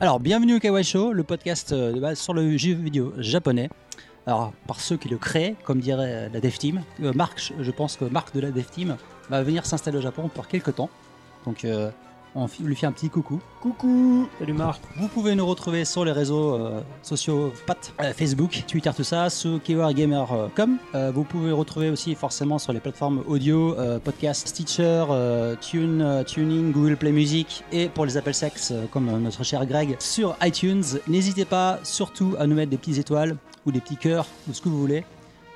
Alors, bienvenue au Kawaii Show, le podcast euh, de base sur le jeu vidéo japonais. Alors, par ceux qui le créent, comme dirait euh, la Dev Team, euh, Marc, je pense que Marc de la Dev Team va venir s'installer au Japon pour quelques temps. Donc, euh, on fi- lui fait un petit coucou. Coucou Salut Marc Vous pouvez nous retrouver sur les réseaux euh, sociaux Pat, euh, Facebook, Twitter, tout ça, sur kewargamer.com. Euh, vous pouvez retrouver aussi forcément sur les plateformes audio, euh, podcast, Stitcher, euh, Tune, euh, Tuning, Google Play Music et pour les appels sexes euh, comme euh, notre cher Greg sur iTunes. N'hésitez pas surtout à nous mettre des petites étoiles ou des petits cœurs ou ce que vous voulez.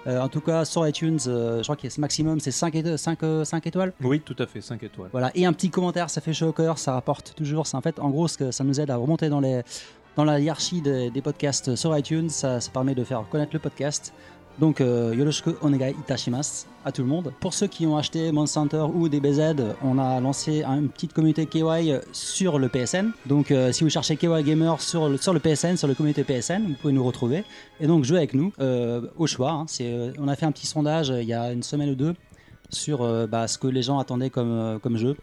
Euh, en tout cas, sur iTunes, euh, je crois que ce maximum c'est 5, 5, 5 euh, étoiles. Oui, tout à fait, 5 étoiles. Voilà, et un petit commentaire, ça fait chaud au cœur, ça rapporte toujours. C'est en fait, en gros, ce que ça nous aide à remonter dans, les, dans la hiérarchie des, des podcasts sur iTunes. Ça, ça permet de faire connaître le podcast. Donc, euh, yoroshiku onegai itashimasu à tout le monde. Pour ceux qui ont acheté Monster Hunter ou DBZ, on a lancé une petite communauté KY sur le PSN. Donc, euh, si vous cherchez KY Gamer sur le, sur le PSN, sur le communauté PSN, vous pouvez nous retrouver. Et donc, jouer avec nous euh, au choix. hein. C'est, euh, on a fait un petit sondage euh, il y a une semaine ou deux sur euh, bah, ce que les gens attendaient comme, euh, comme jeu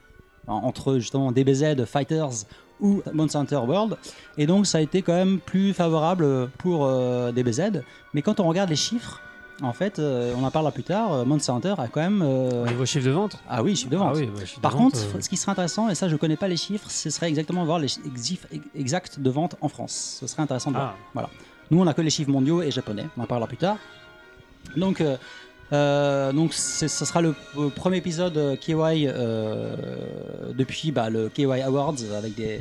en- entre justement DBZ, Fighters ou Monster Hunter World. Et donc ça a été quand même plus favorable pour euh, DBZ. Mais quand on regarde les chiffres, en fait, euh, on en parlera plus tard, euh, Monster Hunter a quand même... euh, Au niveau chiffre de vente Ah oui, je suis devant. Ah oui, bah, chiffre de Par vente, contre, euh, ce qui serait intéressant, et ça je connais pas les chiffres, ce serait exactement voir les chi- exif- exacts de vente en France. Ce serait intéressant de voir. ah, Nous, on a que les chiffres mondiaux et japonais. On en parlera plus tard. Donc, euh, euh, donc c'est- ce sera le p- premier épisode euh, KY euh, depuis bah, le KY Awards avec des.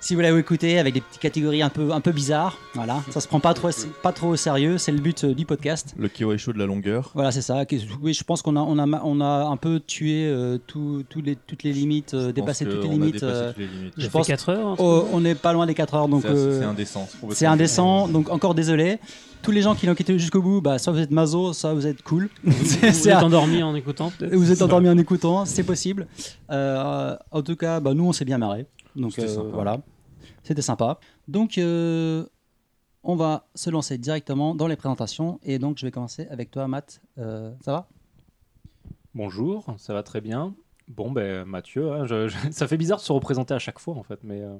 Si vous l'avez écouté, avec des petites catégories un peu un peu bizarres. Voilà, ça se prend pas trop pas trop au sérieux. C'est le but euh, du podcast. Le Kiwi Show de la longueur. Voilà, c'est ça. Qu'est-ce- Oui, je pense qu'on a on a ma- on a un peu tué euh, tout- tous les, toutes les limites, euh, Je pense dépassé que toutes les on a limites. dépassé euh, toutes les limites. je je pense- pense 4 heures. hein. oh, on n'est pas loin des 4 heures, donc. C'est assez- euh, c'est indécent. c'est complètement c'est indécent, donc encore désolé. Tous les gens qui l'ont quitté jusqu'au bout, bah, soit vous êtes mazo, soit vous êtes cool. C'est- Vous c'est êtes un- endormi en écoutant peut-être vous êtes endormi en écoutant, c'est possible. Euh, en tout cas, bah, nous, on s'est bien marré. Donc C'était euh, sympa. voilà, c'était sympa. Donc euh, on va se lancer directement dans les présentations. Et donc je vais commencer avec toi, Matt. Euh, ça va Bonjour, ça va très bien. Bon, ben Mathieu, hein, je- je- ça fait bizarre de se représenter à chaque fois en fait, mais euh,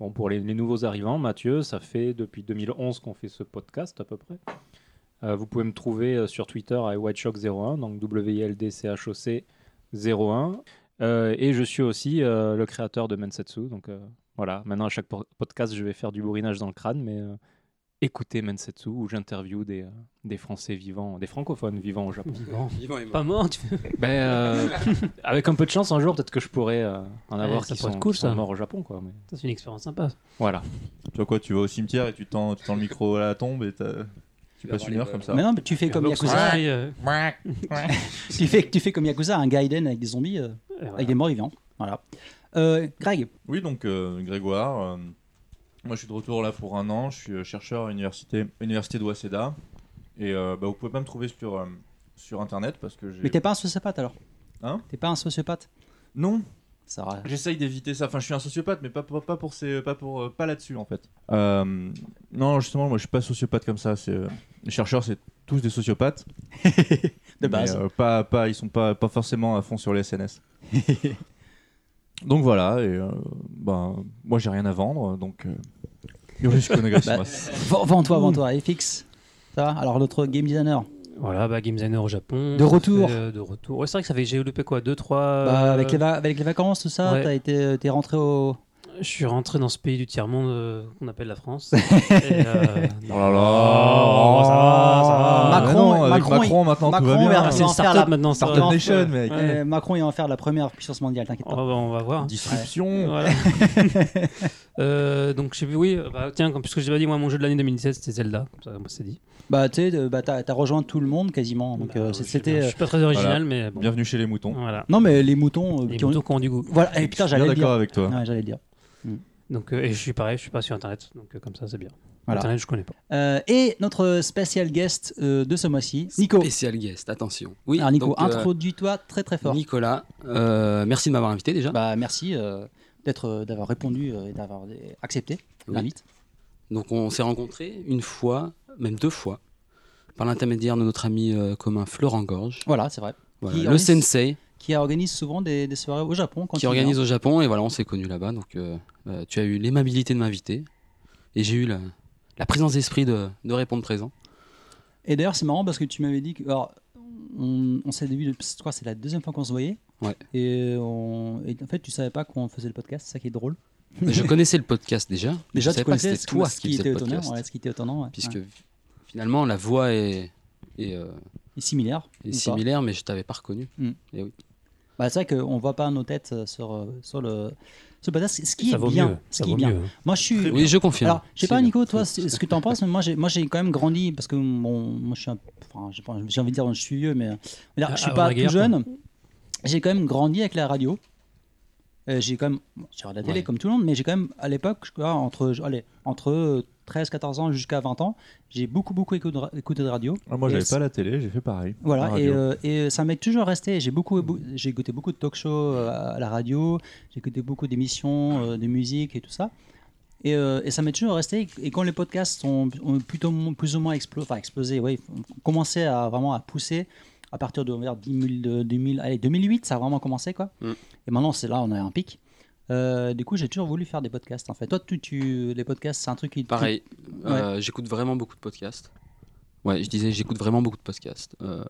bon, pour les, les nouveaux arrivants, Mathieu, ça fait depuis 2011 qu'on fait ce podcast à peu près. Euh, vous pouvez me trouver euh, sur Twitter à WhiteShock01, donc W-I-L-D-C-H-O-C-01. Euh, et je suis aussi euh, le créateur de Mensetsu, donc euh, voilà, maintenant à chaque por- podcast, je vais faire du bourrinage dans le crâne, mais euh, écoutez Mensetsu où j'interview des, euh, des Français vivants, des francophones vivants au Japon. Vivant. Vivant et mort. Pas mort, tu Ben, euh, avec un peu de chance, un jour, peut-être que je pourrais euh, en Ouais, avoir ça qui pourrait sont, être cool, qui sont ça. morts au Japon. Quoi, mais... c'est une expérience sympa. Voilà. Tu vois quoi, tu vas au cimetière et tu tends, tu tends le micro à la tombe et t'as- tu vas passes avoir une les heure bonnes. comme ça. Mais non, mais tu fais comme Alors, Yakuza. c'est- euh, Tu fais, tu fais comme Yakuza, un Gaiden avec des zombies, euh, et voilà. avec des morts vivants. Voilà. Euh, Greg, Oui, donc euh, Grégoire, euh, moi je suis de retour là pour un an, je suis euh, chercheur à l'université université de Waseda. Et euh, bah, vous pouvez pas me trouver sur, euh, sur internet parce que j'ai. mais t'es pas un sociopathe alors Hein T'es pas un sociopathe Non, Ça va. J'essaye d'éviter ça. Enfin, je suis un sociopathe, mais pas, pas, pas pour ces, pas pour, euh, pas là-dessus en fait. Euh, non, justement, moi, je suis pas sociopathe comme ça. C'est euh, les chercheurs, c'est tous des sociopathes. De Mais, base. euh, pas, pas, ils sont pas, pas forcément à fond sur les SNS. donc voilà. Et euh, ben, moi, j'ai rien à vendre, donc. Euh... Yoroshiku Bah, onegaishimasu. Vends- Vends-toi, vends-toi, et fixe. Ça va Alors, notre game designer, Voilà, bah, Game Designer au Japon. De ça retour. fait, euh, de retour. Ouais, c'est vrai que ça fait, j'ai loupé quoi 2, 3. Bah, avec, les va- avec les vacances, tout ça, Euh, ouais. t'as été, euh, t'es rentré au. Je suis rentré dans ce pays du tiers-monde euh, qu'on appelle la France. et, euh, Oh là là. Oh, ça va, ça va. Mais Macron, non, avec Macron, Macron, maintenant Macron, tout va bien. on va ah, c'est en une faire start-up la- maintenant. ça. Startup Macron, Nation, mec. Euh, Macron est en faire la première puissance mondiale, t'inquiète Oh, pas. bah, on va voir. Disruption. Voilà. Euh, donc je sais plus, oui, euh, bah, tiens, comme- puisque j'ai pas dit, moi mon jeu de l'année 2017 c'était Zelda, comme ça on s'est dit. Bah, tu sais, de- bah, t'as t'as rejoint tout le monde quasiment. Donc, Bah, euh, ouais, c'est- je sais bien, c'était. Je euh, suis pas très original, mais bon. Bienvenue chez les moutons. Voilà. Non, mais les moutons. euh, Les qui ont- moutons qui ont du goût. Voilà, et Je putain, suis bien j'allais le d'accord dire. avec toi. Ouais, j'allais le dire. Donc, euh, et je suis pareil, je suis pas sur Internet, donc euh, comme ça, c'est bien. Voilà. Internet, je connais pas. Euh, et notre spécial guest euh, de ce mois-ci, Nico. Spécial guest, attention. Oui, Alors Nico, donc, euh, introduis-toi très très fort. Nicolas, euh, merci de m'avoir invité déjà. Bah, merci euh, d'être, euh, d'avoir répondu euh, et d'avoir euh, accepté Oui. l'invite. Donc on s'est rencontrés une fois, même deux fois, par l'intermédiaire de notre ami euh, commun Florent Gorge, Voilà, c'est vrai. voilà, Qui le organise- hein. sensei, Qui organise souvent des, des soirées au Japon. Quand qui il vient. organise au Japon. Et voilà, on s'est connus là-bas. Donc euh, euh, tu as eu l'aimabilité de m'inviter. Et j'ai eu la, la présence d'esprit de, de répondre présent. Et d'ailleurs, c'est marrant parce que tu m'avais dit que. Alors, on, on s'est vu, de- je crois que c'est la deuxième fois qu'on se voyait. Ouais. Et, on- et en fait, tu savais pas qu'on faisait le podcast, c'est ça qui est drôle. je connaissais le podcast déjà. Déjà, tu je savais pas que connaissais c'était ce- toi ce qui faisais était le étonnant. podcast. ouais, ce qui était étonnant, ouais. Puisque Ouais. finalement, la voix est, est, euh, Et similaire. est ou pas. similaire, mais je t'avais pas reconnu. Bah, c'est vrai qu'on voit pas nos têtes euh, sur, euh, sur le, sur le podcast, ce qui ça est vaut bien. mieux. Ce Ça qui est vaut bien. mieux. hein. Moi, je suis. Oui, je confirme. Alors, je sais C'est pas, bien. Nico, toi, c'est- ce que tu en penses, mais moi, j'ai, moi, j'ai quand même grandi parce que bon, moi, je suis un, enfin, j'ai, pas- j'ai envie de dire, je suis vieux, mais euh, on va dire que je suis Ah, pas avant la tout guerre, jeune. J'ai quand même grandi avec la radio. Euh, j'ai quand même, bon, j'ai regardé la télé Ouais. comme tout le monde, mais j'ai quand même, à l'époque, je crois, entre, je- allez, entre 13, 14 ans jusqu'à 20 ans, j'ai beaucoup, beaucoup écouté de ra- écouté de radio. Ah, moi, Et j'avais c'est- pas la télé, j'ai fait pareil. La Voilà, et, radio. euh, et ça m'est toujours resté. J'ai beaucoup, bou- j'ai écouté beaucoup de talk shows euh, à la radio, j'ai écouté beaucoup d'émissions, euh, de musique et tout ça. Et, euh, et ça m'est toujours resté. Et quand les podcasts ont, ont plutôt mo- plus ou moins explo- enfin, explosé, ouais, ont commencé à vraiment à pousser à partir de on va dire, 10 000, de- 2000, allez, 2008, ça a vraiment commencé quoi. Mm. Et maintenant c'est là, on a un pic. Euh, du coup, j'ai toujours voulu faire des podcasts. En fait, toi, tu, tu- les podcasts, c'est un truc qui te- Pareil, euh, j'écoute vraiment beaucoup de podcasts. Ouais, je disais, j'écoute vraiment beaucoup de podcasts. Euh,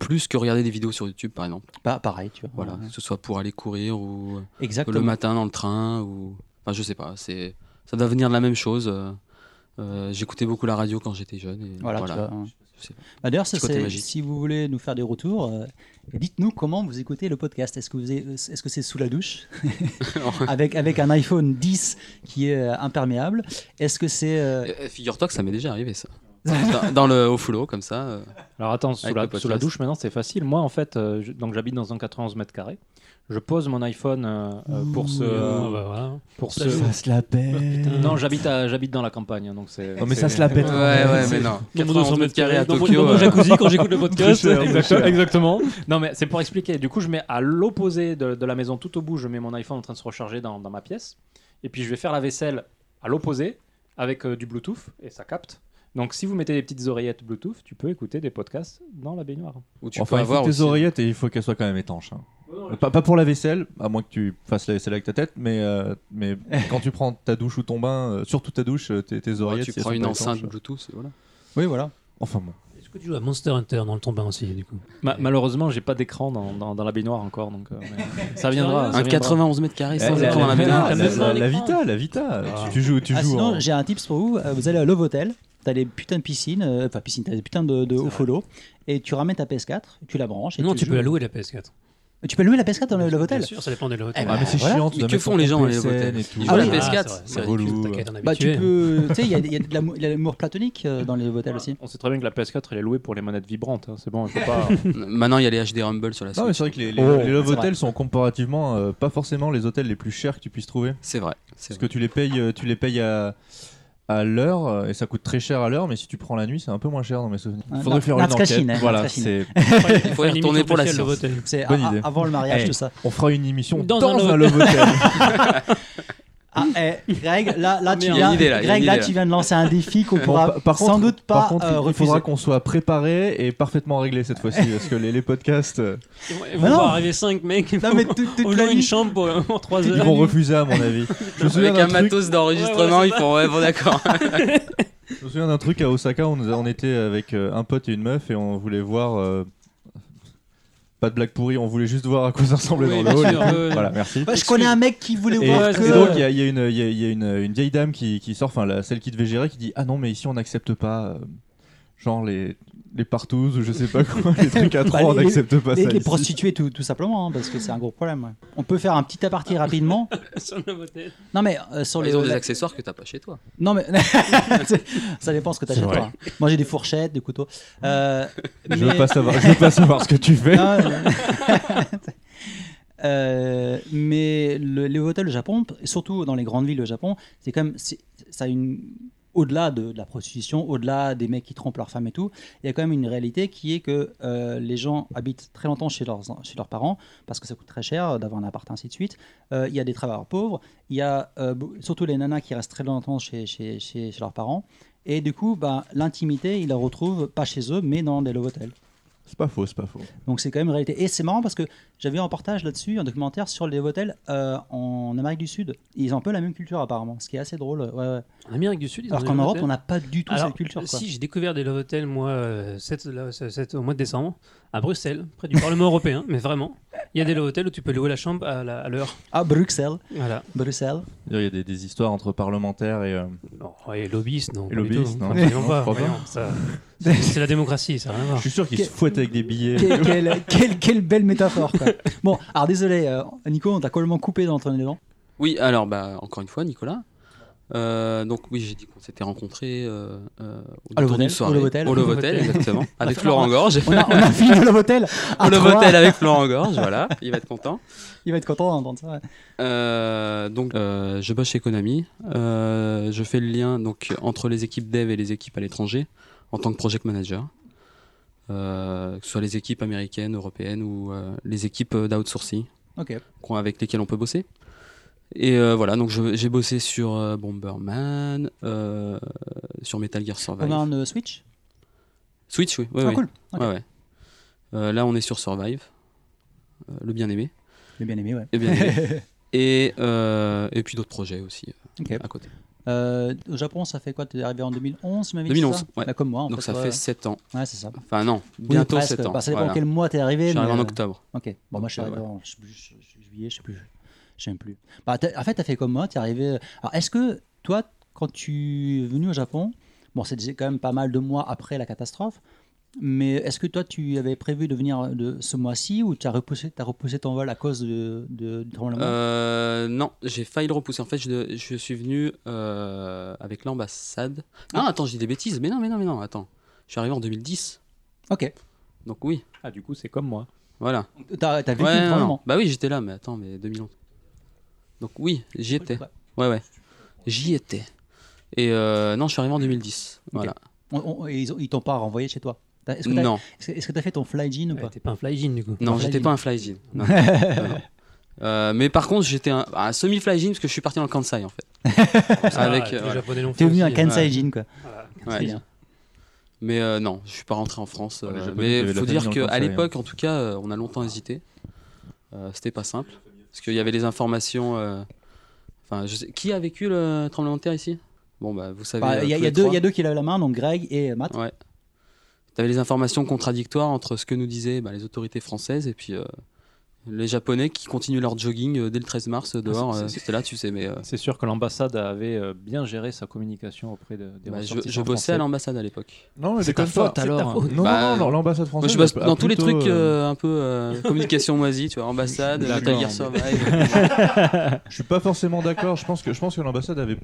plus que regarder des vidéos sur YouTube, par exemple. Bah, pareil, tu vois. Voilà, Ouais. que ce soit pour aller courir ou euh, le Exactement. matin dans le train ou. Enfin, je sais pas, c'est... ça doit venir de la même chose. euh, euh, j'écoutais beaucoup la radio quand j'étais jeune. Et Voilà, voilà, tu vois, hein. Je sais pas. Bah, D'ailleurs, ça, Petit côté c'est- magique. si vous voulez nous faire des retours, euh, dites-nous comment vous écoutez le podcast. Est-ce que vous avez- est-ce que c'est sous la douche avec avec un iPhone 10 qui est euh, imperméable Est-ce que c'est euh, Euh, euh, Figure-toi que ça m'est déjà arrivé, ça. dans, dans le, au full eau, comme ça. euh, Alors attends, sous Avec la, le podcast. sous la douche maintenant c'est facile. Moi en fait, euh, je- donc j'habite dans un 91 mètres carrés. Je pose mon iPhone euh, euh, pour ce Ah, bah, voilà. pour ce. Ça se se la Oh, pète. Non, j'habite à- j'habite dans la campagne, hein, donc c'est. euh, Oh, Non, mais ça c'est- se la pète. Ouais, ouais, mais non. 92 mètres carrés à dans mon- Tokyo. Dans mon euh, jacuzzi quand j'écoute le podcast. Très cher, très Exactement. cher. Exactement. Non, mais c'est pour expliquer. Du coup, je mets à l'opposé de, de la maison, tout au bout, je mets mon iPhone en train de se recharger dans, dans ma pièce. Et puis, je vais faire la vaisselle à l'opposé avec euh, du Bluetooth et ça capte. Donc, si vous mettez des petites oreillettes Bluetooth, tu peux écouter des podcasts dans la baignoire. où tu enfin, peux il faut avoir que tes aussi- oreillettes et il faut qu'elles soient quand même étanches. hein. Pas, pas pour la vaisselle, à moins que tu fasses la vaisselle avec ta tête, mais, euh, mais quand tu prends ta douche ou ton bain, euh, surtout ta douche, euh, tes, tes Ouais, oreillettes. tu si elles prends sont une pas enceinte étanches. euh. Bluetooth, et voilà. Oui, voilà. Enfin bon. Est-ce que tu joues à Monster Hunter dans le tombin aussi, du coup Ma- malheureusement, j'ai pas d'écran dans, dans- dans la baignoire encore, donc euh, mais ça viendra. ça Un viendra. 91 mètres carrés sans Eh, écran dans la la, baignoire. la- t'as même pas la- un la écran. Vita, la Vita. Ah. Tu, tu joues, tu Ah, joues. sinon, en- j'ai un tips pour vous. Euh, Vous allez à Love Hotel, t'as des putains de piscines, euh, enfin piscines, t'as des putains de, de hauts follow, et tu ramènes ta PS4, tu la branches. Et Non, tu peux joues. la louer la PS4. Tu peux louer la PS4 dans le Love Hotel. Bien sûr, ça dépend des Eh hôtels. Ah, mais c'est voilà. chiant. Mais que font les gens dans les hôtels Ils Ah jouent à la oui, ah, PS4. c'est c'est- relou. T'inquiète, on est Bah, tu habitué. peux. tu sais, il y a, il y a de l'amour- il y a de l'amour platonique euh, dans les hôtels aussi. On sait très bien que la PS4 elle est louée pour les manettes vibrantes. hein. C'est bon, il faut pas. Maintenant, il y a les HD Rumble sur la Non, Switch. mais c'est vrai que les, les, Oh. les Love C'est vrai. Hotels sont comparativement euh, pas forcément les hôtels les plus chers que tu puisses trouver. C'est vrai. c'est Parce vrai. que tu les payes, euh, tu les payes à, à l'heure euh, et ça coûte très cher à l'heure, mais si tu prends la nuit, c'est un peu moins cher dans mes souvenirs. Ah, Il faudrait non, faire une Natsukashi, enquête. hein, voilà, Natsukashi. c'est- Il faut y retourner pour la science. C'est Bonne a- a- idée. avant le mariage, Eh. tout ça. on fera une émission Dans dans, un Love un Love Hotel. Ah, eh, Greg, là, là, tu Il y a viens, une idée, là, il y Greg, a une là, idée, là. tu viens de lancer un défi qu'on Bon, pourra pa- par sans contre- doute pas par contre, euh, il refuser. faudra qu'on soit préparé et parfaitement réglé cette fois-ci, parce que les, les podcasts, euh, Ils Mais vont non. arriver 5 mecs. Non, mais toute, toute On la loue une nuit. chambre pour- pour 3 ils heures. vont refuser à mon avis. Je me souviens Avec un d'un truc, matos d'enregistrement, Ouais, ouais, ils font ouais, bon, d'accord. je me souviens d'un truc à Osaka, on, nous a- on était avec euh, un pote et une meuf et on voulait voir. euh, pas de blague pourrie, on voulait juste voir à quoi ça ressemblait Oui, dans le hall. bien sûr, et tout. ouais, ouais. Voilà, merci. Bah, je connais un mec qui voulait Et, voir et que. donc il y a, il y a une, il y a- il y a une- une vieille dame qui, qui sort, enfin la- celle qui devait gérer, qui dit ah non mais ici on n'accepte pas euh, genre les les partous ou je sais pas quoi, les trucs à Bah, trois on les- n'accepte pas les, ça. les ici. prostituées tout, tout simplement hein, parce que c'est un gros problème. ouais. On peut faire un petit aparté rapidement. Sur le hôtel. Non mais euh, sur les Ils ont des accessoires que t'as pas chez toi. non mais ça dépend ce que t'achètes. vrai. toi, hein. Moi j'ai des fourchettes, des couteaux. Euh, Je mais- veux pas savoir, je veux pas savoir ce que tu fais. Non, euh, Euh, mais le- les hôtels au Japon, p- surtout dans les grandes villes au Japon, c'est quand même, c'est- ça a une, au-delà de, de la prostitution, au-delà des mecs qui trompent leurs femmes et tout, il y a quand même une réalité qui est que euh, les gens habitent très longtemps chez leurs, chez leurs parents parce que ça coûte très cher euh, d'avoir un appart, ainsi de suite. Euh, il y a des travailleurs pauvres, il y a euh, beau- surtout les nanas qui restent très longtemps chez, chez, chez, chez leurs parents. Et du coup, bah, l'intimité, ils la retrouvent pas chez eux, mais dans des love hotels. C'est pas faux, c'est pas faux. Donc c'est quand même une réalité. Et c'est marrant parce que j'avais un reportage là-dessus, un documentaire sur les hôtels euh, en Amérique du Sud. Ils ont un peu la même culture apparemment, ce qui est assez drôle. Ouais, ouais. En Amérique du Sud, ils ont Alors des qu'en love Europe, hotels. on n'a pas du tout Alors, cette culture. Quoi. Si, j'ai découvert des love hotels, moi, euh, cette- là, ce- cette- au mois de décembre, à Bruxelles, près du Parlement européen, mais vraiment. Il y a des love hotels où tu peux louer la chambre à la- à l'heure. Ah, Bruxelles. Voilà. Bruxelles. Il y a des, des histoires entre parlementaires et. euh, Non, Oh, et lobbyistes, non. Et pas du lobbyistes, tout. non. Absolument Non, pas. je crois pas. voyons, ça- c'est c'est la démocratie, ça n'a rien Ah. à voir. Je suis sûr qu'ils se fouettent avec des billets. quelle, quelle- quelle- quelle belle métaphore. quoi. Bon, alors désolé, euh, Nico, on t'a complètement coupé dans ton élan. Oui, alors, bah, encore une fois, Nicolas. Euh, donc oui, j'ai dit qu'on s'était rencontrés euh, euh, Au détour Love d'une Hotel, soirée. au Love Hotel. Au Love Hotel, exactement. Avec Florent Gorge. On a, on a fini le hôtel. Au Love Hotel avec Florent Gorge, voilà. Il va être content. Il va être content d'entendre ça. ouais. Euh, donc, euh, je bosse chez Konami. Euh, je fais le lien donc, entre les équipes dev et les équipes à l'étranger en tant que project manager. Euh, que ce soit les équipes américaines, européennes ou euh, les équipes euh, d'outsourcing Ok. qu'on- avec lesquelles on peut bosser. Et euh, voilà, donc je- j'ai bossé sur euh, Bomberman, euh, sur Metal Gear Survive. On a un euh, Switch. Switch, Bah, oui. ouais, ah, ouais. cool. Ok. Ouais, ouais. Euh, là, on est sur Survive, euh, le bien-aimé. J'ai bien aimé, ouais. Et, Eh bien aimé. et, euh, et puis d'autres projets aussi euh, Ok. à côté. Euh, au Japon, ça fait quoi T'es arrivé en 2011, tu m'avais dit, 2011, c'est ça ouais. Bah, comme moi. en Donc fait, ça ouais. fait 7 ans. Ouais, c'est ça. Enfin non, Oui, bientôt presque. 7 ans. Bah, ça dépend Voilà. quel mois t'es arrivé. Je suis arrivé mais, en euh, octobre. Ok. Bon, moi, je suis Donc, arrivé euh, en je sais plus, je- je- juillet, je sais plus. Je sais même plus. Bah, t'as- en fait, t'as fait comme moi, t'es arrivé. euh, Alors, est-ce que toi, quand tu es venu au Japon, bon, c'est déjà quand même pas mal de mois après la catastrophe, mais est-ce que toi, tu avais prévu de venir euh, de ce mois-ci ou tu as repoussé, t'as repoussé ton vol à cause de, de, du tremblement Euh, non, j'ai failli le repousser. En fait, je, je suis venu euh, avec l'ambassade. Non, Ah. attends, je dis des bêtises. Mais non, mais non, mais non, attends. Je suis arrivé en 2010. Ok. Donc oui, Ah, du coup, c'est comme moi. voilà. T'as t'as vécu Ouais, le non, non. tremblement Bah oui, j'étais là, mais attends, mais 2011. Donc oui, j'y étais. Ouais. Ouais, ouais. J'y étais. Et euh, non, je suis arrivé en 2010. Voilà. On- on- et ils ont- ils t'ont pas renvoyé chez toi T'as- Est-ce que t'as Non, est-ce que- est-ce que t'as fait ton fly jean ou Ouais, pas T'es pas un fly-in, du coup. non, fly j'étais in. pas un fly-in. Non, non, non. Euh, mais par contre, j'étais un, un semi-fly-in parce que je suis parti dans le Kansai en fait. Ça, avec, Ah, les euh, voilà. Japonais l'ont T'es fait venu un aussi. Kansai jean, quoi. Voilà. Ouais. C'est bien. Mais euh, non, je suis pas rentré en France. Ah, les euh, Japonais qui avaient mais de la faut dire famille dans le qu'à Kansai, hein. l'époque, en tout cas, euh, on a longtemps hésité. Euh, C'était pas simple. Parce qu'il y avait des informations. euh, Enfin, je sais- qui a vécu le tremblement de terre ici Bon, bah, vous savez. Bah, euh, Il y, a- tous il y a les deux- trois. il y a deux qui lèvent la main, donc Greg et Matt. Ouais. T'avais les informations contradictoires entre ce que nous disaient bah, les autorités françaises et puis euh, les Japonais qui continuaient leur jogging euh, dès le 13 mars euh, Ah, dehors. c'est- euh, c'est- C'était là, tu sais, mais. euh, C'est sûr que l'ambassade avait euh, bien géré sa communication auprès de, des bah, je, ressortissants je bossais à français. l'ambassade à l'époque. Non, mais C'est ta déconne pas. faute, alors. Non, non, Bah, non, non, l'ambassade Moi, française. je bosse a- a dans tous les plutôt, trucs euh, euh, un peu euh, communication moisie, tu vois, ambassade, D'accord. Metal Gear Survive. Je suis pas forcément d'accord. Je pense que je pense que l'ambassade avait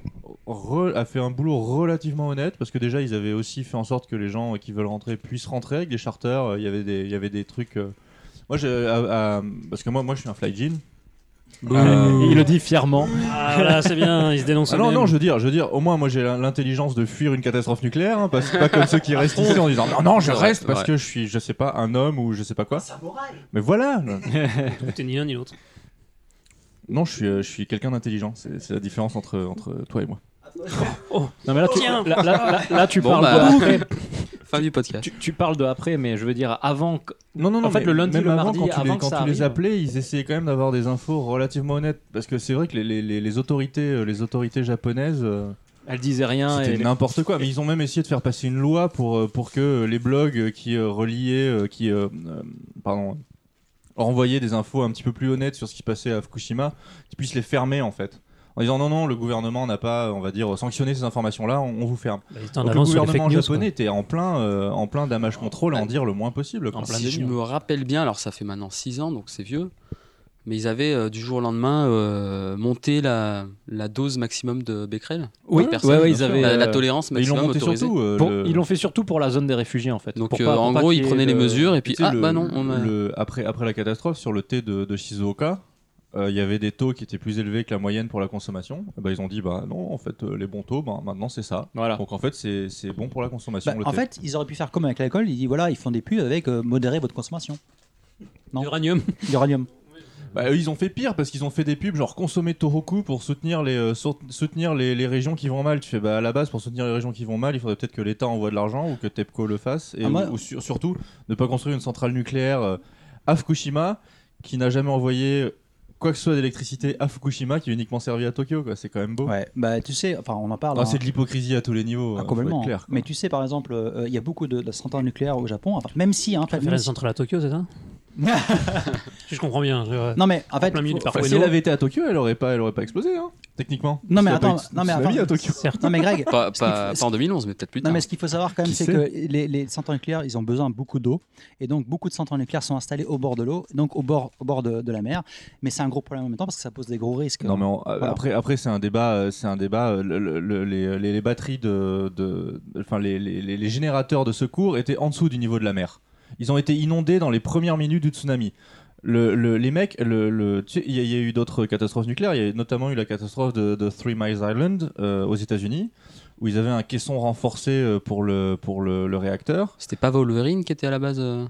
re- a fait un boulot relativement honnête parce que déjà ils avaient aussi fait en sorte que les gens qui veulent rentrer puissent rentrer avec des charters. euh, Il y avait des il y avait des trucs. euh, Moi je à- à- parce que moi moi je suis un fly jean. Et il le dit fièrement. Ah, voilà, c'est bien, ils se dénoncent. Ah non eux-mêmes. non je veux dire je veux dire au moins moi j'ai l'intelligence de fuir une catastrophe nucléaire hein, parce que pas comme ceux qui restent ici en disant non non je C'est vrai, reste c'est parce vrai. que je suis je sais pas un homme ou je sais pas quoi. Mais voilà T'es ni l'un ni l'autre. non je suis euh, je suis quelqu'un d'intelligent c'est c'est la différence entre entre toi et moi. Non, mais là, tu, Tiens. là, là- là- là, tu Bon, parles bah. de après. Fin du podcast. Tu, tu parles de après, mais je veux dire avant. que- Non, non, non. En fait, mais le lundi, même le avant, mardi, quand tu, avant les, que quand ça tu les arrive. appelais, ils essayaient quand même d'avoir des infos relativement honnêtes. Parce que c'est vrai que les, les- les- les autorités, euh, les autorités japonaises, euh, Elle disait rien. c'était Ah, et les- n'importe quoi. Mais ils ont même essayé de faire passer une loi pour, euh, pour que euh, les blogs euh, qui euh, reliaient, euh, qui, euh, euh, pardon, renvoyaient des infos un petit peu plus honnêtes sur ce qui se passait à Fukushima, qu'ils puissent les fermer en fait. En disant non, non, le gouvernement n'a pas, on va dire, sanctionné ces informations-là, on, on vous ferme. Bah, ils étaient en Donc, le avance sur les gouvernement fake news, japonais était en plein, euh, en plein damage contrôle à en dire le moins possible. quoi. En plein si je délire. me rappelle bien, alors ça fait maintenant 6 ans, donc c'est vieux. Mais ils avaient euh, du jour au lendemain euh, monté la, la dose maximum de Becquerel. Oui, Par personne. ouais, ouais, ils avaient, la, la euh, tolérance Mais ils l'ont maximum monté autorisée. surtout. euh, Pour- le- Ils l'ont fait surtout pour la zone des réfugiés en fait. Donc Pour euh, pas- pour en pas gros, qu'il ils y ait prenaient les de- mesures et puis Tu sais, ah le- bah non, on a- le- après, après la catastrophe, sur le thé de, de Shizuoka, euh, il y avait des taux qui étaient plus élevés que la moyenne pour la consommation. Et bah, ils ont dit, bah non, en fait, euh, les bons taux, bah, maintenant c'est ça. Voilà. Donc en fait, c'est c'est bon pour la consommation. Bah, le en thé. fait, ils auraient pu faire comme avec l'alcool. Ils disent voilà, ils font des pubs avec euh, modérer votre consommation Non. Uranium. d'uranium. Bah, eux, ils ont fait pire parce qu'ils ont fait des pubs genre consommer Tohoku pour soutenir les euh, sout- soutenir les, les régions qui vont mal. Tu fais bah à la base pour soutenir les régions qui vont mal, il faudrait peut-être que l'État envoie de l'argent ou que TEPCO le fasse et Ah, moi- ou, ou sur- surtout ne pas construire une centrale nucléaire euh, à Fukushima qui n'a jamais envoyé quoi que ce soit d'électricité à Fukushima qui est uniquement servi à Tokyo quoi. C'est quand même beau. Ouais, bah tu sais, enfin on en parle. Ah, hein. c'est de l'hypocrisie à tous les niveaux. Ah, hein, faut complètement. être clair, quoi. mais tu sais, par exemple, euh, il y a beaucoup de, de centrales nucléaires au Japon. Enfin, même si, hein, T'as fait même la si- centrale à Tokyo, c'est ça Si je comprends bien. je- ah, Non mais en fait, plein milieu faut- du parc. Enfin, si elle avait été à Tokyo, elle aurait pas elle aurait pas explosé hein, techniquement. Non, mais Parce qu'il y a attends, pas eu de non, mais tsunami attends. à Tokyo. Certes. non mais Greg, pas, ce pas- qu'il faut- pas en 2011, mais peut-être plus non tard. mais ce qu'il faut savoir quand même, Qui c'est sait que les, les centrales nucléaires, ils ont besoin de beaucoup d'eau, et donc beaucoup de centrales nucléaires sont installées au bord de l'eau, donc au bord, au bord de, de la mer. Mais c'est un gros problème en même temps parce que ça pose des gros risques. Non mais on- euh, hein. Voilà. après après c'est un débat euh, c'est un débat euh, le- le- le- les, les- les batteries de de- de- enfin les, les- les- les générateurs de secours étaient en dessous du niveau de la mer. Ils ont été inondés dans les premières minutes du tsunami. Le- le- les mecs, le, le- tu sais, il y, a- il y a eu d'autres catastrophes nucléaires. Il y a eu notamment eu la catastrophe de, de Three Mile Island euh, aux États-Unis, où ils avaient un caisson renforcé euh, pour le pour le, le réacteur. C'était pas Wolverine qui était à la base. euh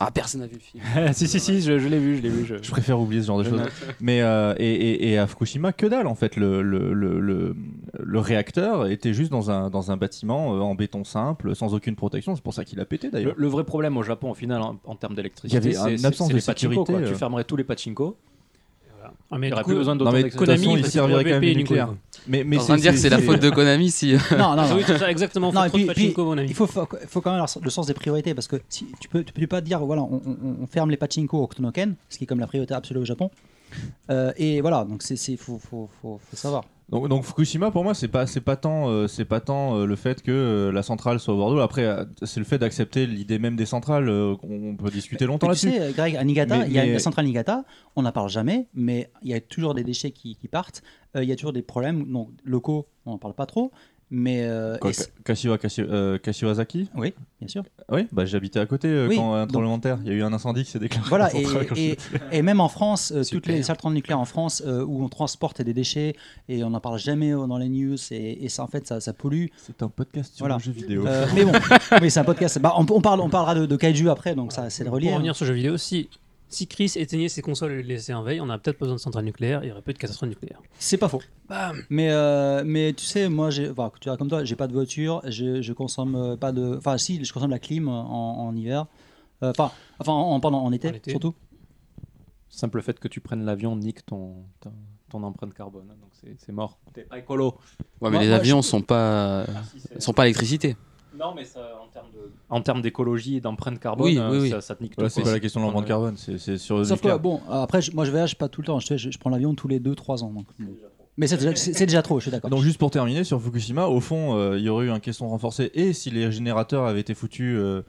Ah, personne n'a vu le film. si si si, je, je l'ai vu, je l'ai vu. je- Je préfère oublier ce genre de choses. Mais euh, et, et- et à Fukushima, que dalle en fait. Le, le, le, le- le réacteur était juste dans un, dans un bâtiment euh, en béton simple, sans aucune protection. C'est pour ça qu'il a pété Le, d'ailleurs. le vrai problème au Japon, au final, en, en termes Il d'électricité, y avait un- c'est une c'est- absence c'est de les pachinko. sécurité, quoi. euh. Tu fermerais tous les pachinko, Ah, mais il n'y du aurait coup, plus besoin Non, d'autant mais d'exploitation. toute façon, Konami, il servirait quand même du une nucléaire. Mais, mais en train de dire que c'est la faute de Konami si. euh, non, Ah non, non. Oui, c'est ça, exactement. Faut Non, et trop de puis- puis- pachinko, à mon ami. Il faut, faut, faut quand même avoir le sens des priorités parce que si, tu peux, tu peux pas dire voilà on, on- on ferme les pachinko au Tonoken, ce qui est comme la priorité absolue au Japon. Euh, et voilà donc c'est c'est- faut, faut, faut, faut savoir. Donc, donc Fukushima, pour moi, c'est pas c'est pas tant euh, c'est pas tant euh, le fait que euh, la centrale soit au Bordeaux. Après, euh, c'est le fait d'accepter l'idée même des centrales. euh, qu'on- on peut discuter longtemps Mais là-dessus. tu sais, Greg, à Niigata, Mais- il y a mais- la centrale Niigata, on n'en parle jamais, mais il y a toujours des déchets qui, qui partent, euh, il y a toujours des problèmes donc, locaux, on n'en parle pas trop, mais euh, Quoi, et c'est- Kashiwa- Kashi- euh, Kashiwazaki bien sûr. Oui, bah, j'habitais à côté euh, Oui, quand un donc- tremblement de terre. Il y a eu un incendie qui s'est déclaré. à la Voilà, et, centrale quand je et, et même en France, euh, toutes Super. les centrales nucléaires en France euh, où on transporte des déchets et on n'en parle jamais euh, dans les news et, et ça en fait ça, ça pollue. C'est un podcast sur Voilà. le jeu vidéo. Euh, mais bon, oui, c'est un podcast. Bah, on, on parle, on parlera de, de kaiju après, donc ça c'est le relié. Pour hein. revenir sur le jeu vidéo, si, si Chris éteignait ses consoles et les laissait en veille, on a peut-être besoin de centrales nucléaires, il n'y aurait plus de catastrophe nucléaire. C'est pas faux. Mais, euh, mais tu sais, moi, j'ai- enfin, tu vois, comme toi, j'ai pas de voiture, je, je consomme euh, pas de. Enfin, si, je consomme la clim euh, en, en hiver. Euh, Enfin, enfin en, pendant, en été, En été. surtout. Simple fait que tu prennes l'avion nique ton, ton, ton empreinte carbone, hein, donc c'est c'est mort. T'es pas écolo. Ouais, mais Moi- les moi, avions sont pas Ah. sont pas à l'électricité. Non, mais ça, en termes de- en termes d'écologie et d'empreinte carbone, Oui, euh, oui, oui. Ça, ça te nique Voilà, tout. c'est quoi. pas la question de l'empreinte carbone, c'est c'est sur le Sauf que, nucléaire. bon, après, je- moi, je voyage pas tout le temps. Je, je, je prends l'avion tous les 2-3 ans. donc. Mais c'est déjà, c'est- c'est déjà trop, je suis d'accord. Donc juste pour terminer sur Fukushima, au fond, euh, il y aurait eu un caisson renforcé et si les générateurs avaient été foutus, euh,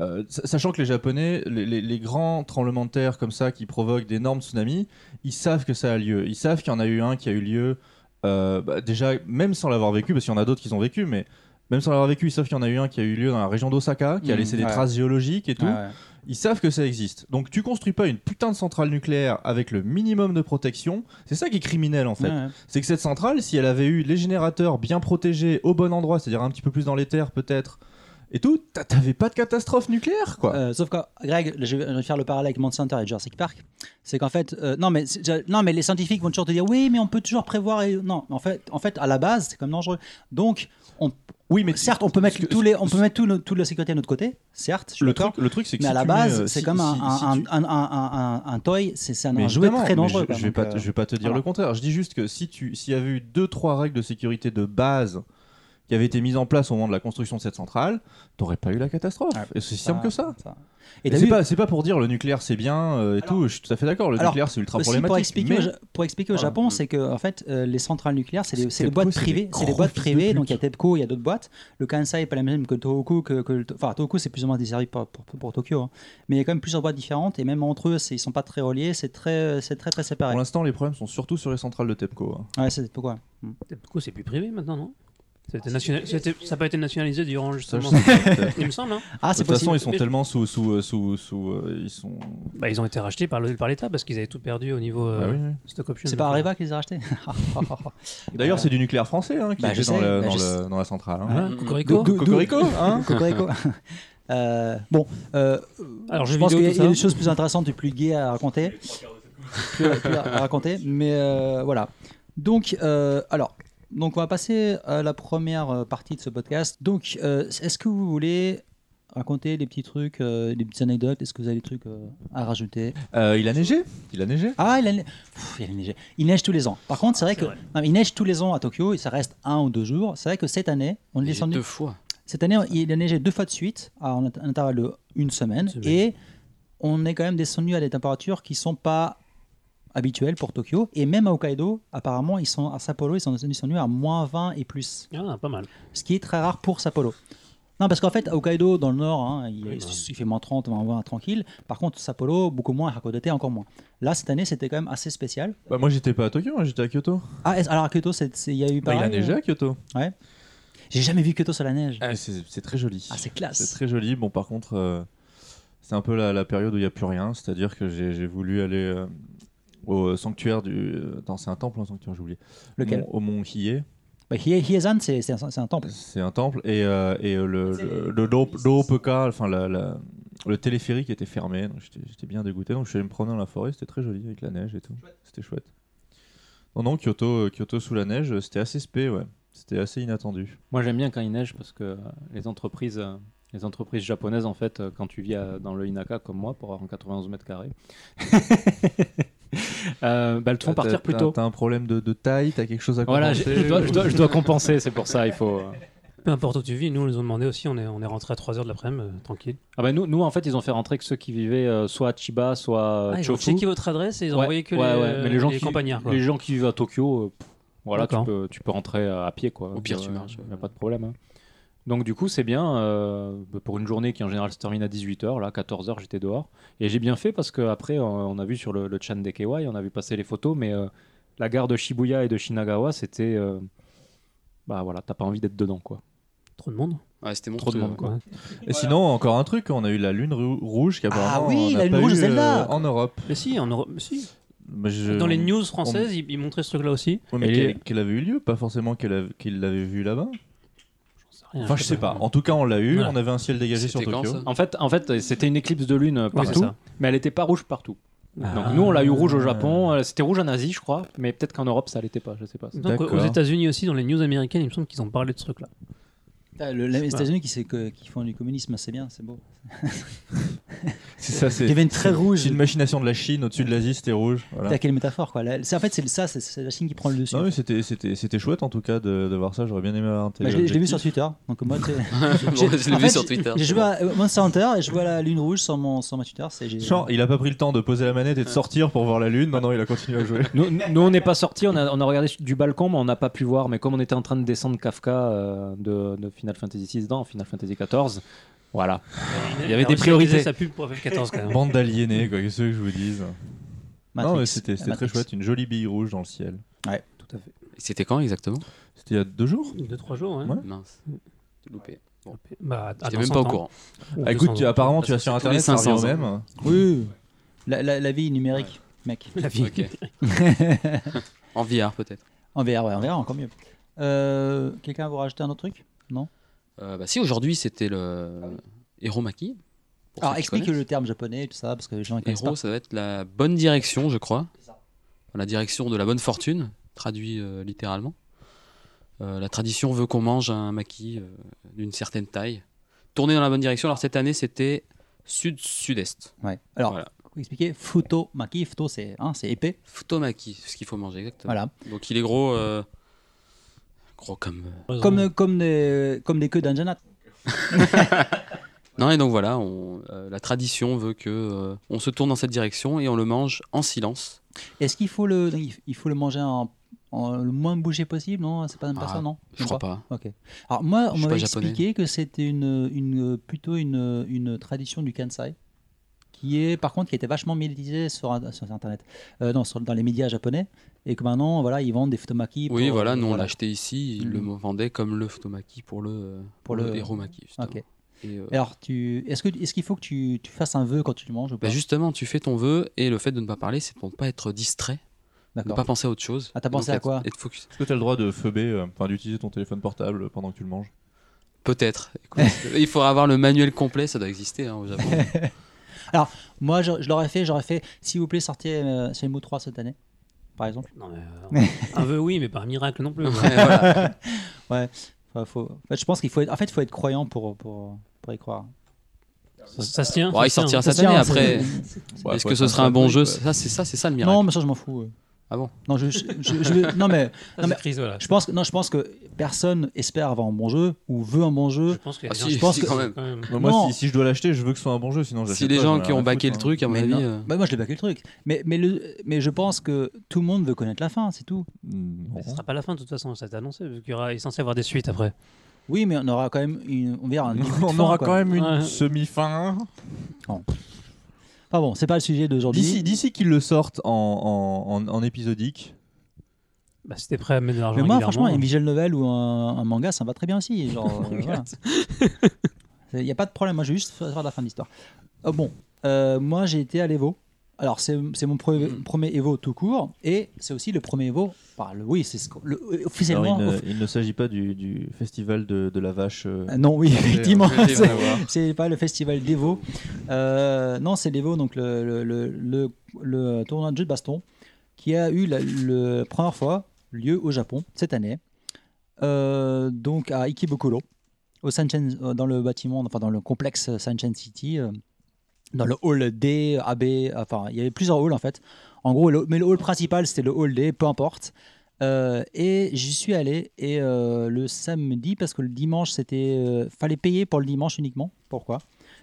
euh, sa- sachant que les Japonais, les, les- les grands tremblements de terre comme ça qui provoquent d'énormes tsunamis, ils savent que ça a lieu. Ils savent qu'il y en a eu un qui a eu lieu. euh, bah, déjà, même sans l'avoir vécu, parce qu'il y en a d'autres qui ont vécu, mais même sans l'avoir vécu, ils savent qu'il y en a eu un qui a eu lieu dans la région d'Osaka, qui a Mhm, laissé des ouais. traces géologiques et tout. Ah ouais. Ils savent que ça existe. Donc tu construis pas une putain de centrale nucléaire avec le minimum de protection. C'est ça qui est criminel en fait. Ouais, ouais. C'est que cette centrale, si elle avait eu les générateurs bien protégés au bon endroit, c'est-à-dire un petit peu plus dans les terres peut-être, et tout, t'a- t'avais pas de catastrophe nucléaire quoi. Euh, sauf que, Greg, je vais je vais faire le parallèle avec Monsanto et Jurassic Park. C'est qu'en fait, euh, non, mais, c'est- je- non, mais les scientifiques vont toujours te dire oui, mais on peut toujours prévoir. et- Non, en fait, en fait à la base, c'est quand même dangereux. Donc, on, oui, mais certes, on peut mettre, que- tous les, on peut mettre tout, nos- toute la sécurité de notre côté, certes, je suis le d'accord. truc, le truc, c'est que si Mais à la tu mets, base, euh, c'est si- comme un, si- si un, tu- un, un, un- un toy, c'est c'est un Mais jouet évidemment, très mais dangereux. Je, quoi, je vais donc, pas, euh, te- je vais pas te dire voilà. le contraire. Je dis juste que si tu, s'il y avait eu deux trois règles de sécurité de base qui avait été mise en place au moment de la construction de cette centrale, t'aurais pas eu la catastrophe. Ouais. Et c'est si simple que ça. Et Et t'as c'est vu- pas, c'est pas pour dire le nucléaire c'est bien euh, et Alors- tout, je suis tout à fait d'accord, le alors, nucléaire c'est ultra Aussi, problématique. Bah, pour expliquer, Ah, mais- au, Ja- pour expliquer au Voilà. Japon, c'est que en fait, euh, les centrales nucléaires, c'est des, Parce c'est que des boîtes TEPCO, c'est privées. des C'est des gros boîtes fils de privées, pute. donc il y a TEPCO, il y a d'autres boîtes. Le Kansai n'est pas la même que le Tohoku, que, que le To- enfin Tohoku c'est plus ou moins desservi pour, pour, pour Tokyo, hein. mais il y a quand même plusieurs boîtes différentes et même entre eux, c'est- ils sont pas très reliés, c'est très, c'est très très séparé. Pour l'instant, les problèmes sont surtout sur les centrales de TEPCO. hein. Ouais, c'est pourquoi. Du coup, c'est plus privé maintenant, non C'était national- c'était- Ça n'a pas été nationalisé durant Ça, je justement. sais pas, peut-être. Il me semble, hein Ah, De c'est toute façon, possible. ils sont Mais- tellement sous. sous, euh, sous, sous, euh, ils sont. Bah, ils ont été rachetés par le- par l'État parce qu'ils avaient tout perdu au niveau Ah Bah euh, oui, oui. stock option. C'est pas Donc, euh, Areva qui les a rachetés. D'ailleurs, c'est du nucléaire français hein, qui Bah, je était dans, sais, la, bah, dans je le- dans la centrale. hein. voilà, Mm, mm. euh, Cocorico. D'où- d'où- Cocorico, hein Cocorico. Euh, bon, euh, Alors, je jeux pense vidéo, qu'il y a, tout il y a ça. des choses plus intéressantes et plus gaies à raconter. plus, plus à à raconter, mais euh, voilà. Donc, euh, alors, donc on va passer à la première euh, partie de ce podcast. Donc, euh, est-ce que vous voulez raconter des petits trucs, euh, des petites anecdotes Est-ce que vous avez des trucs euh, à rajouter Euh, il a neigé Il a neigé Ah, il a, Pff, il a neigé. Il neige tous les ans. Par contre, Ah, c'est vrai que non, mais il neige tous les ans à Tokyo et ça reste un ou deux jours. C'est vrai que cette année, on est J'ai descendu deux fois. cette année, il a neigé deux fois de suite, à un int- un intervalle de une semaine, Semaine. et on est quand même descendu à des températures qui sont pas habituelles pour Tokyo. Et même à Hokkaido, apparemment, ils sont à Sapporo, ils sont descendus à moins 20 et plus, Ah, pas mal. ce qui est très rare pour Sapporo. Non, parce qu'en fait, à Hokkaido, dans le nord, hein, il, Oui, il bah. fait moins 30, moins 20, tranquille. Par contre, Sapporo, beaucoup moins, et Hakodate, encore moins. Là, cette année, c'était quand même assez spécial. Bah, moi, j'étais pas à Tokyo, hein, j'étais à Kyoto. Ah, est-ce- alors à Kyoto, c'est- c'est- il y a eu Bah, il a pareil, neigé euh à Kyoto. J'ai jamais vu Kyoto sur la neige. Ah, c'est c'est très joli. Ah, c'est classe. C'est très joli. Bon, par contre, euh, c'est un peu la, la période où il n'y a plus rien. C'est-à-dire que j'ai j'ai voulu aller euh, au sanctuaire du. euh, Attends, c'est un temple, un sanctuaire, j'ai oublié. Lequel Mon- Au Mont Hiei. Bah, Hie- Hiezan, c'est c'est un, c'est un temple. C'est un temple. Et, euh, et euh, le, le, le Do- Doopoka, enfin, la- la- le téléphérique était fermé. Donc, j'étais j'étais bien dégoûté. Donc, je suis allé me promener dans la forêt. C'était très joli avec la neige et tout. C'était chouette. Non, non, Kyoto, euh, Kyoto sous la neige, euh, c'était assez spé, ouais. C'était assez inattendu. Moi, j'aime bien quand il neige parce que euh, les entreprises, euh, les entreprises japonaises, en fait, euh, quand tu vis à- dans le Inaka comme moi, pour avoir en 91 mètres carrés, euh, bah, elles te font T'as- partir t'as- plus tôt. T'as un problème de, de taille, t'as quelque chose à Voilà, compenser. j'ai- je dois, je dois- je dois compenser, c'est pour ça, il faut. euh. Peu importe où tu vis, nous, on nous ont demandé aussi, on est, on est rentré à 3h de l'après-midi, euh, tranquille. Ah bah, nous, nous, en fait, ils ont fait rentrer que ceux qui vivaient euh, soit à Chiba, soit à Ah, ils ont Chofu. checké votre adresse et ils ont Ouais, envoyé que ouais, les, ouais, mais les, gens qui, campagnards. quoi. les gens qui vivent à Tokyo, euh, pff, voilà, tu D'accord. peux, tu peux rentrer à à pied. Quoi. Au pire, Euh, tu marches, y a ouais. pas de problème. hein. Donc, du coup, c'est bien euh, pour une journée qui en général se termine à 18h. Là, 14h, j'étais dehors. Et j'ai bien fait parce qu'après, on a vu sur le, le chan des KY, on a vu passer les photos, mais euh, la gare de Shibuya et de Shinagawa, c'était. euh, bah voilà, t'as pas envie d'être dedans, quoi. Trop de monde. Ouais, c'était Trop de monstrueux. monde, quoi. Et sinon, encore un truc, on a eu la lune rou- rouge qui apparemment Ah oui, on n'a la lune pas rouge de eu, Zelda. euh, en Europe. Mais si, en Europe- mais si. Mais je- dans les news françaises, ils, ils montraient ce truc-là aussi. Ouais, mais Et- qu'elle- qu'elle avait eu lieu, pas forcément qu'elle av- qu'il l'avait vu là-bas. Rien, Enfin, je sais pas. En tout cas, on l'a eu. Voilà. On avait un ciel dégagé sur C'était quand, Tokyo. ça En fait, en fait c'était une éclipse de lune euh, Oui, c'est partout, ça. mais elle était pas rouge partout. Ah. Donc nous, on l'a eu rouge au Japon. euh, C'était rouge en Asie, je crois, mais peut-être qu'en Europe, ça l'était pas. Je sais pas. Donc D'accord. aux États-Unis aussi, dans les news américaines, il me semble qu'ils ont parlé de ce truc-là. Ah, le- les États-Unis qui, sait que- qui font du communisme, c'est bien, c'est beau. C'est ça, c'est. Ils deviennent très c'est- rouges. C'est une machination de la Chine au-dessus de l'Asie, c'était rouge. Voilà. T'as quelle métaphore quoi là, c'est- En fait, c'est le- ça, c'est- c'est la Chine qui prend le dessus. Non, mais c'était- c'était c'était chouette en tout cas de, de voir ça. J'aurais bien aimé avoir un Bah, télé- je l'ai je l'ai vu sur Twitter, donc moi, tu sais- Bon, je l'ai en vu fait, sur Twitter. J'ai c'est joué à euh, Monster Hunter et je vois la lune rouge sur mon, sur ma Twitter. c'est- j'ai- Genre, il a pas pris le temps de poser la manette et de sortir pour voir la lune. Non, non, il a continué à jouer. Nous, nous, on n'est pas sortis, on a, on a regardé du balcon, mais on n'a pas pu voir. Mais comme on était en train de descendre Kafka euh, de, de Final Fantasy VI dans Final Fantasy XIV, voilà. Il y avait a des réussi à priorités. réaliser sa pub pour FF14 quand même. Bande d'aliénés, quoi. Qu'est-ce que je vous dise Matrix. Non, mais Ah c'était c'était très Matrix. chouette. Une jolie bille rouge dans le ciel. Tout à fait. bon. C'était quand exactement C'était il y a deux jours. Deux, trois jours, hein. Ouais. Mince. Ah, Loupé. Bah, à- à J'étais dans même 100 pas au ans. courant. Ou Ah, écoute, 200 tu- ans. apparemment, tu vas Parce sur que tous internet, les ça revient 500 au même. Oui, la, la- la vie numérique, mec. La vie. Ok. en VR peut-être. En VR, ouais, en VR, encore mieux. Euh, Quelqu'un veut rajouter un autre truc Euh, bah si aujourd'hui c'était le Hiromaki. pour Alors ceux qui explique connaissent. le terme japonais et tout ça, parce que les gens ils connaissent Hero, ça va être la bonne direction, je crois. Enfin, La direction de la bonne fortune, traduit euh, littéralement. Euh, la tradition veut qu'on mange un maquis euh, d'une certaine taille. Tourner dans la bonne direction. Alors cette année, c'était sud-sud-est. pas. Ouais. Alors, Voilà. pour expliquer, futo maki, futo c'est hein, c'est épais. Futomaki, ce qu'il faut manger exactement. Voilà. Donc il est gros, euh, gros comme. Comme, euh, comme, des, comme des queues d'Indiana. Non, et donc voilà, on- euh, la tradition veut que euh, on se tourne dans cette direction et on le mange en silence. Est-ce qu'il faut le, il faut le manger en, en le moins bougé possible Non, c'est pas même pas Ah, ça, non Je Ou crois pas. pas. Ok. Alors moi, Je on suis m'avait pas japonais. expliqué que c'était une, une, plutôt une, une tradition du Kansai, qui est par contre qui était vachement médiatisée sur, in- sur internet, euh, non, sur- dans les médias japonais, et que maintenant voilà, ils vendent des futomaki. Oui, pour- voilà, nous on euh, voilà. l'a acheté ici, ils Mm. le vendait comme le futomaki pour le euh, pour le le- heromaki. justement. Ok. Et, euh, Alors tu, est-ce que est-ce qu'il faut que tu, tu fasses un vœu quand tu le manges ou pas bah, justement, tu fais ton vœu et le fait de ne pas parler, c'est pour ne pas être distrait, ne D'accord. pas penser à autre chose. Ah, t'as Et pensé donc à quoi être- être focus. Est-ce que t'as le droit de feuber, euh, enfin d'utiliser ton téléphone portable pendant que tu le manges Peut-être. Écoute, il faudra avoir le manuel complet, ça doit exister hein, au Japon. Moi, je, je l'aurais fait, j'aurais fait. S'il vous plaît, sortez euh, Shenmue 3 cette année, par exemple. Non, mais, euh, un vœu, oui, mais pas un miracle non plus. Ouais, voilà. Enfin, faut- en fait, je pense qu'il faut. Être, en fait, faut être croyant pour pour, pour y croire. Ça, ça se tient. Bon, il se tient. sortira Ça cette tient, année c'est- après. Bah, Ouais, Est-ce faut que être ce un sera un bon sadique, jeu ouais. Ça, c'est ça, c'est ça le miracle. Non, mais ça, je m'en fous. Ah bon Non, je, je- je- je- non, mais Ça, Non, c'est mais- crise, voilà. je pense que non, je pense que personne espère avoir un bon jeu ou veut un bon Je jeu. pense qu'il y a Ah, des si, gens qui pense si, que- quand même. quand même. Moi, moi, Non. si, si je dois l'acheter, je veux que ce soit un bon jeu, sinon j'achète Si les pas, gens j'en ai qui rien ont à baqué le foutre, truc, à mon Mais avis. non. euh, Bah, moi, je l'ai baqué le truc. Mais mais le mais je pense que tout le monde veut connaître la fin, c'est tout. hein. Mm, non. Mais ce sera pas la fin de toute façon, ça t'est annoncé, vu qu'il y aura il est censé y avoir des suites après. Oui, mais on aura quand même une, on verra. Un début de On fin, aura quoi. quand même une Ouais. semi-fin. Pas bon, c'est pas le sujet D'ici, d'aujourd'hui. d'ici qu'ils le sortent en, en, en- en épisodique. Bah, si t'es prêt à mettre de l'argent Mais moi, régulièrement, hein. franchement, une visual novel ou un, un manga, ça me va très bien aussi. Genre, euh, voilà. Il n'y a pas de problème, moi je veux juste faire la fin de l'histoire. Euh, bon, euh, moi j'ai été à l'Evo. Alors c'est c'est mon pre- premier Evo tout court et c'est aussi le premier Evo. par le- oui, c'est ce qu'on- le- euh, officiellement. off- ne s'agit pas du, festival de, la vache. Euh, non, oui, effectivement. effectivement. c'est- C'est pas le festival d'Evo. Euh, non, c'est l'Evo, donc le, le, le, le- le tournoi de jeu de baston qui a eu la le première fois lieu au Japon cette année. Euh, donc à Ikebukuro, au Sanchen, euh, dans le bâtiment, enfin dans le complexe Sanchen City, euh, dans le hall D, AB, enfin il y avait plusieurs halls en fait. En gros, le- mais le hall principal c'était le hall D, peu importe. Euh, et j'y suis allé et euh, le samedi parce que le dimanche c'était euh, fallait payer pour le dimanche uniquement. Pourquoi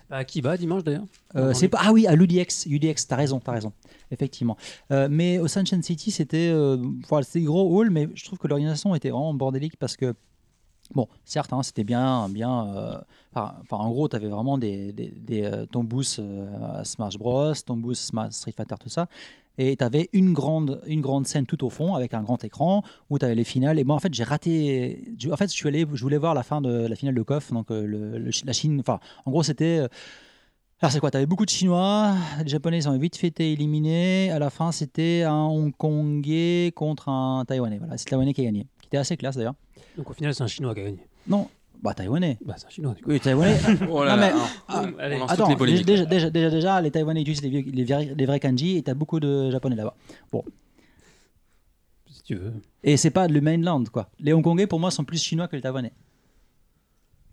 Bah, à Kiba dimanche d'ailleurs. Euh, On c'est est- pas ah oui à l'UDX UDX t'as raison t'as raison effectivement Euh, mais au Sunshine City c'était euh, voilà c'était gros hall mais je trouve que l'organisation était vraiment bordélique parce que bon certes hein, c'était bien bien euh, enfin enfin, en gros t'avais vraiment des des, des euh, ton boost, euh, Smash Bros ton boost Sma- Street Fighter tout ça et t'avais une grande une grande scène tout au fond avec un grand écran où t'avais les finales et moi en fait j'ai raté je- en fait je suis allé je voulais voir la fin de la finale de KOF donc euh, le- le- la Chine enfin en gros c'était euh, alors c'est quoi T'avais beaucoup de Chinois, les Japonais ils ont vite fait été éliminés. À la fin, c'était un Hongkongais contre un Taïwanais. Voilà, c'est le Taïwanais qui a gagné, qui était assez classe d'ailleurs. Donc au final, c'est un Chinois qui a gagné. Non, bah Taïwanais. Bah, c'est un Chinois du coup. Oui, Taïwanais. Oh là Non, là, mais- alors, Ah, on allez. lance toutes Attends, les déjà, polémiques. déjà, déjà, déjà, les Taïwanais utilisent les, vieux- les, vrais- les vrais kanji et t'as beaucoup de Japonais là-bas. Si tu veux. Et c'est pas le mainland quoi. Les Hongkongais pour moi sont plus chinois que les Taïwanais.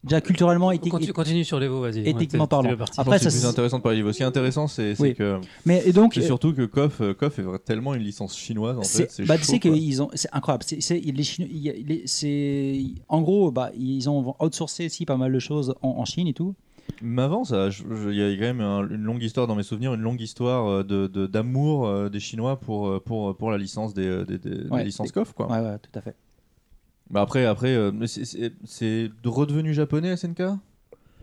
Déjà culturellement, éthi- Continue, continue sur les veaux, vas-y. Ouais, éthiquement t'es- t'es parlant. bien parti. Après, c'est ça plus se- intéressant de parler du niveau. Ce qui est intéressant, c'est c'est Oui. que Mais et donc, c'est surtout que KOF, euh, KOF est vra- tellement une licence chinoise. En C'est- fait, c'est bah, tu chaud, sais quoi. qu'ils ont, c'est incroyable. C'est, c'est- les Chinois- il y a- les- c'est- en gros, bah, ils ont outsourcé aussi pas mal de choses en, en Chine et tout. Mais avant, ça, hein. je- je- il y a quand même un- une longue histoire dans mes souvenirs, une longue histoire euh, de- de- d'amour de, des Chinois pour, euh, pour, pour la licence des, euh, des, des- des Ouais, licences des- KOF. Quoi. Ouais, ouais, tout à fait. Bah après, après euh, mais c'est- c'est c'est redevenu japonais SNK Euh,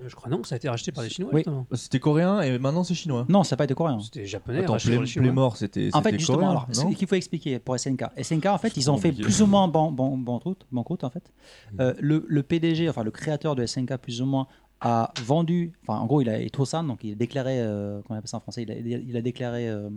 Je crois non que ça a été racheté par les Chinois. Ah. Oui. justement. C'était coréen et maintenant c'est chinois. Non, ça n'a pas été coréen. hein. C'était japonais. Attends, racheté par les Play- Chinois. Playmore, c'était En fait, c'était justement, coréen, alors, non Oh, ce qu'il faut expliquer pour SNK. SNK, en fait, J'ai ils ont fait oublié. plus ou moins ban- ban- bantroute- banqueroute, en fait. Mm. Euh, le, le PDG, enfin le créateur de SNK, plus ou moins, a vendu. Enfin, en gros, il a Etosan, donc il a déclaré, euh, comment on appelle ça en français, il a, il a déclaré euh,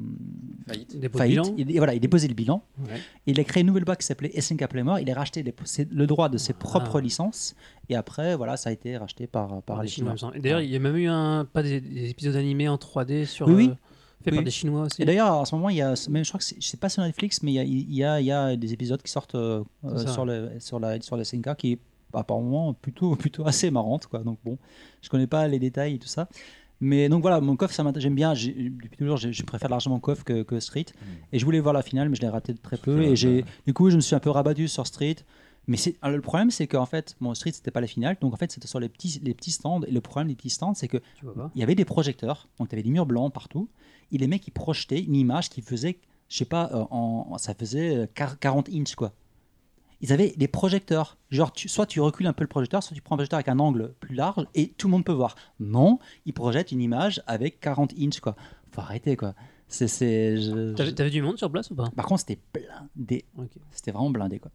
Des pots de faillite. bilan. Il, voilà, il a déposé le bilan. Ouais. Il a créé une nouvelle boîte qui s'appelait SNK Playmore. Il a racheté les- ses- le droit de ses propres licences. Et après, voilà, ça a été racheté par, Ah. par Par les Chinois. il me semble. Et D'ailleurs, il y a même eu un pas des, des épisodes animés en 3D sur Oui, oui. euh, fait Oui. par des Chinois aussi. Et d'ailleurs, en ce moment, il y a, même, je crois que c'est- je sais pas sur Netflix, mais il y a, il y a- il y a des épisodes qui sortent euh, euh, C'est ça. sur, le, sur, la, sur la SNK qui est apparemment plutôt, plutôt assez marrante. Quoi. Donc bon, je connais pas les détails et tout ça. Mais donc voilà, mon coffre, ça m'intéresse. J'aime bien, j'ai- depuis toujours, j'ai- je préfère largement coffre que, Mm. que Street. Et je voulais voir la finale, mais je l'ai raté de très peu. Ouais, Et ouais. j'ai, du coup, je me suis un peu rabattu sur Street. Mais c'est- alors, le problème, c'est qu'en fait, mon street, c'était pas la finale. Donc en fait, c'était sur les petits, les petits stands. Et le problème des petits stands, c'est que Tu vois pas il y avait des projecteurs, donc tu avais des murs blancs partout, et les mecs ils projetaient une image qui faisait, je sais pas, euh, en, ça faisait euh, quar- 40 inches quoi. Ils avaient des projecteurs, genre tu- soit tu recules un peu le projecteur, soit tu prends un projecteur avec un angle plus large et tout le monde peut voir. Non, ils projettent une image avec 40 inches quoi. Faut arrêter quoi. C'est, c'est, je- T'avais je- t'avais du monde sur place ou pas Par contre c'était blindé, Ok. c'était vraiment blindé quoi.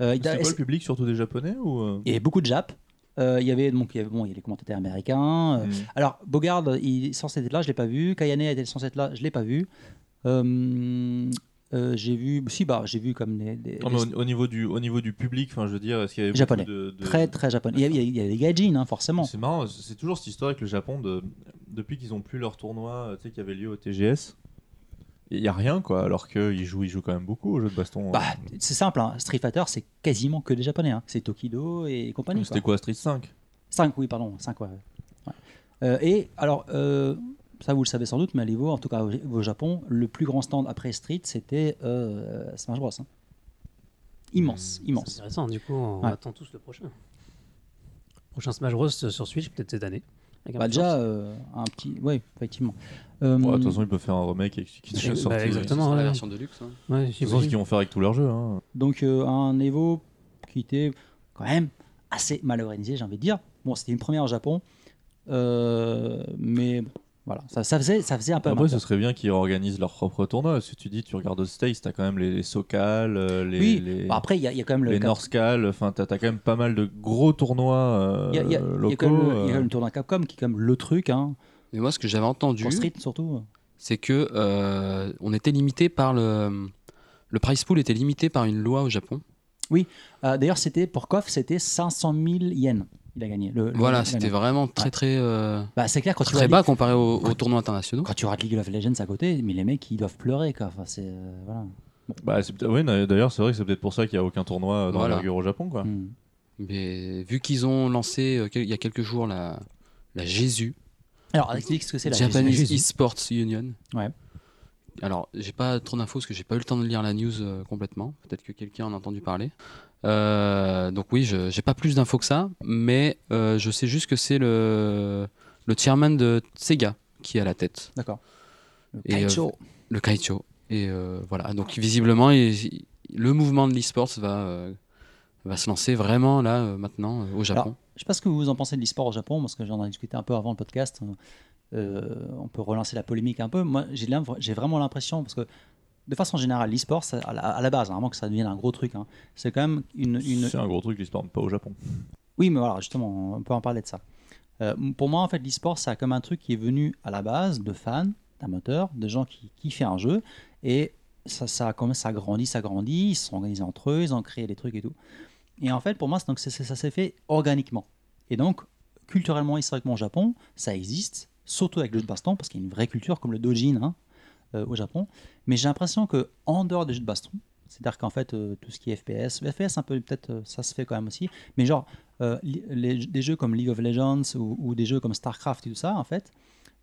Euh, il y a- C'est quoi le public, surtout des japonais ou euh, il y avait beaucoup de Japs. Euh, il y avait donc il y avait bon il y a les commentateurs américains. euh, hmm. alors, Bogard, il est censé être là, je ne l'ai pas vu. Kayane était censé être là, je ne l'ai pas vu. Euh, euh, j'ai vu, si, bah, j'ai vu comme des, des- Non, mais au, au niveau du, au niveau du public, enfin, je veux dire, est-ce qu'il y avait beaucoup Japonais. de- de- des- très, très japonais. Il y avait, il y avait les gaijin, hein, forcément. C'est marrant, c'est toujours cette histoire avec le Japon de depuis qu'ils ont plus leur tournoi, euh, tu sais, qui avait lieu au TGS. Il y a rien quoi, alors qu'ils jouent, ils jouent quand même beaucoup au jeu de baston. Bah, c'est simple, hein, Street Fighter, c'est quasiment que des japonais. hein. C'est Tokido et compagnie. C'était Quoi. quoi Street 5 Cinq, oui, pardon, cinq, ouais. ouais. Euh, et alors, euh, ça vous le savez sans doute, mais à l'Evo, en tout cas au, au Japon, le plus grand stand après Street, c'était euh, Smash Bros. hein. Mmh, Immense, C'est immense. intéressant, du coup, on Ouais. attend tous le prochain. Prochain Smash Bros euh, sur Switch, peut-être cette année. Avec un Bah, peu de déjà, chance. euh, un petit. Oui, effectivement. Euh, Ouais, De toute façon, ils peuvent faire un remake avec ce qui est déjà Bah, sorti. exactement. Ce sera ouais. la version de luxe. hein. Ouais, C'est j'y ce pense. qu'ils vont faire avec tous leurs jeux. Hein. Donc euh, un Evo qui était quand même assez mal organisé, j'ai envie de dire. Bon, c'était une première au Japon, euh, mais bon, voilà, ça, ça faisait, ça faisait un peu. Après, amateur. ce serait bien qu'ils organisent leur propre tournoi. Si tu dis, tu regardes aux States, t'as quand même les, les SoCal, euh, les, Oui, les, Bon, après, il y, a- il y a quand même le. les cap- NorthCal, enfin, t'as t'as quand même pas mal de gros tournois euh, il y a, il y a- il y a locaux. quand même le, il y a quand euh. même le tournoi Capcom qui est comme le truc, hein, Mais moi, ce que j'avais entendu, pour Street surtout. c'est que euh, on était limité par le le price pool était limité par une loi au Japon. Euh, D'ailleurs, c'était pour Koff, c'était 500 000 yens. Il a gagné. Le, le- voilà, le- c'était le- vraiment Ouais. très très euh, Bah, c'est clair quand tu très regardes- bas comparé aux, aux tournois internationaux. Quand tu regardes League of Legends à côté, mais les mecs ils doivent pleurer quoi. Enfin, c'est euh, voilà. Bah, c'est peut- oui, na- d'ailleurs, c'est vrai que c'est peut-être pour ça qu'il n'y a aucun tournoi euh, dans Voilà. l'envergure au Japon. Quoi. Hmm. Mais vu qu'ils ont lancé euh, quel- il y a quelques jours la la Jésus, Alors explique ce que c'est la Japanese Esports Union. Ouais. Alors, j'ai pas trop d'infos parce que j'ai pas eu le temps de lire la news euh, complètement. Peut-être que quelqu'un en a entendu parler. Euh, donc oui, je j'ai pas plus d'infos que ça, mais euh, je sais juste que c'est le le chairman de Sega qui est à la tête, D'accord. Le Et, euh, Kaicho. le Kaicho. Et euh, voilà, donc visiblement, il- il- le mouvement de l'esports va euh, va se lancer vraiment là euh, maintenant euh, au Japon. Je sais pas ce que vous en pensez de l'e-sport au Japon, parce que j'en ai discuté un peu avant le podcast. Euh, on peut relancer la polémique un peu. Moi, j'ai l'inv- j'ai vraiment l'impression, parce que de façon générale, l'e-sport, ça- à la, à la base, hein, avant que ça devienne un gros truc, hein, c'est quand même une, une- C'est un gros truc, l'histoire, mais pas au Japon. Oui, mais voilà, justement, on peut en parler de ça. Euh, pour moi, en fait, l'e-sport, c'est comme un truc qui est venu à la base de fans, d'amateurs, de gens qui kiffaient un jeu. Et ça, ça, comme ça grandit, ça grandit, ils se sont organisés entre eux, ils ont créé des trucs et tout. Et en fait, pour moi, c'est- donc, c'est- c'est- ça s'est fait organiquement. Et donc, culturellement, historiquement, au Japon, ça existe, surtout avec le jeu de baston, parce qu'il y a une vraie culture comme le dojin hein, euh, au Japon. Mais j'ai l'impression que en dehors des jeux de baston, c'est-à-dire qu'en fait, euh, tout ce qui est FPS, FPS, un peu, peut-être, euh, ça se fait quand même aussi, mais genre, euh, li- les- des jeux comme League of Legends ou, ou des jeux comme StarCraft et tout ça, en fait,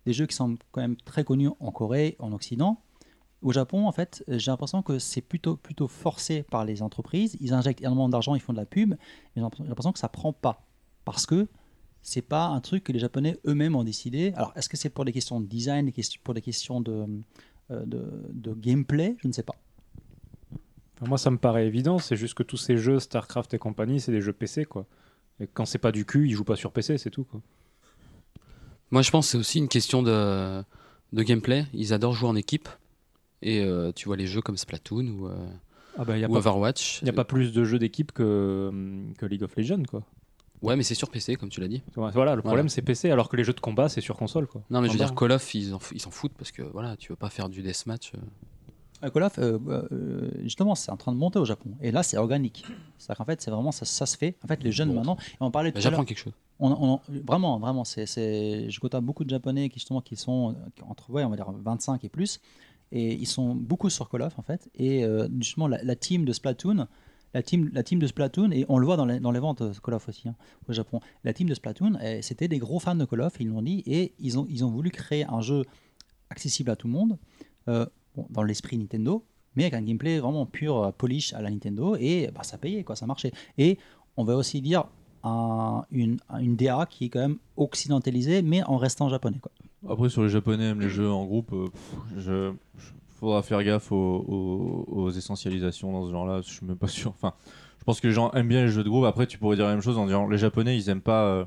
des jeux qui sont quand même très connus en Corée, en Occident. Au Japon, en fait, euh, j'ai l'impression que c'est plutôt, plutôt forcé par les entreprises. Ils injectent énormément d'argent, ils font de la pub, mais j'ai l'impression- j'ai l'impression que ça prend pas. Parce que c'est pas un truc que les Japonais eux-mêmes ont décidé. Alors, est-ce que c'est pour des questions de design, des questions- pour des questions de, euh, de, de gameplay Je ne sais pas. Enfin, moi, ça me paraît évident. C'est juste que tous ces jeux, StarCraft et compagnie, c'est des jeux PC, quoi. Et quand c'est pas du cul, ils jouent pas sur PC, c'est tout, quoi. Moi, je pense que c'est aussi une question de, de gameplay. Ils adorent jouer en équipe. Et euh, tu vois les jeux comme Splatoon ou, euh, Ah bah, il ou Overwatch. n'y a pas plus de jeux d'équipe que, hum, que League of Legends, quoi. Ouais, mais c'est sur PC, comme tu l'as dit. Voilà, le problème, Voilà. c'est PC, alors que les jeux de combat, c'est sur console, quoi. Non, mais je veux Ah dire, bon Call of, ils en f- ils s'en foutent parce que voilà, tu veux pas faire du deathmatch. euh. Euh, Call of, euh, euh, justement, c'est en train de monter au Japon. Et là, c'est organique. C'est-à-dire qu'en fait, c'est vraiment ça, ça se fait. En fait, les jeunes Bon. maintenant, et on parlait Bah, tout à l'heure. J'apprends quelque chose. On, on- vraiment, vraiment, c'est, c'est- je côtoie beaucoup de Japonais qui justement qui sont euh, entre ouais, on va dire 25 et plus, et ils sont beaucoup sur Call of en fait. Et euh, justement, la, la team de Splatoon, la team, la team de Splatoon, et on le voit dans les, dans les ventes euh, Call of aussi hein, au Japon. La team de Splatoon, eh, c'était des gros fans de Call of, ils l'ont dit, et ils ont, ils ont voulu créer un jeu accessible à tout le monde, euh, bon, dans l'esprit Nintendo, mais avec un gameplay vraiment pur euh, polish à la Nintendo, et bah, ça payait, quoi, ça marchait. Et on va aussi dire un- une, une DA qui est quand même occidentalisée, mais en restant japonais. Quoi. Après, sur les japonais, même les jeux en groupe, euh, pff, je, je- faudra faire gaffe aux, aux- aux essentialisations dans ce genre-là. Je suis même pas sûr. Enfin, je pense que les gens aiment bien les jeux de groupe. Après, tu pourrais dire la même chose en disant les japonais, ils aiment pas. euh,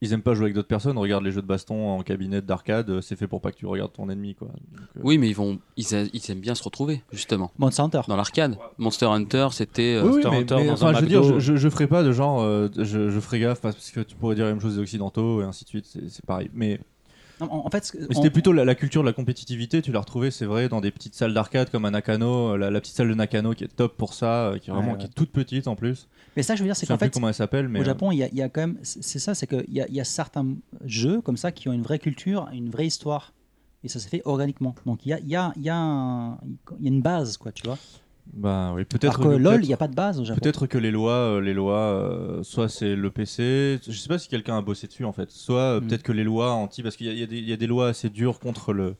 ils aiment pas jouer avec d'autres personnes. Regarde les jeux de baston en cabinet d'arcade, euh, c'est fait pour pas que tu regardes ton ennemi, quoi. Donc, euh, Oui, mais ils, vont, ils, a- ils aiment bien se retrouver, justement. Monster Hunter. Dans l'arcade, Monster Hunter, c'était. euh, Oui, oui, Monster mais, Hunter mais, dans un enfin, je veux dire, McDo. je, je, je ferai pas de genre, euh, je, je ferai gaffe parce que tu pourrais dire la même chose des occidentaux et ainsi de suite, c'est c'est pareil. Mais, Non, en, en fait, ce que- mais on- c'était plutôt la, la culture de la compétitivité, tu l'as retrouvée, c'est vrai, dans des petites salles d'arcade comme à Nakano, euh, la, la petite salle de Nakano qui est top pour ça, euh, qui est vraiment Ouais, qui est toute petite en plus. mais ça, je veux dire, Je c'est sais qu'en plus fait, comment elle s'appelle, mais euh, Au Japon, il y, a- il y a quand même, c'est c'est ça, c'est qu'il y a, il y a certains jeux comme ça qui ont une vraie culture, une vraie histoire. Et ça s'est fait organiquement. Donc il y a, il y, a, il y, a un- il y a une base, quoi, tu vois. euh, bah oui, peut-être Alors que LOL, il peut-être- n'y a pas de base au Japon. Peut-être que les lois, euh, les lois, euh, soit c'est le PC, je sais pas si quelqu'un a bossé dessus en fait, soit euh, Mm. peut-être que les lois anti, parce qu'il y, a- il y a des- il y a des lois assez dures contre le,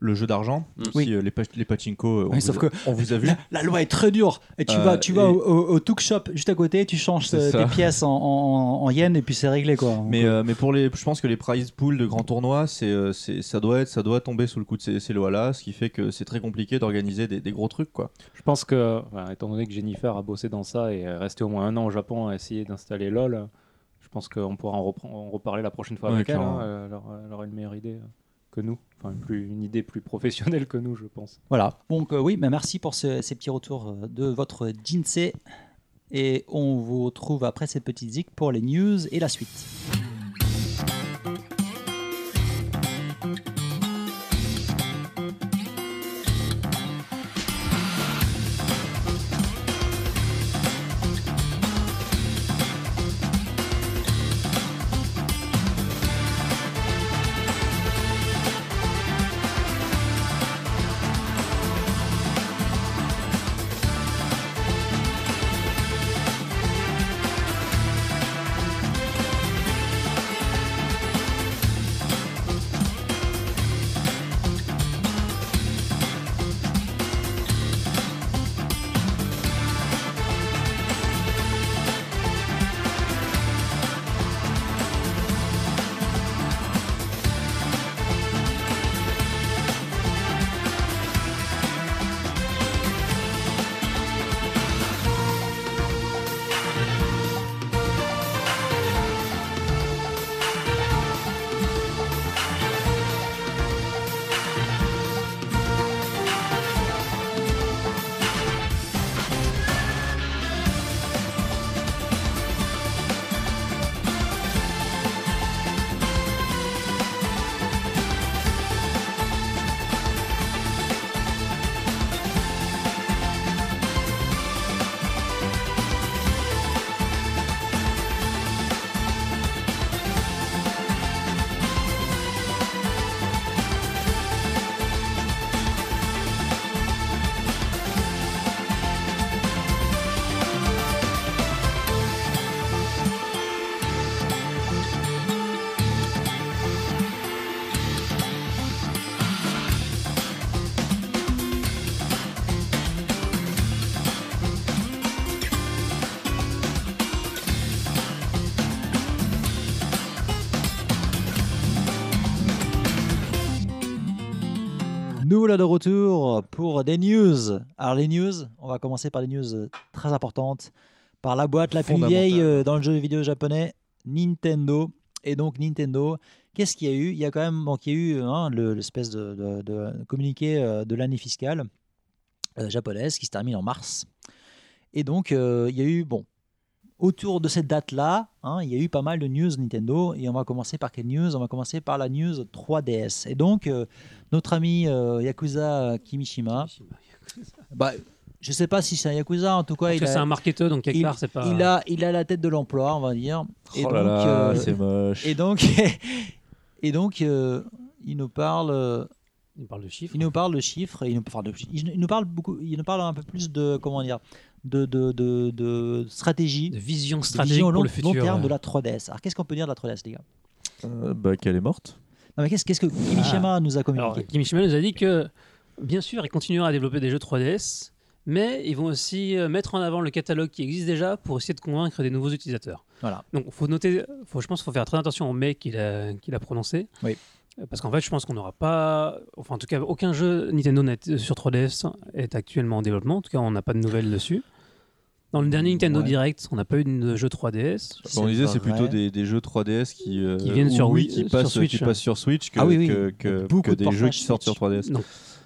le jeu d'argent, Mm. Si, Hmm. Oui. euh, les, pa- les pachinko, euh, on, Oui, vous sauf a, que- on vous a vu. La, la loi est très dure. Et tu Euh, vas, tu vas et- au, au, au Tuk Shop juste à côté, tu changes C'est euh, ça. tes pièces en, en, en yens et puis c'est réglé, quoi. Mais, euh, mais pour les, je pense que les prize pools de grands tournois, c'est, euh, c'est, ça doit être, ça doit tomber sous le coup de ces, ces lois-là, ce qui fait que c'est très compliqué d'organiser des, des gros trucs quoi. Je pense que, enfin, étant donné que Jennifer a bossé dans ça et est restée au moins un an au Japon à essayer d'installer LOL, je pense qu'on pourra en, repren- en reparler la prochaine fois Ouais, avec elle. clairement. hein. Elle aura- elle aura une meilleure idée euh, que nous. Enfin, plus, une idée plus professionnelle que nous, je pense. Voilà. Donc euh, oui, bah, merci pour ce- ces petits retours euh, de votre Jinsei. Et on vous retrouve après cette petite zik pour les news et la suite. Nous voilà de retour pour des news. Alors les news, on va commencer par des news euh, très importantes, par la boîte la plus Fondamentale. vieille euh, dans le jeu vidéo japonais, Nintendo. Et donc Nintendo, qu'est-ce qu'il y a eu Il y a quand même, donc il y a eu hein, le- l'espèce de, de- de communiqué euh, de l'année fiscale euh, japonaise qui se termine en mars. Et donc euh, il y a eu, bon, autour de cette date-là, hein, il y a eu pas mal de news Nintendo. Et on va commencer par quelle news On va commencer par la news 3DS. Et donc euh, notre ami euh, Yakuza Kimishima, bah, je sais pas si c'est un Yakuza, en tout cas, Parce il que c'est un a, marketeur, donc quelque il- part, c'est pas. il, a, il a la tête de l'emploi, on va dire. Et Oh donc, là là, euh, c'est moche. et donc, et donc euh, il nous parle, euh, Il parle de chiffres. il nous parle de chiffres, il nous parle, de, il il nous parle beaucoup, il nous parle un peu plus de comment dire, de de, de, de stratégie, De vision de stratégique vision au pour long, le futur. long terme de euh. la 3DS. Alors qu'est-ce qu'on peut dire de la 3DS, les gars Euh, bah qu'elle est morte. Ah. Non mais qu'est-ce qu'est-ce que Kimishima nous a communiqué Alors, Kimishima nous a dit que bien sûr, ils continueront à développer des jeux 3DS, mais ils vont aussi euh, mettre en avant le catalogue qui existe déjà pour essayer de convaincre des nouveaux utilisateurs. Voilà. Donc, faut noter, faut, je pense qu'il faut faire très attention au mais qu'il a, qu'il a prononcé. Oui. Euh, Parce qu'en fait, je pense qu'on n'aura pas. Enfin, en tout cas, aucun jeu Nintendo n'est- sur 3DS est actuellement en développement. En tout cas, on n'a pas de nouvelles dessus. Dans le dernier Nintendo Ouais. Direct, on n'a pas eu de jeu 3DS. C'est on disait pas c'est vrai. plutôt des, des jeux 3DS qui, euh, Qui viennent ou sur oui, Wii- qui sur passent, Switch. qui passent sur Switch que, Ah oui, oui. que, que- Beaucoup que de des jeux portages qui sortent sur Switch. 3DS.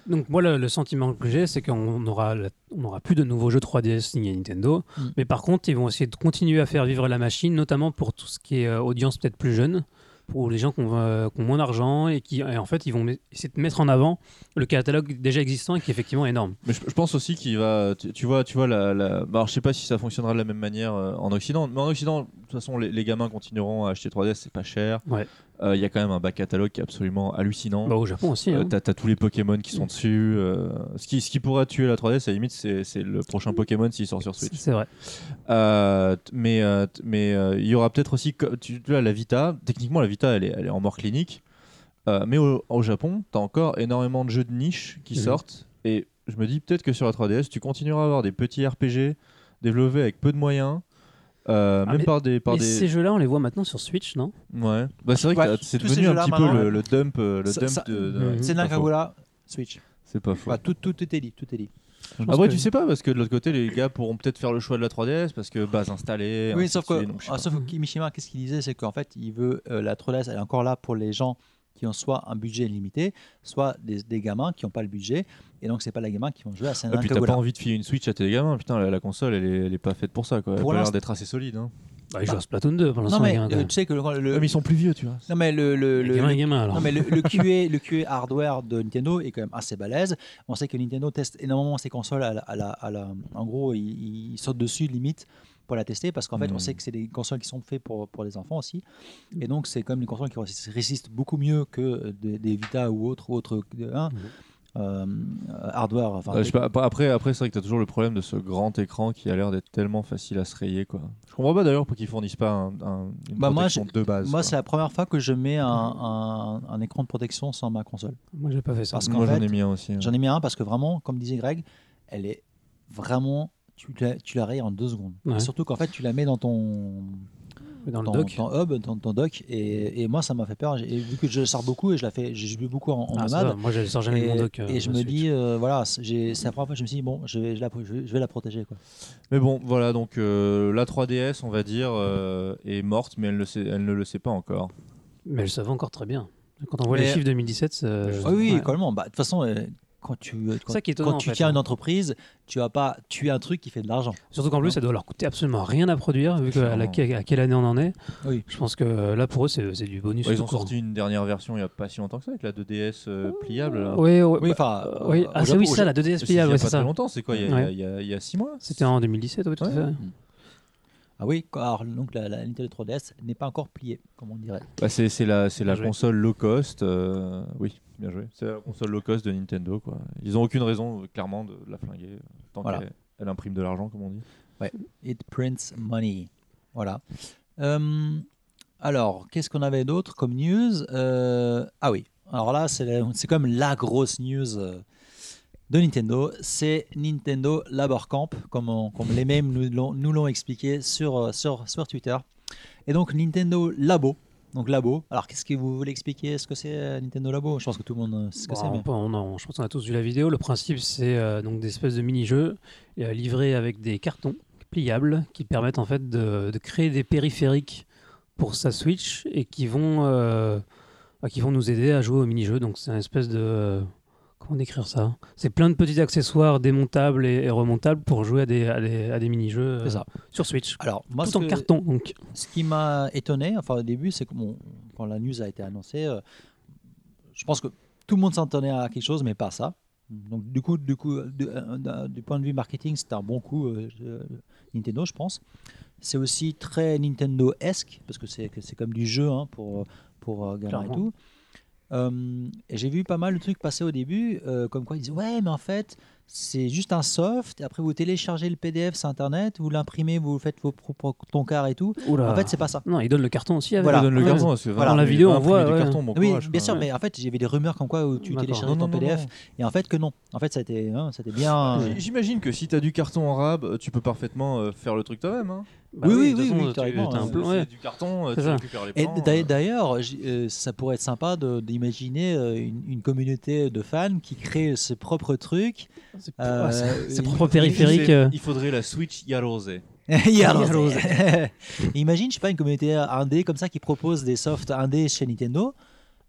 Donc moi, le, le sentiment que j'ai, c'est qu'on aura, la- on aura plus de nouveaux jeux 3DS signés Nintendo. Mm. Mais par contre, ils vont essayer de continuer à faire vivre la machine, notamment pour tout ce qui est euh, audience peut-être plus jeune, pour les gens qui ont, euh, qui ont moins d'argent et qui, et en fait, ils vont met- essayer de mettre en avant le catalogue déjà existant et qui est effectivement énorme. Mais je, je pense aussi qu'il va, tu, tu vois, tu vois la, la- bah, alors, je sais pas si ça fonctionnera de la même manière euh, en Occident, mais en Occident, de toute façon, les, les gamins continueront à acheter 3DS, c'est pas cher. Ouais. Euh, Il y a quand même un bac catalogue qui est absolument Mm. hallucinant. Bah, au Japon aussi. Euh, hein. T'as t'as tous les Pokémon qui sont dessus. euh, ce, qui, ce qui pourra tuer la 3DS, à la limite, c'est c'est le Mm. prochain Pokémon s'il sort sur Switch. C'est c'est vrai. Euh, t- mais euh, t- mais euh, il y aura peut-être aussi co- tu, tu vois, la Vita. Techniquement, la Vita, elle est, elle est en mort clinique. Euh, mais au, au Japon, t'as encore énormément de jeux de niche qui Mhm. sortent. Et je me dis peut-être que sur la 3DS, tu continueras à avoir des petits RPG développés avec peu de moyens. euh, Ah, même mais- par des. Par Mais des... ces jeux-là, on les voit maintenant sur Switch, non Ouais. Bah, c'est vrai Ouais, que t'as- c'est tous devenu ces un jeux-là, petit peu maintenant, le, le dump. euh, Le Ça- dump ça- Mm. de. de- Mhm. ouais, C'est c'est pas faux. Nakagola, Switch. C'est pas faux. Bah, tout, tout, tout est dit, tout est dit. Je pense Après, que- tu sais pas, parce que de l'autre côté, les gars pourront peut-être faire le choix de la 3DS parce que base installée. Oui, ainsi sauf de que, suite, donc je sais ah, pas. sauf que Kimishima, qu'est-ce qu'il disait C'est qu'en fait, il veut euh, la 3DS, elle est encore là pour les gens qui ont soit un budget limité, soit des, des gamins qui n'ont pas le budget, et donc c'est pas les gamins qui vont jouer à Et Ah, puis t'as pas Senran envie de filer une Switch à tes gamins, putain, la, la console elle est, elle est pas faite pour ça quoi. Elle a Pour pas l'air l'instant- d'être assez solide. Hein. Bah, ils jouent à Splatoon 2 pour Non l'instant. les mais gamins, quand euh, même. tu sais que le, le- mais ils sont plus vieux, tu vois. non mais le, le- Les le- gamins et gamins, alors. non, mais le, le QA, le QA hardware de Nintendo est quand même assez balèze. On sait que Nintendo teste énormément ses consoles. À la, à la- à la- en gros, ils, ils sautent dessus limite pour la tester parce qu'en fait, on Mm. sait que c'est des consoles qui sont faites pour, pour les enfants aussi. Et donc, c'est quand même des consoles qui résistent résistent beaucoup mieux que euh, des, des Vita ou autres autres hein, Mm. euh, euh, hardware. Enfin, Euh, je sais pas, après, après, après, c'est vrai que t'as toujours le problème de ce grand écran qui a l'air d'être tellement facile à se rayer quoi. Je comprends pas d'ailleurs pour qu'ils fournissent pas un, un- une Bah, moi, protection de base. moi, quoi. c'est la première fois que je mets un, un- un écran de protection sans ma console. Moi, j'ai pas fait ça. parce moi qu'en j'en fait, ai mis un aussi. hein. J'en ai mis un parce que vraiment, comme disait Greg, elle est vraiment. Tu la, tu la rayes en deux secondes. Et Ouais. Surtout qu'en fait, tu la mets dans ton, Dans le ton, doc. ton hub, dans ton dock. Et, et moi, ça m'a fait peur. J'ai- Et vu que je sors beaucoup et je la fais, j'ai joué beaucoup en, en Ah, ça nomade, va, Moi, je les sors jamais de Et, mon doc. euh, et je sur me Switch. dis, euh, voilà, c'est j'ai- c'est la première fois que je me suis dit, bon, je vais, je la, je vais- je vais la protéger. Quoi. Mais bon, voilà donc euh, la 3DS, on va dire, euh, est morte, mais elle, le sait- elle ne le sait pas encore. Mais elle savait encore très bien. Quand on voit Mais- les chiffres 2017, euh, Ah oui, ouais. quand même. Bah, De toute façon, euh, quand tu, C'est quand, ça qui est étonnant. quand en tu fait. hein. tiens une entreprise, tu vas pas tuer un truc qui fait de l'argent. Surtout qu'en plus, ça doit leur coûter absolument rien à produire, vu que à, la- à quelle année on en est. Oui. Je pense que euh, là, pour eux, c'est c'est du bonus. Ouais, ils tout ont court. sorti une dernière version il y a pas si longtemps que ça avec la 2DS euh, pliable. là. Oui, oui. Oui, bah, enfin. euh, euh, oui. au Ah, c'est Japon- oui, au ça, Ja- la 2DS il y a pillable, ouais, pas c'est très ça. longtemps, c'est quoi Il y a- il y a- il y a- il y a 6 mois C'était en 2017, oui, tout à Ouais. fait. Ah oui, quoi, alors, donc la, la Nintendo 3DS n'est pas encore pliée, comme on dirait. Bah, c'est c'est la, c'est Bien la joué. console low cost. euh, oui, bien joué. C'est la console low cost de Nintendo. Quoi. Ils ont aucune raison, euh, clairement, de la flinguer. euh, Tant Voilà. qu'elle elle imprime de l'argent, comme on dit. It prints money. Voilà. Euh, alors, qu'est-ce qu'on avait d'autre comme news Euh, Ah oui, alors là, c'est la- c'est comme la grosse news euh, de Nintendo. C'est Nintendo Labor Camp, comme, on- comme les mêmes nous l'ont- nous l'ont expliqué sur, euh, sur, sur Twitter. Et donc, Nintendo Labo. Donc, Labo. Alors, qu'est-ce que vous voulez expliquer ce que c'est euh, Nintendo Labo Je pense que tout le monde euh, sait ce que Bon, c'est. mais- Bah, on peut- on en- je pense qu'on a tous vu la vidéo. Le principe, c'est euh, donc des espèces de mini-jeux euh, livrés avec des cartons pliables qui permettent en fait de, de créer des périphériques pour sa Switch et qui vont, euh, bah, qui vont nous aider à jouer au mini-jeu. Donc c'est une espèce de... euh, comment décrire ça C'est plein de petits accessoires démontables et, et remontables pour jouer à des, à des, à des mini-jeux euh, C'est ça. sur Switch. Alors, moi, Tout ce en que- carton, donc. Ce qui m'a étonné, enfin au début, c'est que bon, quand la news a été annoncée, euh, je pense que tout le monde s'entendait à quelque chose, mais pas à ça. Donc du coup, du coup, de- euh, d'un- du point de vue marketing, c'était un bon coup euh, euh, Nintendo, je pense. C'est aussi très Nintendo esque parce que c'est que c'est comme du jeu hein, pour pour euh, gamins et Clairement. tout. Euh, et j'ai vu pas mal de trucs passer au début, euh, comme quoi ils disaient ouais, mais en fait, C'est juste un soft. Et après, vous téléchargez le PDF sur Internet, vous l'imprimez, vous faites vos propres tonkars et tout. Oula. Bah, En fait, c'est pas ça. non, il donne le carton aussi. Avec Voilà. donne le Ouais. carton. parce que Voilà. vraiment, Dans la il vidéo, va on imprimer voit, des ouais. cartons, bon oui, courage, bien quoi. sûr, mais en fait, j'avais des rumeurs comme quoi où tu D'accord. téléchargeais Non, non, ton non, PDF. non. Et en fait, que non. En fait, ça a été, hein, ça a été bien. euh, J- J'imagine que si t'as du carton en rab, tu peux parfaitement euh, faire le truc toi-même. hein. Bah Oui, oui, de toute oui, façon, oui, tu- carrément, hein. t'as un ouais. plan, C'est ouais. du carton, euh, C'est tu ça. récupères les Et plans. d'a- euh. d'ailleurs, j- euh, ça pourrait être sympa de- d'imaginer euh, une, une communauté de fans qui crée ses propres trucs. C'est- Euh, ah, c'est- Ses il- propres Il- périphériques. il- euh, Il faudrait la Switch Yarose. Et alors, Yarose. c'est- imagine, je sais pas, une communauté indé comme ça qui propose des softs indé chez Nintendo.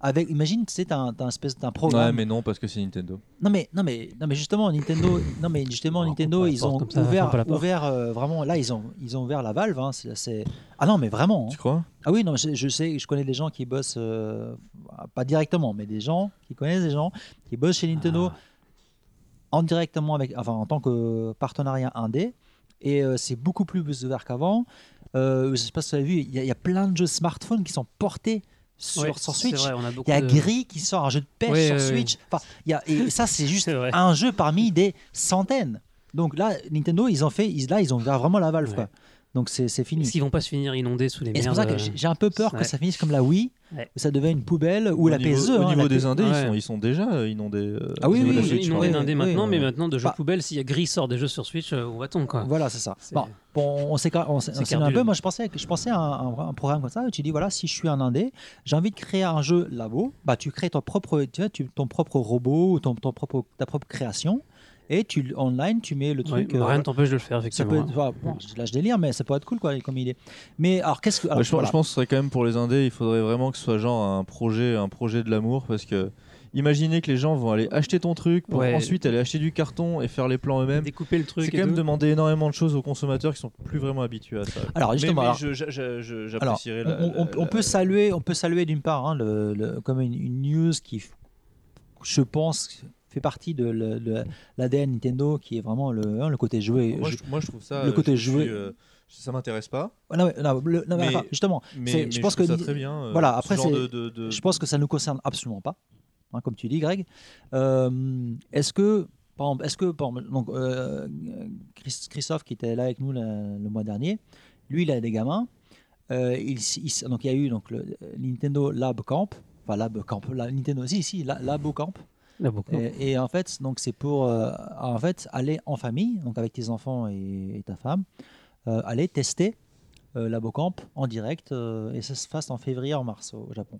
Avec, imagine, c'est un, t'as un espèce d'un Ouais, programme. mais non, parce que c'est Nintendo. Non mais non mais non mais justement Nintendo, non mais justement On leur coupe Nintendo, pas la ils porte ont comme ça, on ouvert, ferme pas la porte. ouvert euh, vraiment. Là, ils ont ils ont ouvert la valve. Hein, c'est, c'est- ah non, mais vraiment. hein. Tu crois Ah oui, non, mais je, je sais, je connais des gens qui bossent, euh, pas directement, mais des gens qui connaissent des gens qui bossent chez Nintendo Ah. en directement avec, enfin en tant que partenariat indé. Et euh, c'est beaucoup plus ouvert qu'avant. Euh, je sais pas si vous avez vu, il y, a- il y a plein de jeux smartphones qui sont portés sur, ouais, sur c'est Switch. vrai, on a Il y a beaucoup de- Gris qui sort un jeu de pêche Ouais, sur ouais, Switch. Enfin, il y a- et ça, c'est juste C'est vrai. un jeu parmi des centaines. Donc là, Nintendo, ils ont fait, ils, là, ils ont ouvert vraiment la valve. Ouais. Quoi. Donc c'est c'est fini. S'ils vont pas se finir inondés sous les Et merdes. c'est pour ça que euh, j'ai j'ai un peu peur Ouais. que ça finisse comme la Wii, Ouais. où ça devait une poubelle ou Au la niveau- PSE. Au hein, niveau la des P- Indés, ils Ouais. sont- ils sont déjà inondés. euh, Ah oui, au niveau oui, de la oui, Switch, ils ouais. ont- inondés d'indés oui, maintenant, oui, mais oui. maintenant de jeux Bah- poubelles, s'il y a Gris sort des jeux sur Switch, euh, où va-t-on Ah. quoi Voilà, c'est ça. C'est- Bon, bon, on s'éca- on s'é- on s'éloigne un S'écarte peu. du- Moi, je pensais, que- je pensais à un, un- un programme comme ça. où Tu dis, voilà, si je suis un indé, j'ai envie de créer un jeu labo. Bah, tu crées ton propre, tu vois, tu- ton propre robot, ou ton, ton propre, ta propre création. Et tu, l- online, tu mets Ouais, le truc. bah, euh, Rien ne t'empêche de le faire, ça peut effectivement. être, hein. enfin, bon, je- là, je délire, mais ça peut être cool quoi, comme idée. Mais alors, qu'est-ce que. alors, Ouais, je, pense- voilà. je pense que ce serait quand même pour les indés, il faudrait vraiment que ce soit genre un projet, un projet de l'amour parce que imaginez que les gens vont aller acheter ton truc pour Ouais. ensuite aller acheter du carton et faire les plans eux-mêmes. Découper le truc. C'est et quand même tout. demander énormément de choses aux consommateurs qui sont plus vraiment habitués à ça. Alors, Ah, justement, mais, mais alors- je- je- je- je- Alors, j'apprécierais la- on, on- la- on peut la- saluer, on peut saluer d'une part hein, le- le- comme une, une news qui, je pense, fait partie de le- le- l'ADN Nintendo, qui est vraiment le, hein, le côté joué. Moi, Je- je, moi, je trouve ça. le euh, côté je suis, jouet. euh, ça m'intéresse pas. Ah Non, mais- non, le- non, mais Mais- d'accord, justement, Mais, C'est- mais je je pense pense que que ça ni- très bien. euh, voilà, ce après, genre c'est- de- de- de- je pense que ça ne nous concerne absolument pas, hein, comme tu dis, Greg. Euh, est-ce que, par exemple, est-ce que, par exemple, donc, euh, Chris- Christophe qui était là avec nous la- le mois dernier, lui, il a des gamins. Euh, il, s- il s- donc il y a eu donc le le Nintendo Lab Camp, enfin Lab Camp, la, Nintendo, si si, la- Labo Camp. Là, Ah, beaucoup. Et, et en fait, donc c'est pour euh, en fait aller en famille, donc avec tes enfants et, et ta femme, euh, aller tester euh, l'abocamp en direct euh, et ça se passe en février en mars au, au Japon.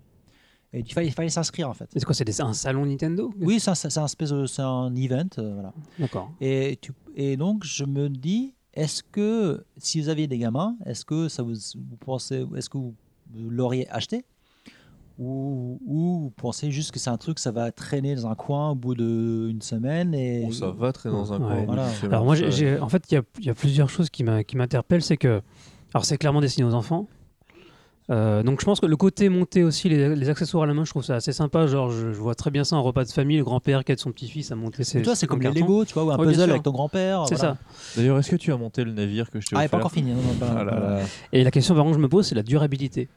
Et il fallait, il fallait s'inscrire en fait. C'est quoi C'est des- un salon Nintendo Oui, ça, ça- c'est un espèce, de- c'est un event, euh, voilà. D'accord. Et tu- et donc je me dis, est-ce que si vous aviez des gamins, est-ce que ça vous, vous pensez, est-ce que vous, vous l'auriez acheté? Ou, ou vous pensez juste que c'est un truc, ça va traîner dans un coin au bout d'une semaine et Bon, Oh, ça va très dans un Ouais. coin. au bout Voilà. d'une semaine, Alors moi, ça- j'ai- j'ai- en fait, il y a, il y a plusieurs choses qui m'a- qui m'interpellent. C'est que, alors c'est clairement destiné aux enfants. Euh, donc je pense que le côté monter aussi les, les accessoires à la main, je trouve ça assez sympa. Genre, je, je vois très bien ça en repas de famille, le grand-père qui aide son petit-fils à monter ses. Mais toi, c'est ses comme les cartons. Lego, Ah, tu vois, ou un Ouais, bien puzzle sûr. avec ton grand-père. C'est voilà. ça. D'ailleurs, est-ce que tu as monté le navire que je t'ai Ah, il n'est offert pas encore fini. non, non, pas- Ah là là. Et la question par contre que je me pose, c'est la durabilité.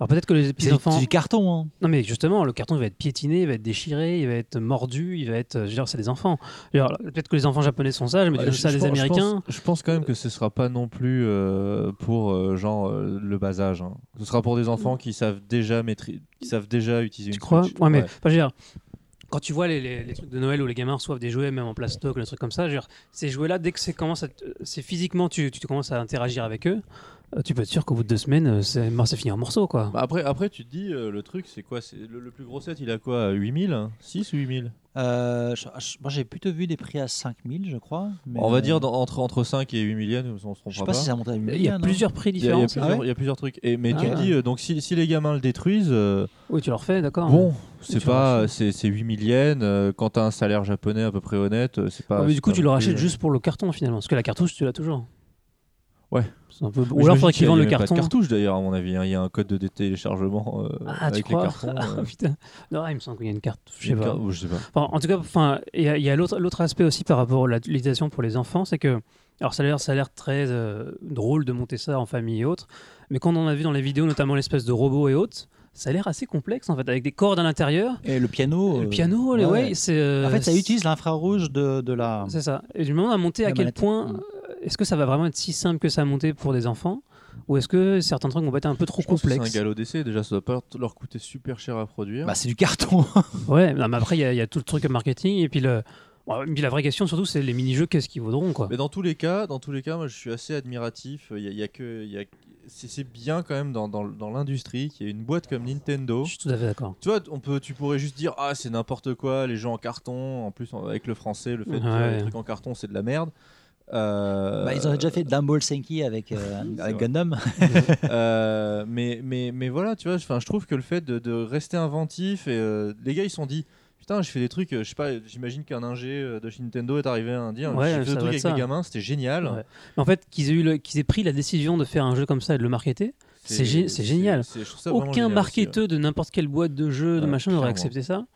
Alors peut-être que les petits C'est c'est enfants. du carton. hein. Non mais justement, le carton il va être piétiné, il va être déchiré, il va être mordu, il va être. Je veux dire, c'est des enfants. Je veux dire, Peut-être que les enfants japonais sont sages, mais Ouais, tu donnes ça les pense- Américains. pense, je pense quand même que ce sera pas non plus euh, pour euh, genre euh, le bas âge. hein. Ce sera pour des enfants qui savent déjà maîtri- qui savent déjà utiliser Tu une crois Switch. Ouais, mais Ouais. enfin, je veux dire, quand tu vois les, les- les trucs de Noël où les gamins reçoivent des jouets, même en plastoc, des trucs comme ça, je veux dire, ces jouets-là, dès que c'est commence à t- c'est physiquement, tu, tu commences à interagir avec eux, euh, tu peux être sûr qu'au bout de deux semaines, euh, c'est mort, c'est fini en morceaux, quoi. Bah Après, après, tu te dis, euh, le truc, c'est quoi c'est le, le plus gros set, il a quoi 8000 6 ou 8000 Euh, je- je- moi, j'ai plutôt vu des prix à 5000, je crois. mais, On va euh, dire dans- entre, entre 5 et 8000 yens, on se trompera Je sais pas si ça monte à hein, 8 Bah, Il y a plusieurs prix Il y, a, il y différents. a ça. plusieurs, il y a plusieurs trucs. Et, mais tu Ah te ouais. dis, euh, donc si, si les gamins le détruisent, euh, Oui, tu leur fais, d'accord. bon, tu c'est leur pas, c'est c'est 8000 yens. euh, quand t'as un salaire japonais à peu près honnête, euh, c'est pas. Ouais, Ah, mais c'est du coup, pas tu le non plus, rachètes euh, juste pour le carton finalement, parce que la cartouche, tu l'as toujours. Ouais. C'est un peu... Mais Ou alors, j'imagine faudrait qu'il qu'ils y a- vendent il y le a même pas de carton. cartouche d'ailleurs, à mon avis. hein. Il y a un code de téléchargement euh, Ah, tu avec les crois cartons. Ah, euh, putain. Non, il me semble qu'il y a une carte. Je sais une pas. carte- ou je sais pas. Enfin, en tout cas, enfin, il y a, il y a l'autre l'autre aspect aussi par rapport à la- l'utilisation pour les enfants, c'est que, alors ça a l'air ça a l'air très euh, drôle de monter ça en famille et autres, mais quand on a vu dans les vidéos, notamment l'espèce de robot et autres, ça a l'air assez complexe en fait, avec des cordes à l'intérieur. Et le Oh, piano. le euh, piano, les ouais, ouais, ouais. c'est. euh, En fait, ça utilise l'infrarouge de, de la. C'est ça. Et je me demande à monter à La quel manette. point. Mm. euh, Est-ce que ça va vraiment être si simple que ça à monter pour des enfants Ou est-ce que certains trucs vont être un peu trop Je pense que C'est un complexes galop d'essai, déjà ça doit pas leur coûter super cher à produire. Bah, c'est du carton. Ouais, non, mais après, il y, a- il y a tout le truc marketing. Et puis, le... bon, et puis la vraie question, surtout, c'est les mini-jeux, qu'est-ce qu'ils vaudront quoi Mais dans tous les cas, dans tous les cas, moi je suis assez admiratif. Il y a, il y a que, il y a- c'est c'est bien quand même dans, dans- dans l'industrie qu'il y ait une boîte comme Nintendo. Je suis tout à fait d'accord. Tu vois, on peut, tu pourrais juste dire ah c'est n'importe quoi, les jeux en carton. En plus en- avec le français, le fait que Ouais. les trucs en carton c'est de la merde. Euh, Bah, ils ont déjà fait Dumble Senki avec, euh, avec vrai. Gundam. Euh, mais, mais, mais voilà, tu vois, enfin, je trouve que le fait de, de rester inventif, et, euh, les gars ils se sont dit, putain, je fais des trucs, euh, je sais pas, j'imagine qu'un ingé euh, de chez Nintendo est arrivé à un dire, Ouais, j'ai fait ça des doit trucs avec être ça. des gamins, c'était génial. Ouais. Mais en fait, qu'ils aient, eu le- qu'ils aient pris la décision de faire un jeu comme ça et de le marketer, C'est gé- c'est génial. c'est- je trouve ça vraiment aucun hein, génial aussi, ouais. marketeur de n'importe quelle boîte de jeux, de Ouais, machin, n'aurait clairement. accepté ça.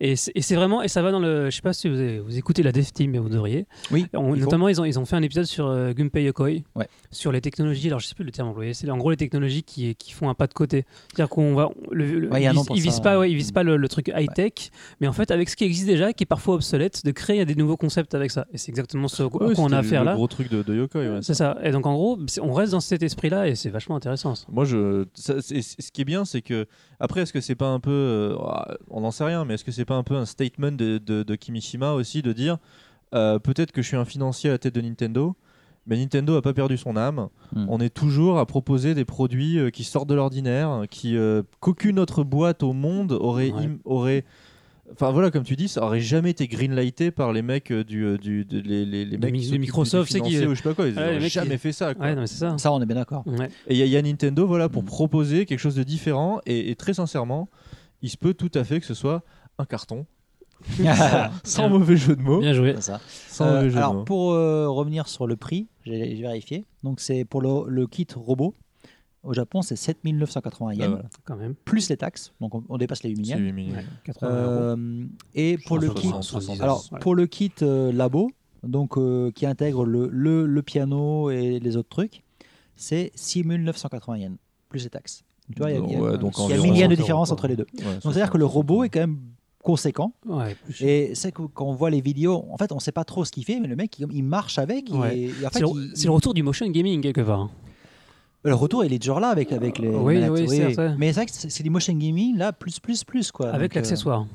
Et c'est et c'est vraiment, et ça va dans le. Je sais pas si vous, avez- vous écoutez la Dev Team, mais vous devriez. Oui, On- il faut. notamment, ils ont, ils ont fait un épisode sur euh, Gunpei Yokoi, Ouais. sur les technologies. Alors, je sais plus le terme employé. C'est en gros les technologies qui, qui font un pas de côté. C'est-à-dire qu'on va, le, le- Ouais, il y a un ils nom visent- pour ils visent ça. pas, ouais, ils visent pas le, le truc high Ouais. tech, mais en fait avec ce qui existe déjà, qui est parfois obsolète, de créer des nouveaux concepts avec ça. Et c'est exactement ce à quoi Ouais, on a c'était affaire le là. gros truc de, de Yokoi, ouais. C'est ça. Et donc en gros, c'est- on reste dans cet esprit-là et c'est vachement intéressant. ça. Moi, je, ça, c'est- c'est- ce qui est bien, c'est que après, est-ce que c'est pas un peu, euh, ah, on n'en sait rien, mais est-ce que c'est pas un peu un statement de, de- de Kimishima aussi de dire, euh, peut-être que je suis un financier à la tête de Nintendo, mais Nintendo a pas perdu son âme. Hmm. On est toujours à proposer des produits euh, qui sortent de l'ordinaire, qui euh, qu'aucune autre boîte au monde aurait, Ouais. im- aurait Enfin voilà, comme tu dis, ça aurait jamais été greenlighté par les mecs euh, du, euh, du de- les, les, les De mecs mi- qui de s'occupent du Microsoft, c'est qui- euh, financier ou je sais pas quoi, ils Ouais, les auraient mecs qui- jamais fait ça. Quoi. Ouais, non, mais c'est ça. Ça, on est bien d'accord. Ouais. Et il y, a- il y a Nintendo voilà, pour Mm. proposer quelque chose de différent. Et, et très sincèrement, il se peut tout à fait que ce soit un carton. C'est Sans mauvais jeu de mots. Bien joué. ça. Sans Euh, mauvais jeu de alors, mots. pour euh, revenir sur le prix, j'ai j'ai vérifié. Donc, c'est pour le, le kit robot. Au Japon, c'est 7980 yens, Ah, voilà. Quand même. plus les taxes. Donc, on, on dépasse les 8 000 C'est yens. huit mille. Ouais, 80 euros. Euh, et pour le kit 60. Alors, pour le kit euh, labo, donc, euh, qui intègre le, le, le piano et les autres trucs, c'est 6980 yens, plus les taxes. Donc, Tu vois, il y a, il y a- Ouais, donc il y a environ 1000 yens de 60 différence euros, entre les deux. Ouais, Donc, c'est-à-dire que le robot est quand même conséquent. Ouais, plus cher. Et c'est que quand on voit les vidéos, en fait, on sait pas trop ce qu'il fait, mais le mec, il, il marche avec. Ouais. Et, et en C'est fait, le, il- c'est le retour du motion gaming quelque part. hein. le retour, il est toujours là avec, avec les. Oui, manettes, oui, c'est vrai. Mais c'est vrai que c'est c'est du motion gaming, là, plus, plus, plus. Quoi. Avec Donc, euh, l'accessoire.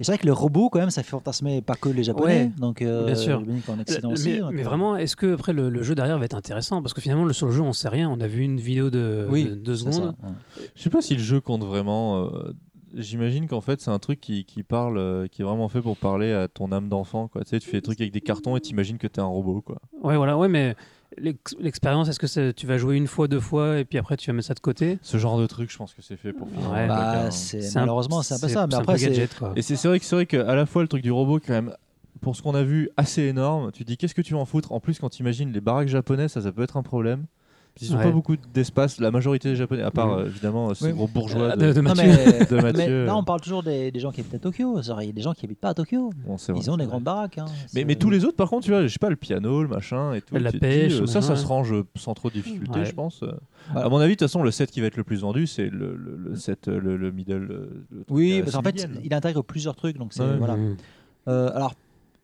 Et c'est vrai que le robot, quand même, ça fait fantasmer pas que les Japonais. Ouais, donc, euh, bien sûr. j'imagine qu'en Occident Mais- aussi, mais, donc, euh, vraiment, est-ce que après le, le jeu derrière va être intéressant Parce que finalement, le, sur le jeu, on sait rien. On a vu une vidéo de, Oui, de deux c'est ça, secondes. ouais. Je sais pas si le jeu compte vraiment. euh, J'imagine qu'en fait, c'est un truc qui, qui parle, euh, qui est vraiment fait pour parler à ton âme d'enfant. quoi. Tu sais, tu fais des trucs avec des cartons et t'imagines que t'es un robot. Quoi. Ouais, voilà, ouais, mais l'ex- l'expérience, est-ce que c'est- tu vas jouer une fois, deux fois, et puis après tu vas mettre ça de côté Ce genre de truc, je pense que c'est fait pour. finir Ouais. un Bah, truc, hein. c'est- C'est un- malheureusement, c'est un peu ça. Mais c'est après, peu c'est. gadget, quoi. Et c'est c'est vrai que c'est vrai que à la fois le truc du robot est quand même pour ce qu'on a vu assez énorme. Tu te dis qu'est-ce que tu vas en foutre En plus quand tu imagines les baraques japonaises, ça ça peut être un problème. Parce qu'ils ont Ouais. pas beaucoup d'espace. La majorité des japonais, à part euh, évidemment euh, ces Oui. gros bourgeois. Ah, de- de, de Non, Mathieu. mais, de Mathieu, mais euh. là, on parle toujours des, des gens qui habitent à Tokyo. C'est vrai, Il y a des gens qui habitent pas à Tokyo. Bon, c'est vrai. Ils ont des grandes baraques. hein. Mais, C'est- mais tous les autres, par contre, tu vois, je sais pas, le piano, le machin et tout. La tu te dis, pêche, euh, ça, ça ouais. se range euh, sans trop de difficulté, Ouais. je pense. Euh, Ouais. À mon avis, de toute façon, le set qui va être le plus vendu, c'est le, le, le set, euh, le, le middle. euh, le truc Oui, à parce qu'en 6 fait, yens, là. il intègre plusieurs trucs. Donc, c'est- Ouais. voilà. Mmh. Euh, alors,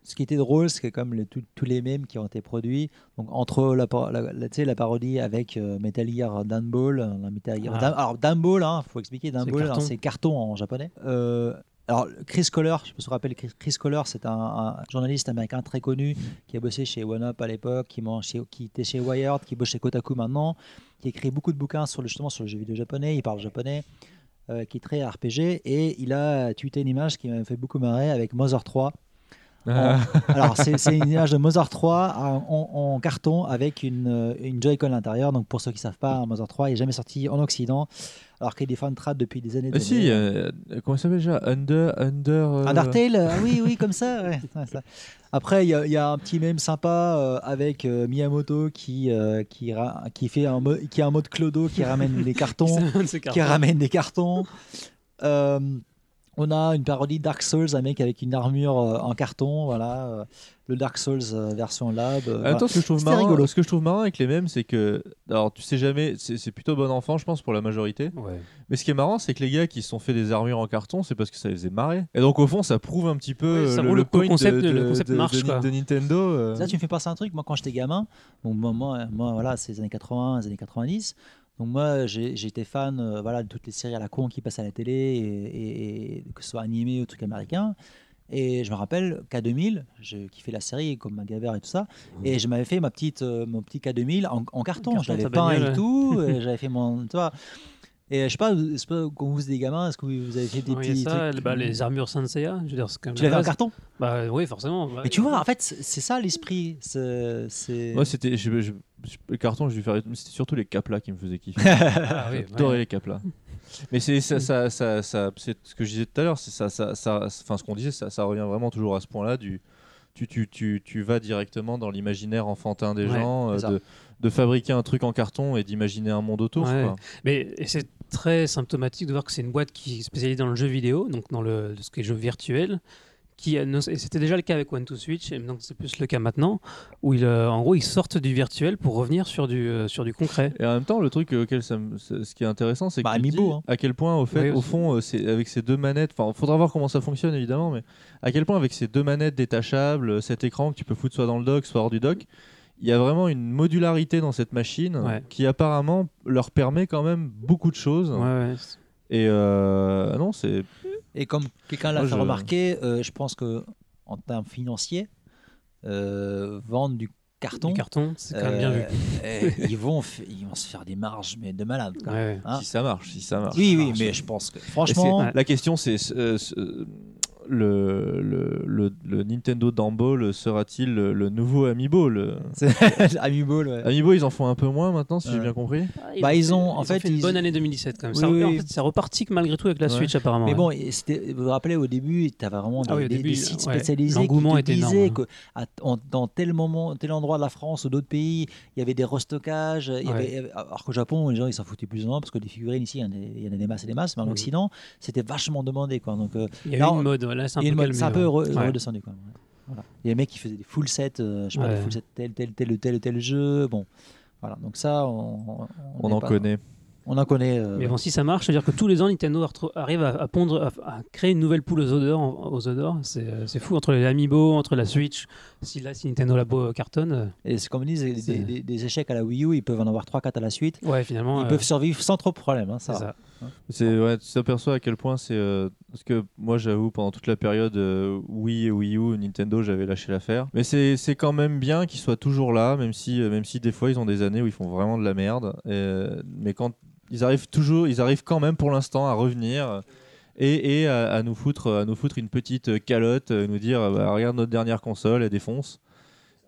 ce qui était drôle, c'est que comme les- tous- tous les mèmes qui ont été produits, donc entre la, par- la, la- tu sais, la parodie avec euh, Metal Gear Dunball, euh, la Metal Gear Ah. Dun- alors Dunball, hein, faut expliquer Dunball, carton. hein, c'est carton en japonais. Euh, alors Chris Kohler, je me rappelle, Chris, Chris Kohler, c'est un, un journaliste américain très connu qui a bossé chez One Up à l'époque, qui, mange chez- qui était chez Wired, qui bosse chez Kotaku maintenant, qui écrit beaucoup de bouquins sur le, justement sur le jeu vidéo japonais, il parle japonais, euh, qui est très RPG, et il a tweeté une image qui m'a fait beaucoup marrer avec Mother 3. Ah. En- alors, c'est c'est une image de Mozart 3 en, en carton avec une, euh, une Joy-Con à l'intérieur. Donc, pour ceux qui ne savent pas, un Mozart 3 est jamais sorti en Occident, alors qu'il est fan trad depuis des années. et Ah, des si, années. euh, comment ça s'appelle déjà Under, Under. euh, Undertale, euh, ah oui, oui, comme ça. ouais, ouais, ça. Après, il y, a- il y a un petit mème sympa euh, avec euh, Miyamoto qui, euh, qui, ra- qui fait un mode, qui a un mode clodo qui ramène les cartons C'est un de ces qui cartons. ramène des cartons. Euh, On a une parodie Dark Souls, un mec avec une armure euh, en carton, voilà, euh, le Dark Souls euh, version lab. euh, voilà. Attends, Bah, ce que je trouve C'était marrant, rigolo. ce que je trouve marrant avec les mêmes, c'est que, alors tu sais jamais, c'est c'est plutôt bon enfant, je pense, pour la majorité. Ouais. Mais ce qui est marrant, c'est que les gars qui se sont fait des armures en carton, c'est parce que ça les faisait marrer. Et donc au fond, ça prouve un petit peu Oui, ça euh, le, prouve le le co- point concept de, de- le de- concept de- marche, de- quoi. de Nintendo. euh. Là, tu me fais passer un truc. Moi, quand j'étais gamin, donc moi, moi, moi, voilà, c'est les années 80, les années 90. Donc moi, j'ai- j'étais fan, euh, voilà, de toutes les séries à la con qui passent à la télé, et, et- et que ce soit animé ou truc américain. Et je me rappelle K2000, j'ai kiffé la série comme MacGyver et tout ça. Et je m'avais fait ma petite, euh, mon petit K2000 en, en carton. Carton, Je l'avais ta peint et bagnole. tout. et J'avais fait mon, tu vois. Et je sais pas, je sais pas, quand vous êtes des gamins, est-ce que vous avez fait des Ouais, il y a petits ça, trucs bah, les armures Sanseiya, je veux dire, c'est quand même Tu la l'avais en base. carton. Bah oui, forcément. Bah, Mais tu vois, en fait, c'est c'est ça l'esprit. c'est- c'est- Moi, c'était. je- je- je- le carton, je lui ferais- mais C'était surtout les caplas qui me faisaient kiffer. ah, oui, J'adorais ouais. Mm. les caplas. Mais c'est ça, ça, ça, ça- c'est ce que je disais tout à l'heure, c'est ça, ça, ça- enfin ce qu'on disait, ça, ça revient vraiment toujours à ce point-là du. Tu, tu, tu, tu vas directement dans l'imaginaire enfantin des Ouais, gens, euh, c'est ça. de, de fabriquer un truc en carton et d'imaginer un monde autour. Ouais. quoi. Mais et c'est très symptomatique de voir que c'est une boîte qui est spécialisée dans le jeu vidéo, donc dans le, ce qui est jeu virtuel. Qui, annonce- et c'était déjà le cas avec One to Switch, et donc c'est plus le cas maintenant, où ils, euh, en gros ils sortent du virtuel pour revenir sur du, euh, sur du concret. Et en même temps, le truc auquel ça me- ce ce qui est intéressant, c'est que Bah, tu te Amiibo, dis hein. à quel point, au fait, Ouais, au aussi. fond, euh, c'est avec ces deux manettes, enfin, faudra voir comment ça fonctionne évidemment, mais à quel point avec ces deux manettes détachables, euh, cet écran que tu peux foutre soit dans le dock, soit hors du dock, il y a vraiment une modularité dans cette machine Ouais. qui apparemment leur permet quand même beaucoup de choses. Ouais, ouais. Et euh, non, c'est Et comme quelqu'un l'a Moi, fait je- remarquer, euh, je pense que en termes financiers, euh, vendre du carton, Du carton, c'est quand même bien vu. euh, eh, ils, vont f- ils vont se faire des marges mais de malade. quoi. Ouais. Ah. si ça marche, si ça marche. Oui, oui, mais je pense que franchement, Et c'est- La question, c'est euh, ce- euh, le, le, le, le Nintendo Dumble sera-t-il le, le nouveau Amiibo le... c'est- Amiibo, ouais. Amiibo, ils en font un peu moins maintenant, si j'ai Ouais. bien compris. Bah, ils ont- en fait, une ils- bonne année 2017 quand même. Oui, ça, oui, en oui. fait, ça repartit que malgré tout avec la Ouais. Switch apparemment. Mais ouais. bon, et c'était- vous vous rappelez au début, tu avais vraiment des, Ah oui, au des- début, des sites ouais. spécialisés L'engouement qui te était énorme, disaient hein. que à- en- dans tel moment, tel endroit de la France ou d'autres pays, il y avait des restockages. il y Ouais. avait- euh, alors qu'au Japon, les gens ils s'en foutaient plus ou moins parce que des figurines ici, il y en a- il y en a des masses et des masses, mais en Mhm. Occident, c'était vachement demandé. Quoi. Donc, euh, il y a eu là, on- une mode, ouais, là c'est un il y a peu une mode- calmé, c'est un peu ouais. re- Ouais. redescendu quand même. ouais. Voilà. Il y a des mecs qui faisaient des full sets, euh, je sais pas, des Ouais. full sets tel, tel, tel, tel, tel jeu. Bon, voilà. Donc ça, on, on- On n'est en pas- connaît. On en connaît. euh, Mais bon, si ça marche, ça veut dire que tous les ans, Nintendo retro- arrive à, à pondre, à, à créer une nouvelle poule aux odeurs. en- Aux odeurs. C'est, euh, c'est fou, entre les Amiibo, entre la Switch. Si là, si Nintendo Labo cartonne, euh, Et c'est comme ils disent, des, C'est- des- des échecs à la Wii U, ils peuvent en avoir 3-4 à la suite. ouais, finalement. Ils euh, peuvent survivre sans trop de problèmes, hein, ça. c'est va. ça. C'est ouais, tu t'aperçois à quel point c'est euh, parce que moi j'avoue pendant toute la période euh, Wii et Wii U, Nintendo, j'avais lâché l'affaire. Mais c'est c'est quand même bien qu'ils soient toujours là, même si euh, même si des fois ils ont des années où ils font vraiment de la merde. Euh, mais quand ils arrivent toujours, ils arrivent quand même pour l'instant à revenir. Et, et à, à nous foutre, à nous foutre une petite euh, calotte, euh, nous dire bah, regarde notre dernière console, elle défonce.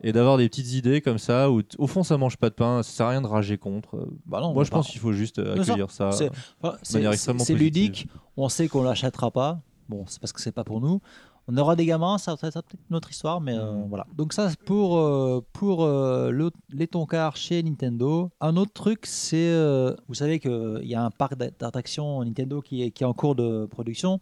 Et d'avoir des petites idées comme ça, où t- au fond ça mange pas de pain, ça sert à rien de rager contre. Euh, Bah non, Moi je bah, pense qu'il faut juste euh, Non, ça- accueillir ça. c'est- enfin, c'est- manière c'est extrêmement c'est positive. ludique. On sait qu'on l'achètera pas. Bon, c'est parce que c'est pas pour nous. On aura des gamins, ça ça sera peut-être notre histoire, mais Mm. euh, voilà. Donc ça, c'est pour euh, pour euh, le- les tonkars chez Nintendo. Un autre truc, c'est euh, vous savez que il y a un parc d'a- d'attractions Nintendo qui est qui est en cours de production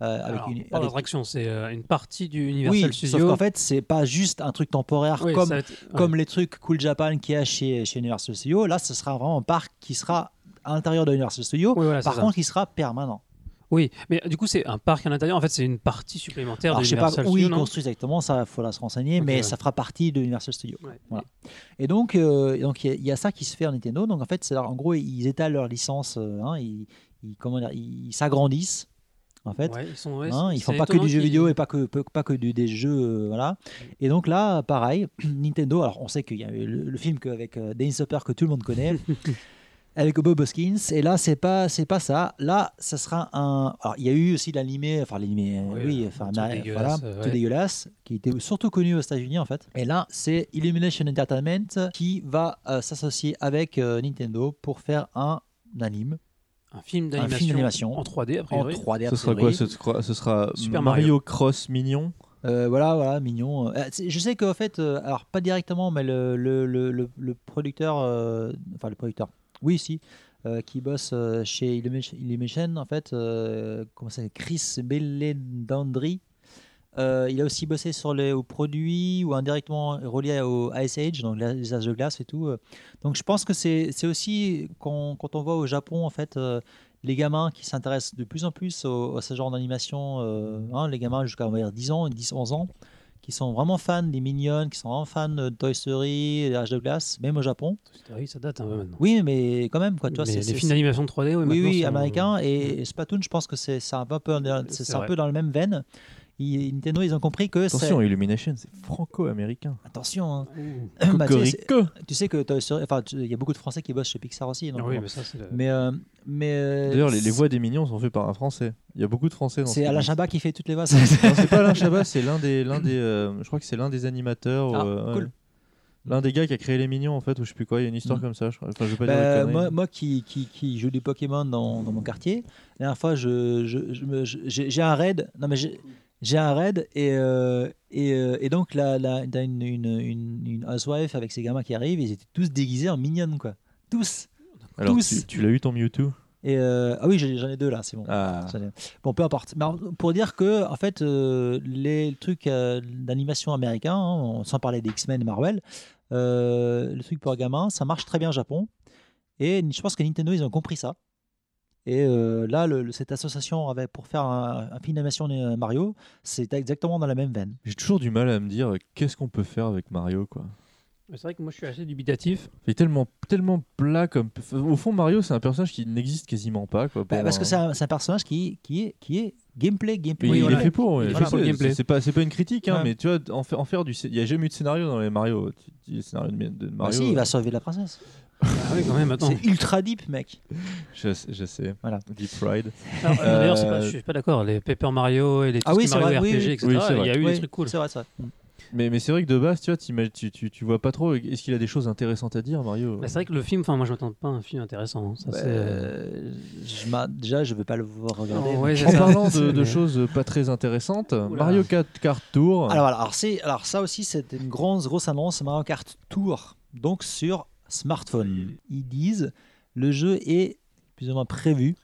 euh, avec Alors, une. pas avec- l'attraction, c'est euh, une partie du oui, Universal Studio. sauf qu'en fait, c'est pas juste un truc temporaire comme comme comme les trucs Cool Japan qu'il y a chez, chez Universal Studio, là, ce sera vraiment un parc qui sera à l'intérieur de Universal Studio. oui, voilà, c'est Par ça. contre, qui sera permanent. oui, mais euh, du coup, c'est un parc à l'intérieur. En fait, c'est une partie supplémentaire Alors, de je sais pas Universal où Studio. ils non construisent exactement, ça, il faudra se renseigner, Ok, mais ouais. ça fera partie de Universal Studio. Ouais. Voilà. Et donc, euh, donc, il y, a- il y a ça qui se fait en Nintendo. Donc, en fait, c'est en gros, ils étalent leur licence, euh, hein, ils, ils- comment dire, ils s'agrandissent, en fait. Ouais, ils sont. ouais, Hein, c'est- ils font c'est pas que du étonnant jeu qu'ils- vidéo et pas que, peu- pas que du- des jeux. euh, voilà. Et donc là, pareil, Nintendo, alors on sait qu'il y a eu le, le film que- avec euh, Dennis Hopper que tout le monde connaît, avec Bob Hoskins, et là, c'est pas, c'est pas ça. Là, ça sera un. Alors, il y a eu aussi de l'animé, enfin, l'animé, euh, Oui, oui, euh, enfin, tout na- voilà, dégueulasse, euh, tout ouais. dégueulasse, qui était surtout connu aux États-Unis, en fait. Et là, c'est Illumination Entertainment qui va euh, s'associer avec euh, Nintendo pour faire un anime Un film film d'animation. d'animation. En 3D, a en priori. 3D. a Ce sera priori. quoi Ce sera, ce sera Super Mario. Mario. Cross mignon. Euh, voilà, voilà, mignon. Euh, c'est- je sais qu'en fait, euh, alors pas directement, mais le, le, le, le- le producteur, euh, enfin le producteur, oui, si, euh, qui bosse euh, chez Illumi- Illumination, en fait, euh, comment ça s'appelle Chris Belledandri. Euh, il a aussi bossé sur les aux produits ou indirectement relié au Ice Age, donc la- les âges de glace et tout. euh. Donc je pense que c'est c'est aussi quand, quand on voit au Japon, en fait, euh, les gamins qui s'intéressent de plus en plus au- à ce genre d'animation, euh, hein, les gamins jusqu'à on va dire 10 ans, 10, 11 ans, qui sont vraiment fans des Mignonnes, qui sont vraiment fans de Toy Story, des âges de glace, même au Japon. Oui, ça date un peu maintenant. Oui, mais quand même, quoi, tu vois, Mais c'est les c'est- films d'animation 3D, oui, oui, maintenant, oui, sont- américain. Et, et Splatoon, je pense que c'est c'est un peu, dans- c'est- C'est c'est un vrai. peu dans la même veine. Ils- Nintendo, ils ont compris que c'est- Attention, Illumination, c'est franco-américain. Attention. hein. Ouh. Bah, tu, sais, Cocorico. c'est- tu sais que Toy Story- enfin, tu- il y a beaucoup de Français qui bossent chez Pixar aussi. donc Ah oui, bon. mais ça, c'est le- Mais, euh, mais euh, D'ailleurs, les, les voix des mignons sont faites par un français. Il y a beaucoup de français dans c'est ce Alain film. Chabat qui fait toutes les voix. Non, c'est pas Alain Chabat, c'est l'un des, l'un des, euh, je crois que c'est l'un des animateurs. Ah, euh, ouais. cool. L'un des gars qui a créé les mignons en fait, ou je sais plus quoi. Il y a une histoire Mm. comme ça. Je, crois. Enfin, je vais pas Bah, dire. une moi, connerie. moi qui, qui, qui joue des Pokémon dans, dans mon quartier, la dernière fois, je- je- je me- je- j'ai j'ai un raid. Non, mais j'ai- j'ai un raid et, euh, et, euh, et donc là, là t'as une, une, une, une housewife avec ses gamins qui arrivent. Ils étaient tous déguisés en mignonnes, quoi. Tous. Alors, tous. tu, tu l'as eu ton Mewtwo Et euh, ah oui, j'ai- j'en ai deux là, c'est bon. Ah. J'en ai- Bon, peu importe. Mais alors, pour dire que, en fait, euh, les trucs euh, d'animation américain, hein, on- sans parler des X-Men et Marvel, euh, le truc pour gamins, ça marche très bien au Japon. Et je pense que Nintendo, ils ont compris ça. Et euh, là, le- le- cette association avec, pour faire un, un film d'animation euh, Mario, c'est exactement dans la même veine. J'ai toujours du mal à me dire euh, qu'est-ce qu'on peut faire avec Mario quoi. Mais C'est vrai que moi, je suis assez dubitatif. Il est tellement, tellement plat comme. Au fond, Mario, c'est un personnage qui n'existe quasiment pas quoi. Bah, pour parce un- que c'est un, c'est un personnage qui, qui, est, qui est gameplay, gameplay. Mais il voilà. est fait pour, ouais. Il est Je fait pour sais, le c'est- gameplay. c'est pas, c'est pas une critique, hein, Ouais. mais tu vois, en, fa- en faire du, sc- il y a jamais eu de scénario dans les Mario. Tu- tu- Les scénarios de, de Bah Mario. euh, si, il va sauver la princesse. Ah oui, quand même, attends. C'est ultra deep, mec. Je, sais- je sais. Voilà. Deep Ride. Alors, euh, D'ailleurs, c'est pas- Euh, je suis pas d'accord. Les Paper Mario et les Ah tout ce oui, qui c'est Mario vrai, oui, RPG, oui. etc. Oui, c'est vrai. il y a eu Oui, des Bah trucs cool. C'est vrai, c'est vrai. Mais, mais c'est vrai que de base, tu vois, t'imag- tu, tu, tu vois pas trop. Est-ce qu'il a des choses intéressantes à dire, Mario Bah, c'est vrai que le film, enfin, moi, je m'attends pas à un film intéressant. hein. Ça, Bah, c'est- euh, je m'a- déjà, je vais pas le voir regarder. Oh, ouais, c'est En ça. parlant de, de Mais- choses pas très intéressantes, Oula. Mario Kart, Kart Tour. Alors, voilà, alors, c'est- alors ça aussi, c'était une grande, grosse annonce Mario Kart Tour, donc sur smartphone. Ils disent le jeu est plus ou moins prévu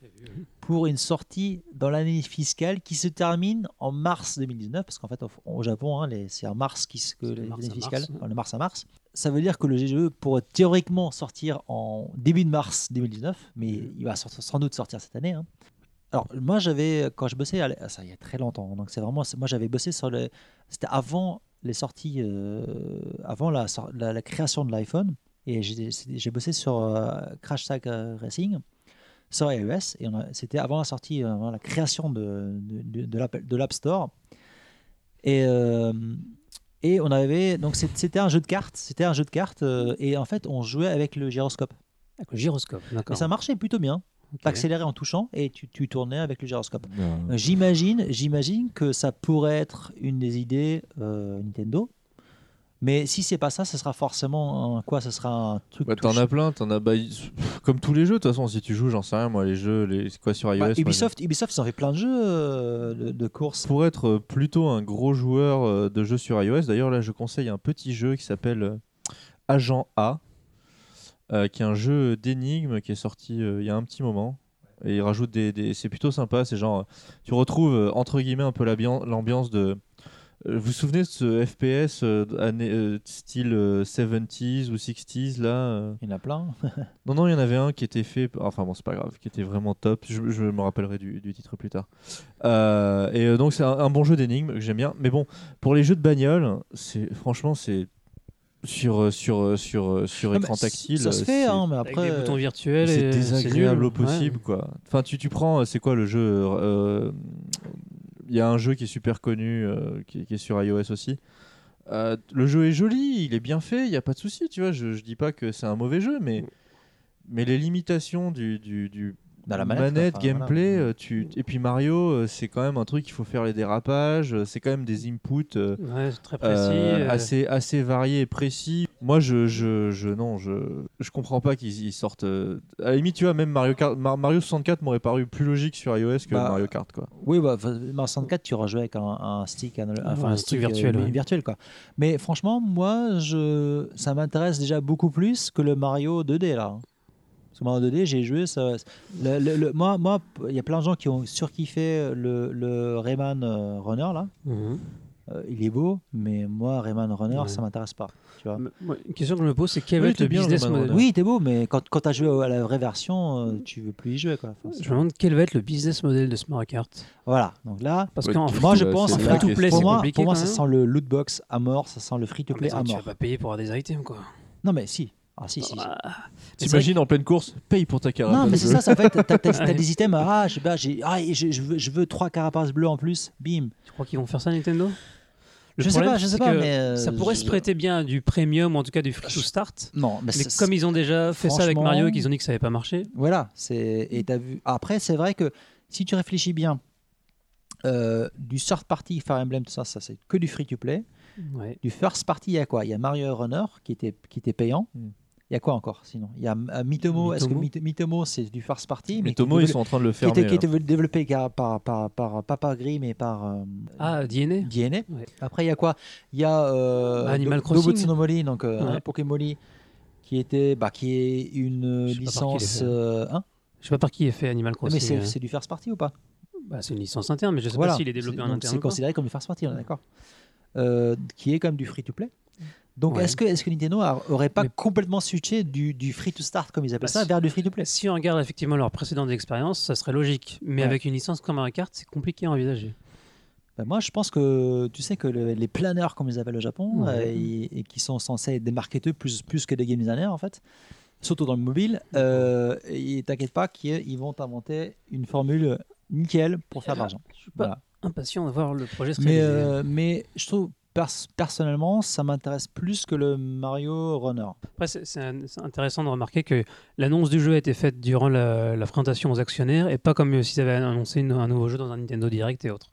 pour une sortie dans l'année fiscale qui se termine en mars 2019, parce qu'en fait, au, au Japon, hein, les- c'est en mars qui, se- que C'est les- mars l'année à fiscale, mars, ouais. enfin, le mars à mars. Ça veut dire que le jeu pourrait théoriquement sortir en début de mars 2019, mais Mm-hmm. il va sort- sans doute sortir cette année. hein. Alors moi j'avais quand je bossais à l- ah, ça il y a très longtemps donc c'est vraiment c'est- moi j'avais bossé sur le c'était avant les sorties euh, avant la, sor- la, la création de l'iPhone et j'ai c'était- j'ai bossé sur euh, Crash Tag euh, Racing sur iOS et on a- c'était avant la sortie euh, avant la création de de, de- de l'Apple- de l'App Store et euh, et on avait donc c'est- c'était un jeu de cartes c'était un jeu de cartes euh, et en fait on jouait avec le gyroscope Avec le gyroscope, et d'accord. ça marchait plutôt bien Ok. t'accélérais en touchant et tu, tu tournais avec le gyroscope Euh, J'imagine, j'imagine que ça pourrait être une des idées euh, Nintendo. Mais si c'est pas ça, ce sera forcément un quoi Ce sera un truc. bah, t'en touche- as plein, t'en as. bah, y- pff, comme tous les jeux, de toute façon, si tu joues, j'en sais rien, moi, les jeux, les, c'est quoi sur iOS Bah, moi, j'ai- Ubisoft, Ubisoft, ils ont fait plein de jeux euh, de, de course. Pour être euh, plutôt un gros joueur euh, de jeux sur iOS, d'ailleurs là je conseille un petit jeu qui s'appelle euh, Agent A, euh, qui est un jeu d'énigmes qui est sorti euh, il y a un petit moment. Et il rajoute des, des- c'est plutôt sympa, c'est genre euh, tu retrouves euh, entre guillemets un peu l'ambian- l'ambiance de euh, vous vous souvenez de ce FPS euh, d- année- euh, style euh, 70s ou 60s là euh, Il y en a plein. non, non, il y en avait un qui était fait. Enfin bon, c'est pas grave, qui était vraiment top. Je, je me rappellerai du, du titre plus tard. Euh, et euh, donc, c'est un, un bon jeu d'énigmes que j'aime bien. Mais bon, pour les jeux de bagnole, c'est, franchement, c'est sur, euh, sur, euh, sur, euh, sur Ah, écran mais c- tactile. Ça se euh, fait, c'est- hein, mais Avec après. des boutons euh, virtuels. C'est et désagréable nul. au possible, Ouais. quoi. Enfin, tu, tu prends, euh, c'est quoi le jeu euh, euh, Il y a un jeu qui est super connu, euh, qui, qui est sur iOS aussi. Euh, le jeu est joli, il est bien fait, il n'y a pas de souci, tu vois. Je, je dis pas que c'est un mauvais jeu, mais, mais les limitations du, du, du Dans Bah, la manette, quoi, enfin, gameplay, voilà. euh, tu... et puis Mario, euh, c'est quand même un truc, il faut faire les dérapages, euh, c'est quand même des inputs. euh, Ouais, c'est très précis. euh, euh, assez, assez varié et précis. Moi, je, je, je- non, je, je comprends pas qu'ils ils sortent. euh, À la limite, tu vois, même Mario, Kart- Mar- Mario 64 m'aurait paru plus logique sur iOS que Bah, Mario Kart, quoi. Oui, bah, enfin, Mario 64, tu rejouais avec un, un stick, un, enfin, un stick virtuel, euh, ouais. virtuel, quoi. Mais franchement, moi, je, ça m'intéresse déjà beaucoup plus que le Mario 2D là. hein. Parce que moi, en 2D, j'ai joué. Ça, le- le- le- moi, moi, il y a plein de gens qui ont surkiffé le, le Rayman euh, Runner, là. Mhm. Euh, il est beau, mais moi, Rayman Runner, Ouais. ça m'intéresse pas. Tu vois. Mais, moi, Une question que je me pose, c'est quel va Oui, être le t'es bien, business Rayman model Runner. Oui, t'es beau, mais quand, quand t'as joué à la vraie version, euh, tu veux plus y jouer. Quoi. Enfin, c'est- Je me demande quel va être le business model de ce Mario Kart. Voilà, donc là, Parce Ouais, qu'en tout- moi je bah, pense, c'est que la là, question. pour moi, C'est compliqué pour moi quand ça même. sent le loot box à mort, ça sent le free to Ah, mais play ça, à tu mort. vas pas payer pour avoir des items quoi. Non mais si, ah si, si, si. T'imagines en pleine course, paye pour ta caravane. Non mais c'est ça, ça fait, t'as t'as- t'as des items, ah, je, sais pas, j'ai- ah, et je, je veux, je veux trois carapaces bleues en plus, bim. Tu crois qu'ils vont faire ça Nintendo Le je sais problème, pas, je sais c'est pas, que mais euh, ça pourrait je- Ah, se prêter bien à du premium, ou en tout cas du free to start. Non, mais, Mais c'est- comme ils ont déjà fait ça avec franchement- Mario et qu'ils ont dit que ça n'avait pas marché, Voilà, c'est et t'as vu. Après, c'est vrai que si tu réfléchis bien, euh, du third party Fire Emblem, tout ça, ça c'est que du free to play. ouais. Du first party, il y a quoi Il y a Mario Runner qui était qui était payant. Mm. Il y a quoi encore sinon Il y a euh, Mitomo. Est-ce que Hmm. Mitomo Mit- Mitomo c'est du first party Mais mais Tomo, qui ils sont en train de le qui fermer. hein. était, qui là. était développé par, par, par, par Papa Grimm et par euh, Ah, DNA DNA. Ouais. Après, il y a quoi Il y a euh, Bah, Animal Do- Crossing. Dobutsu no Mori, donc euh, Ouais. hein, Pokémoli, qui était, bah, qui est une Je sais pas par qui il est licence. fait. euh, hein Je sais pas par qui est fait Animal Ah, mais Crossing. c'est euh. c'est du first party ou pas Bah, c'est une licence interne, mais je sais Voilà. pas s'il est développé C'est- en donc interne. C'est ou pas. considéré comme du first party, on est d'accord. Euh, qui est comme du free to play. Donc Ouais. est-ce que, est que Nintendo a- aurait pas Mais- complètement switché du, du free to start, comme ils appellent Bah, ça, si- vers du free to play Si on regarde effectivement leurs précédentes expériences, ça serait logique. Mais Ouais. avec une licence comme Mario Kart, c'est compliqué à envisager. Bah, Moi, je pense que tu sais que le- les planeurs, comme ils appellent au Japon, Ouais. euh, et, et qui sont censés être des marketeurs plus, plus que des game designers, en fait, surtout dans le mobile, euh, et t'inquiète pas qu'ils vont inventer une formule nickel pour faire de l'argent. Je suis pas Voilà. impatient de voir le projet se Mais, réaliser. euh, mais je trouve, pers- personnellement, ça m'intéresse plus que le Mario Runner. Après, c'est- c'est un- c'est intéressant de remarquer que l'annonce du jeu a été faite durant la, la présentation aux actionnaires et pas comme euh, s'ils avaient annoncé une- un nouveau jeu dans un Nintendo Direct et autres.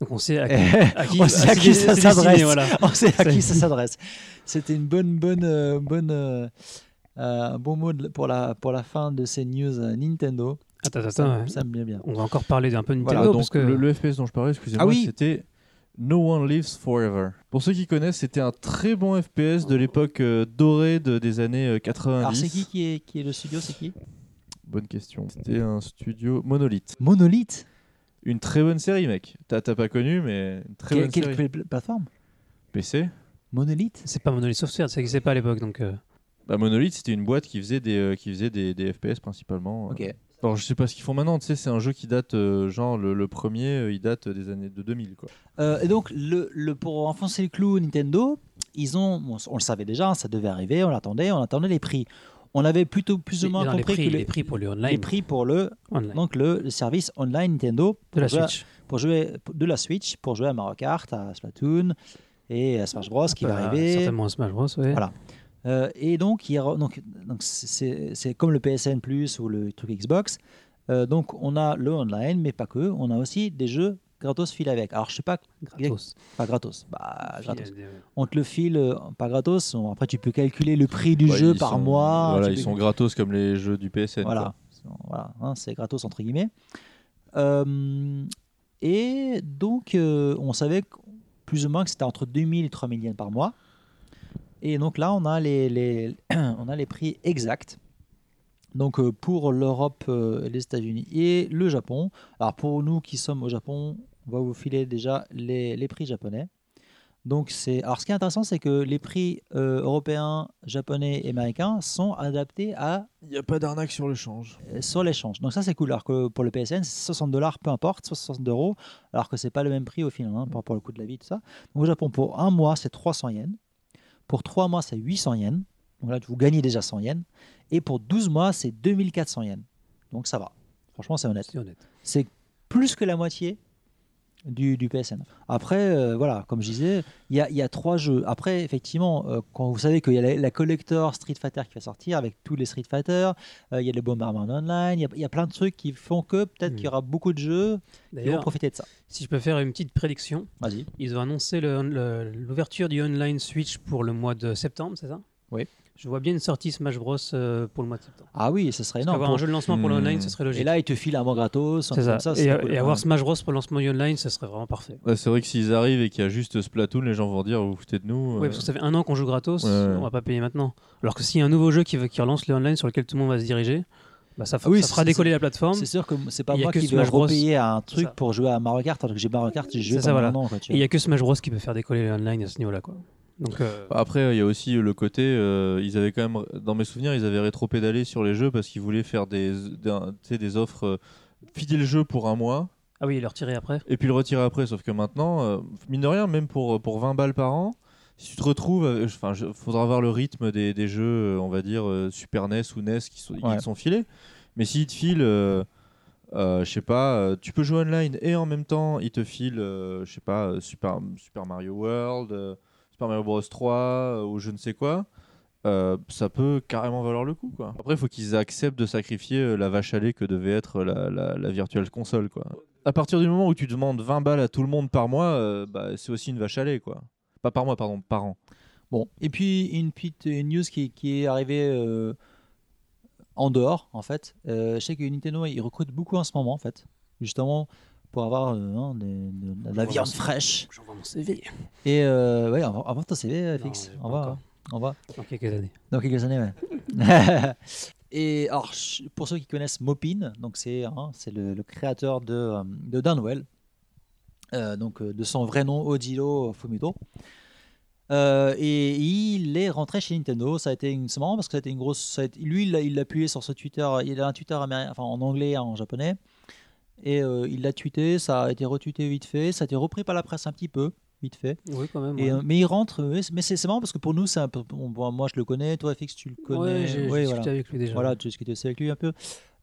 Donc on sait à qui, à qui- Eh, On à sait à qui qui c'est- ça c'est destiné, s'adresse. voilà. On sait à Eh, C'est- qui ça s'adresse. C'était une bonne, bonne, euh, bonne, euh, euh, un bon mot de- pour la, pour la fin de ces news euh, Nintendo. Attends, attends, Ça, attends, ouais. ça me vient bien. On va encore parler d'un peu de Voilà, Nintendo donc parce que le, le FPS dont je parlais, excusez-moi, Ah oui. c'était No One Lives Forever. Pour ceux qui connaissent, c'était un très bon FPS de l'époque euh, dorée de- des années euh, 90. Alors c'est qui qui est, qui est le studio C'est qui Bonne question. C'était un studio monolithe. Monolith. Une très bonne série, mec. T'as t'as pas connu, mais une très Quelle, bonne série. quelle pla- plateforme PC Monolith c'est pas Monolith Software, ça n'existait pas à l'époque. Donc euh, bah, Monolith, c'était une boîte qui faisait des, euh, qui faisait des, des FPS principalement. Ok. Alors, je sais pas ce qu'ils font maintenant, tu sais, c'est un jeu qui date, euh, genre, le, le premier, euh, il date des années de 2000, quoi. Euh, et donc, le, le- pour enfoncer le clou, Nintendo, ils ont, on, on le savait déjà, ça devait arriver, on l'attendait, on attendait les prix. On avait plutôt plus ou moins dans les, compris prix, que les prix pour le online, les prix pour le, online donc le, le service online Nintendo de la pour jouer à- Switch. pour jouer de la Switch pour jouer à Mario Kart, à Splatoon et à Smash Bros Ah, qui va Euh, arriver. Certainement un Smash Bros. Ouais. Voilà. Euh, et donc, il y a- donc, donc c'est c'est comme le PSN Plus ou le truc Xbox. Euh, donc, on a le online, mais pas que. On a aussi des jeux gratos fil avec. Alors, je sais pas, Gratos. pas gratos. Bah, gratos. Fil- euh, On te le file, euh, pas gratos. on- après, tu peux calculer le prix du Ouais, jeu ils par sont- mois. Voilà, tu ils peux- sont gratos comme les jeux du PSN. voilà, Voilà, hein, c'est gratos entre guillemets. Euh, et donc, euh, on savait qu- plus ou moins que c'était entre 2000 et 3000 yens par mois. Et donc là, on a les, les- on a les prix exacts. Donc euh, pour l'Europe, euh, les États-Unis et le Japon. Alors pour nous qui sommes au Japon, on va vous filer déjà les, les prix japonais. Donc c'est alors ce qui est intéressant, c'est que les prix euh, européens, japonais et américains sont adaptés à Il n'y a pas d'arnaque sur le change. euh, sur l'échange. Donc ça c'est cool. Alors que pour le PSN, c'est 60 dollars, peu importe, 60 euros, alors que c'est pas le même prix au final, hein, par rapport au coût de la vie, tout ça. Donc au Japon, pour un mois, c'est 300 yens. Pour trois mois, c'est 800 yens. Donc là, vous gagnez déjà 100 yens. Et pour 12 mois, c'est 2400 yens. Donc ça va. Franchement, c'est honnête. c'est honnête. C'est plus que la moitié du, du PSN. Après, euh, voilà, comme je disais, il y a, il y a trois jeux. Après, effectivement, euh, quand vous savez qu'il y a la, la collector Street Fighter qui va sortir avec tous les Street Fighter, euh, il y a le Bomberman Online, il y a, il y a plein de trucs qui font que peut-être Mm. qu'il y aura beaucoup de jeux qui vont D'ailleurs, profiter de ça. si je peux faire une petite prédiction, Vas-y. Ils ont annoncé le- le- l'ouverture du online Switch pour le mois de septembre, c'est ça Oui. je vois bien une sortie Smash Bros euh, pour le mois de septembre. Ah oui, ce serait Parce énorme. qu'avoir un jeu de lancement pour le Hmm. online, ce serait Et logique. là, il te file un mois gratos. un c'est truc ça. comme ça et, et c'est cool. avoir Ouais. Smash Bros pour le lancement online, ce serait vraiment parfait. Bah, Ouais, c'est vrai que s'ils arrivent et qu'il y a juste Splatoon, les gens vont dire vous vous foutez de nous. Oui, euh. parce que ça fait un an qu'on joue gratos, Ouais, ouais. on va pas payer maintenant. Alors que s'il y a un nouveau jeu qui, va- qui relance le online sur lequel tout le monde va se diriger, bah ça, fa- Ah oui, ça fera c'est- décoller la plateforme. C'est sûr que c'est pas Il y a moi que qui dois Smash Bros. repayer un C'est truc ça. pour jouer à Mario Kart, alors que j'ai Mario Kart, j'ai joué C'est ça, pendant voilà. un an. quoi, tu Et il vois. y a que Smash Bros qui peut faire décoller le online à ce niveau-là. quoi. Donc, euh, Bah, Après, il y a aussi le côté, euh, ils avaient quand même, dans mes souvenirs, ils avaient rétro-pédalé sur les jeux parce qu'ils voulaient faire des, d'un- tu sais, des offres, euh, filer le jeu pour un mois Ah oui, le retirer après. et puis le retirer après. Sauf que maintenant, euh, mine de rien, même pour, pour 20 balles par an, si tu te retrouves, euh, enfin, je- faudra voir le rythme des, des jeux, euh, on va dire, euh, Super NES ou NES qui, sont, qui Ouais. te sont filés. Mais s'ils te filent, euh, euh, je sais pas, euh, tu peux jouer online et en même temps, ils te filent, euh, je sais pas, euh, Super, Super Mario World, euh, Super Mario Bros 3 euh, ou je ne sais quoi. euh, ça peut carrément valoir le coup quoi. Après il faut qu'ils acceptent de sacrifier euh, la vache à lait que devait être la, la, la Virtual Console quoi. À partir du moment où tu demandes 20 balles à tout le monde par mois, euh, bah, c'est aussi une vache à lait quoi. Pas par mois pardon, par an. Bon, et puis une petite euh, news qui, qui est arrivée euh, en dehors, en fait. Euh, je sais que Nintendo, ils recrutent beaucoup en ce moment, en fait, justement pour avoir euh, hein, des- de, de la Pour viande avancer. fraîche. J'envoie mon CV. Et euh, ouais, on va, on va ton CV, euh, Non, Félix. j'ai pas on va, encore. on va. Dans quelques années. Dans quelques années, ouais. Et alors, ch- pour ceux qui connaissent Mopin, donc c'est hein, c'est le, le créateur de, euh, de Dunwell, euh, donc euh, de son vrai nom Odilo Fumito. Euh, et il est rentré chez Nintendo. Ça a été une- c'est marrant parce que ça a été une grosse. ça a été- lui, il l'a- il l'a appuyé sur ce Twitter. Il a un Twitter américain, enfin en anglais, hein, en japonais. Et euh, il l'a tweeté. Ça a été retweeté vite fait. Ça a été repris par la presse un petit peu, vite fait. Oui, quand même. Et, ouais. euh, mais il rentre, euh, mais c'est c'est marrant parce que pour nous, c'est un peu. bon, bon, moi, je le connais, toi, Fix, tu le connais. Ouais, j'ai j'ai Ouais, discuté voilà. avec lui déjà. Voilà, tu as discuté aussi avec lui un peu.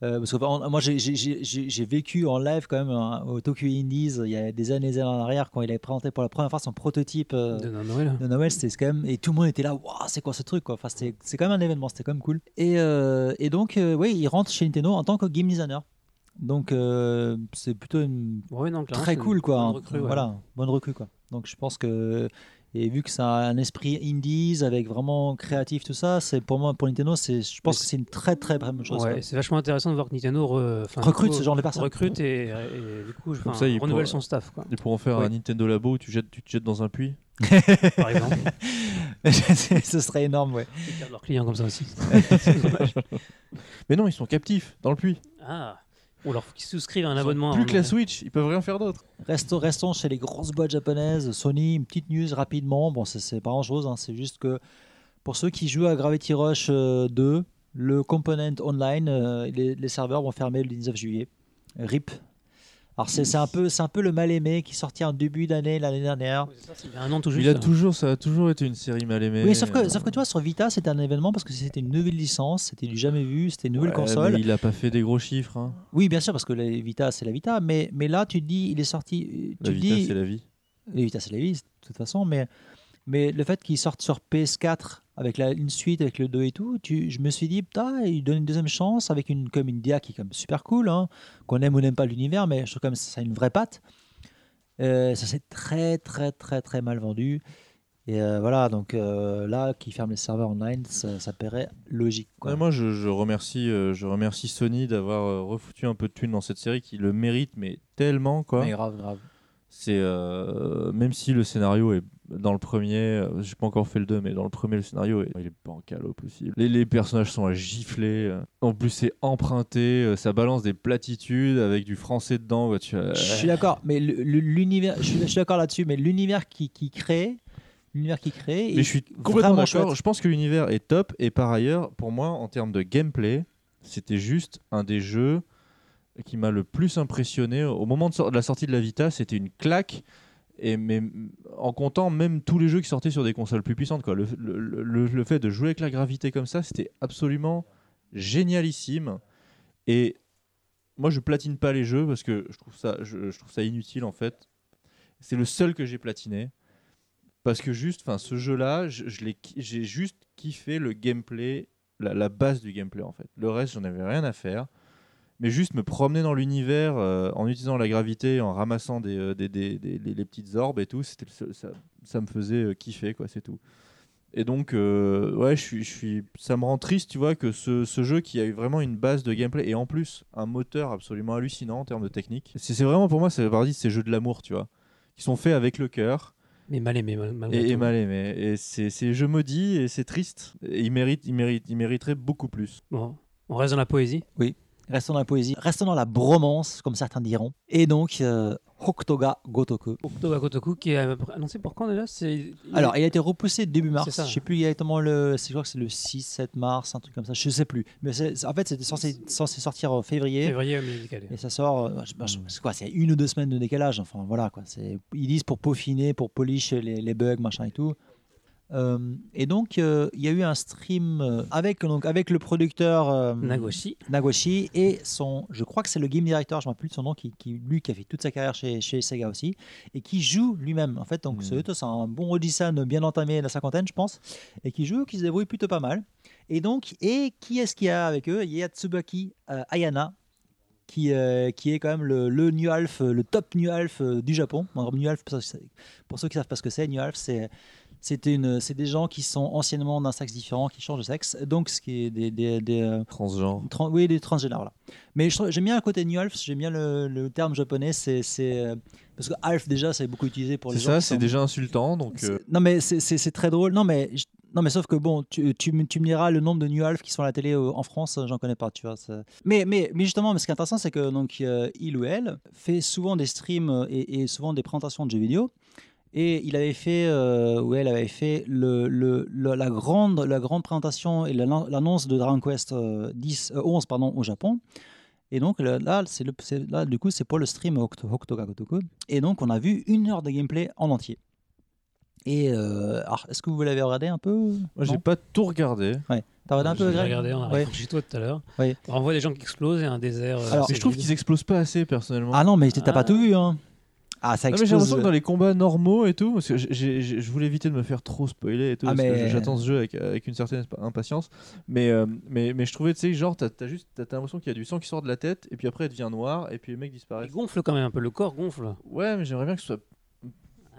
Euh, parce que enfin, moi, j'ai- j'ai- j'ai j'ai- j'ai vécu en live quand même hein, au Tokyo Indies il y a des années et des années en arrière quand il avait présenté pour la première fois son prototype euh, De Noël. de Noël, c'était quand même et tout le monde était là, waouh, c'est quoi ce truc quoi. Enfin, c'était- c'est quand même un événement, c'était quand même cool. Et, euh, et donc, euh, oui, il rentre chez Nintendo en tant que game designer. Donc, euh, c'est plutôt une Ouais, non, clairement, très c'est cool une quoi. bonne hein. recrue, ouais. Voilà, bonne recrue quoi. Donc je pense que et vu que ça a un esprit indies avec vraiment créatif tout ça, c'est pour moi pour Nintendo, c'est je pense Mais que c'est une très très bonne chose. Ouais, quoi. c'est vachement intéressant de voir que Nintendo re- enfin, Recrute du coup, ce genre de personnes. recrute et, et du coup enfin, ça, il renouvelle pourra- son staff quoi, Ils pourront faire Oui. un Nintendo Labo où tu, jettes, tu te jettes dans un puits. par exemple. ce serait énorme, ouais. Ils perdent leurs clients comme ça aussi. Mais non, ils sont captifs dans le puits. Ah, ou alors faut qu'ils souscrivent à un Ils sont abonnement. Plus hein, que la donc. Switch, ils peuvent rien faire d'autre. Restons, restons chez les grosses boîtes japonaises. Sony, une petite news rapidement. Bon, c'est- c'est pas grand chose, c'est juste que pour ceux qui jouent à Gravity Rush euh, 2, le component online, euh, les, les serveurs vont fermer le 19 juillet. RIP. Alors c'est c'est un, peu- c'est un peu le mal-aimé qui sortit en début d'année l'année dernière. Oui, c'est ça, c'est- Il y a un an tout juste. Il a hein. toujours, ça a toujours été une série mal aimée. Oui, sauf que, Euh, sauf que tu vois, sur Vita, c'était un événement parce que c'était une nouvelle licence, c'était du jamais vu, c'était une nouvelle ouais, console. mais il a pas fait des gros chiffres. hein. Oui, bien sûr, parce que la Vita, c'est la Vita, mais, mais là, tu te dis, il est sorti. euh, La Tu te Vita, dis, c'est la vie. la Vita, c'est la Vita, de toute façon, mais, mais le fait qu'il sorte sur PS4 avec la, une suite, avec le 2 et tout, tu, je me suis dit, putain, il donne une deuxième chance avec une, comme une DIA qui est comme super cool, hein, qu'on aime ou n'aime pas l'univers, mais je trouve comme ça a une vraie patte. Euh, ça s'est très, très, très, très mal vendu. Et euh, voilà, donc euh, là, qui ferme les serveurs online, ça, ça paraît logique. quoi. Ouais, moi, je, je remercie, euh, je remercie Sony d'avoir euh, refoutu un peu de thunes dans cette série qui le mérite, mais tellement quoi. Mais grave, grave. C'est euh, même si le scénario est dans le premier, euh, j'ai pas encore fait le 2, mais dans le premier, le scénario est, il est bancal au possible. Les, les personnages sont à gifler. euh. En plus, c'est emprunté, euh, ça balance des platitudes avec du français dedans. quoi, tu vois. Je suis d'accord, mais le- le- l'univers, je suis, je suis d'accord là-dessus, mais l'univers qui, qui crée, l'univers qui crée, Mais est je suis complètement vraiment d'accord. chouette. Je pense que l'univers est top. Et par ailleurs, pour moi, en termes de gameplay, c'était juste un des jeux qui m'a le plus impressionné. Au moment de, sor- de la sortie de la Vita, c'était une claque. Et mais, en comptant même tous les jeux qui sortaient sur des consoles plus puissantes, quoi. Le, le- le- le fait de jouer avec la gravité comme ça, c'était absolument génialissime. Et moi, je platine pas les jeux parce que je trouve ça, je, je trouve ça inutile en fait. C'est le seul que j'ai platiné. Parce que juste, enfin, ce jeu-là, je, je l'ai ki- j'ai juste kiffé le gameplay, la, la base du gameplay en fait. Le reste, j'en avais rien à faire. Mais juste me promener dans l'univers euh, en utilisant la gravité, en ramassant des, euh, des- des- des- les, les petites orbes et tout, c'était le seul- ça, ça me faisait euh, kiffer, quoi, c'est tout. Et donc, euh, ouais, je suis, je suis, ça me rend triste, tu vois, que ce, ce jeu qui a eu vraiment une base de gameplay et en plus un moteur absolument hallucinant en termes de technique. C'est c'est vraiment pour moi, c'est partie de ces jeux de l'amour, tu vois, qui sont faits avec le cœur Mais mal aimé, mal- malgré et, et tout. mal aimés. Et c'est c'est jeux maudits et c'est triste. Et ils méritent, ils méritent, ils mériteraient beaucoup plus. Bon, on reste dans la poésie. Restons dans la poésie, restons dans la bromance, comme certains diront. Et donc, euh, Hokutoga Gotoku. Octobre Kotoku qui est annoncé pour quand déjà C'est Alors, il a été repoussé début mars. C'est ça. Je sais plus exactement le. Je crois que c'est le 6, 7 mars, un truc comme ça. Je sais plus. Mais c'est- c'est- en fait, c'était censé, censé sortir en février. février, mais décalé. Et ça sort. euh, je- je- C'est quoi C'est une ou deux semaines de décalage. Enfin, voilà quoi. C'est- Ils disent pour peaufiner, pour polish les, les bugs, machin et tout. Euh, et donc, euh, il y a eu un stream euh, avec, donc, avec le producteur euh, Nagoshi. Nagoshi et son, je crois que c'est le game director, je ne me rappelle plus de son nom, qui, qui, lui qui a fait toute sa carrière chez, chez Sega aussi, et qui joue lui-même. En fait, donc Mm. ce Uto, c'est un bon Ojisan bien entamé, la cinquantaine, je pense, et qui joue, qui se débrouille plutôt pas mal. Et donc, et qui est-ce qu'il y a avec eux Il y a Tsubaki euh, Ayana, qui, euh, qui est quand même le, le New Half, euh, le top New Half euh, du Japon. Alors, New Half, pour ceux- pour ceux qui ne savent pas ce que c'est, New Half, c'est. C'était une, c'est des gens qui sont anciennement d'un sexe différent, qui changent de sexe. Donc, ce qui est des, des, des, euh, Transgenre. Tran- oui, des transgénères, voilà. Mais je trouve- j'aime bien le côté New Half, j'aime bien le, le terme japonais, c'est. c'est, euh, Parce que Half, déjà, c'est beaucoup utilisé pour les C'est gens. ça, qui c'est sont- déjà insultant. Donc, euh, c'est- Non, mais c'est- c'est c'est très drôle. Non, mais. je- Non mais sauf que bon, tu, tu, me- tu me diras le nombre de New Half qui sont à la télé euh, en France, euh, j'en connais pas, tu vois. ça- Mais, mais, mais justement, mais ce qui est intéressant, c'est que donc euh, il ou elle fait souvent des streams euh, et, et souvent des présentations de jeux vidéo. Et il avait fait, euh, ou elle avait fait le, le- le- la, grande, la grande présentation et la- l'annonce de Dragon Quest euh, 10, euh, 11 pardon, au Japon. Et donc là, là, c'est le, c'est- là du coup, c'est pour le stream Hokuto- Hokutoga Gotoku. Et donc, on a vu une heure de gameplay en entier. Et euh, alors, est-ce que vous l'avez regardé un peu moi, j'ai Non pas tout regardé. T'as regardé un peu, J'ai Greg regardé en Ouais. arrivant chez toi tout à l'heure. Ouais. On voit des gens qui explosent et un désert. euh, Alors, mais je trouve vide. qu'ils explosent pas assez, personnellement. Ah non, mais t'as pas Ah. tout vu, hein Ah, ça Non, mais j'ai explose. l'impression que dans les combats normaux et tout, parce que j'ai- j'ai- j'ai- je voulais éviter de me faire trop spoiler et tout, Ah, parce mais- que j'attends ce jeu avec, avec une certaine esp- impatience. Mais, euh, mais, mais je trouvais, tu sais, genre, t'as as juste t'as t'as l'impression qu'il y a du sang qui sort de la tête, et puis après, elle devient noire, et puis les mecs Il disparaissent. gonfle quand même un peu, le corps gonfle. Ouais, mais j'aimerais bien que ce soit un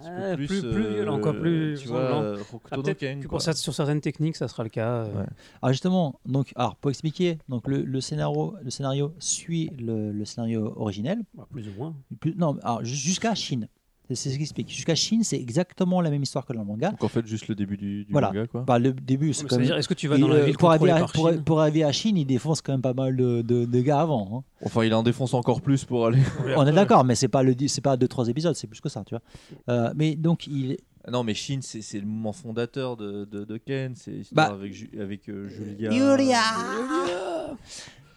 petit Ah, peu plus, plus, plus euh, violent, encore plus Tu vois, sanglant. euh, Hokuto Ah, no peut-être Ken, que quoi. pour ça, sur certaines techniques, ça sera le cas. euh, Ouais. Alors Ah, justement, donc, alors pour expliquer, donc le, le scénario, le scénario suit le, le scénario originel, bah, plus ou moins. Plus- non, alors ju- jusqu'à Chine. C'est c'est ce qui explique. Jusqu'à Chine, c'est exactement la même histoire que dans le manga. Donc en fait, juste le début du, du Voilà. manga, quoi. Bah, le début, c'est Mais ça quand veut même- dire, est-ce que tu vas Et, dans la euh, ville pour, contrôlée arriver à, par pour- Chine pour arriver à Chine, ils défoncent quand même pas mal de, de- de gars avant. hein. Enfin, il en défonce encore plus pour aller. On est d'accord, mais c'est pas le c'est pas deux trois épisodes, c'est plus que ça, tu vois. Euh, mais donc il Ah Non, mais Shin, c'est c'est le moment fondateur de, de, de Ken. C'est Bah. l'histoire avec, Ju- avec euh, Julia.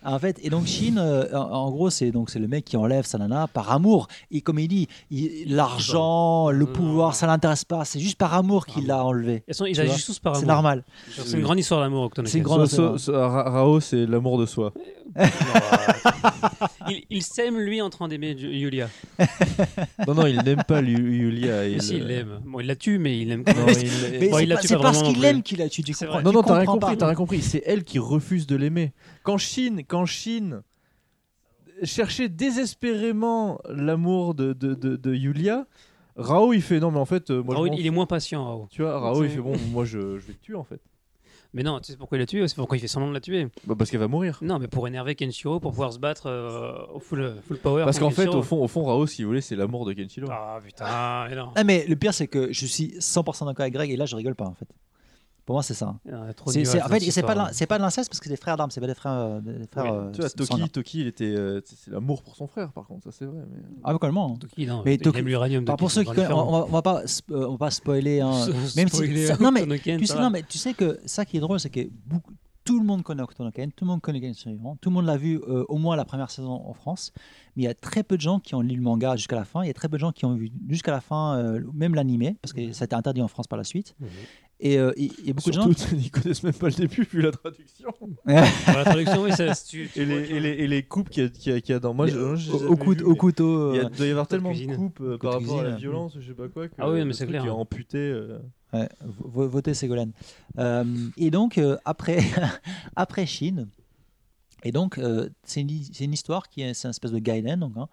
en fait et donc Chine, euh, en, en gros c'est donc c'est le mec qui enlève sa nana par amour et comme il dit, il- l'argent, le Non. pouvoir, ça l'intéresse pas, c'est juste par amour qu'il l'a enlevé. Ils sont- Ils tu vois, agissent tous par C'est amour. normal. C'est une grande histoire d'amour, Octone C'est une Ken. grande- So- so- so- Ra- Rao, c'est l'amour de soi. euh, Il, il s'aime, lui, en train d'aimer Ju- Yulia. Non, non, il n'aime pas Lu- Yulia. Mais Il... si, il l'aime. Bon, il la tue, mais il l'aime quand Non, même. il- Mais Bon, c'est il la pas- tue c'est pas parce vraiment qu'il non l'aime qu'il la tue, tu C'est comprends vrai. Non, tu non, t'as rien comprends compris, pas. t'as rien compris. C'est elle qui refuse de l'aimer. Quand Chine, quand Chine cherchait désespérément l'amour de, de, de, de Yulia, Rao, il fait non, mais en fait, euh, moi, je Raoul, m'en il est moins patient, Raoul. fous. tu vois, Rao, il C'est- fait bon, moi, je, je vais te tuer en fait. Mais non, tu sais pourquoi il la tue C'est pourquoi il fait semblant de la tuer. Bah, parce qu'elle va mourir. Non, mais pour énerver Kenshiro, pour pouvoir se battre euh, au full, full power. Parce qu'en contre fait, Kenshiro. au fond, au fond, Rao, si vous voulez, c'est l'amour de Kenshiro. Ah putain, mais non. Ah mais le pire c'est que je suis 100% d'accord avec Greg et là je rigole pas en fait. Pour moi c'est ça. Ah, trop de C'est- nuages c'est- dans en fait, cette c'est pas, de histoire. hein. l'in- c'est pas de l'inceste parce que c'est des frères d'armes, c'est pas des frères. euh, des frères Oui. euh, Tu vois, sanguins. Toki, Toki, il était, euh, c'est c'est l'amour pour son frère, par contre, ça c'est vrai. mais- euh, Ah, oui, complètement. Toki, non, Mais il Toki- aime l'uranium. Alors, Toki, pour c'est ceux qui pas connaissent, différent. on, va- on va pas, sp- euh, on va pas spoiler. hein. même si- hein. Spoiler, hein. ça- non, mais Octone Ken, tu ça sais, va. non, mais tu sais que ça qui est drôle, c'est que beaucoup- tout le monde connaît Octone Ken, tout le monde connaît Ken Survivant, tout le monde l'a vu euh, au moins la première saison en France, mais il y a très peu de gens qui ont lu le manga jusqu'à la fin, il y a très peu de gens qui ont vu jusqu'à la fin, euh, même l'animé, parce Mhm. que ça a été interdit en France par la suite. Mhm. Et euh, il il y a beaucoup de gens. Surtout, ils connaissent même pas le début, vu la traduction. Pour la traduction, oui, ça, tu, tu Et les, vois, tu et les, et les coupes qu'il y, a- qu'il y a- qu'il y a dans. Moi, Les- je- je les ai au, jamais au coup- vues, au mais couteau. Il y euh, a- doit y avoir tellement cuisine. de coupes euh, par Côte rapport à la cuisine. violence, je sais pas quoi, que Ah oui, mais le c'est truc clair. est amputé. euh. Ouais, vo- vo- votez Ségolène. Euh, et donc, euh, après, après Chine, et donc, euh, c'est une, c'est une histoire qui est, c'est une espèce de Gaiden, donc, hein,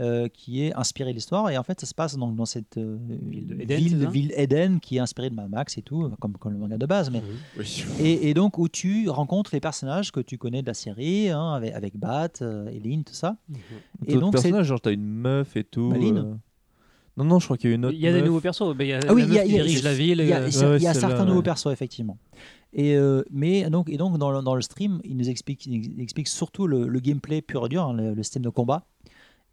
euh, qui est inspiré de l'histoire. Et en fait, ça se passe donc dans cette euh, ville, de Eden, c'est ville, ça Eden qui est inspirée de Mad Max et tout, comme, comme le manga de base. Mais Ah, Oui. et, et donc où tu rencontres les personnages que tu connais de la série, hein, avec, avec Bat, euh, Eileen, tout ça. Mhm. Et D'autres donc c'est personnages, genre t'as une meuf et tout. Maline euh. Non, non, je crois qu'il y a une autre. Il y a des meuf. nouveaux persos. mais Il y a Ah oui, la il y a, meuf qui il y a- dirige la ville. Il y a, euh, il y a- ouais, il y a celle-là, certains nouveaux ouais. persos, effectivement. Et, euh, mais donc, et donc dans, le- dans le stream, il nous explique, il explique surtout le, le gameplay pur et dur, hein, le, le système de combat.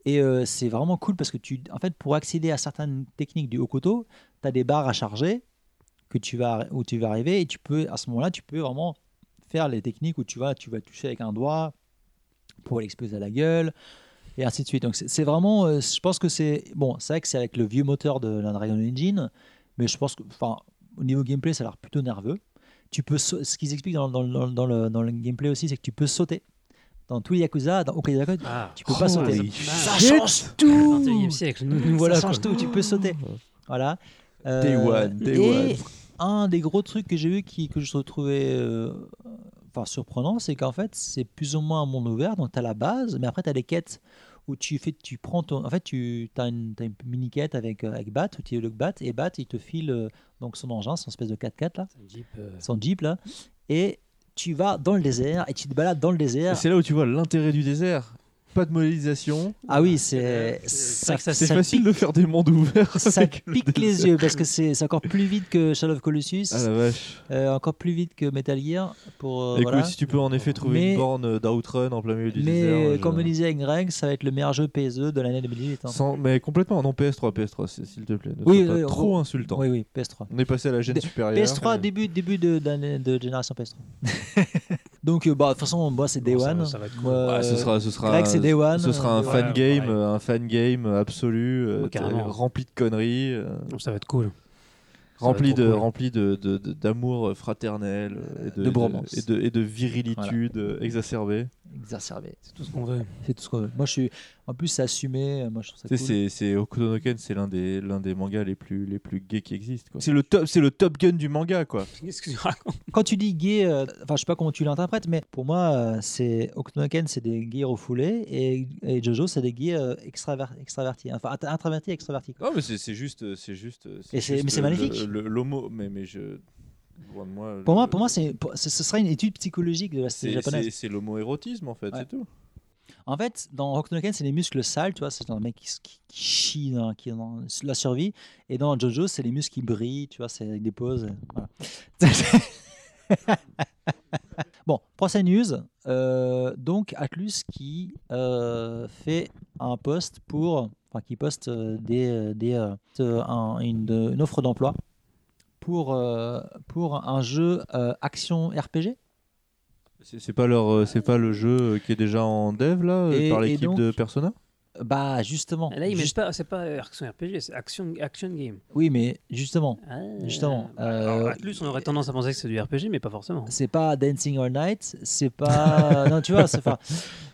Et euh, c'est vraiment cool parce que tu, en fait, pour accéder à certaines techniques du haut couteau, tu as des barres à charger que tu vas, où tu vas arriver et tu peux, à ce moment-là, tu peux vraiment faire les techniques où tu vas, tu vas toucher avec un doigt pour l'exploser à la gueule et ainsi de suite. Donc c'est c'est vraiment, euh, je pense que c'est bon, c'est vrai que c'est avec le vieux moteur de la Dragon Engine, mais je pense que, enfin, au niveau gameplay, ça a l'air plutôt nerveux. Tu peux, sau- ce qu'ils expliquent dans, dans- dans- dans le, dans le gameplay aussi, c'est que tu peux sauter. Dans tous les Yakuza, dans Okada Code, Ah. tu peux pas sauter. Ça change Le tout 21e siècle. Nous, nous voilà. ça change tout, tu peux sauter. Voilà. Euh, Day one, day et one. un des gros trucs que j'ai vu qui, que je trouvais euh, enfin, surprenant, c'est qu'en fait, c'est plus ou moins un monde ouvert. Donc, tu as la base, mais après, tu as des quêtes où tu, fais, tu prends ton. En fait, tu as une, t'as une mini-quête avec, euh, avec Bat, où tu es le Bat, et Bat, il te file euh, donc son engin, son espèce de 4x4, là, euh, son Jeep, là, et tu vas dans le désert, et tu te balades dans le Et désert. C'est là où tu vois l'intérêt du désert. Pas de modélisation. Ah oui, c'est. C'est- c'est vrai que ça- C'est ça facile de faire des mondes ouverts. ça avec le pique les désert. yeux parce que c'est c'est encore plus vite que Shadow of Colossus, Ah la vache. euh, encore plus vite que Metal Gear. Pour, euh, Écoute, voilà. si tu peux en effet trouver Mais- une borne euh, d'outrun en plein milieu du Mais désert. euh, moi, je- comme le disait Greg, ça va être le meilleur jeu PS2 de l'année 2018. hein. Sans- Mais complètement, non, PS3, PS3, s'il- s'il te plaît. Ne Oui, sois pas oui, on trop va- insultant. Oui, oui, PS3. On est passé à la gêne D- supérieure. PS3, début, début de, d'année- de génération PS3. Donc, euh, bah, de toute façon, moi, c'est Day Bon, ça- One. Euh, ça va être cool. Moi, Ouais, Ah, ce sera, ce sera Greg, c'est Day One. ce sera un Day fan One. game, Ouais. euh, un fan game absolu, euh, Ouais, carrément. t- rempli de conneries, euh, Ça va être cool. Ça va rempli être trop de, cool. rempli de de- de- d'amour fraternel euh, et de, de bromance. et de, et de virilitude euh, exacerbée. Exacerbé. C'est tout ce qu'on veut. C'est tout ce qu'on veut. Moi, je suis. En plus, c'est assumé. Moi, je trouve ça Tu sais, cool. C'est c'est Hokuto no Ken, c'est l'un des l'un des mangas les plus les plus gays qui existent. quoi. C'est le top, c'est le Top Gun du manga quoi. Qu'est-ce que tu racontes Quand tu dis gay, euh, enfin, je sais pas comment tu l'interprètes, mais pour moi, euh, c'est Okunoken, c'est des gays refoulés, et, et Jojo, c'est des gays euh, extraver- extravertis, enfin, int- introvertis, extravertis. quoi. Non mais c'est c'est juste euh, c'est juste. euh, Et c'est- juste mais c'est le- magnifique. le- L'homo mais mais je loin de moi. Pour je- moi, pour moi, c'est, pour- ce ce serait une étude psychologique de la société c'est japonaise. c'est- c'est l'homo-érotisme en fait, Ouais. c'est tout. En fait, dans Okunoken, c'est les muscles sales, tu vois, c'est un mec qui, s- qui, qui chie, dans- qui est dans la survie, et dans Jojo, c'est les muscles qui brillent, tu vois, c'est avec des poses. voilà. bon, prochaine news. Euh, donc, Atlus qui euh, fait un poste pour, enfin qui poste euh, des, euh, des, euh, euh, un- une, de- une offre d'emploi pour euh, pour un jeu euh, action RPG. C'est c'est pas leur, euh, c'est pas le jeu euh, qui est déjà en dev là euh, Et- par et l'équipe donc- de Persona. Bah justement. Là, ils mettent Juste- pas. C'est pas euh, action RPG, c'est action, action game. Oui, mais justement, Ah. Justement, Alors, euh, Atlus, on aurait tendance à penser que c'est du RPG, mais pas forcément. c'est pas Dancing All Night, c'est pas non, tu vois, c'est pas.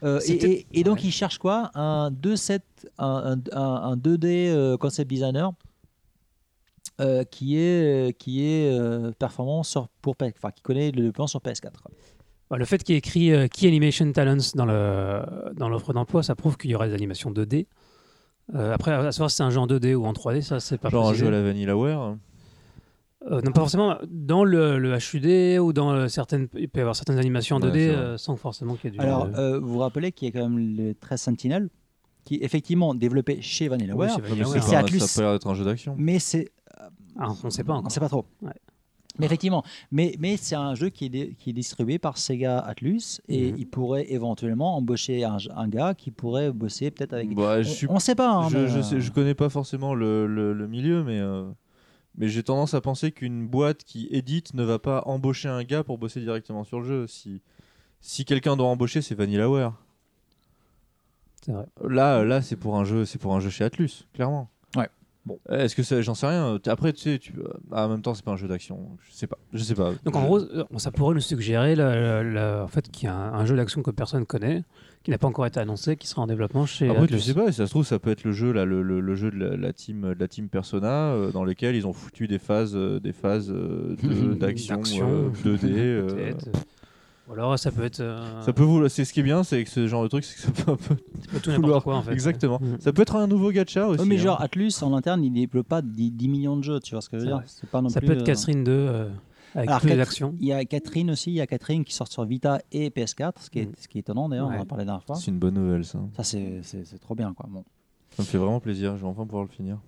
Euh, et, C'était- et- et donc Ouais. ils cherchent quoi Un 2-7, un, un- un- un 2D euh, concept designer euh, qui est qui est euh, performant sur pour PS, enfin qui connaît le plan sur PS4. quoi. Bah, le fait qu'il y ait écrit euh, Key Animation Talents dans le dans l'offre d'emploi, ça prouve qu'il y aura des animations 2D. Euh, après, à savoir si c'est un jeu en 2D ou en 3D, ça c'est pas Genre un précisé. jeu à la Vanillaware. hein. Ah, Euh, non, pas forcément dans le, le HUD ou dans euh, certaines. Il peut y avoir certaines animations en Ouais, 2D c'est vrai. euh, sans forcément qu'il y ait du. Alors euh, euh, vous vous rappelez qu'il y a quand même le 13 Sentinel qui est effectivement développé chez oui, VanillaWare, c'est Non, mais Vanillaware. c'est pas- Atlus. Ça a pas l'air d'être un jeu d'action. mais c'est Ah, on ne sait pas on encore. sait pas trop. Ouais. Mais effectivement, mais, mais c'est un jeu qui est, dé- qui est distribué par Sega Atlus et ils pourraient éventuellement embaucher un, un gars qui pourrait bosser peut-être avec. Bah, je On- suis, On ne sait pas. hein, je, mais, je euh, sais- je connais pas forcément le, le- le milieu, mais euh, mais j'ai tendance à penser qu'une boîte qui édite ne va pas embaucher un gars pour bosser directement sur le jeu. Si si quelqu'un doit embaucher, c'est Vanillaware. C'est vrai. Là, là, c'est pour un jeu, c'est pour un jeu chez Atlus, clairement. Ouais. Bon. Euh, Est-ce que ça, j'en sais rien. Après, tu sais, tu... ah, en même temps, c'est pas un jeu d'action. donc Je sais pas. Je sais pas. Donc en Je- gros, euh, ça pourrait nous suggérer la- la- la- en fait, qu'il y a un, un jeu d'action que personne connaît, qui n'a pas encore été annoncé, qui sera en développement chez. Après, Atlus. Ah tu sais pas, ça se trouve, ça peut être le jeu, là, le, le- le jeu de la, la team, de la team Persona, euh, dans lequel ils ont foutu des phases, euh, des phases euh, de- d'action D'action. euh, 2D. euh, Peut-être. Ou alors ça peut être Hein. euh, Ça peut vous, c'est ce qui est bien, c'est que ce genre de truc, c'est que ça peut un peu ça peut tout n'importe vouloir. quoi en fait. Exactement. Mm. Ça peut être un nouveau gacha aussi. Ouais, mais hein. genre, Atlus, en interne, il développe pas 10, 10 millions de jeux, tu vois ce que je veux C'est dire vrai. C'est pas non Ça plus, peut être euh, Catherine 2 euh, avec Alors, toutes les Cat- actions. Il y a Catherine aussi, il y a Catherine qui sort sur Vita et PS4, ce qui est, Mm. ce qui est étonnant d'ailleurs, on en Ouais. a parlé la dernière fois. C'est une bonne nouvelle, ça. Ça, c'est- c'est c'est trop bien, quoi. Bon. Ça me fait vraiment plaisir. Je vais enfin pouvoir le finir.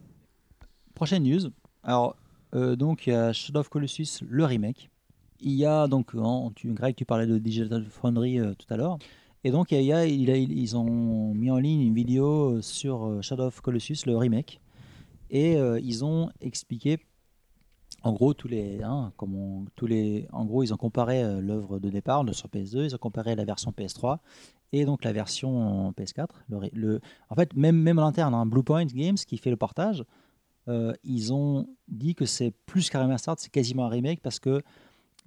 Prochaine news. Alors, euh, donc, il y a Shadow of Colossus, le remake. Il y a donc, en, tu, Greg, tu parlais de Digital Foundry euh, tout à l'heure. Et donc, il y a- il y a- il a- ils ont mis en ligne une vidéo euh, sur euh, Shadow of Colossus, le remake. Et euh, ils ont expliqué, en gros, tous les, hein, comment, tous les. En gros, ils ont comparé euh, l'œuvre de départ de- sur PS2, ils ont comparé la version PS3 et donc la version en PS4. Le, ré- le- en fait, même, même à l'interne, hein, Bluepoint Games qui fait le portage, euh, ils ont dit que c'est plus qu'un remaster, c'est quasiment un remake parce que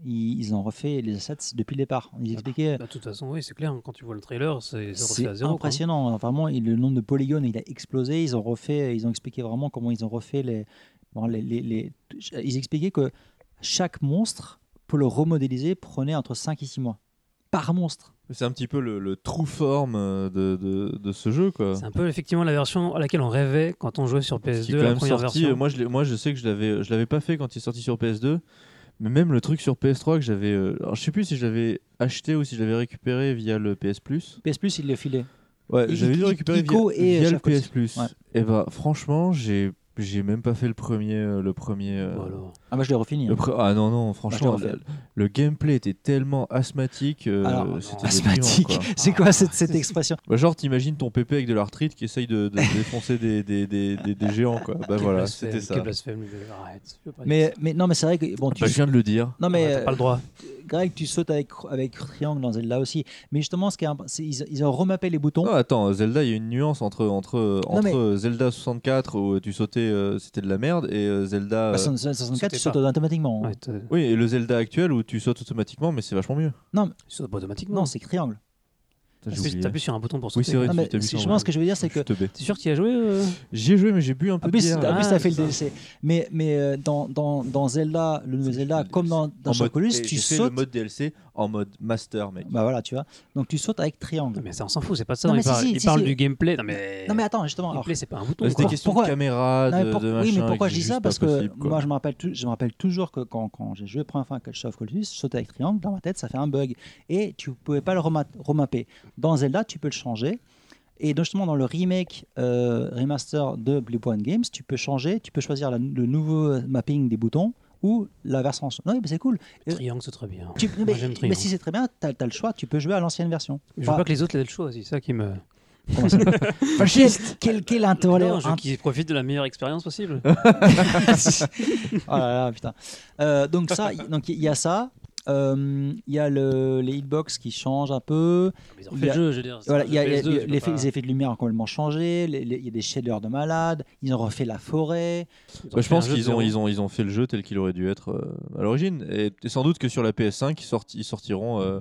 ils, ils ont refait les assets depuis le départ. Ils expliquaient. Bah, de toute façon, oui, c'est clair. Quand tu vois le trailer, c'est ça refait C'est à zéro. quoi. impressionnant, hein. vraiment il- le nombre de polygones il a explosé. Ils ont refait, euh, ils ont expliqué vraiment comment ils ont refait les, bon, les, les- les- ils expliquaient que chaque monstre pour le remodéliser prenait entre 5 et 6 mois par monstre. C'est un petit peu le, le true form euh, de, de, de ce jeu, quoi. C'est un peu effectivement la version à laquelle on rêvait quand on jouait sur Qui est PS2, quand la même première sorti. euh, version. Moi, je l'ai- moi, je sais que je l'avais, euh, je l'avais pas fait quand il est sorti sur PS2. Mais même le truc sur PS3 que j'avais, euh, alors je sais plus si je l'avais acheté ou si je l'avais récupéré via le PS Plus. PS Plus il le filait. Ouais, I- j'avais dû I- récupérer via, Ico et, via euh, le Shaft PS aussi. Plus. Ouais. Et bah franchement, j'ai j'ai même pas fait le premier euh, le premier euh, Bon, alors. Ah bah je l'ai refini. le hein. pre- Ah non non, franchement Bah, je l'ai le, le gameplay était tellement asthmatique euh, Alors, c'était déprimant, Asthmatique. quoi. C'est quoi cette, cette expression Bah, genre t'imagines ton pépé avec de l'arthrite qui essaye de, de défoncer des, des, des, des- des géants quoi. Bah Quel voilà, blasphème, c'était ça. quel Bah, blasphème, je- Arrête. je veux pas dire Mais ça. mais non mais c'est vrai que bon tu je viens de le dire. non mais Ouais, t'as pas le droit. euh, Greg tu sautes avec avec triangle dans Zelda aussi. Mais justement ce qui est imp- c'est- ils, ils ont remappé les boutons. Non, Ah, attends, Zelda, il y a une nuance entre, entre, Non, entre mais- euh, Zelda 64 où tu sautais, euh, c'était de la merde, et euh, Zelda. Bah, euh, 64 tu sautez sautes automatiquement. hein. Ouais, t'as- Oui, et le Zelda actuel où tu sautes automatiquement, mais c'est vachement mieux. C'est pas automatique, Non c'est triangle. Putain, j'ai T'appuies oublié. t'appuies sur un bouton pour Oui, sauter. Ah, c'est vrai, Non, tu mais t'appuies sur- justement, ce que je veux dire, c'est que. Je te bête. T'es sûr que tu as joué euh J'y ai joué, mais j'ai bu un peu En de plus, bière. en plus, ça Ah, fait le ça. DLC. Mais, mais euh, dans, dans, dans Zelda, le nouveau Zelda, comme dans, dans En mode- Chocolus, et tu j'ai fait sautes. le mode DLC en mode master, mec. Bah voilà, tu vois. Donc tu sautes avec Non, triangle. Mais ça, on s'en fout, c'est pas de ça. Non, dont mais il si, parle, si, il si, parle si. du gameplay. Non, mais. Non, mais attends, justement. Le alors- gameplay, c'est pas un bouton. Là, Bah, C'était quoi. question pourquoi- de caméra, Non, mais de, pour- de machin. oui, mais pourquoi qui je dis est ça juste Parce pas que possible, quoi. moi, je me rappelle, tout- je me rappelle toujours que quand, quand j'ai joué la première fois à Shadow of Colossus, sauter avec triangle, dans ma tête, ça fait un bug. Et tu ne pouvais pas le rema- remapper. Dans Zelda, tu peux le changer. Et donc, justement, dans le remake, euh, remaster de Blue Point Games, tu peux changer, tu peux choisir la- le nouveau mapping des boutons ou la version. Non, mais c'est cool. Triangle, c'est très bien. Tu- mais, j'aime mais Triangle. si c'est très bien, tu as, le choix, tu peux jouer à l'ancienne version. Je vois pas que les autres aient le choix aussi, c'est ça qui me. fasciste Quel quel Non, intolérant je- Qui profite de la meilleure expérience possible. Ah là là, putain. Euh, donc ça, y- donc il y a ça. Euh, Il y a le, les hitbox qui changent un peu. Ils ont Il refait y le a- jeu, je veux dire. c'est Voilà, un il y a, jeu il y a- PS2, tu peux les, effets- pas- les effets de lumière ont complètement changé. les- les- Il y a des shaders de malade. Ils ont refait la forêt. ils ont Bah, je fait un pense jeu de qu'ils ont, zéro. ils ont, ils ont fait le jeu tel qu'il aurait dû être euh, à l'origine. Et, et sans doute que sur la PS5, ils, sorti- ils sortiront euh,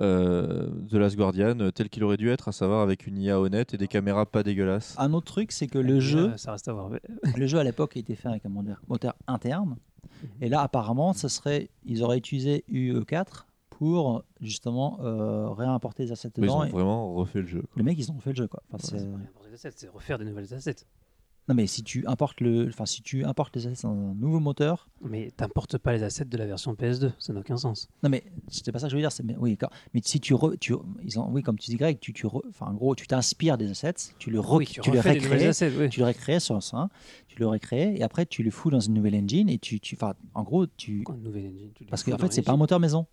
euh, The Last Guardian euh, tel qu'il aurait dû être, à savoir avec une IA honnête et des caméras pas dégueulasses. Un autre truc, c'est que Euh, le jeu, Ça reste à voir. mais- le jeu à l'époque était fait avec un moteur, moteur interne. Mhm. Et là, apparemment, ce serait, ils auraient utilisé UE4 pour justement euh, réimporter les assets Mais Bah, ils dedans. ont et- vraiment refait le jeu. quoi. Les mecs, ils ont fait le jeu quoi. Enfin, c'est- Pour les assets, C'est refaire des nouvelles assets. Non mais si tu importes le, enfin si tu importes les assets dans un nouveau moteur, Mais t'importes pas les assets de la version PS2, ça n'a aucun sens. non mais c'était pas ça que je voulais dire, c'est mais oui d'accord. Mais si tu, re- tu ils ont, oui comme tu dis Greg, tu, tu re- enfin en gros tu t'inspires des assets, tu le re- Oui, tu, le refais des nouvelles recrées, assets, oui. tu le recrées sur ça, tu le recrées et après tu le fous dans une nouvelle engine et tu, tu, enfin en gros tu, Pourquoi une nouvelle engine Tu les parce fous qu'en dans fait c'est les- pas un moteur maison.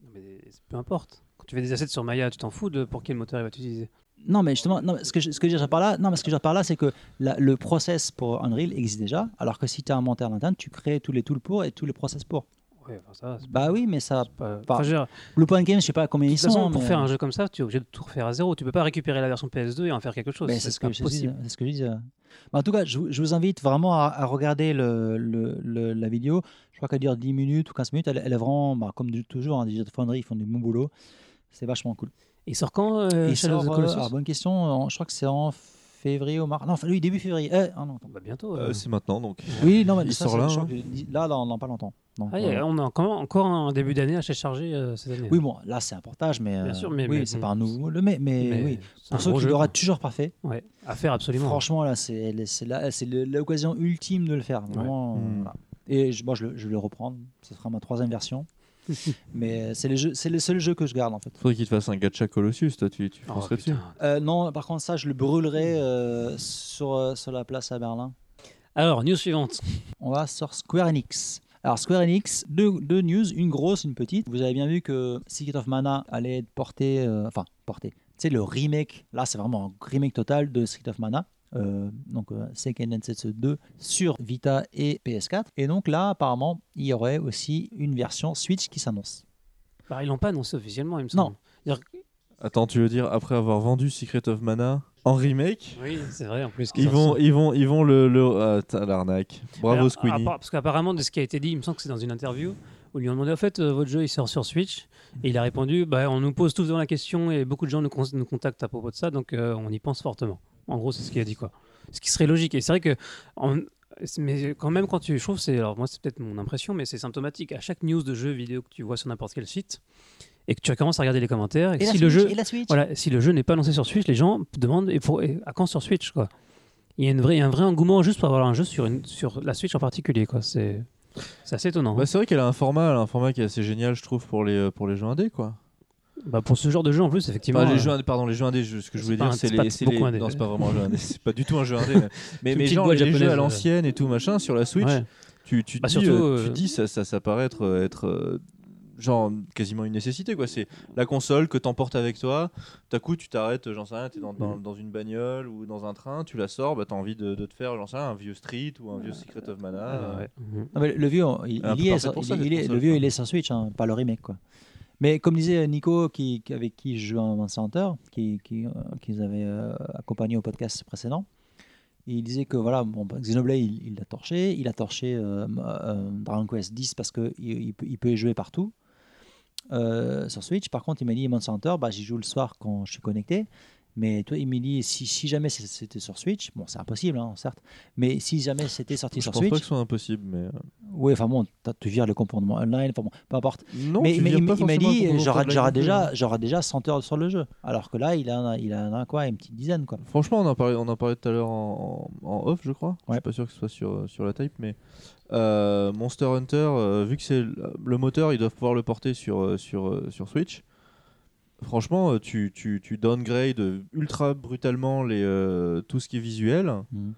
Non, mais peu importe. Quand tu fais des assets sur Maya, tu t'en fous de pour quel moteur il va t'utiliser. Non, mais justement, non, mais ce que je, ce que je veux dire par là, non, mais ce que je veux dire par là, c'est que la- le process pour Unreal existe déjà, alors que si tu as un monteur interne, tu crées tous les tools pour et tous les process pour. Ouais, enfin ça, c'est Bah oui, mais ça, pas. Bah, enfin, je veux dire, Bluepoint Games, je sais pas combien de ils toute sont. façon, pour mais- faire un jeu comme ça, tu es obligé de tout refaire à zéro. Tu peux pas récupérer la version PS2 et en faire quelque chose. mais c'est ce que pas je dis. possible. C'est ce que je dis. euh. Bah, en tout cas, je, vous- je vous invite vraiment à, à regarder le, le- le- la vidéo. Je crois qu'elle dure 10 minutes ou 15 minutes. Elle, elle est vraiment, bah, comme du- toujours, hein, Digital Foundry, ils font du bon boulot. C'est vachement cool. Et il sort quand euh, Et Shadow of the sort, euh, Colossus alors, bonne question. en- je crois que c'est en février au mars. Non, enfin, oui, début février. Eh, ah non, attends. Bah, bientôt. Euh, euh. c'est maintenant donc. oui, non, mais Il ça, sort c'est- là, je hein. crois que- là, dans, dans pas longtemps. Donc, Ah, euh, et on a encore, encore un début d'année assez chargé euh, cette année. oui, bon, là, c'est un portage, mais, Bien euh, sûr, mais- oui, mais c'est bon. pas un nouveau. Le, mais, mais, Mais oui, c'est un pour ceux gros qui jeu. l'aura toujours pas fait, Ouais, à faire absolument. franchement, là, c'est le- c'est la- c'est le- l'occasion ultime de le faire. Vraiment, Hmm. voilà. Et je, moi, je, le- je vais le reprendre. Ce sera ma troisième version. mais euh, c'est le, jeu- c'est le seul jeu que je garde, en fait. Faudrait qu'il te fasse un gacha Colossus, toi tu, tu Oh, foncerais dessus. putain. Euh, non, par contre, ça, je le brûlerai euh, sur, euh, sur la place à Berlin. Alors, news suivante. On va sur Square Enix. Alors Square Enix, deux, deux news, une grosse, une petite. Vous avez bien vu que Secret of Mana allait être porté, euh, enfin porté. C'est le remake. Là, c'est vraiment un remake total de Secret of Mana. euh, donc euh, Seiken Densetsu 2 sur Vita et PS4 et donc là apparemment il y aurait aussi une version Switch qui s'annonce Bah, ils l'ont pas annoncé officiellement, il me semble. Attends, tu veux dire après avoir vendu Secret of Mana en remake Oui, c'est vrai en plus. ils vont, ils vont, ils vont le, le... Ah, t'as l'arnaque. Bravo Alors, Squeenie. appara- Parce qu'apparemment, de ce qui a été dit, il me semble que c'est dans une interview où ils lui ont demandé en fait, euh, votre jeu il sort sur Switch Et il a répondu bah, on nous pose tous dans la question et beaucoup de gens nous, con- nous contactent à propos de ça, donc euh, on y pense fortement. En gros, c'est ce qu'il a dit quoi. Ce qui serait logique. Et c'est vrai que. en- Mais quand même, quand tu. Je trouve, c'est. Alors, moi, c'est peut-être mon impression, mais c'est symptomatique. À chaque news de jeu vidéo que tu vois sur n'importe quel site, et que tu commences à regarder les commentaires, et, que la si le Switch, jeu. et la Switch Voilà, si le jeu n'est pas lancé sur Switch, les gens demandent et pour- et à quand sur Switch quoi. Il y a une vraie, un vrai engouement juste pour avoir un jeu sur, une, sur la Switch en particulier quoi. C'est c'est assez étonnant. hein. Bah, c'est vrai qu'elle a un format, elle a un format qui est assez génial, je trouve, pour les, euh, pour les jeux indés, quoi. Bah, pour ce genre de jeu en plus effectivement. Enfin, les euh, jeux indés, pardon, les jeux indés, je- ce que je c'est voulais pas dire, un- c'est c'est pas les. c'est beaucoup les- indé. Non, c'est pas vraiment un jeu indé, c'est pas du tout un jeu indé. mais- Mais, mais petite genre, boîte les jeux japonaise, à euh. l'ancienne et tout machin, sur la Switch, ouais. tu, tu, Bah, dis, surtout, euh, euh, tu dis, ça, ça, ça paraît être, euh, être euh, genre quasiment une nécessité, quoi. C'est la console que t'emportes avec toi, tout à coup, tu t'arrêtes, j'en sais rien, t'es dans, Mm. dans, dans une bagnole ou dans un train, tu la sors, bah t'as envie de, de te faire, j'en sais rien, un vieux Street ou un vieux Secret of Mana. euh, Ouais. Mhm. Non, Ah, mais le vieux, on- il, Un il peu y est, parfait sur- pour il- ça, il cette est- le console, vieux, quoi. il est sur Switch, hein, pas le remake, quoi. Mais comme disait Nico, qui, qui- avec qui je joue un Monster Hunter, qui, qui, euh, qui nous avait euh, accompagné au podcast précédent, il disait que voilà, bon, bah, Xenoblade, il il l'a torché, il a torché euh, euh, Dragon Quest X parce qu'il il, peut- il peut y jouer partout euh, sur Switch. Par contre, il m'a dit Monster Hunter, bah, j'y joue le soir quand je suis connecté. Mais toi, il m'a dit si, si jamais c'est- c'était sur Switch, bon, c'est impossible, hein, certes, mais si jamais c'était sorti Je sur pense Switch. pas que ce soit impossible, mais. euh, Oui, enfin bon, t'as- tu vires le comportement online, enfin bon, peu importe. Non, mais tu mais vires il m- pas il m'a forcément dit, le j'aurai comportement de la j'aurai console. déjà, j'aurai déjà 100 heures sur le jeu. Alors que là, il a, il en a quoi, une petite dizaine, quoi. Franchement, on en parlait, on en parlait tout à l'heure en, en- en off, je crois. Je Ouais. suis pas sûr que ce soit sur, euh, sur la type, mais euh, Monster Hunter, euh, vu que c'est le le moteur, ils doivent pouvoir le porter sur, euh, sur, euh, sur Switch. Franchement, euh, tu, tu, tu downgrades ultra brutalement les, euh, tout ce qui est visuel. Mm. Mhm.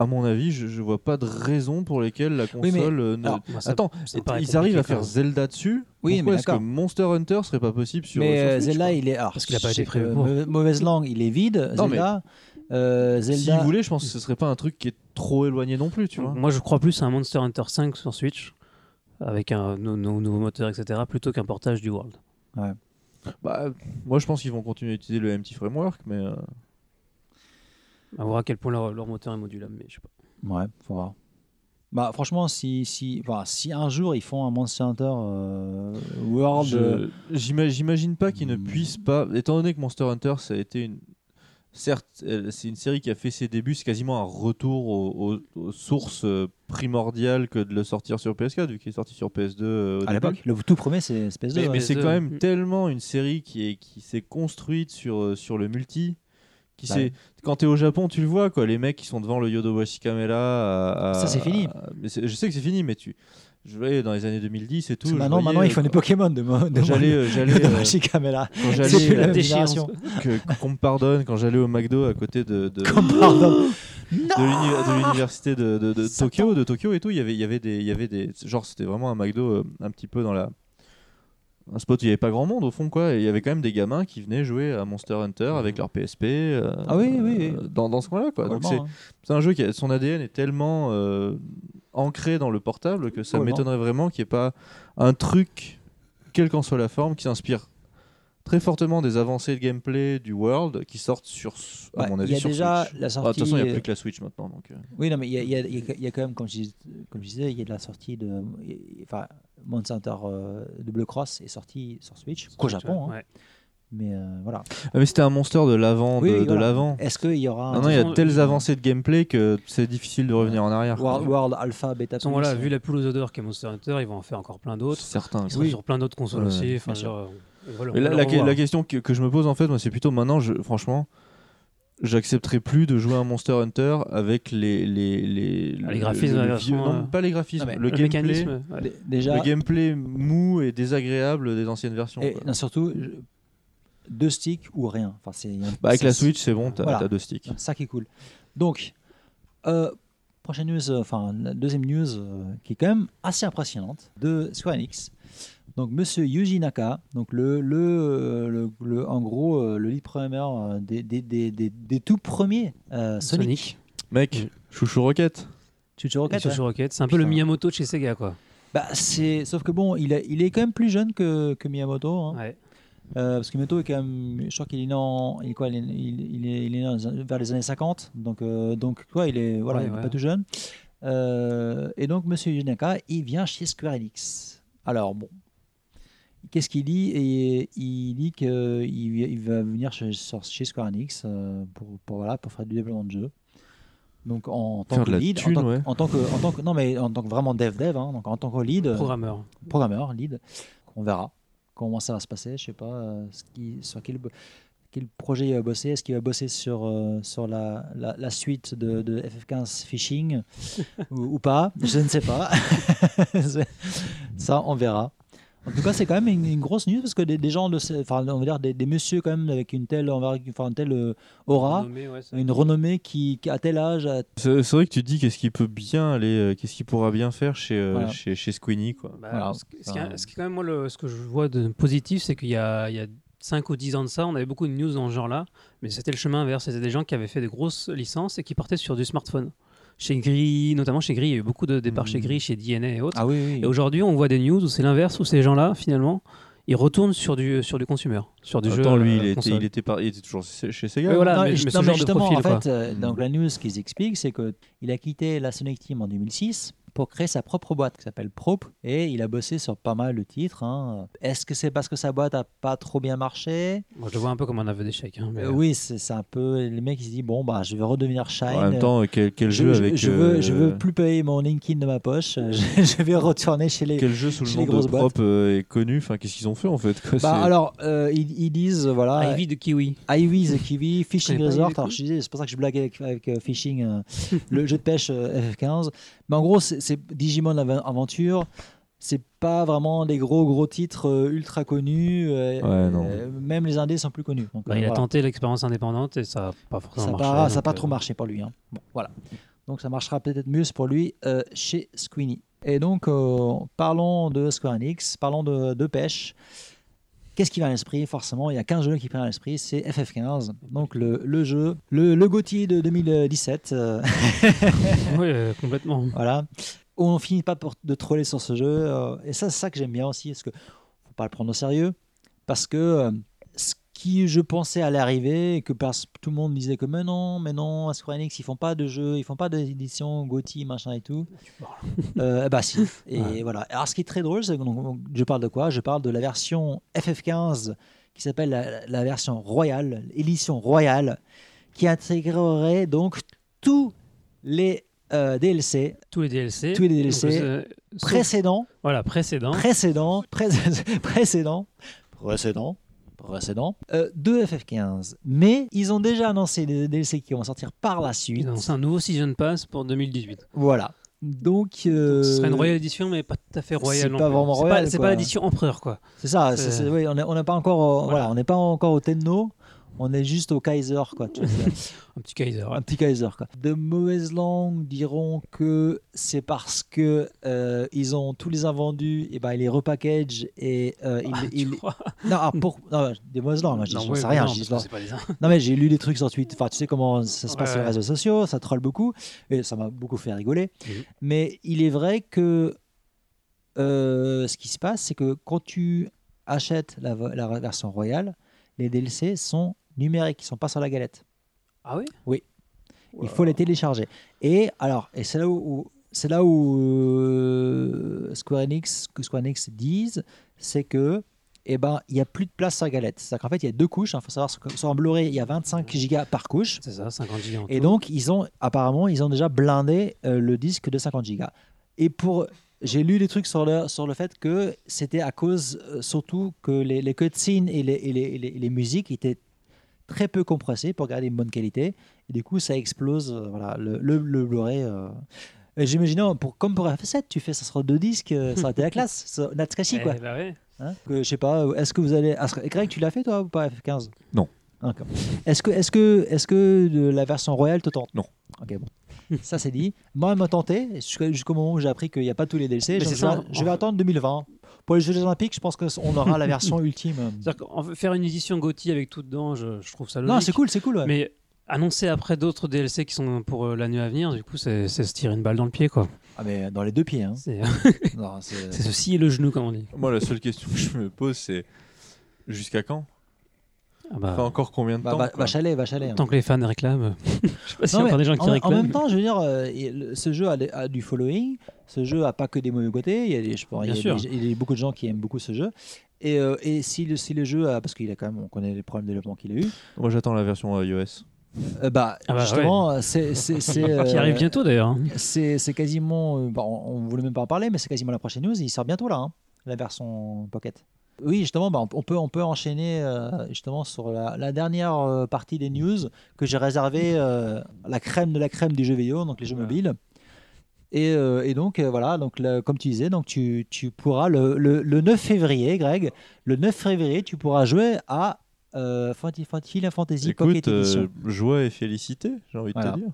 À mon avis, je, je vois pas de raison pour lesquelles la mais- console euh, ne. alors, Moi, ça- Attends, ça me paraît ils arrivent à compliqué, faire quand Zelda dessus. Oui, Pourquoi mais est-ce que d'accord. Monster Hunter serait pas possible sur, mais sur euh, Switch, Zelda, quoi il est. alors, Parce qu'il a je pas été sais prévu que pour. mau- Mauvaise langue, il est vide, Non, Zelda. Euh, S'ils Zelda. voulaient, je pense que ce serait pas un truc qui est trop éloigné non plus, tu vois. Moi je crois plus à un Monster Hunter 5 sur Switch avec un nou- nou- nouveau moteur etc plutôt qu'un portage du World. Bah, moi, je pense qu'ils vont continuer à utiliser le MT Framework, mais euh, À voir à quel point leur, leur moteur est modulable mais je sais pas. Ouais, faut voir. Bah, franchement, si, si, enfin, si un jour ils font un Monster Hunter euh, World. euh, je- j'ima- j'imagine pas qu'ils ne Hmm. puissent pas. Étant donné que Monster Hunter, ça a été une. Certes, elle- c'est une série qui a fait ses débuts, c'est quasiment un retour aux, aux- aux sources euh, primordiales que de le sortir sur PS4, vu qu'il est sorti sur PS2 euh, au à début. l'époque, le tout premier, c'est espèce de. Mais, mais PS2, c'est quand même mm. tellement une série qui est qui s'est construite sur euh, sur le multi. Qui Bah s'est- Quand t'es au Japon, tu le vois, quoi. Les mecs qui sont devant le Yodobashi Kamela. à- à- Ça, c'est fini. à- mais c'est- je sais que c'est fini, mais tu. Je voyais dans les années 2010 et tout. je Maintenant, voyais, maintenant, euh, ils font des Pokémon de mo- de quand J'allais. mo- euh, j'allais, de euh, Kamala. quand C'est plus j'allais. la euh, même Déchirance. génération. que- Qu'on me pardonne, quand j'allais au McDo à côté de. de- Comme pardon. de l'uni- de l'université de, de- de Tokyo, de Tokyo et tout, il y avait, il y avait des, il y avait des, genre c'était vraiment un McDo euh, un petit peu dans la un spot où il n'y avait pas grand monde au fond quoi. Et il y avait quand même des gamins qui venaient jouer à Monster Hunter avec leur PSP. euh, Ah oui, oui, oui. euh, Dans, dans ce coin-là quoi. Donc c'est Probablement, hein. c'est un jeu qui a, son ADN est tellement euh, ancré dans le portable que ça Complètement. m'étonnerait vraiment qu'il n'y ait pas un truc, quelle qu'en soit la forme, qui s'inspire très fortement des avancées de gameplay du World qui sortent sur, à Bah, mon il avis, y a sur déjà Switch. la Ah, sortie. de toute façon, il n'y a euh, plus que la Switch maintenant. Donc, euh. Oui, non, mais il y a, il y a- il y a- il y a quand même, comme je, dis- comme je disais, il y a de la sortie de. il- il- Enfin, Monster Hunter euh, Double Cross est sorti sur Switch, qu'au Japon. hein. Ouais. Mais euh, voilà. Ah, mais c'était un monster de l'avant, Oui, de, de voilà. l'avant. Est-ce qu'il y aura un Maintenant, il y façon, a telles euh, avancées de gameplay que c'est difficile de revenir en arrière. quoi. World, World Alpha Beta toute façon, voilà, vu la poule aux odeurs qu'est Monster Hunter, ils vont en faire encore plein d'autres. Certains. Ils sont oui. sur plein d'autres consoles Ouais, aussi. Enfin, bien sûr. genre, on va le- on Mais va là, le la, que- revoir. la question que, que je me pose en fait, moi, c'est plutôt maintenant, je, franchement, j'accepterai plus de jouer à Monster Hunter avec les les les, Ah, les le- graphismes, le la vieux- version, non, euh, pas les graphismes, non, mais le, le gameplay, mécanisme. ouais. euh, Dé- Déjà, le gameplay mou et désagréable des anciennes versions. et, quoi. non, surtout, je- deux sticks ou rien. Enfin, c'est il y a- Bah, avec c'est- la Switch, c'est bon, t'as Voilà. t'as deux sticks. Ça qui est cool. Donc, euh, prochaine news, euh, enfin, la deuxième news euh, qui est quand même assez impressionnante de Square Enix. Donc, monsieur Yuji Naka, donc le, le, euh, le, le- en gros, euh, le lead programmer euh, des, des, des, des, des tout premiers euh, Sonic, Sonic, Mec, chouchou roquette. Chucho Rocket. Chuchu ouais. Rocket, c'est un peu le Putain. Miyamoto de chez Sega, quoi. Bah, c'est... Sauf que bon, il, a- il est quand même plus jeune que, que Miyamoto. hein. Ouais. Euh, parce que Miyamoto est quand même. Je crois qu'il est né, en- il est quoi, il est, il- il est- il est né dans les- vers les années 50. Donc, euh, donc quoi, il est, voilà, Ouais, il est ouais. pas tout jeune. Euh, et donc, monsieur Yunaka, il vient chez Square Enix. Alors, bon. Qu'est-ce qu'il dit Et il dit qu'il il va venir chez, sur- chez Square Enix euh, pour, pour, voilà, pour faire du développement de jeu. Donc, en tant Faire que de la lead. thune, en, tant, ouais. en tant que, en tant que- non, mais en tant que vraiment dev-dev, hein, donc en tant que lead. euh, Programmeur. programmeur, lead. On verra comment ça va se passer. Je sais pas euh, ce qui, sur quel, bo- quel projet il va bosser. Est-ce qu'il va bosser sur, euh, sur la, la, la suite de, de FF15 Phishing ou, ou pas Je ne sais pas. C'est- ça, on verra. En tout cas, c'est quand même une, une grosse news parce que des, des gens, de, ce- enfin, on va dire des, des messieurs quand même avec une telle, envers- enfin, une telle euh, aura, Nommé, ouais, ça. une renommée qui, qui à tel âge, à- C'est c'est vrai que tu te dis qu'est-ce qu'il peut bien aller, euh, qu'est-ce qu'il pourra bien faire chez euh, Voilà. chez, chez Squeenie quoi. Bah, Voilà. ce, ce qui, Enfin- ce qui est quand même moi le- ce que je vois de positif, c'est qu'il y a, il y a 5 ou 10 ans de ça, on avait beaucoup de news dans ce genre-là, mais c'était le chemin inverse. C'était des gens qui avaient fait des grosses licences et qui partaient sur du smartphone. Chez Gris, notamment chez Gris, il y a eu beaucoup de départs chez Gris, chez DNA et autres. Ah oui, oui. Et aujourd'hui, on voit des news où c'est l'inverse, où ces gens-là, finalement, ils retournent sur du, sur du consumer, sur du jeu. Attends, lui, euh, il était, console. il était par- il était toujours chez chez Sega. Oui, voilà, Euh, Non, mais, ju- mais ce non, mais genre de justement, profil, en quoi. fait, euh, donc la news qu'ils expliquent, c'est que il a quitté la Sonic Team en 2006 pour créer sa propre boîte qui s'appelle Prop et il a bossé sur pas mal de titres. hein. Est-ce que c'est parce que sa boîte a pas trop bien marché Moi, je le vois un peu comme un aveu d'échec. hein, mais, Euh, Oui, c'est c'est un peu le mec qui se dit bon bah je vais redevenir Shine. En même temps, euh, quel, quel je, jeu je- avec je veux, je euh, veux plus payer mon LinkedIn de ma poche. euh, Je, je vais retourner chez les. quel jeu sous le chez nom les grosses de Prop euh, est connu Enfin, qu'est-ce qu'ils ont fait en fait Bah, quoi, c'est- alors euh, ils, ils disent voilà. euh, Ivy de Kiwi. Ivy Ah the Kiwi, Fishing connais pas Resort. Ivy the Alors, je disais, c'est pour ça que je blague avec, avec, euh, Fishing, euh, le jeu de pêche euh, FF15. Mais en gros, c'est c'est Digimon Ava- Aventure. C'est pas vraiment des gros gros titres euh, ultra connus. euh, Ouais, non. euh, même les indés sont plus connus. Donc, Bah, euh, il a voilà. tenté l'expérience indépendante et ça n'a pas forcément Ça n'a marché. pas, ça a donc, pas euh, trop marché pour lui. hein. Bon, voilà. Donc ça marchera peut-être mieux pour lui euh, chez Squeenie. Et donc, euh, parlons de Square Enix, parlons de, de pêche. Qu'est-ce qui vient à l'esprit Forcément, il y a qu'un jeu qui vient à l'esprit, c'est FF15. Donc le, le jeu, le, le GOTY de 2017. euh, Oui, euh, complètement. voilà. On ne finit pas pour- de troller sur ce jeu. euh, et ça, c'est ça que j'aime bien aussi, parce que faut pas le prendre au sérieux. Parce que euh, ce qui je pensais allait arriver, et que parce, tout le monde disait que mais non, mais non, à Square Enix, ils font pas de jeux, ils font pas d'édition GOTY, machin et tout. Euh, bah si. Et voilà. Alors ce qui est très drôle, c'est que donc, donc, je parle de quoi Je parle de la version FF15 qui s'appelle la, la version royale, édition royale, qui intégrerait donc tous les euh, DLC Tous les DLC. Tous les DLC. Donc, euh, sauf- précédent, Voilà, précédent. précédent, pré- précédent, précédent, précédent, euh, de FF15. Mais ils ont déjà annoncé des DLC qui vont sortir par la suite. Ils ont lancé un nouveau Season Pass pour 2018. Voilà. Donc, euh, Ce serait une Royal Edition, mais pas tout à fait Royal. c'est non pas plus. vraiment C'est royal, C'est quoi. pas l'édition Empereur, quoi. c'est ça. c'est- c'est- c'est- oui, on n'est on n'est pas encore, au- Voilà. voilà. on n'est pas encore au Tenno. On est juste au Kaiser, quoi. tu vois. Un petit Kaiser. un petit Kaiser, quoi. De mauvaises langues diront que c'est parce que euh, ils ont tous les invendus, et ben ils les repackagent et euh, ils- Ah, tu ils, crois Non, ah, pour... non, des mauvaises langues, moi, je dis- Non, j'en ouais, sais mais rien. non, je dis- parce que c'est pas les uns. non, mais j'ai lu des trucs sur Twitter. Enfin, tu sais comment ça se Ouais, passe sur les ouais. réseaux sociaux, ça troll beaucoup, et ça m'a beaucoup fait rigoler. Oui. Mais il est vrai que euh, ce qui se passe, c'est que quand tu achètes la, vo- la version royale, les DLC sont numériques, ils sont pas sur la galette. Ah oui Il faut les télécharger. Et alors, et c'est là où, où- c'est là où euh, Square Enix, que Square Enix disent, c'est que et ben, il n'y a plus de place sur la galette. C'est-à-dire qu'en fait, il y a deux couches. Il faut savoir que sur un Blu-ray, il y a 25 gigas par couche. C'est ça, 50 gigas. en Et tout. donc, ils ont apparemment, ils ont déjà blindé euh, le disque de 50 gigas. Et pour, j'ai lu des trucs sur le, sur le fait que c'était à cause euh, surtout que les, les cutscenes et les, et les- et les- et les musiques étaient très peu compressées pour garder une bonne qualité. Et du coup, ça explose euh, voilà, le, le, le Blu-ray. euh. Et J'imagine, non, pour, comme pour F7, tu fais ça sur deux disques, euh, ça aurait été la classe. Ça- Natsukashi, Eh quoi. bah ouais. Hein que, je sais pas, euh, est-ce que vous allez. est-ce que- Greg, tu l'as fait toi ou pas F15 Non. D'accord. Est-ce que, est que, est que de la version royale te tente Non. Ok, bon. Ça, c'est dit. Moi, elle m'a tenté jusqu'à- jusqu'au moment où j'ai appris qu'il n'y a pas tous les DLC. Mais Je, c'est je ça. vais- je vais attendre 2020. Pour les Jeux Olympiques, je pense qu'on aura la version ultime. C'est-à-dire qu'en fait, faire une édition Gotti avec tout dedans, je, je trouve ça logique. Non, c'est cool, c'est cool. ouais. Mais annoncer après d'autres DLC qui sont pour euh, l'année à venir, du coup, c'est c'est se tirer une balle dans le pied, quoi. Ah, mais dans les deux pieds. Hein. C'est Non, c'est- c'est se scier le genou, comme on dit. Moi, la seule question que je me pose, c'est jusqu'à quand Ah bah, Enfin, encore combien de Bah, temps bah, quoi va chalet, va chalet. hein. tant que les fans réclament, je sais pas s'il y a Non, mais encore des gens qui en, en réclament. même temps, je veux dire, euh, et le- ce jeu a, des- a du following, ce jeu a pas que des mauvais côtés, il y a, des, je pense, il y a Bien sûr. des- il y a beaucoup de gens qui aiment beaucoup ce jeu. Et, euh, et si, le, si le jeu a, parce qu'il a quand même, on connaît les problèmes de développement qu'il a eu, Moi, j'attends la version iOS. euh, bah, Ah bah justement, euh, c'est. c'est- c'est, qui euh, arrive bientôt d'ailleurs. hein. C'est c'est quasiment, euh, bah, on on voulait même pas en parler, mais c'est quasiment la prochaine news, il sort bientôt là, hein, la version Pocket. Oui, justement, bah, on- on, peut, on peut enchaîner euh, justement sur la, la dernière euh, partie des news que j'ai réservée euh, à la crème de la crème du jeu vidéo, donc les jeux mobiles. Et, euh, et donc euh, voilà, donc le- comme tu disais, donc tu, tu pourras le, le- le 9 février, Greg, le 9 février, tu pourras jouer à euh, Fanti- Fanti- Final Fantasy Écoute, Pocket Edition. euh, joie et félicité, j'ai envie Voilà. de te dire.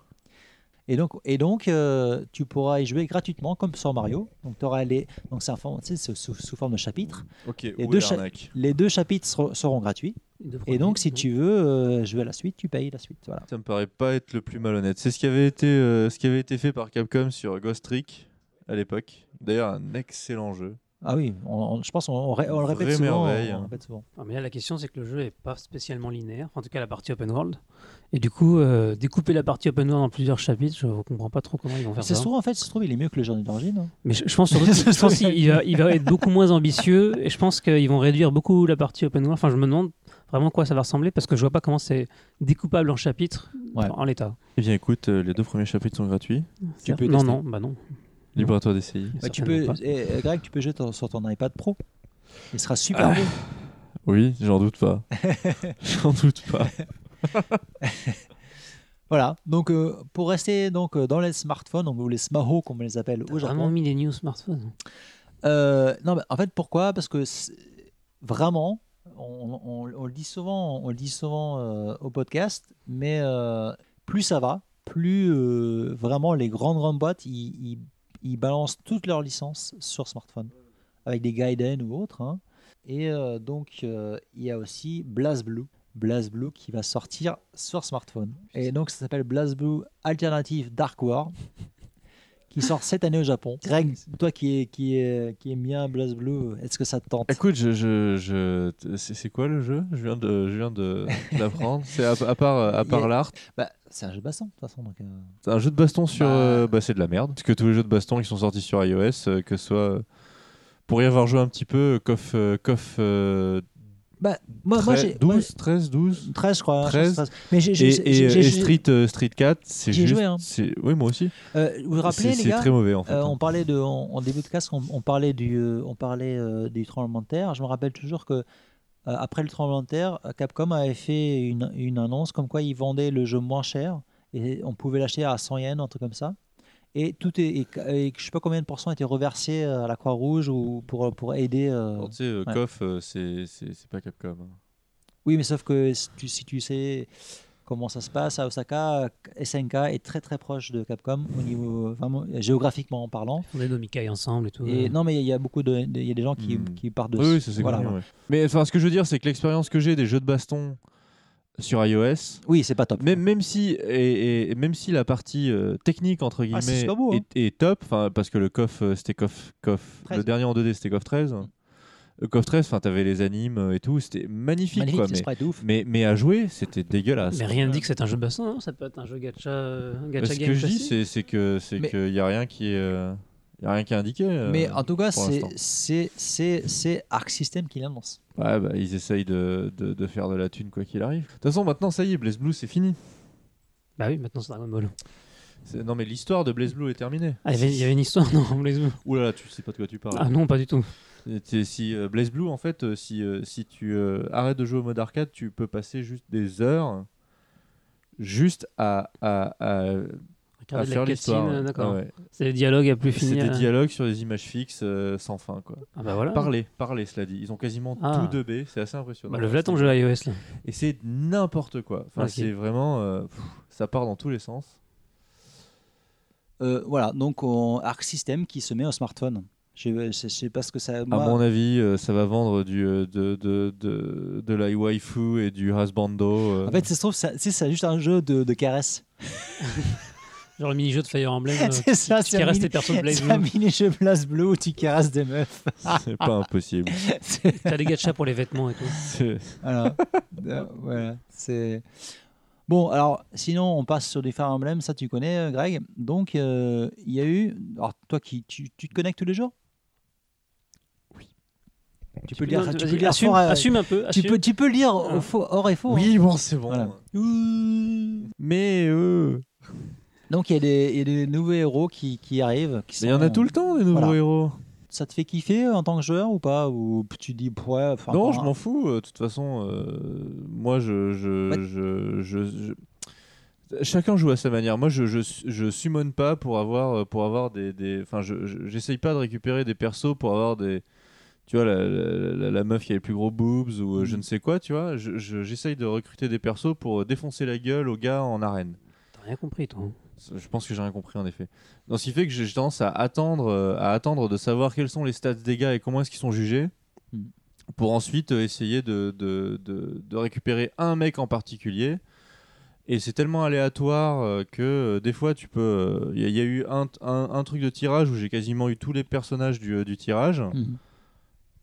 Et donc, et donc euh, tu pourras y jouer gratuitement comme sur Mario. Donc, t'auras les, donc c'est un form- tu sais, c'est sous, sous forme de chapitre. Ok, oh, où deux est cha- Les deux chapitres seront, seront gratuits. Et donc, si tu veux euh, jouer à la suite, tu payes la suite. Voilà. Ça me paraît pas être le plus malhonnête. C'est ce qui avait été, euh, ce qui avait été fait par Capcom sur Ghost Trick à l'époque. D'ailleurs, un excellent jeu. Ah oui, on- on- je pense on, on ré- on le répète Vraie souvent. merveille. on le répète souvent. Ah, mais là, la question, c'est que le jeu est pas spécialement linéaire, en tout cas la partie open world. Et du coup, euh, découper la partie open world en plusieurs chapitres, je ne comprends pas trop comment ils vont faire C'est ça. souvent en fait, se trouve, il est mieux que le journée d'origine. hein. Mais je, je pense surtout, je pense qu'il il va, il va être beaucoup moins ambitieux et je pense qu'ils vont réduire beaucoup la partie open world. Enfin, je me demande vraiment à quoi ça va ressembler parce que je vois pas comment c'est découpable en chapitres Ouais. en, en l'état. Eh bien, écoute, euh, les deux premiers chapitres sont gratuits. C'est-à-dire- peux non, tester. non, bah non. Libre à toi d'essayer. Bah, tu peux, certainement pas. eh, eh, Greg, tu peux jouer ton- sur ton iPad Pro. Il sera super beau. Oui, j'en doute pas. j'en doute pas. Voilà. Donc, euh, pour rester donc euh, dans les smartphones, donc, ou les smaho comme on les appelle au J'ai Japon. vraiment mis des new smartphones. Euh, non, mais en fait, pourquoi Parce que c'est- vraiment, on, on- on le dit souvent, on le dit souvent euh, au podcast, mais euh, plus ça va, plus euh, vraiment les grandes grandes boîtes, ils, ils- ils balancent toutes leurs licences sur smartphone, avec des Gaiden ou autres. hein. Et euh, donc, euh, il y a aussi BlazBlue. BlazBlue qui va sortir sur smartphone. Et donc, ça s'appelle BlazBlue Alternative Dark War qui sort cette année au Japon. Greg, toi qui est qui est qui aime bien BlazBlue, est-ce que ça te tente Écoute, je, je, je- t- c'est c'est quoi le jeu Je viens de, je viens de l'apprendre. C'est à, à part, à Il y part a- l'art. Bah, c'est un jeu de baston de toute façon donc. euh, C'est un jeu de baston sur. Bah- euh, Bah, c'est de la merde. Parce que tous les jeux de baston qui sont sortis sur iOS, euh, que ce soit. euh, pour y avoir joué un petit peu, euh, KOF. euh, KOF euh, Bah, moi, moi tre- j'ai 12, moi, 13, 12. 13 je crois. hein, 13. 13. Mais j'ai Et, j'ai- j'ai- et, j'ai- et j'ai- Street, euh, Street 4, c'est J'y ai juste. joué, hein. c'est- Oui, moi aussi. euh, vous vous C'est rappelez les c'est gars très mauvais en fait. euh, hein. on parlait de en, en début de casque on, on parlait du euh, on parlait euh, du tremblement de terre. Je me rappelle toujours que euh, après le tremblement de terre, euh, Capcom avait fait une, une annonce comme quoi ils vendaient le jeu moins cher et on pouvait l'acheter à 100 yens, un truc comme ça. Et tout est, et, et je sais pas combien de pourcents étaient reversés à la Croix-Rouge ou pour, pour aider. euh, Alors, tu sais, euh, ouais. KOF, euh, c'est- c'est c'est pas Capcom. hein. Oui, mais sauf que si tu, si tu sais comment ça se passe à Osaka, SNK est très très proche de Capcom au niveau euh, vraiment géographiquement en parlant. On est nos Mikai ensemble et tout. euh. Et non, mais il y a beaucoup de, de- il y a des gens qui, Hmm. qui partent de. Oui, oui, ça, c'est voilà. connu, ouais. Mais enfin, ce que je veux dire, c'est que l'expérience que j'ai des jeux de baston sur iOS, Oui, c'est pas top. même, même si et, et- même si la partie euh, technique entre Ah, c'est guillemets super beau, hein. est, est top, enfin parce que le KOF euh, c'était KOF KOF 13. le dernier en 2D c'était hein. KOF 13. Le KOF 13, Euh, enfin t'avais les animes euh, et tout, c'était magnifique, Magnifique, quoi. c'est Mais, sprite de ouf. mais mais à jouer, c'était dégueulasse. Mais rien ne dit que c'est un jeu de bassin, hein. ça peut être un jeu gacha, euh, gacha Bah, ce game que je dis, classique. c'est c'est que c'est Mais- qu'il y a rien qui est euh, Il n'y a rien qui est indiqué. euh, Mais en tout cas, pour c'est- l'instant. c'est c'est- c'est Arc System qui l'annonce. Ouais, bah, ils essayent de, de- de faire de la thune quoi qu'il arrive. De toute façon, maintenant, ça y est, Blaze Blue, c'est fini. Bah oui, maintenant c'est Dragon Ball. C'est- Non, mais l'histoire de Blaze Blue est terminée. Ah, il y avait- il y avait une histoire, non on les- Ouh là là, tu sais pas de quoi tu parles. Ah non, pas du tout. Et t'es- Si euh, Blaze Blue, en fait, euh, si, euh, si tu euh, arrêtes de jouer au mode arcade, tu peux passer juste des heures juste à, à, à, à Regarder de faire la l'histoire. cutscene, ouais. d'accord. Ah ouais. C'est les dialogues à plus C'est finir. euh. des dialogues sur des images fixes euh, sans fin. Quoi. Ah bah voilà. Parler, parler, cela dit. Ils ont quasiment Ah. tout de B, c'est assez impressionnant. Bah, le voilà ton jeu iOS là. Et c'est n'importe quoi. Enfin, Ok. C'est vraiment. euh, pff, ça part dans tous les sens. Euh, voilà, donc on- Arc System qui se met au smartphone. Je ne sais pas ce que ça. À moi- mon avis, euh, ça va vendre du, euh, de, de, de, de la waifu et du hasbando. euh. En fait, ça se trouve, ça- c'est ça, juste un jeu de, de caresse. Genre le mini-jeu de Fire Emblem. euh, c'est ça, qui un caresse mini- tes persos de Blaze c'est un Blue. mini-jeu Blaze Blue où tu caresses des meufs. c'est pas impossible. C'est- T'as les gachas pour les vêtements et tout. C'est- Alors, euh, voilà, c'est. Bon, alors, sinon, on passe sur des Fire Emblem, ça tu connais, euh, Greg. Donc, euh, il y a eu. Alors, toi qui. Tu, tu te connectes tous les jours Oui. Tu, peux lire. Non, Tu vas-y, peux lire assume, fort à- assume un peu. tu assume. peux, tu peux lire au faux- hors et faux. hein. Ah, Oui, bon, c'est bon. Voilà. Ouh, Mais euh, Donc, il y, a des- il y a des nouveaux héros qui, qui arrivent. qui mais il y en a sont- tout le temps des nouveaux Voilà. héros. Ça te fait kiffer euh, en tant que joueur ou pas Ou tu dis, ouais, enfin, non, bon, je m'en fous. euh, De toute façon, euh, moi, je, je, Ouais. je- je- je- Chacun joue à sa manière. Moi, je, je, je summon pas pour avoir, euh, pour avoir des. des- Enfin, je- je- j'essaye pas de récupérer des persos pour avoir des. Tu vois, la, la- la- la meuf qui a les plus gros boobs ou Mm. euh, je ne sais quoi, tu vois. je- je- J'essaye de recruter des persos pour euh, défoncer la gueule aux gars en arène. T'as rien compris toi. Je pense que j'ai rien compris en effet. Donc, ce qui fait que j'ai j'ai tendance à attendre, euh, à attendre de savoir quels sont les stats des gars et comment est-ce qu'ils sont jugés, Mm. pour ensuite euh, essayer de, de, de- de récupérer un mec en particulier. Et c'est tellement aléatoire euh, que euh, des fois tu peux. euh, Il y, a- y a eu un, un- un truc de tirage où j'ai quasiment eu tous les personnages du, du tirage. Mhm.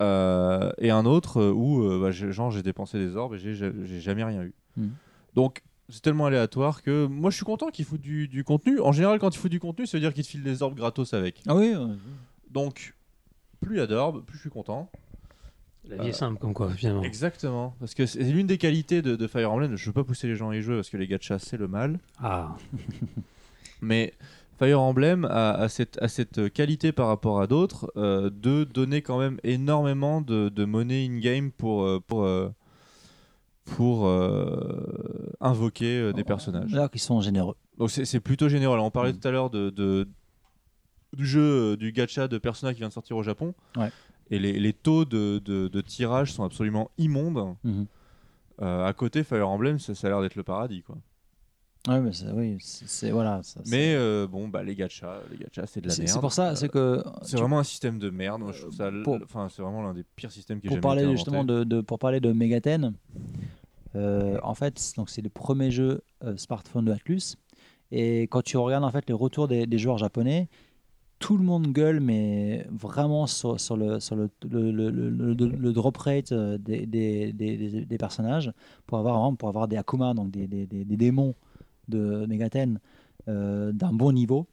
Euh, et un autre euh, où euh, bah, j'ai- genre j'ai dépensé des orbes et j'ai- j'ai j'ai jamais rien eu. Mm. Donc c'est tellement aléatoire que moi je suis content qu'ils foutent du, du contenu. En général, quand ils foutent du contenu, ça veut dire qu'ils te filent des orbes gratos avec. Ah oui, euh, Donc plus il y a d'orbes, plus je suis content. La Bah, vie est simple comme quoi finalement. Exactement, parce que c'est l'une des qualités de, de Fire Emblem. Je veux pas pousser les gens à y jouer parce que les gachas c'est le mal. Ah. Mais Fire Emblem a, a cette, a cette qualité par rapport à d'autres euh, de donner quand même énormément de, de monnaie in-game pour, euh, pour, euh, pour euh, invoquer euh, des personnages. alors qu'ils sont généreux. Donc c'est c'est plutôt généreux. Alors, on Mm. parlait tout à l'heure de, de- du jeu euh, du gacha de Persona qui vient de sortir au Japon. Ouais. Et les, les taux de, de- de tirage sont absolument immondes. Mhm. Euh, à côté, Fire Emblem, ça, ça a l'air d'être le paradis. Quoi. Ouais, mais c'est- oui, c'est c'est- voilà. ça- c'est- Mais euh, bon, bah, les gachas, les gachas c'est de la c'est merde. c'est pour ça, Euh, c'est que C'est tu- Euh, vraiment un système de merde. Moi, je trouve ça. l- pour- Enfin, c'est vraiment l'un des pires systèmes que j'ai pour jamais été parler inventé. justement de, de- pour parler de Megaten, euh, en fait, c'est- donc c'est le premier jeu euh, smartphone de Atlus. Et quand tu regardes en fait les retours des, des joueurs japonais, tout le monde gueule, mais vraiment sur, sur le sur le, le, le- le- le- le drop rate euh, des, des, des- des- des personnages pour avoir vraiment, pour avoir des Akuma, donc des, des- des- des démons de Megaten euh, d'un bon niveau.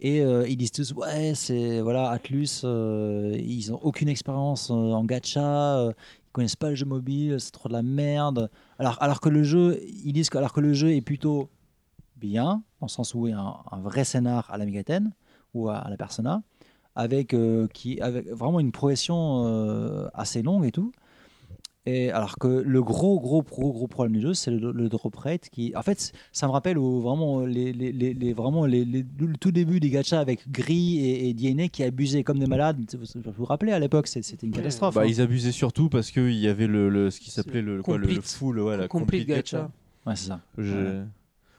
Et euh, ils disent tous, ouais, c'est voilà, Atlus, euh, ils n'ont aucune expérience euh, en gacha, euh, ils connaissent pas le jeu mobile, c'est trop de la merde. Alors, alors que le jeu, ils disent que, alors que le jeu est plutôt bien, dans le sens où il y a un, un vrai scénar à la Megaten ou à, à la Persona, avec, euh, qui, avec vraiment une progression euh, assez longue et tout. Et alors que le gros, gros, gros, gros problème du jeu, c'est le, le drop rate qui. En fait, c- ça me rappelle au- vraiment, les, les- les- les- vraiment les- les- le tout début des gachas avec Gris et, et DNA qui abusaient comme des malades. Vous vous vous rappelez à l'époque, c'est- c'était une catastrophe. Bah, hein. ils abusaient surtout parce que il y avait le, le- ce qui C'est s'appelait le, le quoi, le- le complete- full, ouais, la complete complete gacha. gacha. Ouais, c'est ça. Je-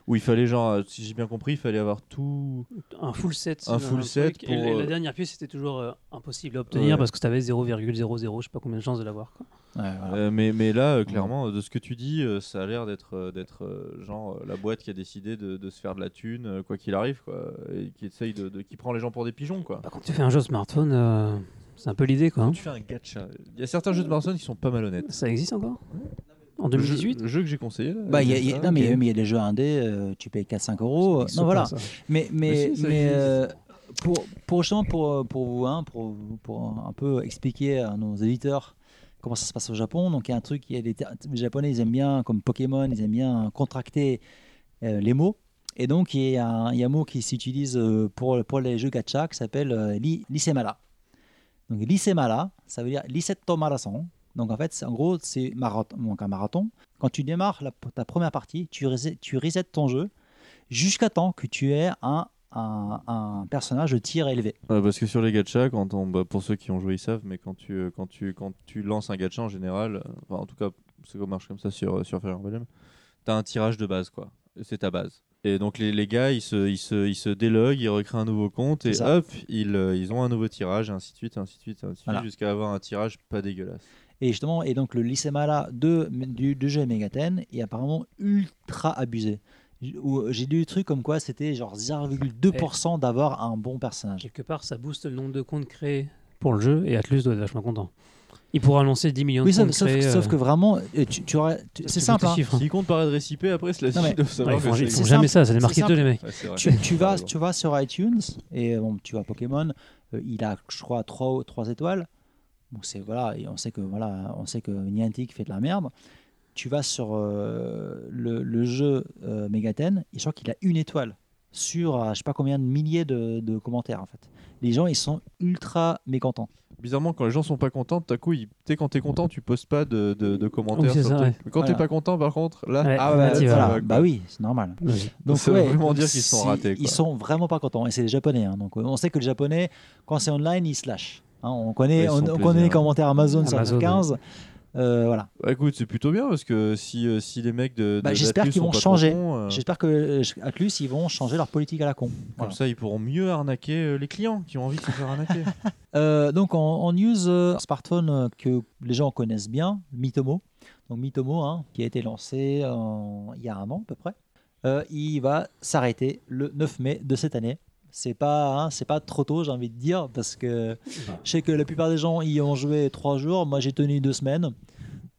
Où il fallait genre, euh, si j'ai bien compris, il fallait avoir tout. Un full set. Un c'est full set truc. Et pour, la- euh, la dernière pièce c'était toujours euh, impossible à obtenir Ouais. parce que t'avais 0,00 je sais pas combien de chances de l'avoir. quoi. Ouais, voilà. Euh, mais, mais là, euh, clairement, euh, de ce que tu dis, euh, ça a l'air d'être euh, d'être euh, genre euh, la boîte qui a décidé de, de se faire de la thune, euh, quoi qu'il arrive, quoi, et qui essaye de, de- qui prend les gens pour des pigeons, quoi. Bah, quand tu fais un jeu smartphone, euh, c'est un peu l'idée quoi. hein. Tu fais un gacha. Euh, Il y a certains jeux de personnes qui sont pas mal honnêtes. Ça existe encore En Le jeu- 2018 Le jeu que j'ai conseillé. là, Bah, il y a- il y a- ça, non, mais ok. mais il y a des jeux indés, euh, tu payes 4-5 euros. euh, Ils sont Non, voilà. pas, ça. Mais, mais, Mais si, ça mais, existe. euh, pour, pour justement pour pour vous hein, pour pour un peu expliquer à nos éditeurs comment ça se passe au Japon. Donc il y a un truc, il y a des ter- les Japonais ils aiment bien comme Pokémon, ils aiment bien contracter euh, les mots. Et donc il y a un, il y a un mot qui s'utilise euh, pour pour les jeux gacha qui s'appelle euh, li- lisemala. Donc lisemala, ça veut dire lisetto marathon. Donc en fait, c'est- en gros, c'est marathon, donc un marathon. Quand tu démarres la- ta première partie, tu, reset- tu resets ton jeu jusqu'à temps que tu aies un, un, un personnage de tir élevé. Ouais, parce que sur les gachas, quand on, bah, pour ceux qui ont joué, ils savent, mais quand tu, euh, quand tu, quand tu lances un gacha en général, euh, enfin, en tout cas, ça marche comme ça sur, euh, sur Fire Emblem, t'as un tirage de base, quoi. C'est ta base. Et donc les, les gars, ils se, ils, se, ils se déloguent, ils recréent un nouveau compte, et C'est ça. hop, ils, euh, ils ont un nouveau tirage, et ainsi de suite, et ainsi de suite, et ainsi de suite, Voilà. jusqu'à avoir un tirage pas dégueulasse. Et justement, et donc le Lycémala de, du, du jeu Megaten est apparemment ultra abusé. J- où J'ai lu des trucs comme quoi c'était genre 0,2% d'avoir un bon personnage. Quelque part, ça booste le nombre de comptes créés pour le jeu et Atlus doit être vachement content. Il pourra annoncer 10 millions de Oui, sauf, comptes sauf- créés. sauf euh, que vraiment, euh, tu, tu aurais- tu- c'est tous simple. les hein. chiffres, hein. S'ils comptent paraître récipé, après, c'est la Non, mais- suite de Ouais, savoir ils que font, ils c'est- font c'est jamais ça, simple. c'est des C'est marketeux simple. les mecs. Ouais, c'est vrai. Tu, tu T'as vas, raison. tu vas sur iTunes et bon, tu vas Pokémon, euh, il a, je crois, 3, étoiles. Bon, c'est, voilà, et on, sait que, voilà, on sait que Niantic fait de la merde. Tu vas sur euh, le, le jeu euh, Megaten et je crois qu'il a une étoile sur euh, je sais pas combien de milliers de, de commentaires en fait. Les gens ils sont ultra mécontents. Bizarrement, quand les gens sont pas contents, tout à coup, ils... tu sais, quand t'es content, tu postes pas de, de, de Oui, commentaires. c'est sur ça, le truc. ouais. Mais quand Voilà. t'es pas content, par contre, là, Ouais, ah là, ouais, t'y ça vas. va, quoi. Bah oui, c'est normal. Donc, Ça veut ouais, vraiment donc dire qu'ils sont si- ratés, quoi. Ils sont vraiment pas contents. Et c'est les Japonais. hein. donc, on sait que les Japonais, quand c'est online, ils se lâchent. hein. on connaît, Ouais, ils on, se font on plaisir. connaît les commentaires Amazon, sur Amazon, 15. Euh, voilà. Bah écoute, c'est plutôt bien parce que si, euh, si les mecs de. de- Bah, j'espère d'Atlus qu'ils sont vont pas changer. contents, euh, J'espère que euh, Atlus, ils vont changer leur politique à la con. Comme Voilà. ça, ils pourront mieux arnaquer euh, les clients qui ont envie de se faire arnaquer. Euh, donc, en, en news, euh, smartphone euh, que les gens connaissent bien, Mitomo. Donc, Mitomo, hein, qui a été lancé en- il y a un an à peu près. Euh, il va s'arrêter le 9 mai de cette année. C'est pas, hein, c'est pas trop tôt, j'ai envie de dire, parce que je sais que la plupart des gens y ont joué trois jours. Moi, j'ai tenu deux semaines.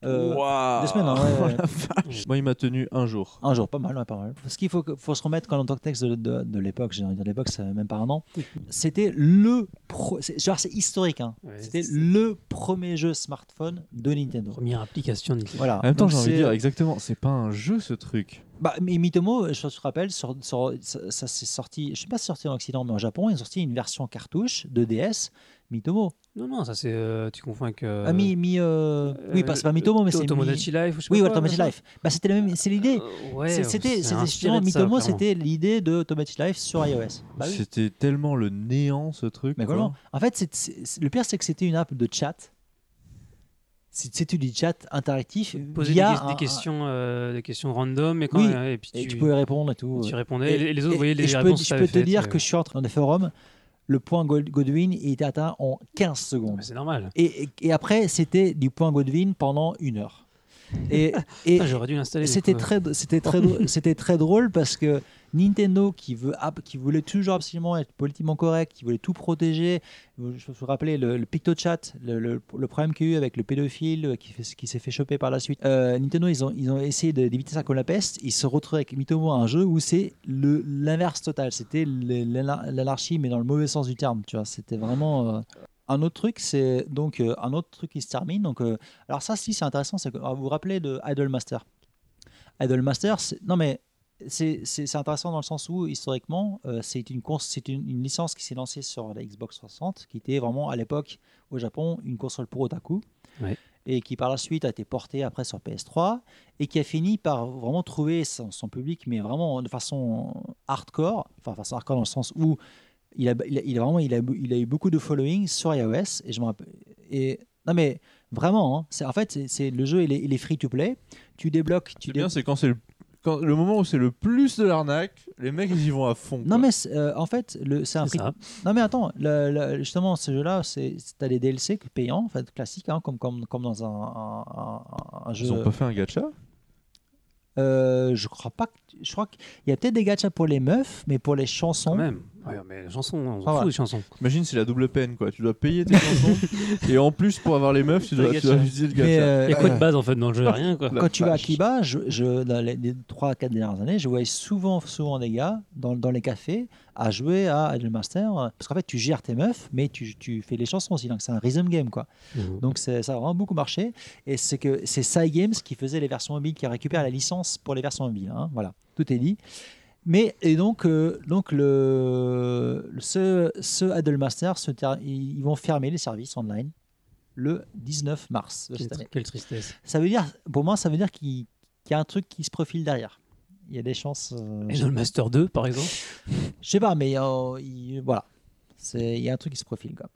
Euh, Deux semaines, hein, ouais, ouais. Moi, il m'a tenu un jour. Un jour, pas mal, ouais, pas mal. Parce qu'il faut, que- faut se remettre quand on entend le texte de, de- de l'époque, j'ai envie de dire l'époque, c'est même pas un an. C'était le. pro- c'est- genre, c'est historique, hein. Ouais, C'était c'est- le premier jeu smartphone de Nintendo. Première application Nintendo. Voilà. En même temps, Donc j'ai envie de c'est- euh, euh, dire, exactement, c'est pas un jeu ce truc. Bah, mais Mitomo, je te rappelle, sur, sur- ça, ça s'est sorti, je sais pas si c'est sorti en Occident, mais en Japon, ils ont sorti une version cartouche de DS, Mitomo. Non, non, ça c'est. euh, tu confonds avec. euh, Ah, mi, mi, euh, oui, pas- c'est pas Mitomo, mais To- c'est. mi- Tomodachi Life ou je sais Oui, pas voilà, quoi, Tomodachi machin. Life. Bah, c'était la même, c'est l'idée. Euh, ouais, C'est- c'était, c'est c'était inspiré de justement, ça, Mitomo, clairement. c'était l'idée de Tomodachi Life sur iOS. Bah oui. C'était tellement le néant ce truc. Mais quoi. vraiment, en fait, c'est- c'est- c'est- le pire, c'est que c'était une app de chat. C'est c'est du chat interactif. Poser des, via des un- un- questions, euh, des questions random et, quand, Oui, et puis Et tu, tu pouvais répondre et tout. euh. tu répondais et, les autres et- voyaient et les je peux, réponses. je que peux t'avais te faites, dire euh, que je suis entré dans les forums, le point Gold- Godwin il était atteint en 15 mais secondes. C'est normal. Et, et- et après, c'était du point Godwin pendant une heure. Et, et, Putain, J'aurais dû l'installer. et du c'était coup. très, c'était très, drôle- c'était très drôle parce que Nintendo qui veut, ab- qui voulait toujours absolument être politiquement correct, qui voulait tout protéger. Je je vous rappelais le, le PictoChat, le, le- le problème qu'il y a eu avec le pédophile euh, qui, fait- qui s'est fait choper par la suite. Euh, Nintendo, ils ont, ils ont essayé de- d'éviter ça comme la peste. Ils se retrouvent avec Mitomo, un jeu où c'est le- l'inverse total. C'était le- l'ana- l'anarchie, mais dans le mauvais sens du terme. Tu vois, c'était vraiment. euh, un autre truc, c'est donc euh, un autre truc qui se termine. Donc, euh, alors ça, si c'est intéressant, c'est que alors, vous vous rappelez de Idolmaster. Idolmaster, c'est- non mais c'est c'est- c'est intéressant dans le sens où historiquement, euh, c'est une, cons- c'est une, une licence qui s'est lancée sur la Xbox 60, qui était vraiment à l'époque au Japon une console pour otaku, Ouais. et qui par la suite a été portée après sur PS3 et qui a fini par vraiment trouver son, son public, mais vraiment de façon hardcore, enfin façon hardcore dans le sens où il a, il a- il a vraiment il a, il a eu beaucoup de following sur iOS et je me rappelle et non mais vraiment hein, c'est en fait c'est- c'est le jeu il est, il est free to play tu débloques tu C'est dé- bien, c'est quand c'est le. quand- le moment où c'est le plus de l'arnaque, les mecs ils y vont à fond. non quoi. mais c'est, euh, en fait le c'est un C'est free ça. non mais attends le- le- justement ce jeu là c'est c'est- t'as des DLC payants en fait classiques hein, comme comme comme dans un, un- un- un jeu Ils ont pas fait un gacha Euh, je crois pas que- je crois qu'il y a peut-être des gachas pour les meufs mais pour les chansons Quand même. Ouais, mais les chansons, on s'en Ah, fout ouais. des chansons. Imagine, c'est la double peine, quoi. Tu dois payer tes chansons et en plus, pour avoir les meufs, tu dois, Le tu dois gacha. utiliser le Mais, gacha. euh, Il y a quoi de base en fait dans le jeu Rien quoi. La quand tu vas à vache. Kiba, je, je- dans les, 3-4 dernières années, je voyais souvent, souvent des gars dans, dans les cafés à jouer à Idle Master. euh, Parce qu'en fait, tu gères tes meufs, mais tu, tu fais les chansons aussi. Donc, c'est un rhythm game, quoi. Mhm. Donc, c'est- ça a vraiment beaucoup marché. Et c'est que c'est Cygames qui faisait les versions mobiles, qui récupère la licence pour les versions mobiles. hein, Voilà, tout est dit. Mais et donc, euh, donc le, le- ce, ce Idle Master, ce ter- ils ils vont fermer les services online le 19 mars de Quelle, cette année. quelle tristesse. Ça veut dire, pour moi, ça veut dire qu'il qu'il y a un truc qui se profile derrière. Il y a des chances. euh, Et dans le Master 2 par exemple je sais pas, mais euh, il- voilà. C'est- Il y a un truc qui se profile. Quoi.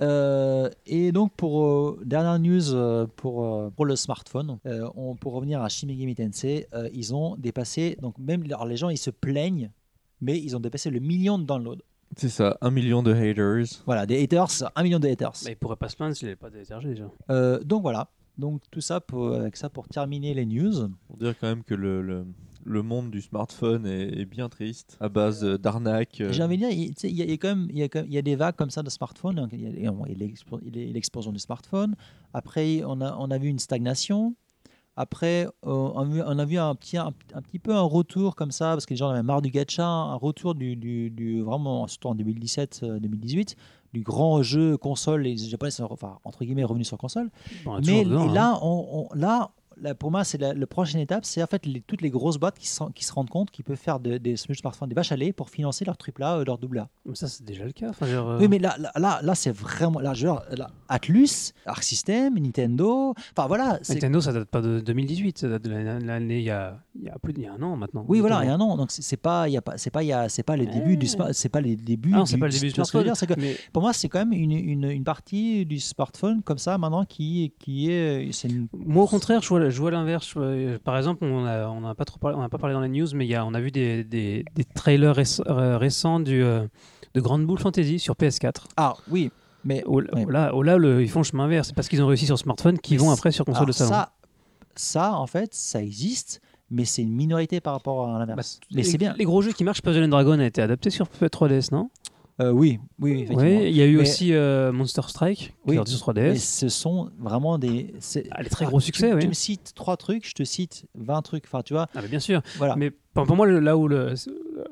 Euh, et donc, pour euh, dernière news euh, pour, euh, pour le smartphone, euh, on, pour revenir à Shin Megami Tensei, euh, ils ont dépassé, donc même alors les gens ils se plaignent, mais ils ont dépassé le million de downloads. C'est ça, un million de haters. Voilà, des haters, un million de haters. Mais bah, il pourrait pas se plaindre s'il n'avait pas d'énergie déjà. Euh, donc voilà, donc tout ça pour, avec ça pour terminer les news. Pour dire quand même que le, le, le monde du smartphone est, est bien triste, à base euh, d'arnaques. euh, J'ai envie de dire, il tu sais, il y, a- il y a quand même, il y a quand même- il y a des vagues comme ça de smartphones. Donc, Il y a, et on- il y a l'explo- il y a l'explosion du smartphone. Après, on a, on a vu une stagnation. Après, euh, on, a vu, on a vu un petit, un, un petit peu un retour comme ça, parce que les gens en avaient marre du gacha, un retour du, du- du- vraiment, surtout en euh, 2017-2018, du grand jeu console. Les Japonais sont, enfin, entre guillemets, revenus sur console. Bon, on est Mais toujours dedans, hein. là, on- on- là, là, pour moi, c'est la, la prochaine étape, c'est en fait les- toutes les grosses boîtes qui se, qui se rendent compte qu'ils peuvent faire de- des smartphones, des vaches à lait pour financer leur triple A, euh, leur double A. Mais ça c'est déjà le cas. Enfin, genre, euh, Oui, mais là, là, là, là, c'est vraiment. Là, je veux dire, là, Atlus, Arc System, Nintendo. Enfin voilà, c'est- Nintendo ça date pas de 2018, ça date de l'année- l'année il y a, il y a plus de- il y a un an maintenant. Oui, voilà, il y Notamment. a un an. Donc c'est- c'est pas, il y a pas, c'est pas, il y a, c'est pas le début du sma- c'est pas les débuts. Ah non, c'est du- pas le début du ce que je smartphone. veux dire, c'est que Mais pour moi, c'est quand même une, une, une partie du smartphone comme ça maintenant qui, qui est, c'est une- Moi, au contraire, je vois, je vois l'inverse. Je vois- euh, Par exemple, on n'a on a pas trop parlé, on a pas parlé dans les news, mais il y a, on a vu des, des, des trailers réc- euh, récents du, euh, de Grande Boule Fantasy sur PS4. Ah oui, mais Au- Oui. Là, au- là le- ils font le chemin inverse. C'est parce qu'ils ont réussi sur smartphone qu'ils Mais vont c'est- après sur console Alors, de salon. Ça, ça, en fait, ça existe, mais c'est une minorité par rapport à Bah, l'inverse. mais les- c'est bien. Les gros jeux qui marchent, Puzzle and Dragon a été adapté sur 3DS, non Euh, oui, oui, oui, Oui, effectivement. il y a eu Mais- aussi euh, Monster Strike qui Oui. est sorti sur Mais 3DS. ce sont vraiment des. c'est- Ah, les très gros tu- succès, tu, oui. me cites trois trucs, je te cite 20 trucs. Enfin, tu vois, Ah, mais bien sûr. voilà. Mais pour, pour moi, le- là où, le,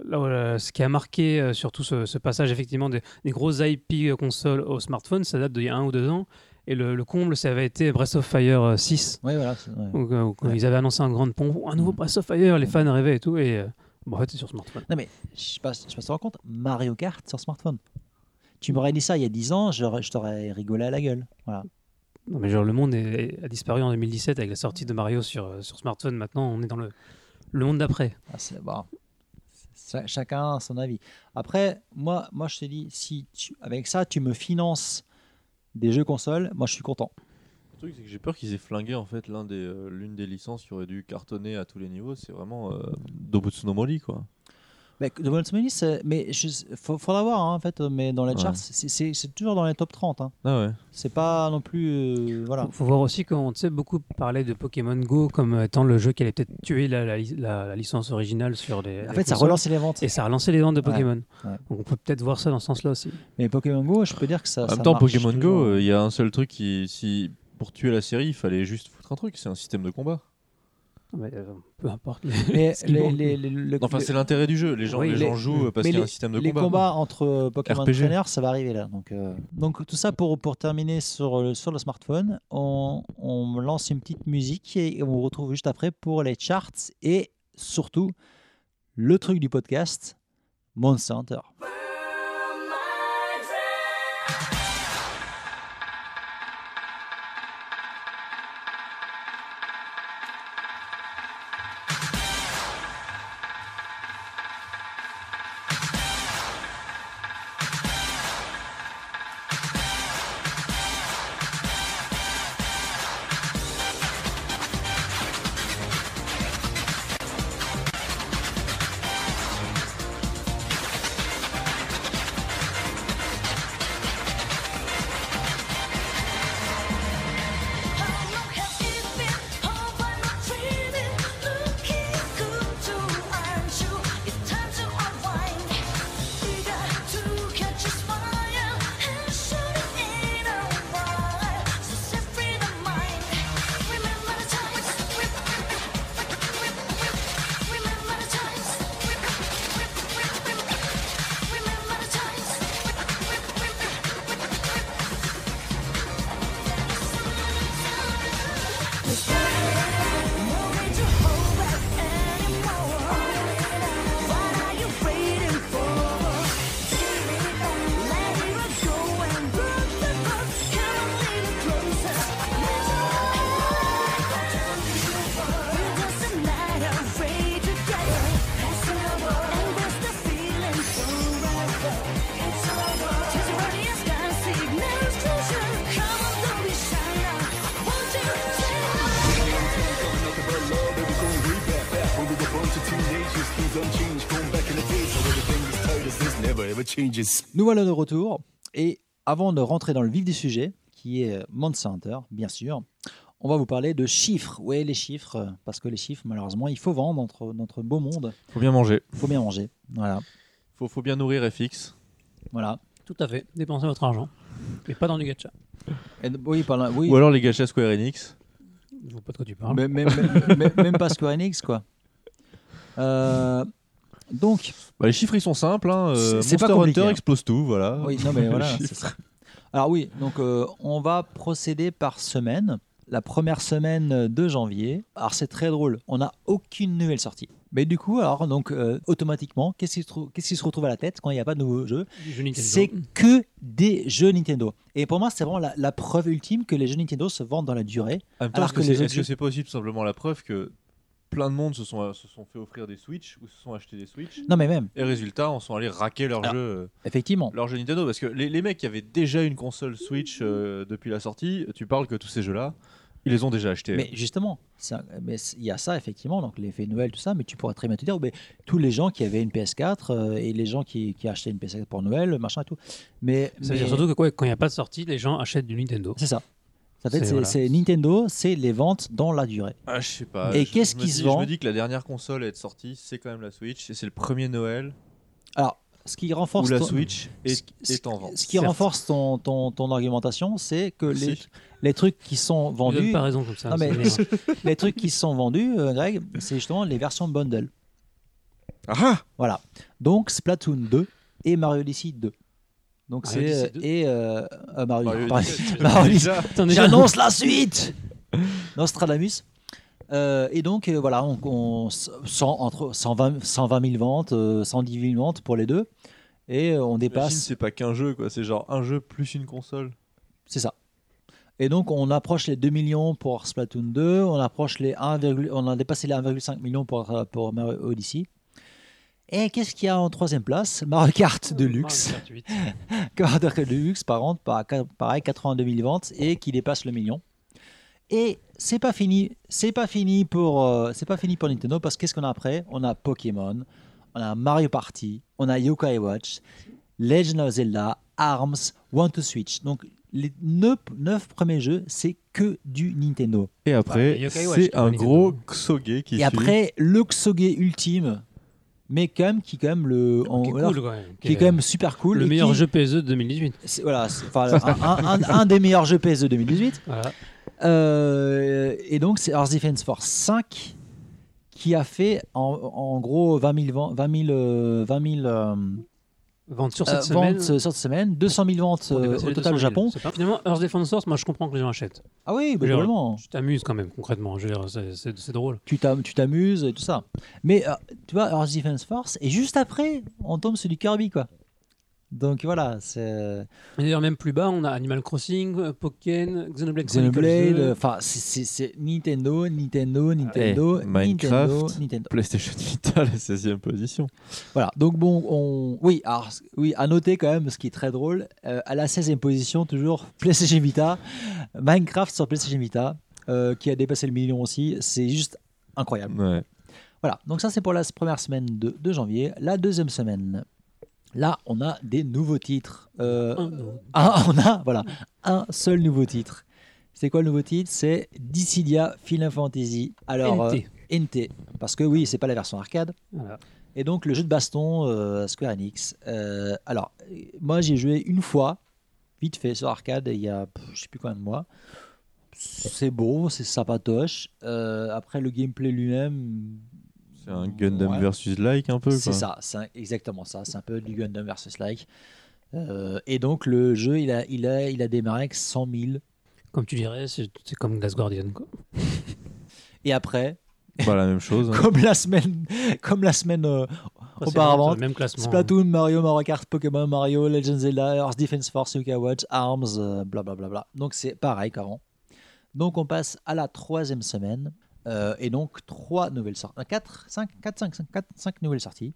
là où le- ce qui a marqué euh, surtout ce, ce passage effectivement des, des grosses IP euh, consoles au smartphone, ça date d'il y a un ou deux ans. Et le, le comble, ça avait été Breath of Fire euh, 6. Oui, voilà. c'est- ouais. où, euh, où Ouais. Mm. Ils avaient annoncé un grand pont, un nouveau Breath of Fire, les fans rêvaient et tout. Et euh, bon, en fait, c'est sur smartphone. Non, mais je sais pas, je sais pas si tu te rends compte, Mario Kart sur smartphone. Tu m'aurais dit ça il y a 10 ans, j'aurais- je t'aurais rigolé à la gueule. Voilà. Non, mais genre, le monde est- a disparu en 2017 avec la sortie de Mario sur, euh, sur smartphone. Maintenant, on est dans le, le monde d'après. Ah, c'est bon. Cha- Chacun a son avis. Après, moi, moi je te dis, si tu- avec ça, tu me finances des jeux consoles, moi je suis content. Le truc, c'est que j'ai peur qu'ils aient flingué en fait l'un des, euh, l'une des licences qui aurait dû cartonner à tous les niveaux. C'est vraiment euh, Dobutsunomori, quoi. Mais de bonne semaine, c'est- mais je, faut, faudra voir hein, en fait, mais dans la Ouais. charts, c'est- c'est c'est toujours dans les top 30. hein. Ah ouais. C'est pas non plus. euh, voilà. Faut, faut voir aussi qu'on sait beaucoup parler de Pokémon Go comme euh, étant le jeu qui allait peut-être tuer la, la- la- la licence originale sur les. En les fait, ça consoles. relance les ventes. Et ça a relancé les ventes de Ouais, Pokémon. ouais. Donc on peut peut-être voir ça dans ce sens-là aussi. Mais Pokémon Go, je peux dire que ça. En ça même temps, marche Pokémon toujours. hein. Go, euh, il y a un seul truc qui. Si, pour tuer la série, il fallait juste foutre un truc. C'est un système de combat. Mais, euh, peu importe. Mais ce qui les, manque. les- les- le- Enfin, le- c'est l'intérêt du jeu. Les gens, Oui, les les- gens jouent euh, parce mais qu'il y a un système de les combat. combats entre euh, Pokémon RPG. trainers, ça va arriver là. Donc, euh, donc tout ça pour, pour terminer sur, le- sur le smartphone, on, on lance une petite musique et on vous retrouve juste après pour les charts et surtout le truc du podcast, Monster Hunter. Monster Hunter. Nous voilà de retour. Et avant de rentrer dans le vif du sujet, qui est Monsanto, bien sûr, on va vous parler de chiffres. Oui, les chiffres, euh, parce que les chiffres, malheureusement, il faut vendre notre, notre beau monde. Faut bien manger. Il faut bien manger. Voilà. Faut, faut bien nourrir FX. voilà. Tout à fait. Dépensez votre argent. Mais pas dans du gacha. Et d- oui, par là- oui. Ou alors les gâchés Square Enix. Je vois pas de quoi tu parles. Mais- mais- mais- mais- même pas Square Enix, quoi. Euh, donc, Bah, les chiffres ils sont simples. Hein. euh, C'est- c'est pas Monster compliqué, Hunter hein. explose tout, voilà. oui, non, mais Les voilà, chiffres. c'est ça. Alors oui, donc euh, on va procéder par semaine. La première semaine de janvier. Alors c'est très drôle. On n'a aucune nouvelle sortie. Mais du coup, alors donc euh, automatiquement, qu'est-ce qui, se trou- qu'est-ce qui se retrouve à la tête quand il n'y a pas de nouveau jeu Du jeu Nintendo. C'est que des jeux Nintendo. Et pour moi, c'est vraiment la, la preuve ultime que les jeux Nintendo se vendent dans la durée. En même temps, Alors est-ce que que les c'est- autres est-ce jeux- que c'est pas aussi tout simplement la preuve que plein de monde se sont, se sont fait offrir des Switch ou se sont achetés des Switch Non, mais même, et résultat, on sont allés raquer leur Alors- jeu, euh, effectivement. leur jeu Nintendo parce que les, les mecs qui avaient déjà une console Switch euh, depuis la sortie, tu parles que tous ces jeux-là, ils les ont déjà achetés. Mais justement, ça- mais c- il y a ça effectivement, donc l'effet Noël, tout ça, mais tu pourrais très bien te dire, mais tous les gens qui avaient une PS4 euh, et les gens qui, qui achetaient une PS4 pour Noël, machin et tout. Mais, Ça mais- veut dire surtout que quoi, quand il n'y a pas de sortie, les gens achètent du Nintendo. C'est ça. Ça fait, C'est- c'est voilà. c'est Nintendo, c'est les ventes dans la durée. Ah, je sais pas. Et je- qu'est-ce je me qui se dis- vend Je me dis que la dernière console à être sortie, c'est quand même la Switch et c'est le premier Noël Alors, ce qui renforce où la ton- Switch ce- est, ce- est en vente. ce qui certes. renforce ton, ton, ton argumentation, c'est que les, Si. les trucs qui sont Vous n'avez vendus, pas raison comme ça. Non, ça mais- m'énerve. les trucs qui sont vendus, euh, Greg, c'est justement les versions bundle. Ah Voilà. Donc Splatoon 2 et Mario Odyssey 2. Donc Mario c'est euh, Odyssey 2. et euh, euh, Mario. Mario pardon. Odyssey, Mario Odyssey. déjà. Attendez, J'annonce la suite. Nostradamus. Euh, et donc euh, voilà, on, on- 100, entre 120, 120 000 ventes, euh, 110 000 ventes pour les deux, et euh, on Imagine, dépasse. c'est pas qu'un jeu quoi, c'est genre un jeu plus une console. C'est ça. Et donc, on approche les 2 millions pour Splatoon 2, on, approche les 1, on a dépassé les 1,5 million pour, euh, pour Mario Odyssey. Et qu'est-ce qu'il y a en troisième place Mario Kart de luxe. Mario Kart 8. Mario Kart de luxe, par an, par- pareil, 82 000 ventes et qui dépasse le million. Et c'est pas fini, c'est pas fini pour, euh, c'est pas fini pour Nintendo parce qu'est-ce qu'on a après On a Pokémon, on a Mario Party, on a Yokai Watch, Legend of Zelda, Arms, One to Switch. Donc les 9, premiers jeux, c'est que du Nintendo. Et après, Bah, Yokai Watch, c'est c'est quand même, un Nintendo. gros xogé qui Et après le Xogé ultime, mais quand même qui est quand même le, en- Ah, Qui est alors, cool, quand même. qui est quand même super cool, le et meilleur qui- jeu PSE de 2018. c'est- voilà, c'est- enfin, un, un- un- un des meilleurs jeux PS de 2018. Voilà. Euh, et donc, c'est Earth Defense Force 5 qui a fait en, en gros 20 000, ventes- 20 000, euh, 20 000, euh, Vente sur euh, cette semaine. ventes euh, sur cette semaine, 200 000 ventes on euh, dépasse au les total 200 000. au Japon. C'est pas- Finalement, Earth Defense Source, moi je comprends que les gens achètent. Ah oui, bah, Genre- globalement. Tu t'amuses quand même, concrètement. Je veux dire, c'est- C'est c'est drôle. Tu t'am- tu t'amuses et tout ça. Mais euh, tu vois, Earth Defense Force, et juste après, on tombe sur du Kirby, quoi. Donc voilà, c'est Mais d'ailleurs, même plus bas, on a Animal Crossing, euh, Pokken, Xenoblade, Chronicles Xenoblade, 2. euh, enfin, c'est- c'est c'est Nintendo, Nintendo, Nintendo, Nintendo, Minecraft. Nintendo. PlayStation Vita la 16e position. Voilà, donc bon, on... oui, alors, c- oui, à noter quand même, ce qui est très drôle, euh, à la 16e position, toujours PlayStation Vita, Minecraft sur PlayStation Vita, euh, qui a dépassé le million aussi, c'est juste incroyable. Ouais. Voilà, donc ça c'est pour la s- première semaine de, de janvier. La deuxième semaine, là, on a des nouveaux titres. Euh, Un, non. un- on a, voilà, un seul nouveau titre. C'est quoi le nouveau titre C'est Dissidia Final Fantasy. Alors, euh, NT. NT, parce que oui, c'est pas la version arcade. Voilà. Et donc le jeu de baston euh, Square Enix. Euh, alors euh, moi j'ai joué une fois, vite fait sur arcade, il y a pff, je sais plus combien de mois. C'est beau, c'est sympatoche. Euh, après le gameplay lui-même, C'est un Gundam Ouais. versus like un peu quoi. c'est ça, c'est un- exactement ça. C'est un peu du Gundam versus like. Euh, et donc le jeu il a, il a, il a démarré avec 100 000. Comme tu dirais, c'est c'est comme Glass Guardian. Quoi. Et après, Pas la même chose. hein. comme la semaine, comme la semaine euh, auparavant, C'est le même classement. hein. Splatoon, Mario, Mario Kart, Pokémon, Mario, Legend Zelda, Earth Defense Force, Yuka Watch, Arms, euh, blablabla. Donc c'est pareil qu'avant. Donc on passe à la troisième semaine. euh, et donc trois nouvelles sorties. Euh, 4, 5, 4, 5, 4, 5 nouvelles sorties.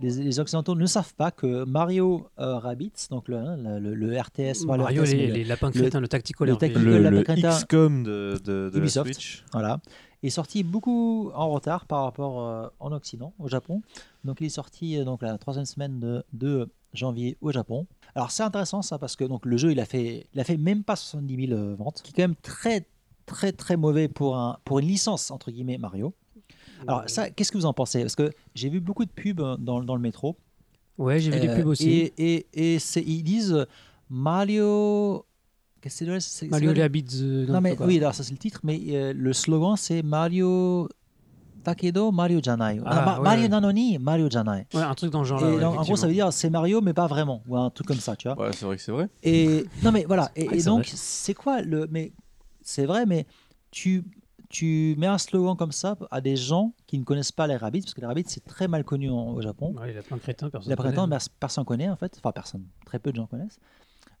Les, les Occidentaux ne savent pas que Mario euh, Rabbids, donc le, hein, le, le- le RTS, pas le Mario, RTS, mais les, le- les lapins le- crétins, le, tactical le RPG. tactical- Le, la le Pacata- XCOM de, de, de la Ubisoft. Switch. Voilà. Est sorti beaucoup en retard par rapport euh, en Occident, au Japon. Donc il est sorti euh, donc la troisième semaine de, de janvier au Japon. Alors c'est intéressant ça parce que donc le jeu il a fait, il a fait même pas 70 000 euh, ventes, qui est quand même très très très mauvais pour un pour une licence entre guillemets Mario. Alors ça, qu'est-ce que vous en pensez Parce que j'ai vu beaucoup de pubs euh, dans, dans le métro. Ouais, j'ai vu des Euh, pubs aussi. Et, et, et c'est- ils disent euh, Mario. Qu'est-ce que c'est Mario c'est- les Habits. euh, non, mais quoi. oui, alors ça c'est le titre, mais euh, le slogan c'est Mario Takedo, Mario Janai. Ah, Ah, Ma- ouais, Mario ouais. Oh Nanoni, Mario Janai. Ouais, un truc dans le genre. euh, Et donc, en gros, ça veut dire c'est Mario, mais pas vraiment, ou un truc comme ça, tu vois. Ouais, c'est vrai que c'est vrai. Et non, mais voilà. vrai Et, et que Ah, c'est donc, vrai. c'est quoi le. Mais c'est vrai, mais tu, tu mets un slogan comme ça à des gens qui ne connaissent pas les rabbits, parce que les rabbits c'est très mal connu en- au Japon. Ouais, les lapins crétins, personne. Il a connaît. prétendu, personne connaît en fait, enfin personne, très peu de gens connaissent.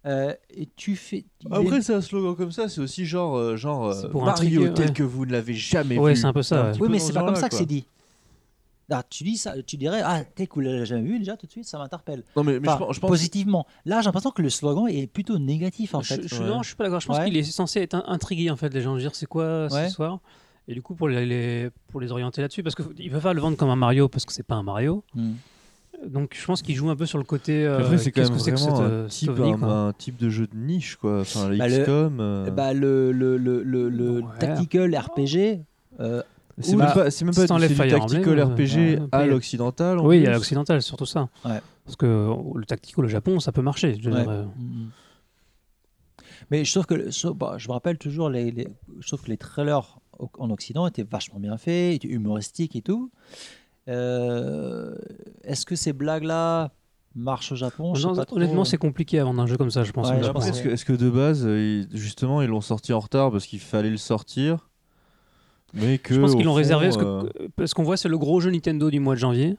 Euh, et tu fais. Ah, Après, c'est un slogan comme ça, c'est aussi genre, euh, genre C'est euh, pour Mario intriguer, tel ouais. que vous ne l'avez jamais Ouais, vu. c'est un peu ça, ouais. petit Oui, mais dans c'est ce pas comme genre-là, ça que quoi. c'est dit. Ah, tu dis ça, tu dirais ah tel que l'as jamais vu déjà tout de suite, ça m'interpelle. Non, mais, mais Enfin, je pense- je pense. positivement. Là, j'ai l'impression que le slogan est plutôt négatif en fait. Je, je- Non, je suis pas d'accord. Je pense Ouais. qu'il est censé être in- intrigué en fait les gens de dire c'est quoi euh, Ouais. ce soir. Et du coup pour les, les- pour les orienter là-dessus parce qu'il va pas le vendre comme un Mario parce que c'est pas un Mario. Hmm. Donc je pense qu'il joue un peu sur le côté. euh, Après, c'est quand qu'est-ce même que c'est que vraiment cette, un euh, type, cette ovni, un- quoi. un type de jeu de niche, quoi. Enfin, les Bah, le- XCOM. euh, Bah, le le, le, le, le Ouais. tactical RPG. euh, c'est ou- même bah, pas, c'est même si pas t'enlèves c'est du Fire tactical Emblem, RPG euh, ouais. à l'occidental. en Oui, il y plus. a l'occidental, surtout ça. Ouais. Parce que euh, le tactico, le Japon, ça peut marcher. je veux Ouais. dire, euh. mm. Mais je trouve que le- sauf- bah, je me rappelle toujours les, les- je trouve que les trailers au- en Occident étaient vachement bien faits, étaient humoristiques et tout. Euh, Est-ce que ces blagues là marchent au Japon Je sais Non, pas trop. honnêtement, c'est compliqué à vendre un jeu comme ça, je pense. Ouais, au je Japon. pense, Est-ce que, est-ce que de base, euh, ils- justement, ils l'ont sorti en retard parce qu'il fallait le sortir mais que, Je pense au qu'ils l'ont fond, réservé. Parce euh, que, parce qu'on voit, c'est le gros jeu Nintendo du mois de janvier.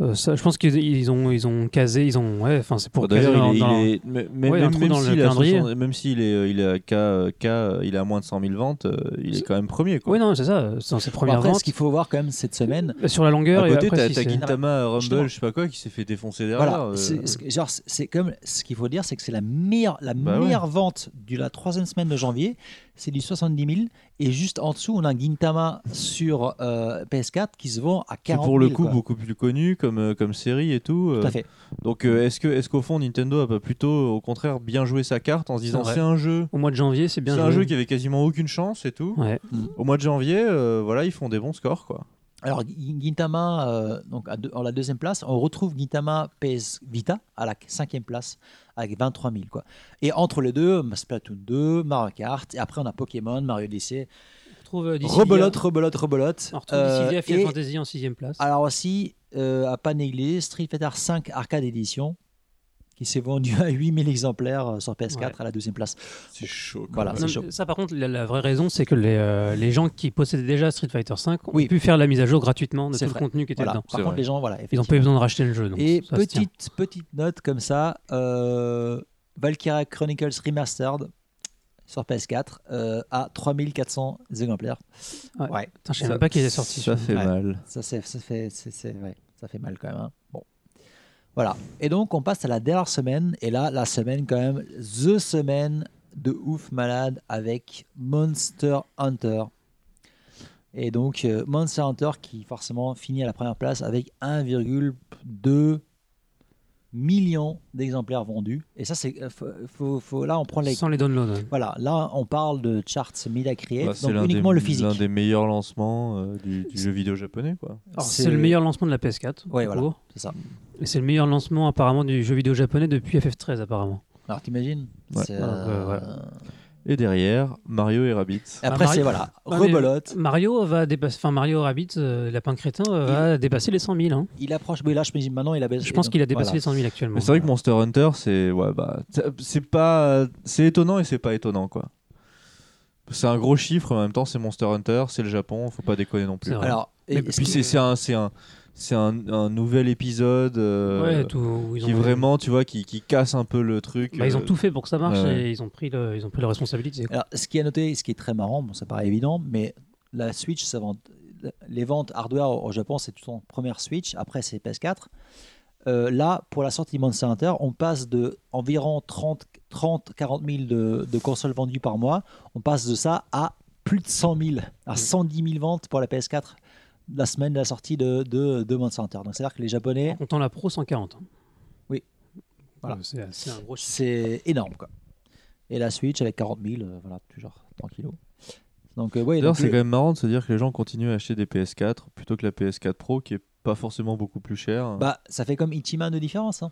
Euh, ça, je pense qu'ils ils ont, ils ont casé, ils ont. Ouais, enfin, c'est pour. Bah, D'ailleurs, caser dans- il est, dans- il est- mais- mais- Ouais, il y a même, un trou même dans le s'il a calendrier. 60 même s'il est, euh, il est à K- K- il est à moins de 100 000 ventes, euh, il est C'est- quand même premier. Quoi. Ouais, non, c'est ça. C'est dans ses Bon, premières après, ventes. Bah, ce qu'il faut voir quand même cette semaine, Sur la longueur à côté, et après, t'as si t'as c'est- Gintama Justement. Rumble, je sais pas quoi, qui s'est fait défoncer derrière. Voilà, euh, c'est- c'est- genre c'est- c'est comme ce qu'il faut dire, c'est que c'est la meilleure, la Bah ouais. meilleure vente de la troisième semaine de janvier, c'est du 70 000 et juste en dessous on a un Gintama sur euh, PS4 qui se vend à qui est 40 000. pour le coup quoi. beaucoup plus connu comme, euh, comme série et tout. Tout euh, à fait. donc euh, est-ce que est-ce qu'au fond Nintendo a pas plutôt au contraire bien joué sa carte en se disant C'est vrai. c'est un jeu Au mois de janvier, c'est bien. c'est un jeu joué. qui avait quasiment aucune chance et tout. Ouais. Au mois de janvier, euh, voilà, ils font des bons scores quoi. Alors Gin- Gintama euh, donc à deux- en la deuxième place, on retrouve Gintama PS Vita à la cinquième place avec 23 000 quoi. Et entre les deux, bah, Splatoon 2, Mario Kart et après on a Pokémon, Mario DC, On retrouve euh, Dissidia- rebelote, rebelote, rebelote. On retrouve Euh, Dissidia Final et- Fantasy en 6 place. Alors aussi, euh, à pas négliger, Street Fighter V Arcade Edition, qui s'est vendu à 8000 exemplaires euh, sur PS4 Ouais. à la deuxième place. C'est chaud. Voilà, Non, c'est chaud. mais ça, par contre, la, la vraie raison, c'est que les, euh, les gens qui possédaient déjà Street Fighter V ont Oui. pu faire la mise à jour gratuitement de C'est tout vrai. le contenu qui était Voilà. dedans. Par contre, les gens, voilà. Ils n'ont effectivement. pas eu besoin de racheter le jeu. donc Et ça se tient. petite, petite note comme ça, euh, Valkyria Chronicles Remastered sur PS4 euh, à 3400 exemplaires. Ouais. Ouais, Putain, je sais ça- même pas qu'il est sorti. Ça celui-là. fait Ouais. mal. ça, c'est- ça fait, c'est- c'est- ouais, ça fait mal quand même. hein. Bon. Voilà. Et donc, on passe à la dernière semaine. Et là, la semaine, quand même, The Semaine de ouf malade avec Monster Hunter. Et donc, euh, Monster Hunter qui, forcément, finit à la première place avec 1,2 million d'exemplaires vendus. Et ça, c'est. euh, faut- faut- faut- là, on prend les. Sans les downloads. Voilà, là, on parle de charts Metacritic, Bah, c'est donc l'un des- uniquement le L'un physique. des meilleurs lancements euh, du, du jeu vidéo japonais quoi. Alors, C'est le meilleur lancement de la PS4. Oh, Ouais, tout voilà. court. C'est ça. Et c'est le meilleur lancement apparemment du jeu vidéo japonais depuis FF13 apparemment. Alors, t'imagines Ouais. C'est, euh, Ouais, Et derrière, Mario et Rabbit. Et après, Bah, Mario- c'est voilà, Bah, mais- rebelote. Mario va dépasser, enfin Mario Rabbit, euh, Lapin Crétin euh, va dépasser les 100 000. hein. Il approche. Oui, là, je, me- maintenant, il a Je pense qu'il a dépassé les 100 000 actuellement. Mais c'est vrai que Monster Hunter, c'est ouais, bah, c'est- c'est pas c'est étonnant et c'est pas étonnant quoi. C'est un gros chiffre, mais en même temps, c'est Monster Hunter, c'est le Japon, faut pas déconner non plus. C'est vrai. Alors, et- Et est-ce puis que- c'est c'est un, c'est un, c'est un, un nouvel épisode euh, ouais, tout, ils qui ont- vraiment, tu vois, qui, qui casse un peu le truc. bah, ils ont euh, tout fait pour que ça marche ouais. et ils ont pris le, ils ont pris leur responsabilité. Alors, ce qui est à noter, ce qui est très marrant, bon, ça paraît évident, mais la Switch, ça vend- les ventes hardware au au Japon, c'est tout en première Switch, après c'est PS4. Euh, là, pour la sortie de Monster Hunter, on passe de environ 30, 30 40 000 de, de consoles vendues par mois, on passe de ça à plus de 100 000, à 110 000 ventes pour la PS4 la semaine de la sortie de, de, de Monster Hunter. Donc, c'est-à-dire que les En Japonais, comptant la Pro hein. 140. Oui. Voilà. Euh, C'est c'est un gros chiffre. c'est énorme. Quoi. Et la Switch avec 40 000, euh, voilà, toujours tranquillou. Donc, euh, ouais, D'ailleurs, donc, c'est quand même marrant de se dire que les gens continuent à acheter des PS4 plutôt que la PS4 Pro qui est pas forcément beaucoup plus chère. Bah, ça fait comme Ichima de différence. hein.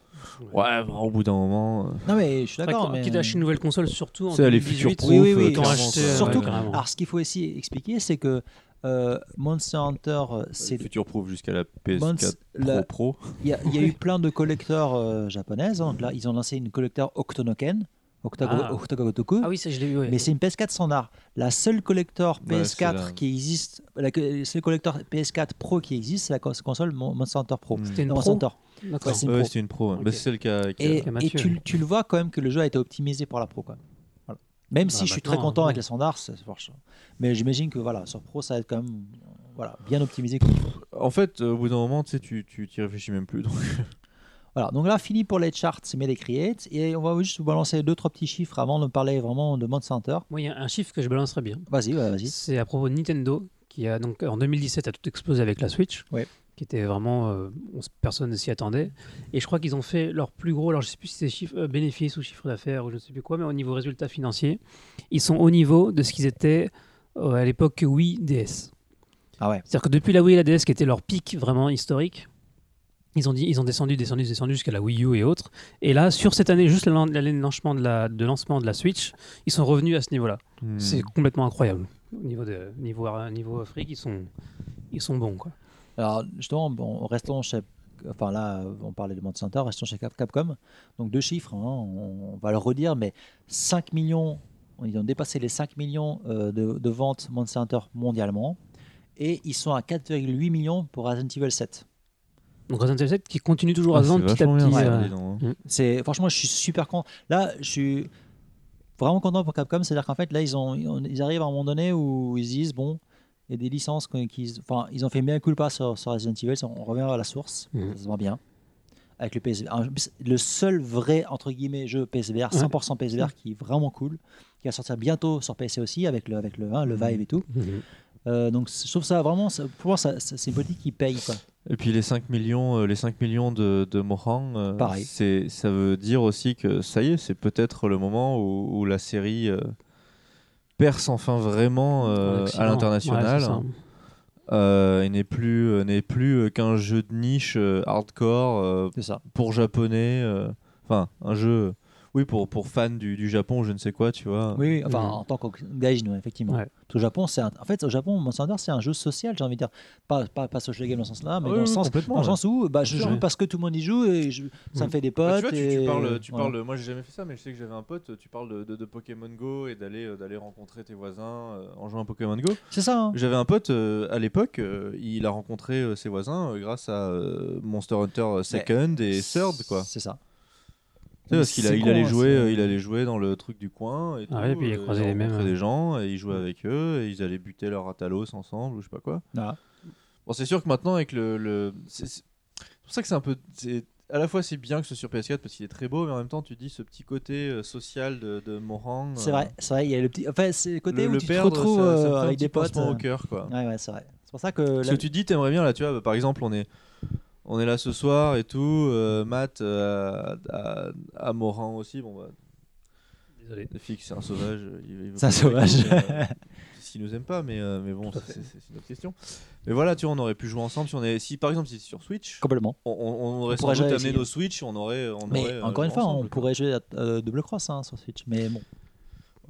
ouais, bah, au bout d'un moment. euh, Non, mais je suis D'accord, d'accord. Mais... quitte à acheter une nouvelle console, surtout en C'est les 2018, futurs Oui, oui, oui, euh, quand clairement, acheter, quoi. euh, Surtout, que- carrément. alors ce qu'il faut aussi expliquer, c'est que euh, Monster Hunter, euh, c'est Future Proof jusqu'à la Monst- PS4 la- Pro Pro. il y, a- il y a eu plein de collecteurs euh, japonaises. hein. Donc là, ils ont lancé une collecteur Octonoken, Octago, Ah. Octagotoku, Ah oui, ça je l'ai vu. ouais. mais c'est une PS4 standard. La seule collector Ouais, PS4 c'est la- qui existe, la que- seule collector PS4 Pro qui existe, c'est la cons- console Mon- Monster Hunter Pro. Mm. C'était une Non, Pro. Monster Hunter. D'accord. Ouais, c'est une Ouais, Pro. c'était une Pro. ouais. Ok. Bah, c'est celle qui a. qui a- Et, Ok, et Mathieu. tu, tu le vois quand même que le jeu a été optimisé pour la pro. Quoi. Voilà. Même Bah, si je suis très maintenant, content hein, avec ouais. la standard, ça marche. mais j'imagine que voilà, sur pro, ça va être quand même euh, voilà, bien optimisé. Comme il faut. En fait, euh, au bout d'un moment, tu sais, tu tu- t'y réfléchis même plus. donc. Voilà, donc là, fini pour les charts, c'est les creates. Et on va juste vous balancer deux, trois petits chiffres avant de parler vraiment de Monster Hunter. Moi, il y a un chiffre que je balancerais bien. Vas-y, ouais, vas-y. C'est à propos de Nintendo, qui a donc en 2017 a tout explosé avec la Switch, Ouais. qui était vraiment euh, on s- personne ne s'y attendait. Et je crois qu'ils ont fait leur plus gros, alors je sais plus si c'est chiffre euh, bénéfice ou chiffre d'affaires ou je ne sais plus quoi, mais au niveau résultat financier, ils sont au niveau de ce qu'ils étaient euh, à l'époque Wii DS. Ah ouais. C'est-à-dire que depuis la Wii et la DS, qui était leur pic vraiment historique, ils ont, dit, ils ont descendu, descendu, descendu jusqu'à la Wii U et autres. Et là, sur cette année, juste l'an- l'année de lancement de la, de lancement de la Switch, ils sont revenus à ce niveau-là. Hmm. Ah, C'est complètement incroyable. Au niveau, de, niveau, niveau Afrique, ils sont, ils sont bons. Quoi. Alors, justement, bon, restons chez. Enfin, là, euh, on parlait de Monster Hunter, restons chez Cap- Capcom. Donc, deux chiffres, hein, on on va le redire, mais 5 millions, ils ont dépassé les 5 millions euh, de, de ventes Monster Hunter mondialement. Et ils sont à 4,8 millions pour Resident Evil 7. Donc Resident Evil 7 qui continue toujours Ah, à se c'est vendre petit à vachement bien, petit. ça, euh, dis donc, hein. C'est, franchement, je suis super content. Là, je suis vraiment content pour Capcom. C'est-à-dire qu'en fait, là, ils, ont, ils ont- ils arrivent à un moment donné où ils se disent bon, il y a des licences qu'on- qu'ils. Enfin, ils ont fait bien coup pas sur, sur Resident Evil. On revient à la source. Mhm. Mm. Ça se vend bien. Avec le PSVR. Un- Le seul vrai, entre guillemets, jeu PSVR, 100% PSVR, qui est vraiment cool, qui va sortir bientôt sur PC aussi, avec le, avec le, hein, Mm. le Vive et tout. Mhm. Euh, donc, je trouve ça vraiment. ça- pour moi, ça- ça- c'est une politique qui paye. Quoi. Et puis les 5 millions, euh, les 5 millions de, de Mohan, euh, Pareil. c'est- ça veut dire aussi que ça y est, c'est peut-être le moment où, où la série euh, perce enfin vraiment euh, en Occident. à Ouais, l'international c'est ça. Euh, et n'est plus, euh, n'est plus euh, qu'un jeu de niche euh, hardcore euh, C'est ça. pour japonais, euh, enfin un jeu, oui pour, pour fans du, du Japon, je ne sais quoi, tu vois. Oui, oui, enfin, Mhm. en tant qu'engage, nous, effectivement. Ouais. Parce qu'au Japon, c'est un- en fait, au Japon, Monster Hunter, c'est un jeu social, j'ai envie de dire. Pas, pas, pas social game dans ce sens-là, mais Ah dans, oui, le oui, sens, complètement, dans le ouais. sens où bah, je Bien joue sûr, ouais. parce que tout le monde y joue et je- ça Mm. me fait des Bah, potes. tu, vois, tu, et... tu parles, tu voilà. parles. Moi, j'ai jamais fait ça, mais je sais que j'avais un pote. Tu parles de, de- de Pokémon Go et d'aller, euh, d'aller rencontrer tes voisins euh, en jouant à Pokémon Go. C'est ça, hein. J'avais un pote euh, à l'époque. euh, il a rencontré euh, ses voisins euh, grâce à euh, Monster Hunter Second et Third, quoi. C'est ça. Tu sais, parce qu'il a- C'est il con, allait hein, jouer, c'est- euh, il allait jouer dans le truc du coin et tout. Ah ouais, puis il a croisé les mêmes, hein. rencontré ouais. des gens et il jouait avec eux et ils allaient buter leur Atalos ensemble ou je sais pas quoi. Voilà. Bon, c'est sûr que maintenant avec le, le- c'est c'est- c'est pour ça que c'est un peu, c'est- à la fois c'est bien que ce soit sur PS4 parce qu'il est très beau, mais en même temps tu dis ce petit côté euh, social de, de Morang. euh, C'est vrai, c'est vrai, il y a le petit. Enfin, c'est le côté le, où le tu perdre, te retrouves ça- ça euh, fait un avec petit des potes. pincement euh, au cœur quoi. Ouais, ouais, c'est vrai. C'est pour ça que. là- Parce que tu te dis, t'aimerais bien, là, tu vois, bah, par exemple, on est, on est là ce soir et tout, euh, Matt euh, à, à Morin aussi, bon, bah, Désolé. Les filles, c'est un sauvage. euh, il- il veut C'est un pas sauvage. s'écouter, euh, S'il nous aime pas, mais, euh, mais bon, ça, c'est c'est une autre question. Mais voilà, tu vois, on aurait pu jouer ensemble si on avait, si par exemple, si sur Switch, Complètement. on, on- on aurait sans pourrait doute jamais amené essayer. nos Switch, on aurait, on Mais aurait, euh, encore une joué fois, ensemble, on quoi. pourrait jouer à euh, Double Cross hein, sur Switch. Mais bon,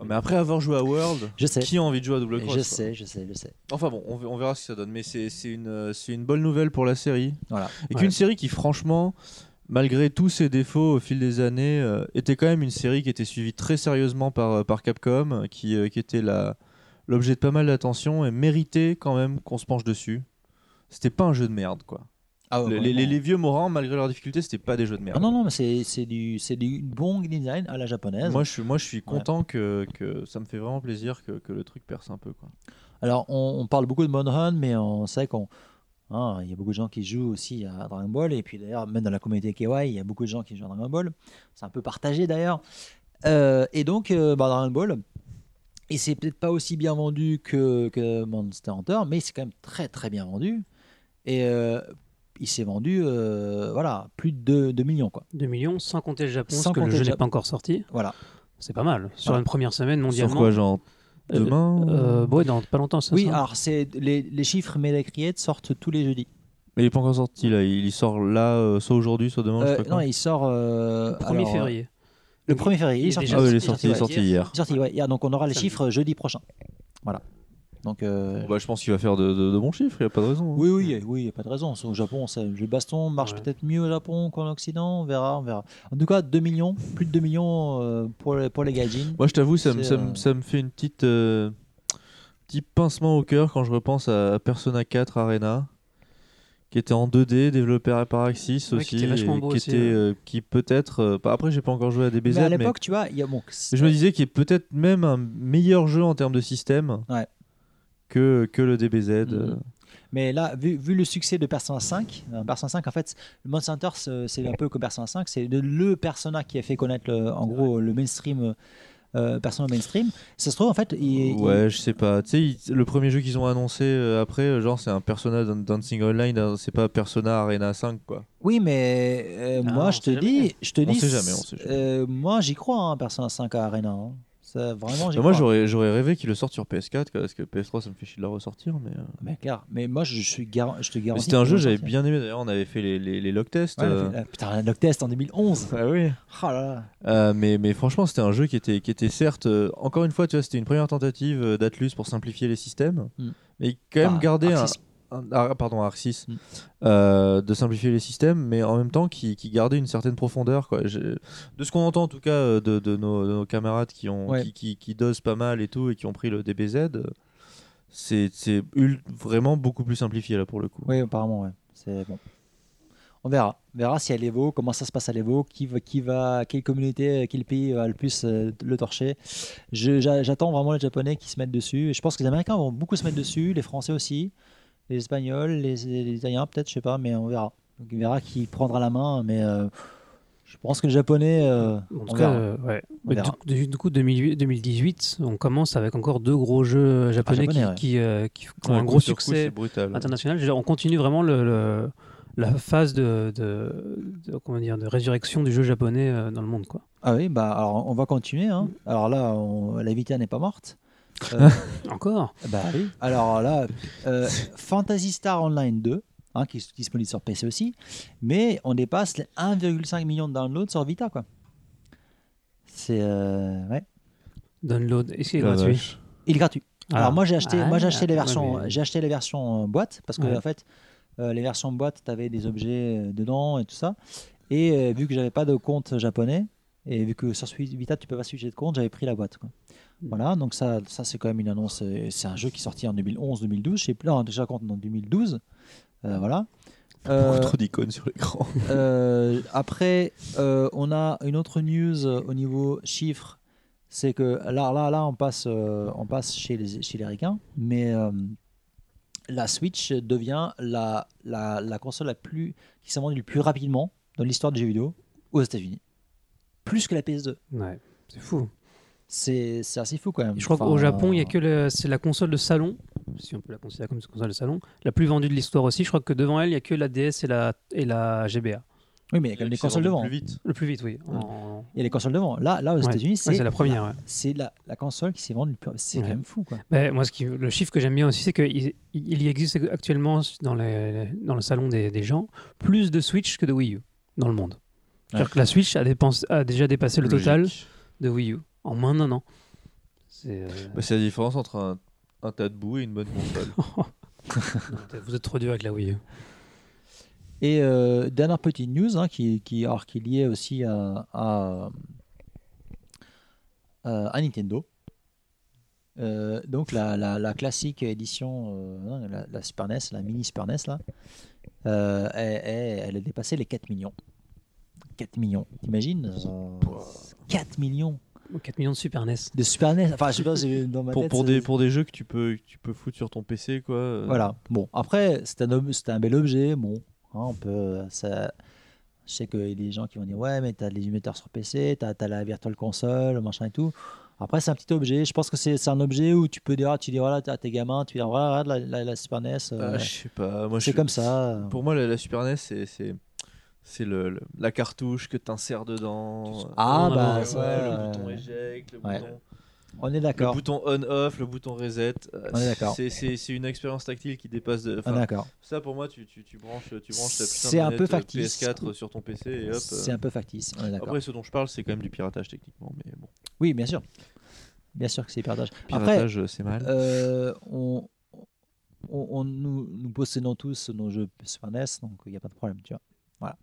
Mais après avoir joué à World, je sais. qui a envie de jouer à Double Cross Je quoi sais, je sais, je sais. Enfin bon, on, ve- on verra ce que ça donne. Mais c'est c'est une, euh, c'est une bonne nouvelle pour la série. Voilà. Et Ouais. qu'une série qui, franchement, malgré tous ses défauts au fil des années, euh, était quand même une série qui était suivie très sérieusement par, euh, par Capcom, euh, qui, euh, qui était la, l'objet de pas mal d'attention et méritait quand même qu'on se penche dessus. C'était pas un jeu de merde, quoi. Ah ouais, Les, les- vraiment. les- les vieux Morans, malgré leurs difficultés, c'était pas des jeux de Ah merde. non, non, mais c'est c'est du, c'est du bon design à la japonaise. Moi, je suis, moi, je suis content que, que ça me fait vraiment plaisir que, que le truc perce un peu, quoi. Alors, on, on parle beaucoup de Monhan, mais on sait qu'on. hein, Il y a beaucoup de gens qui jouent aussi à Dragon Ball, et puis d'ailleurs, même dans la communauté Kawaii, il y a beaucoup de gens qui jouent à Dragon Ball. C'est un peu partagé d'ailleurs. Euh, et donc, euh, bah, Dragon Ball, et c'est peut-être pas aussi bien vendu que, que Monster Hunter, mais c'est quand même très très bien vendu. Et euh, il s'est vendu, euh, voilà, plus de 2, millions, quoi. 2 millions, sans compter le Japon, Sans parce que le compter jeu le n'est Japon. pas encore sorti. Voilà. C'est pas mal. Sur Voilà. une première semaine Sur mondialement. quoi, genre Euh, demain euh, ouais, dans pas longtemps, ça Oui, sort. alors c'est les, les chiffres Melee Create sortent tous les jeudis. Mais il est pas encore sorti là, il il sort là, euh, soit aujourd'hui, soit demain. je sais Euh, pas non, quand. il sort euh, 1er alors, février. Le 1er février, il est est sorti. déjà Ah oui, il est sorti, sorti, il est ouais. sorti hier. Il est sorti, ouais. Hier, donc on aura les Samedi. chiffres jeudi prochain. Voilà. Donc, euh, Bon, bah, je pense qu'il va faire de, de- de bons chiffres, il n'y a pas de raison. hein. oui, oui, oui, il n'y a pas de raison. Au Japon, ça, le jeu de baston marche Ouais. peut-être mieux au Japon qu'en Occident, on verra, on verra. En tout cas, 2 millions, plus de 2 millions euh, pour, les- pour les gaijins. Moi, je t'avoue, ça me, C'est, ça, me, euh, ça me fait une petite euh, petit pincement au cœur quand je repense à Persona 4 Arena, qui était en 2D, développé par Axis Ouais, aussi, qui était vachement beau qui aussi, était, ouais. euh, qui peut-être. euh, bah, après, j'ai pas encore joué à DBZ, mais à mais, l'époque, tu vois, il y a bon, mais je me disais qu'il y a peut-être même un meilleur jeu en termes de système Ouais. que que le DBZ. Mhm. euh. Mais là, vu, vu le succès de Persona 5, euh, Persona 5, en fait, le Monster Hunter, c'est c'est un peu comme Persona 5, c'est le, le Persona qui a fait connaître, le- en gros, le mainstream, euh, Persona mainstream. Ça se trouve, en fait, il, il- ouais, je sais pas. Tu sais, il- le premier jeu qu'ils ont annoncé euh, après, euh, genre, c'est un Persona Dan- Dancing Online, hein, c'est pas Persona Arena 5, quoi. Oui, mais euh, Ah, moi, on je te sait jamais. dis, je te On dis, sait jamais, on sait jamais. euh, moi, j'y crois, hein, Persona 5 à Arena. hein. Ça, vraiment, j'y Bah, moi, crois. j'aurais j'aurais rêvé qu'ils le sortent sur PS4, quoi, parce que PS3, ça me fait chier de la ressortir, mais. euh, Mais clair, mais moi, je, suis gar- je te Mais garantis. C'était un qu'ils jeu vont que j'avais sortir. bien aimé d'ailleurs, on avait fait les, les, les log tests. Ouais, euh, mais- ah, putain, le test en 2011. Ah oui. Oh là là. Euh, mais, mais franchement, c'était un jeu qui était, qui était certes, euh, encore une fois, tu vois, c'était une première tentative euh, d'Atlus pour simplifier les systèmes, Mm. mais quand même Enfin, garder un, Arxis. un- ah, pardon, Arxis, Mm. euh, de simplifier les systèmes, mais en même temps qui, qui gardait une certaine profondeur. Quoi. Je- de ce qu'on entend en tout cas euh, de, de nos, de nos camarades qui, ont, Ouais. qui, qui, qui dosent pas mal et tout et qui ont pris le DBZ, euh, c'est c'est ul- vraiment beaucoup plus simplifié là pour le coup. Oui, apparemment, ouais. C'est bon. On verra. On verra si à l'Evo, comment ça se passe à l'Evo, qui va, qui va, quelle communauté, quel pays va le plus euh, le torcher. Je- j'a- J'attends vraiment les Japonais qui se mettent dessus. Et je pense que les Américains vont beaucoup se mettre dessus, les Français aussi, les Espagnols, les, les Italiens peut-être, je sais pas, mais on verra. Donc, on verra qui prendra la main, mais euh, je pense que les Japonais. euh, En on tout cas, verra. euh, ouais. On Mais verra. du, du- du coup, 2008 2018, on commence avec encore deux gros jeux japonais, Ah, japonais, qui, ouais. qui, euh, qui ont Ouais, un coup gros sur coup, succès c'est brutal. international. Je veux dire, on continue vraiment le- le- la phase de, de- de- comment dire, de résurrection du jeu japonais euh, dans le monde. Quoi. Ah oui, bah, alors on va continuer. hein. Alors là, on- la Vita n'est pas morte. Euh, Encore Bah oui. Alors là, euh, Fantasy Star Online 2, hein, qui est disponible sur PC aussi, mais on dépasse les 1,5 million de downloads sur Vita, quoi. C'est euh, ouais. Download, est-ce qu'il est La gratuit Il est gratuit. Ah, Alors moi j'ai acheté, Ah, moi j'ai acheté les ouais, versions, mais- j'ai acheté les versions euh, boîte parce que Ouais. en fait, euh, les versions boîte, t'avais des objets euh, dedans et tout ça. Et euh, vu que j'avais pas de compte japonais et vu que sur Switch Vita tu peux pas switcher de compte, j'avais pris la boîte. quoi. Hmm. Voilà, donc ça, ça c'est quand même une annonce. euh, C'est un jeu qui est sorti en 2011-2012, je sais plus. Non, déjà compte en 2012. Euh, voilà. Euh, Beaucoup trop d'icônes sur l'écran. euh, après, euh, on a une autre news euh, au niveau chiffres. C'est que là, là, là, on passe, euh, on passe chez les, chez les ricains, mais euh, la Switch devient la, la, la console la plus, qui s'est vendue le plus rapidement dans l'histoire des jeux vidéo aux États-Unis. Plus que la PS2. Ouais, c'est fou. C'est c'est assez fou quand même. Et je crois Enfin, euh, qu'au Japon, il y a que le- c'est la console de salon, si on peut la considérer comme une console de salon, la plus vendue de l'histoire aussi. Je crois que devant elle, il y a que la DS et la, et la GBA. Oui, mais il y a quand même des consoles devant. hein. Plus vite. Le plus vite, oui. En- Il y a les consoles devant. Là, là aux Ouais. États-Unis, Ouais, c'est c'est la première. ouais. c'est la, la console qui s'est vendue le plus. C'est quand Ouais. même fou quoi. Ben, moi, ce qui- le chiffre que j'aime bien aussi, c'est qu'il il y existe actuellement dans, les- dans le salon des, des gens plus de Switch que de Wii U dans le monde. C'est-à-dire que la Switch a, dépensé- a déjà dépassé le total Logique. de Wii U en moins d'un an. C'est, euh, Bah, c'est la différence entre un, un tas de boue et une bonne console. non, vous êêtes trop dur avec la Wii U. Et euh, dernière petite news hein, qui, qui, alors, qui est liée aussi à, à, euh, à Nintendo. Euh, donc la, la- la classique édition, euh, hein, la, la Super NES, la mini Super NES, là, euh, elle, elle- elle a dépassé les 4 millions. 4 millions, t'imagines euh, 4 millions 4 millions de Super E NES. de Super NES. Enfin, je sais pas, j'ai- dans ma Pour, tête, pour, ça- des, pour des jeux que tu peux, que tu peux foutre sur ton PC, quoi. euh, Voilà. Bon, après, c'est un, ob- c'est un bel objet. Bon, hein, on peut. Ça... Je sais qu'il y a des gens qui vont dire Ouais, mais t'as les émetteurs sur PC, t'as as la Virtual Console, machin et tout. Après, c'est un petit objet. Je pense que c'est c'est un objet où tu peux dire ah, Tu dis voilà, à tes gamins, tu dis voilà, regarde la, la, la Super NES. euh, Ah, je sais pas. Moi, c'est je- comme ça. Pour moi, la, la Super NES, c'est. c'est... C'est le, le- la cartouche que t'insères dedans. Ah, Euh, bah, ouais, ça, ouais, euh, le bouton eject, le ouais. bouton On est Le d'accord. bouton on-off, le bouton reset. euh, On est d'accord. c'est- C'est c'est une expérience tactile qui dépasse de. On est enfin, d'accord. ça pour moi, tu, tu, tu branches, tu branches ta putain de C'est un manette, peu euh, factice. PS4 sur ton PC et hop. euh, C'est un peu factice. On est d'accord. Après, ce dont je parle, c'est quand même du piratage techniquement, mais bon. Oui, bien sûr. Bien sûr que c'est hyper dommage. Après, Piratage, euh, c'est mal. Euh, on, on, on- nous, nous possédons tous nos jeux Super NES, donc il n'y a pas de problème, tu vois. Voilà.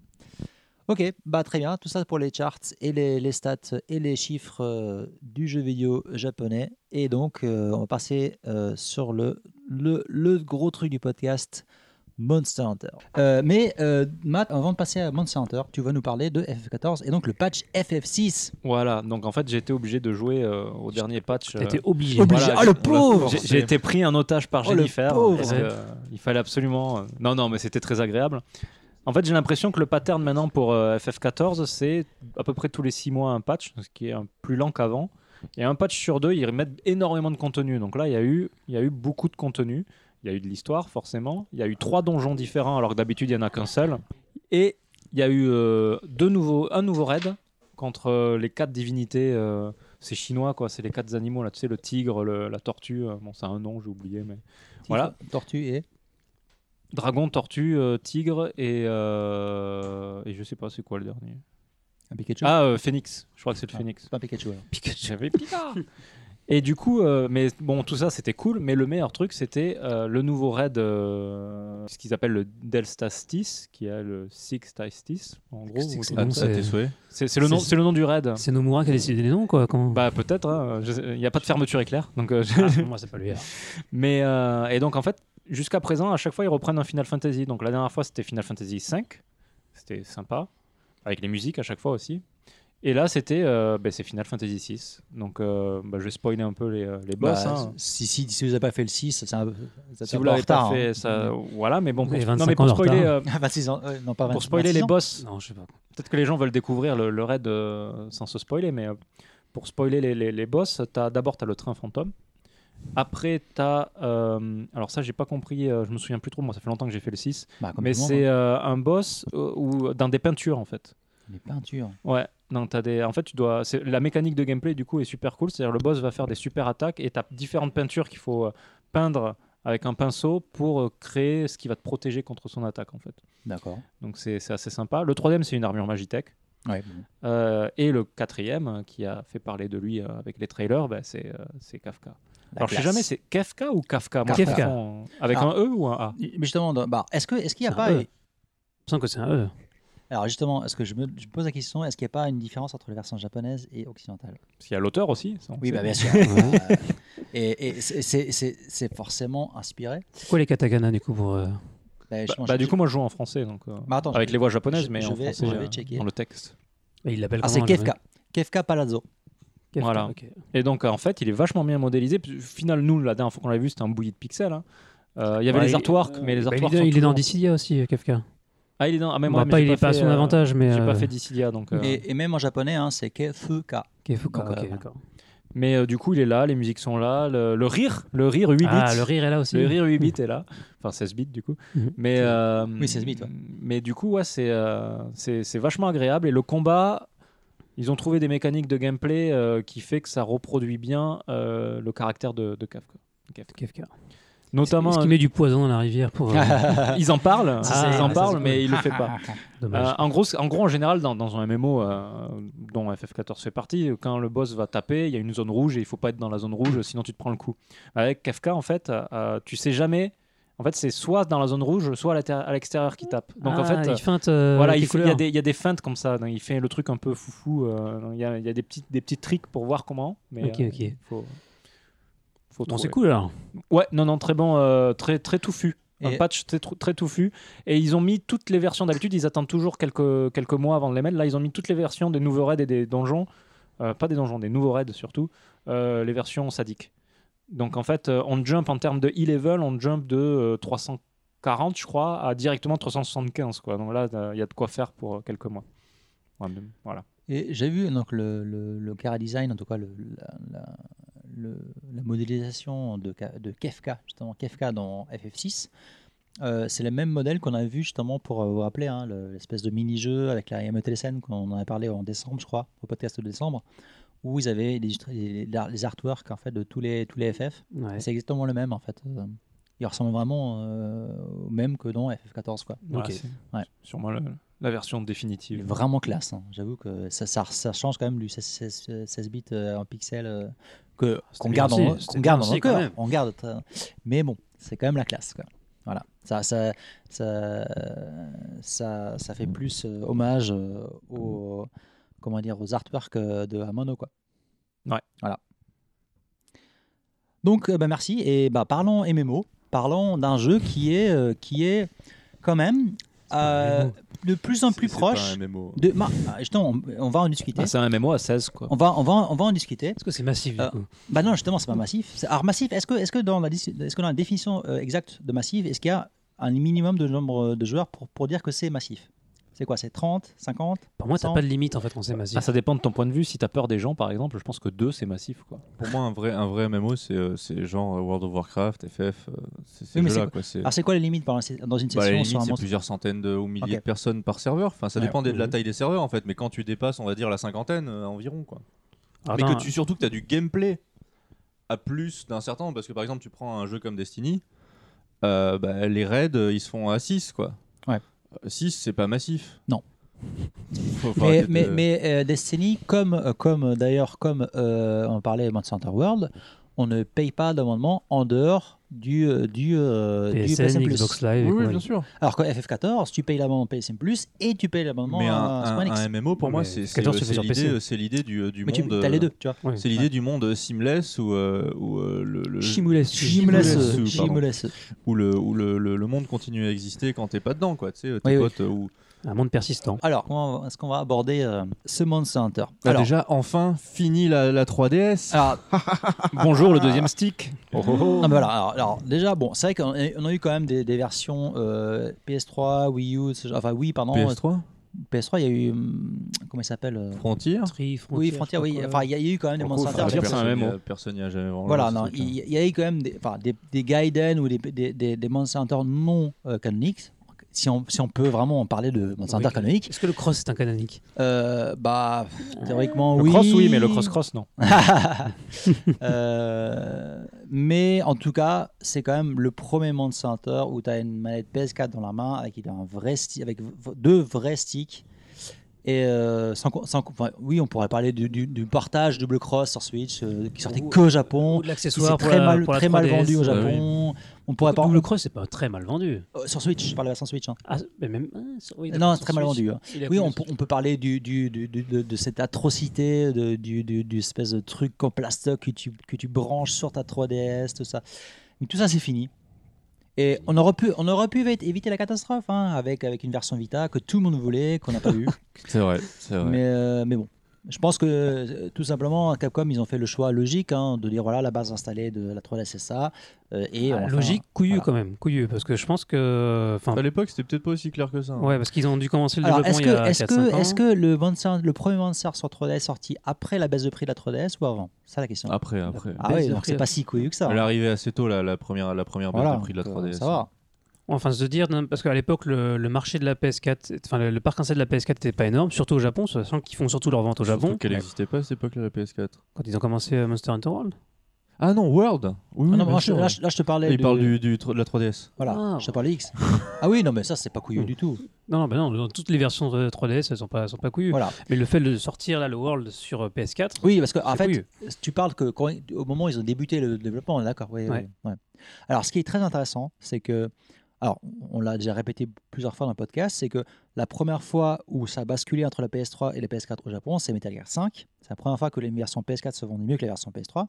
Ok, bah très bien. Tout ça pour les charts et les, les stats et les chiffres euh, du jeu vidéo japonais. Et donc, euh, on va passer euh, sur le, le, le gros truc du podcast. Monster Hunter. Euh, mais euh, Matt, avant de passer à Monster Hunter, tu vas nous parler de FF14 et donc le patch FF6. Voilà, donc en fait j'étais obligé de jouer euh, au dernier patch. T'as euh, été obligé. Obligé. voilà, Ah, le j'ai- pauvre j'ai- J'ai été pris en otage par Oh, le Jennifer. pauvre parce que, euh, il fallait absolument. euh, Non, non, mais c'était très agréable. En fait, j'ai l'impression que le pattern maintenant pour euh, FF14, c'est à peu près tous les 6 mois un patch, ce qui est un- plus lent qu'avant. Et un patch sur deux, ils remettent énormément de contenu. Donc là, il y a eu, il y a eu beaucoup de contenu. Il y a eu de l'histoire, forcément. Il y a eu trois donjons différents, alors que d'habitude, il n'y en a qu'un seul. Et il y a eu euh, deux nouveaux, un nouveau raid contre euh, les quatre divinités. euh, c'est chinois, quoi. C'est les quatre animaux, là. Tu sais, le tigre, le- la tortue. euh, bon, c'est un nom, j'ai oublié, mais. Voilà. Tortue et. Dragon, tortue, euh, tigre et. euh, et je sais pas, c'est quoi le dernier Un Pikachu. Ah, euh, phoenix. Je crois que c'est le Ah. phoenix. C'est pas un Pikachu alors. J'avais Picard. Et du coup, euh, mais bon, tout ça c'était cool, mais le meilleur truc c'était euh, le nouveau raid, euh, ce qu'ils appellent le Delstastis, qui est le Sixtastis, en gros. Six- ou- Ah, À- à euh, c'est- tes souhaits. C'est c'est le, nom- c'est- c'est le nom du raid. C'est Nomura qui a décidé les noms, quoi. Comment... Hein. Bah peut-être, hein, je sais- il n'y a pas de fermeture éclair, donc euh, je- Ah, pour moi, c'est pas lui. alors. Mais euh, et donc en fait, jusqu'à présent, à chaque fois ils reprennent un Final Fantasy. Donc la dernière fois c'était Final Fantasy V, c'était sympa, avec les musiques à chaque fois aussi. Et là c'était euh, ben, c'est Final Fantasy VI. Donc euh, ben, je vais spoiler un peu les, euh, les boss. Bah, hein. si, si, si vous n'avez pas fait le 6, c'est un peu. c'est Si un vous peu en l'avez pas retard, fait, hein. ça, voilà. Mais bon, pour, Et non, 25 mais pour ans de spoiler, retard. euh, 26 ans, euh, non pas 20, pour spoiler les boss, Non, je sais pas. peut-être que les gens veulent découvrir le, le raid euh, sans se spoiler, mais euh, pour spoiler les, les, les boss, t'as- d'abord tu as le train fantôme. Après, tu as. alors, ça, j'ai pas compris, euh, je me souviens plus trop, moi, ça fait longtemps que j'ai fait le 6. Bah, comme Mais tout le monde, c'est euh, un boss euh, ou dans des peintures en fait. hein. Les peintures. Ouais. Non, t'as des. En fait, tu dois. c'est- La mécanique de gameplay du coup est super cool. C'est-à-dire le boss va faire des super attaques et t'as différentes peintures qu'il faut euh, peindre avec un pinceau pour euh, créer ce qui va te protéger contre son attaque en fait. D'accord. Donc c'est c'est assez sympa. Le troisième, c'est une armure Magitech. Ouais, bon. Euh, et le quatrième, euh, qui a fait parler de lui euh, avec les trailers, bah, c'est euh, c'est Kafka. La Alors je sais classe. jamais, c'est Kafka ou Kafka Moi, je Kafka. confonds, euh, Avec Ah. un E ou un A Mais justement, dans- bah, est-ce que est-ce qu'il n'y a C'est pas un E. Il me semble que c'est un E. Alors justement, est-ce que je me, je me pose la question, est-ce qu'il n'y a pas une différence entre les versions japonaises et occidentales Parce qu'il y a l'auteur aussi. ça, on Oui, sait. bah bien sûr. Euh, et et c'est- c'est- c'est c'est forcément inspiré. Pourquoi les katakana, du coup, pour. euh, Bah, Bah, justement, bah, je- du coup, moi, je joue en français, donc euh, Bah, attends, avec je- les voix japonaises, je- mais je en vais- français, je vais euh, checker. dans le texte. Il l'appelle ah c'est comment, le Kefka. Kefka Palazzo. Kefka, Voilà. ok. Et donc, euh, en fait, il est vachement bien modélisé. Puis, Au final, nous, la dernière fois qu'on l'a vu, c'était un bouilli de pixels. hein. Euh, il y avait Ouais, les il- artworks, mais les Bah, il est artworks. dans- sont il est dans toujours- Dissidia aussi, euh, Kefka. Ah, il est dans. Ah, mais Bah, moi, pas, il est pas à son avantage, mais. J'ai euh, pas fait Dissidia, donc. euh, Et, et même en japonais, hein, c'est Kefka. Kefka, Donc, ah, ok, euh, d'accord. Mais euh, du coup, il est là, les musiques sont là, le, le rire, le rire 8 bits. Ah, le rire est là aussi. Le rire 8 bits est là, enfin 16 bits du coup. Mhm. Mais, euh, Oui, 16 bits, ouais. mais du coup, ouais, c'est euh, c'est c'est vachement agréable. Et le combat, ils ont trouvé des mécaniques de gameplay euh, qui fait que ça reproduit bien euh, le caractère de, de Kafka. Kafka. Kefka. Notamment, Est-ce qu'il met du poison dans la rivière pour. euh, euh, ils en parlent, Ah, ils en ça, parlent, c'est mais cool. ils le fait pas. Euh, Dommage. en, gros, en gros, en général, dans, dans un MMO euh, dont FF14 fait partie, euh, quand le boss va taper, il y a une zone rouge et il faut pas être dans la zone rouge, sinon tu te prends le coup. Avec Kafka, en fait, euh, tu sais jamais. En fait, c'est soit dans la zone rouge, soit à la ter- à l'extérieur qui tape. Donc en Ah, fait, euh, il feinte. euh, voilà, avec il, les fait- il y a couleurs. des, il y a des feintes comme ça. donc il fait le truc un peu foufou. euh, il y a, il y a des petits des petits tricks pour voir comment. Mais Ok, euh, ok. il faut- Faut Bon, c'est cool trouver. alors. Ouais, non, non, très bon, euh, très, très touffu. Un Et- patch très, trou- très touffu. Et ils ont mis toutes les versions. D'habitude, ils attendent toujours quelques, quelques mois avant de les mettre. Là, ils ont mis toutes les versions des nouveaux raids et des donjons. Euh, pas des donjons, des nouveaux raids surtout. Euh, les versions sadiques. Donc en fait, euh, on jump en termes de e-level, on jump de euh, 340, je crois, à directement 375. Quoi. Donc là, il y a de quoi faire pour euh, quelques mois. Ouais, mais- Voilà. Et j'ai vu donc le, le, le cara design, en tout cas le, la, la- le- la modélisation de, Ka- de Kefka, justement Kefka dans FF6. Euh, c'est le même modèle qu'on a vu justement pour euh, vous rappeler hein, le- l'espèce de mini-jeu avec la MTSN qu'on en a parlé en décembre, je crois, au podcast de décembre, où ils avaient les, les, les artworks en fait de tous les tous les FF. Ouais. C'est exactement le même en fait. Euh, Il ressemble vraiment euh, au même que dans FF14 quoi. Voilà, Ok. c'est Ouais. Sûrement la, la version Il est définitive. vraiment classe. hein. J'avoue que ça, ça, ça change quand même du 16, 16, euh, 16 bits euh, en pixels euh, que qu'on bien garde, aussi, en, c'était qu'on garde bien dans aussi le quand cœur. même. On garde. très- Mais bon, c'est quand même la classe. quoi. Voilà. Ça, ça, ça, euh, ça, ça fait plus euh, hommage euh, aux comment dire aux artworks euh, de Amano quoi. Ouais. Voilà. Donc euh, bah, merci et bah parlons MMO. Parlons d'un jeu qui est euh, qui est quand même euh, de plus en plus C'est- c'est proche. pas un MMO. De, ma- ah, justement, on, on va en discuter. Ah, c'est un MMO à 16, quoi. on, va, on, va, on va en discuter. Est-ce que c'est massif du Ah. Euh, coup Bah non, justement, c'est pas massif. C'est- Alors, massif, est-ce que, est que, dans la dis- est-ce que dans la définition euh, exacte de massif, est-ce qu'il y a un minimum de nombre de joueurs pour, pour dire que c'est massif C'est quoi C'est 30 50 Pour moi, t'as cent- pas de limite en fait quand c'est massif. Ah, ça dépend de ton point de vue. Si t'as peur des gens, par exemple, je pense que 2, c'est massif. Quoi. Pour moi, un vrai, un vrai MMO, c'est euh, c'est genre euh, World of Warcraft, FF, euh, c'est ces Oui, mais jeux-là, c'est quoi. C'est Alors, c'est quoi les limites par exemple, dans une session bah, à la sur limite, un c'est monstre plusieurs centaines de, ou milliers Ok. de personnes par serveur. Enfin, ça Ouais. dépend des- de la Mhm. taille des serveurs, en fait. Mais quand tu dépasses, on va dire la cinquantaine euh, environ, quoi. Ah, Alors, mais attends, que tu, surtout que tu as du gameplay à plus d'un certain nombre. Parce que par exemple, tu prends un jeu comme Destiny, euh, bah, les raids, euh, ils se font à 6, quoi. Ouais. 6, c'est pas massif. Non. Faut- faut mais, arrêter de- mais, mais, euh, Destiny, comme, euh, comme euh, d'ailleurs, comme euh, on parlait de Monster Hunter World, on ne paye pas d'amendement en dehors du, euh, du, euh, du PSN, PSN+. Xbox Oui, Live. et oui, compagnie. bien sûr. Alors que FF14, tu payes l'abonnement PSN Plus et tu payes l'abonnement Mais un, à un- euh, Square Enix. un MMO, pour Non, moi, mais c'est c'est- 14, tu fais c'est sur PC. l'idée c'est l'idée du, du mais tu monde. as les euh, deux, tu vois. Ouais. C'est l'idée du monde seamless ou euh, ou, euh, le, le- Chimulesque. Chimulesque. Chimulesque. Chimulesque. pardon. Chimulesque. où le, où le, le- le monde continue à exister quand t'es pas dedans, quoi. Tu sais, tes Oui, Bah, oui. potes euh, ou- Un monde persistant. Alors, comment est-ce qu'on va aborder euh, ce Monster Hunter Ah, Alors, Ah, déjà, enfin, fini la, la 3DS. alors, Bonjour, le deuxième stick. non, mais voilà, alors, alors, déjà, bon, c'est vrai qu'on a- on a eu quand même des, des versions euh, PS3, Wii U, ce genre- enfin oui, pardon, PS3 PS3, il y a eu, hum, comment il s'appelle euh, Frontier Tri, frontière, Oui, je sais Frontier, pas oui, quoi. enfin il y a il y a eu quand même des Pour le Monster coup, faut Hunter. dire avec- que c'est un MMO. Personne n'y a jamais vraiment Voilà, lancé non, ce truc, il il y a eu quand même des, enfin, des, des Gaiden ou des, des, des, des Monster Hunter non euh, canoniques. Si on, si on peut vraiment en parler de Monster Hunter Oui. canonique, Est-ce que le cross c'est un canonique euh, bah théoriquement Le oui. cross, oui, mais le cross-cross, non. Euh, mais en tout cas, c'est quand même le premier Monster Hunter où tu as une manette PS4 dans la main avec, un vrai sti- avec v- deux vrais sticks. Et euh, sans, co- sans co- enfin, oui, on pourrait parler du, du- du partage double cross sur Switch euh, qui sortait Ou- que au Japon. Ou de qui s'est l'accessoire pour très la- mal, pour la très mal 3DS. vendu au Ouais, ah Japon. On pourrait pas Double cross c'est pas très mal vendu. euh, sur Switch, je parle de la version Switch. hein. Ah, mais même. ah, sur- oui, Non, d'accord, c'est sur très mal Switch, vendu, hein. il est à Oui, combien on, sur- peut- on peut parler du, du- du- du- de, de cette atrocité, de, du, du- du espèce de truc en plastoc que tu, que tu branches sur ta 3DS, tout ça. Mais tout ça, c'est fini. Et on aurait pu, on aurait pu éviter- éviter la catastrophe hein, avec, avec une version Vita que tout le monde voulait, qu'on n'a pas eu. hein. C'est vrai, c'est vrai. mais, euh, mais bon, je pense que euh, tout simplement, Capcom, ils ont fait le choix logique hein, de dire voilà, la base installée de la 3DS, c'est ça. euh, et Ah, on va Logique, couillu voilà. quand même, couillu, parce que je pense que. Enfin, À l'époque, c'était peut-être pas aussi clair que ça. hein. ouais, parce qu'ils ont dû commencer le Alors, développement est-ce il y a que, est-ce 4-5 que, ans. est-ce que le, Monster- le premier Monster sur 3DS est sorti après la baisse de prix de la 3DS ou avant C'est ça la question. Après, après. Ah, baisse oui, de donc prix c'est de- pas si couillu que ça. hein. Elle est arrivée assez tôt, la, la première, la première Voilà, base hein. de prix de la donc, 3DS. Ça va. Enfin, se dire, non, parce qu'à l'époque, le, le marché de la PS4, enfin, le, le parc installé de la PS4 n'était pas énorme, surtout au Japon, sachant qu'ils font surtout leur vente au Surtout Japon, qu'elle n'existait pas à cette époque-là, la PS4. quand ils ont commencé euh, Monster Hunter World. Ah non, World Oui, Ah oui, non, bien moi, je, sûr. là, je- là, je te parlais. Il du- parle du, du tro- de la 3DS. Voilà, Ah. je te parlais X. ah oui, non, mais ça, c'est pas couillu du tout. Non, non, bah non, dans toutes les versions de 3DS, elles sont pas, elles sont pas couillues. Voilà. Mais le fait de sortir là, le World sur euh, PS4, Oui, parce que en c'est fait, couillu. tu parles que quand- au moment où ils ont débuté le développement, on est d'accord. Oui, oui, Ouais. oui. Alors, ce qui est très intéressant, c'est que, alors, on l'a déjà répété plusieurs fois dans le podcast, c'est que la première fois où ça a basculé entre la PS3 et la PS4 au Japon, c'est Metal Gear 5. C'est la première fois que les versions PS4 se vendaient mieux que les versions PS3.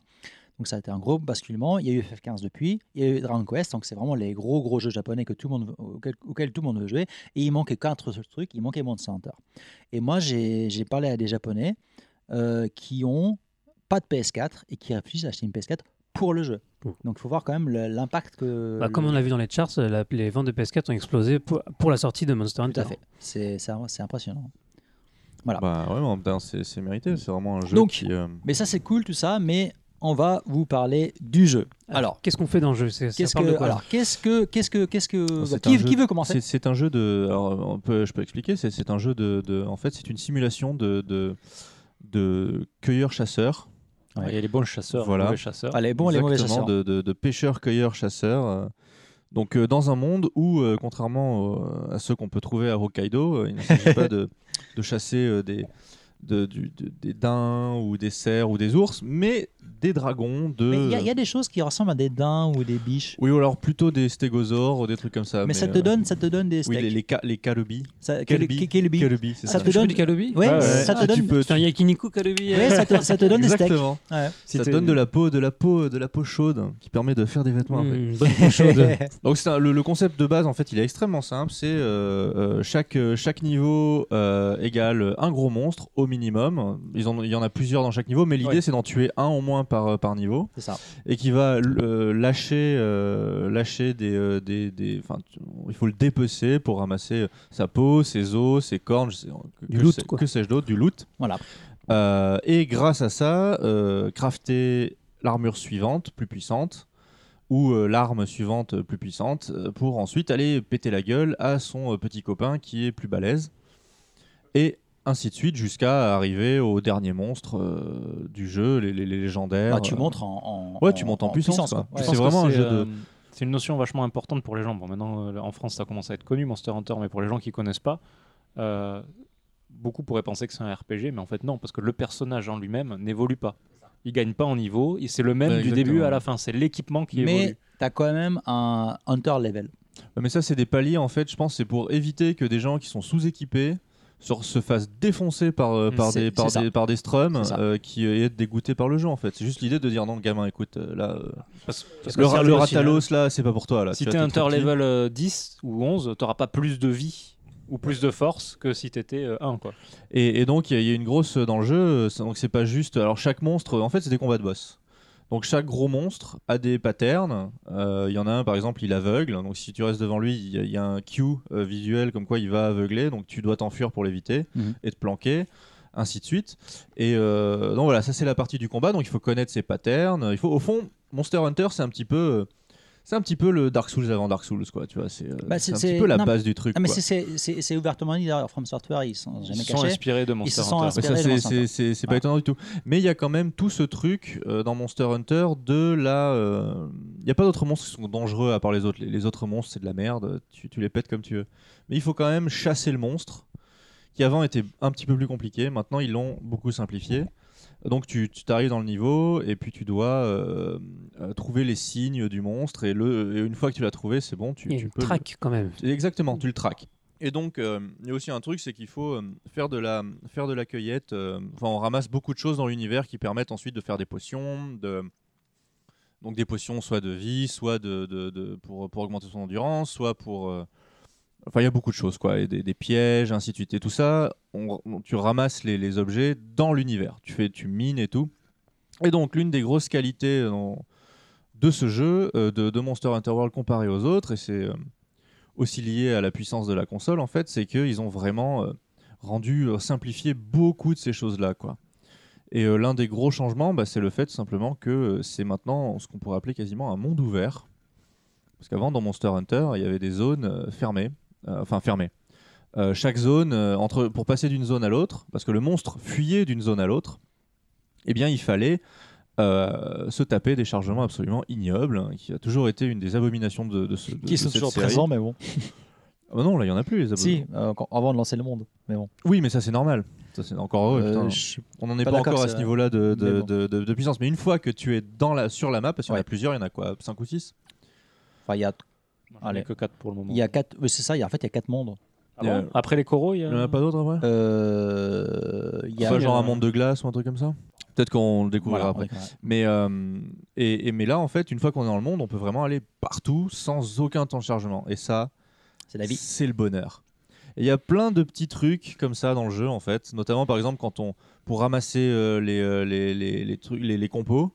Donc ça a été un gros basculement. Il y a eu FF15 depuis, il y a eu Dragon Quest, donc c'est vraiment les gros gros jeux japonais que tout le monde, veut- auquel, auquel tout le monde veut jouer. Et il manquait quatre autres trucs, il manquait Monster Hunter. Et moi j'ai j'ai parlé à des japonais euh, qui ont pas de PS4 et qui réfléchissent à acheter une PS4 pour le jeu. Ouh. Donc il faut voir quand même le- l'impact que... Bah, le- comme on l'a vu dans les charts, la- les ventes de PS4 ont explosé pour, pour la sortie de Monster Hunter. Tout à fait. C'est c'est- c'est impressionnant. Voilà. Bah ouais, mais en même temps, c'est c'est mérité. C'est vraiment un jeu Donc, qui. euh, Mais ça, c'est cool tout ça, mais on va vous parler du jeu. Alors, qu'est-ce qu'on fait dans le jeu C'est- ça qu'est-ce parle de que. quoi, Alors, qu'est-ce que. Qu'est-ce que. Qu'est-ce que. Oh, c'est qui, un jeu- qui veut commencer C'est c'est un jeu de. Alors, on peut, je peux expliquer. C'est- C'est un jeu de, de- En fait, c'est une simulation de, de, de cueilleur-chasseur. Ouais. Il y a les bons chasseurs, Voilà. les mauvais chasseurs. Allez, bon, les mauvais Exactement, De, chasseurs. de, de pêcheurs, cueilleurs, chasseurs. euh, Donc, euh, dans un monde où, euh, contrairement au- à ceux qu'on peut trouver à Hokkaido, euh, il ne s'agit pas de, de chasser euh, des, de- du- de- des daims ou des cerfs ou des ours, mais des dragons, de. Mais il y, a- il y a des choses qui ressemblent à des daims ou des biches. Oui, ou alors plutôt des stégosaures ou des trucs comme ça. mais, ça te euh, donne, ça te donne des Oui, steaks. les, les, ca- les calebis. Ça, quel- Kelby. quel- quel bi- Calebis, c'est Ça ça. te Tu fais donne- du Calobi Ouais, Ouais, ouais. ça te Si tu donne. peux- C'est un Yakiniku hein. Calobi. Ouais, ça te, ça te donne des steaks. Exactement. Ouais. Ça te donne de la peau, de la peau, de la peau chaude hein, qui permet de faire des vêtements. Mmh. après. Mm. Donc c'est un- le, le concept de base en fait il est extrêmement simple, c'est euh, euh, chaque, euh, chaque niveau euh, égale un gros monstre au minimum. Ils en- il y en a plusieurs dans chaque niveau, mais l'idée Ouais. c'est d'en tuer un au moins par, euh, par niveau C'est ça. et qui va euh, lâcher, euh, lâcher des, euh, des, des- enfin, tu- il faut le dépecer pour ramasser euh, sa peau, ses os, ses cornes, je sais- que, Du que loot, sais- quoi. que sais-je d'autre, du loot. Voilà. Euh, et grâce à ça, euh, crafter l'armure suivante, plus puissante, ou euh, l'arme suivante, euh, plus puissante, euh, pour ensuite aller péter la gueule à son euh, petit copain qui est plus balèze. Et ainsi de suite jusqu'à arriver au dernier monstre euh, du jeu, les, les- les légendaires. Bah, tu euh, montes en. en- Ouais, tu montes en puissance, quoi. Ouais. C'est vraiment un jeu de- euh, C'est une notion vachement importante pour les gens. Bon, maintenant, euh, en France, ça commence à être connu, Monster Hunter, mais pour les gens qui connaissent pas, euh, beaucoup pourraient penser que c'est un RPG, mais en fait, non, parce que le personnage en lui-même n'évolue pas. Il gagne pas en niveau, et c'est le même Ouais, du exactement. début à la fin. C'est l'équipement qui Mais évolue. t'as quand même un hunter level. Mais ça, c'est des paliers, en fait, je pense, c'est pour éviter que des gens qui sont sous-équipés se, se fassent défoncer par, euh, Mm, par, c'est- des, par, c'est ça. des, par des strums C'est ça. euh, qui euh, aient été dégoûtés par le jeu, en fait. C'est juste l'idée de dire, non, gamin, écoute, euh, là, euh, Parce- parce le, que ra- c'est le aussi, hein, Ratalos, hein. là, c'est pas pour toi. Là. Si Tu vois, Bah, t'es trop Hunter petit. level euh, 10 ou 11, t'auras pas plus de vie ou plus de force que si t'étais euh, 1. Quoi. Et, et donc, il y, a- il y a une grosse dans le jeu. euh, c'est- Donc, c'est pas juste. Alors, chaque monstre, en fait, c'est des combats de boss. Donc, chaque gros monstre a des patterns. Euh, Il y en a un, par exemple, il aveugle. Donc, si tu restes devant lui, il y a- il y, a un cue euh, visuel comme quoi il va aveugler. Donc, tu dois t'enfuir pour l'éviter Mhm. et te planquer. Ainsi de suite. Et euh, donc, voilà, ça, c'est la partie du combat. Donc, il faut connaître ses patterns. Il faut, au fond, Monster Hunter, c'est un petit peu. euh, c'est un petit peu le Dark Souls avant Dark Souls, quoi. Tu vois, c'est euh, Bah, c'est- c'est un c'est- petit peu la non, base du truc. Ah, mais quoi. c'est- c'est- c'est c'est ouvertement dit d'ailleurs, From Software, ils sont Ils jamais se sont cachés. inspirés de Ils Monster se sont Hunter. Mais ça, inspirés de c'est- Monster c'est Hunter. c'est- c'est pas Voilà. étonnant du tout. Mais il y a quand même tout ce truc euh, dans Monster Hunter de la. euh, Il n'y a pas d'autres monstres qui sont dangereux à part les autres. Les, les autres monstres, c'est de la merde. Tu, tu les pètes comme tu veux. Mais il faut quand même chasser le monstre, qui avant était un petit peu plus compliqué. Maintenant, ils l'ont beaucoup simplifié. Donc, tu tu t'arrives dans le niveau et puis tu dois euh, euh, trouver les signes du monstre. Et, le, et une fois que tu l'as trouvé, c'est bon. Tu, Il y a tu une peux le- track quand même. Exactement, tu le traques. Et donc, euh, il y a aussi un truc, c'est qu'il faut euh, faire, de la, faire de la cueillette. euh, Enfin, on ramasse beaucoup de choses dans l'univers qui permettent ensuite de faire des potions. De... Donc, des potions soit de vie, soit de, de- de- pour, pour augmenter son endurance, soit pour. euh, Enfin, il y a beaucoup de choses, quoi. Et des, des pièges, ainsi de suite. Et tout ça, on- on- tu ramasses les, les objets dans l'univers. Tu, fais, tu mines et tout. Et donc, l'une des grosses qualités euh, dans- de ce jeu, euh, de, de Monster Hunter World comparé aux autres, et c'est. euh, aussi lié à la puissance de la console, en fait, c'est qu'ils ont vraiment euh, rendu, euh, simplifié beaucoup de ces choses-là, quoi. Et euh, l'un des gros changements, bah, c'est le fait simplement que euh, c'est maintenant ce qu'on pourrait appeler quasiment un monde ouvert. Parce qu'avant, dans Monster Hunter, il y avait des zones euh, fermées, euh, enfin fermées. Euh, chaque zone, euh, entre, pour passer d'une zone à l'autre, parce que le monstre fuyait d'une zone à l'autre, eh bien, il fallait euh, se taper des chargements absolument ignobles, hein, qui a toujours été une des abominations de, de ce de- de Qui sont cette toujours série. présents, mais bon. Ah bah non, là, il n'y en a plus, les abonnés. Si, euh, quand- avant de lancer le monde. Mais bon. Oui, mais ça, c'est normal. Ça, c'est encore heureux, Euh, Oh, putain. je suis On n'en est pas pas, d'accord, encore à ça. ce niveau-là de, de, Mais bon. de- de- de puissance. Mais une fois que tu es dans la, sur la map, parce qu'il y en Ouais. a plusieurs, il y en a quoi 5 ou 6 Enfin, il y a, J'en ai Allez. que 4 pour le moment. il y a euh, quatre. oui, C'est ça. il y a- en fait, il y a quatre mondes. Ah bon Après les coraux, il y a. Il n'y en a pas d'autres après Euh, il y a Enfin, genre un monde de glace ou un truc comme ça Peut-être qu'on le découvrira Voilà, après. on est- Mais, euh, et, et- mais là, en fait, une fois qu'on est dans le monde, on peut vraiment aller partout sans aucun temps de chargement. Et ça, C'est la vie. c'est le bonheur. Et Il y a plein de petits trucs comme ça dans le jeu, en fait. Notamment, par exemple, quand on pour ramasser euh, les, euh, les, les, les trucs, les, les compos,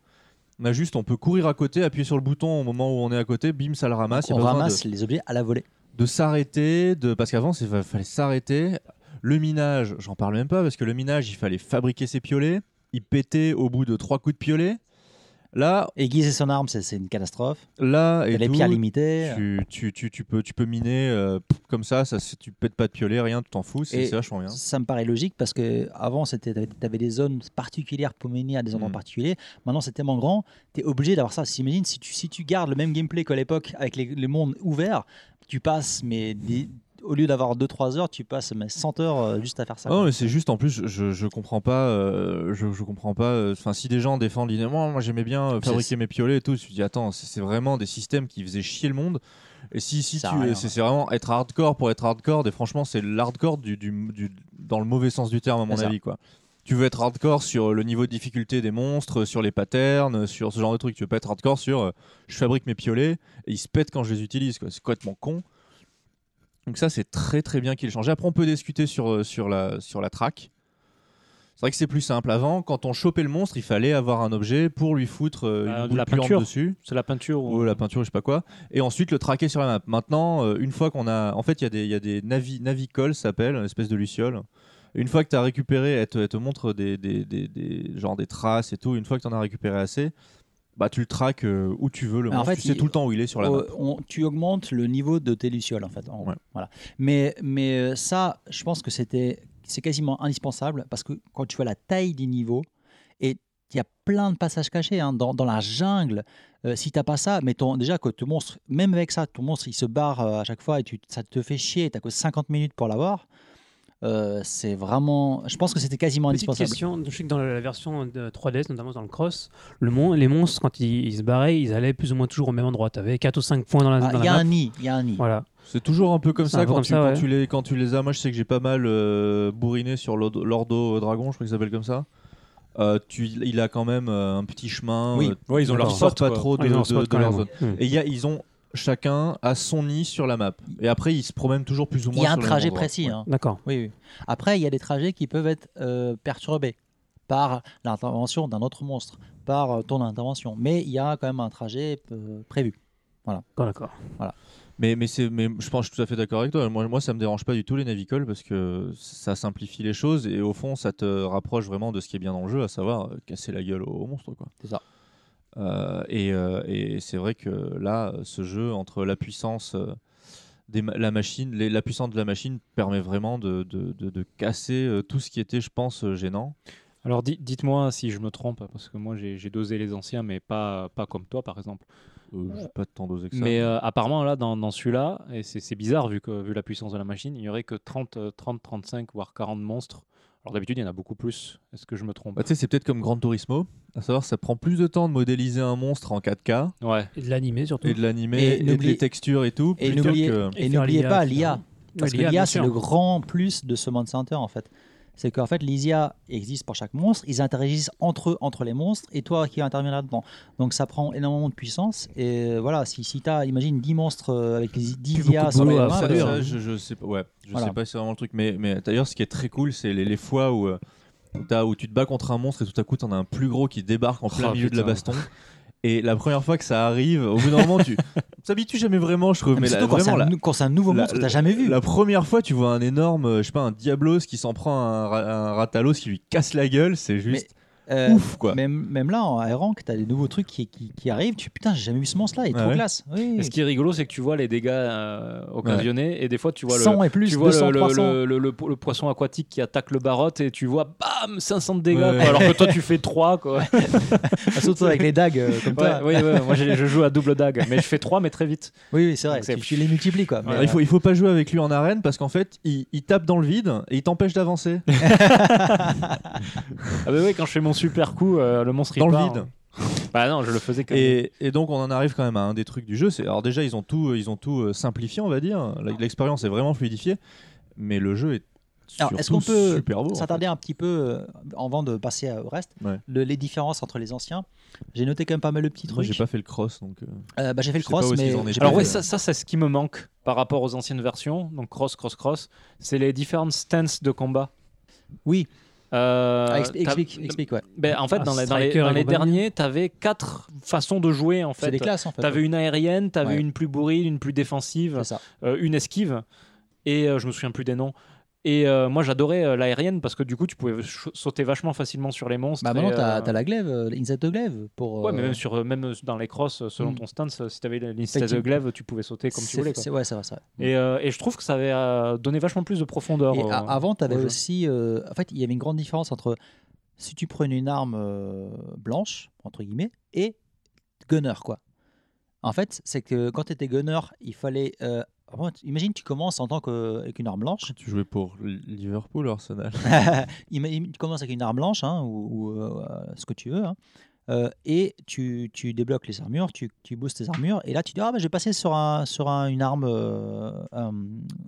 on a juste, on peut courir à côté, appuyer sur le bouton au moment où on est à côté, bim, ça le ramasse. Il y a on pas besoin de- ramasse les objets à la volée. de s'arrêter, de parce qu'avant il fallait s'arrêter. Le minage, j'en parle même pas parce que le minage, il fallait fabriquer ses piolets. Il pétait au bout de trois coups de piolet. Là, Aiguiser son arme, c'est c'est une catastrophe. là T'as et les tout, pierres limitées. tu, tu, tu, tu peux tu peux miner euh, pff, comme ça, ça c'est- tu pètes pas de piolet, rien, tu t'en fous, c'est Et- c'est vachement bien. Ça me paraît logique parce que avant c'était t'avais, t'avais des zones particulières pour mener à des endroits Mm. particuliers. Maintenant c'est tellement grand, t'es obligé d'avoir ça. T'imagines si tu si tu gardes le même gameplay qu'à l'époque avec les, les mondes ouverts, tu passes mais des- au lieu d'avoir 2-3 heures, tu passes mais 100 heures euh, juste à faire ça. Ah Non, quoi. mais c'est juste en plus, je, je comprends pas. euh, je, je comprends pas. euh, Enfin, si des gens défendent l'idée, moi, moi, j'aimais bien euh, C'est- fabriquer mes piolets et tout, je me dis, attends, c'est c'est vraiment des systèmes qui faisaient chier le monde. Et si, si Ça tu. euh, sert à rien, C'est c'est vraiment être hardcore pour être hardcore. Et franchement, c'est l'hardcore du, du, du- dans le mauvais sens du terme, à mon C'est ça. avis, quoi. Tu veux être hardcore sur euh, le niveau de difficulté des monstres, sur les patterns, sur ce genre de trucs. Tu veux pas être hardcore sur euh, je fabrique mes piolets et ils se pètent quand je les utilise. quoi. C'est complètement con. Donc ça, c'est très très bien qu'il change. Après, on peut discuter sur, euh, sur la, sur la track. C'est vrai que c'est plus simple. Avant, quand on chopait le monstre, il fallait avoir un objet pour lui foutre euh, une Ah, de boule la puante peinture. dessus C'est la peinture ou ou la peinture, je sais pas quoi, et ensuite le traquer sur la map. Maintenant, euh, une fois qu'on a. En fait, il y a des, il y a des navi... navicoles, ça s'appelle, une espèce de luciole. Une fois que tu as récupéré, elle te, elle te montre des, des, des, des- genre des traces et tout. Une fois que tu en as récupéré assez, bah tu le traques euh, où tu veux, le Mais en monstre. fait, tu sais il- tout le temps où il est sur la map. Euh, on- tu augmentes le niveau de tes lucioles en fait. en gros. Ouais. Voilà. Mais, mais euh, ça, je pense que c'était, c'est quasiment indispensable parce que quand tu vois la taille des niveaux et il y a plein de passages cachés hein, dans, dans la jungle. euh, si t'as pas ça, mais ton, déjà que ton monstre, même avec ça, ton monstre il se barre euh, à chaque fois et tu, ça te fait chier. T'as que 50 minutes pour l'avoir. Euh, c'est vraiment, je pense que c'était quasiment Petite indispensable. question, je sais que dans la version de 3DS, notamment dans le cross, le mon- les monstres, quand ils, ils se barraient, ils allaient plus ou moins toujours au même endroit. Tu avais 4 ou 5 points dans la, Ah, dans la Il y a map. un nid, il y a un nid. Voilà. C'est toujours un peu comme C'est ça, un peu quand, comme tu, ça, quand ouais. tu les, quand tu les as. Moi, je sais que j'ai pas mal euh, bourriné sur l'Ordo- l'Ordo euh, Dragon, je crois qu'il s'appelle comme ça. Euh, tu, il a quand même euh, un petit chemin. Oui. euh, Ouais, ils ont leur ils spot, sortent pas quoi. trop de, Ah, ils ont de- un spot de quand leur même. zone. Hmm. Et il y a- ils ont chacun à son nid sur la map. Et après, ils se promènent toujours plus ou moins. Il y a un sur le même trajet endroit. précis. Ouais. hein. D'accord. Oui, oui. Après, il y a des trajets qui peuvent être euh, perturbés par l'intervention d'un autre monstre, par euh, ton intervention. Mais il y a quand même un trajet euh, prévu. D'accord, d'accord. Mais, mais, c'est- mais je pense que je suis tout à fait d'accord avec toi. Moi, moi, ça me dérange pas du tout les navicoles parce que ça simplifie les choses et au fond, ça te rapproche vraiment de ce qui est bien dans le jeu, à savoir euh, casser la gueule au, au monstre. quoi. C'est ça. Euh, et euh, et c'est vrai que là, ce jeu, entre la puissance, euh, des ma- la, machine, les- la puissance de la machine permet vraiment de, de- de- de casser euh, tout ce qui était, je pense, euh, gênant. Alors di- dites-moi si je me trompe, parce que moi j'ai j'ai dosé les anciens, mais pas, pas comme toi par exemple. Euh, je vais pas tant doser que ça. Mais euh, apparemment là, dans, dans celui-là, et c'est c'est bizarre vu, que, vu la puissance de la machine, il n'y aurait que 30, euh, 30, 35, voire 40 monstres. Alors d'habitude, il y en a beaucoup plus. Est-ce que je me trompe Bah, tu sais, c'est peut-être comme Gran Turismo, à savoir ça prend plus de temps de modéliser un monstre en 4K Ouais. Et de l'animé surtout. et de l'animer Et et, de n'oublie- les textures et tout. Et plutôt n'oubliez que- et faire n'oubliez pas etc. l'IA. Parce que Oui, bien l'IA, c'est sûr. le grand plus de ce Monster Hunter, en fait. C'est qu'en fait, les IA existent pour chaque monstre, ils interagissent entre eux, entre les monstres, et toi qui interviens là-dedans. Donc ça prend énormément de puissance, et euh, voilà, si, si t'as, imagine, 10 monstres euh, avec les euh, 10 beaucoup IA de sur boulot la à main, faire. Ça, dure. ça, je, je sais pas, ouais, je Voilà. sais pas si c'est vraiment le truc. Mais, mais d'ailleurs, ce qui est très cool, c'est les, les fois où, euh, où t'as- où tu te bats contre un monstre et tout à coup, t'en as un plus gros qui débarque en Ah, plein Oh, milieu de la putain. baston. Et la première fois que ça arrive, au bout d'un moment, tu t'habitues jamais vraiment, je trouve. Ah, mais Mais la- surtout quand c'est, vraiment, un, la- nou- quand c'est un nouveau la- monstre que t'as jamais vu. La première fois, tu vois un énorme, euh, je sais pas, un Diablos qui s'en prend à un, ra- un Ratalos qui lui casse la gueule, c'est juste Euh, ouf quoi. Même, même là, en Aerank, t'as des nouveaux trucs qui, qui, qui arrivent. Tu putain, j'ai jamais vu ce monstre-là, il est Ah trop ouais classe. Oui, Et oui. ce qui est rigolo, c'est que tu vois les dégâts euh, occasionnés, et des fois tu vois le, 100 et plus, tu vois 200, le, le- 300. le- le- le po- le poisson aquatique qui attaque le barotte et tu vois bam 500 de dégâts Ouais, quoi, ouais. alors que toi tu fais 3 quoi. Ah, Surtout avec les dagues euh, comme Ouais, toi. oui, ouais, moi j'ai- je joue à double dague mais je fais 3 mais très vite. Oui, oui, c'est vrai. Donc, c'est- Tu, tu les multiplies quoi. mais, Alors, il, faut, euh, il faut pas jouer avec lui en arène parce qu'en fait, il, il tape dans le vide et il t'empêche d'avancer. Ah bah oui, quand je fais mon super coup, euh, le monstre il dans le part. vide. Bah non, je le faisais quand même. Et, et donc, on en arrive quand même à un des trucs du jeu. C'est, alors, déjà, ils ont tout, ils ont tout euh, simplifié, on va dire. La- L'expérience est vraiment fluidifiée. Mais le jeu est Alors, est-ce qu'on Surtout peut super beau, en s'attarder un petit peu, euh, avant de passer à- au reste, Ouais. le- les différences entre les anciens J'ai noté quand même pas mal de petits Moi, j'ai trucs. pas fait le cross, donc. euh, Euh, bah, J'ai fait le je sais pas cross, où est-ce mais qu'ils en j'ai étaient. pas Alors fait ouais, ouais. ça, ça c'est ce qui me manque par rapport aux anciennes versions, donc cross, cross, cross, c'est les différentes stances de combat. Oui. Euh, Ah, expli- t'as- explique, explique, ouais. Ben, en fait, Ah, dans, les- dans les, Striker dans et compagnie. les derniers, t'avais quatre façons de jouer en C'est fait. des classes en fait. T'avais une aérienne, t'avais Ouais. une plus bourrine, une plus défensive, C'est ça. euh, une esquive, et euh, je me souviens plus des noms. Et euh, moi j'adorais euh, l'aérienne parce que du coup tu pouvais ch- sauter vachement facilement sur les monstres. Bah et, maintenant, euh, t'as t'as la glaive, euh, l'inside de glaive. Pour, Ouais, mais euh, même, sur, euh, même euh, dans les crosses, euh, selon Mm. ton stance, euh, si t'avais l'initiative de Effectivement. glaive, tu pouvais sauter comme tu c'est- voulais. quoi. c'est- Ouais, c'est vrai, c'est vrai. Et, euh, et je trouve que ça avait euh, donné vachement plus de profondeur. Et euh, a- avant, tu avais au jeu. aussi. euh, en fait, il y avait une grande différence entre si tu prenais une arme euh, blanche, entre guillemets, et gunner, quoi. En fait, c'est que quand tu étais gunner, il fallait. euh, vraiment, tu- imagine, tu commences en tant que, avec une arme blanche. Tu jouais pour Liverpool, Arsenal. Ima- im- tu commences avec une arme blanche, hein, ou, ou, euh, ce que tu veux, hein, euh, et tu, tu débloques les armures, tu, tu boostes tes armures, et là, tu dis Ah, bah, je vais passer sur, un, sur un- une arme, euh, un,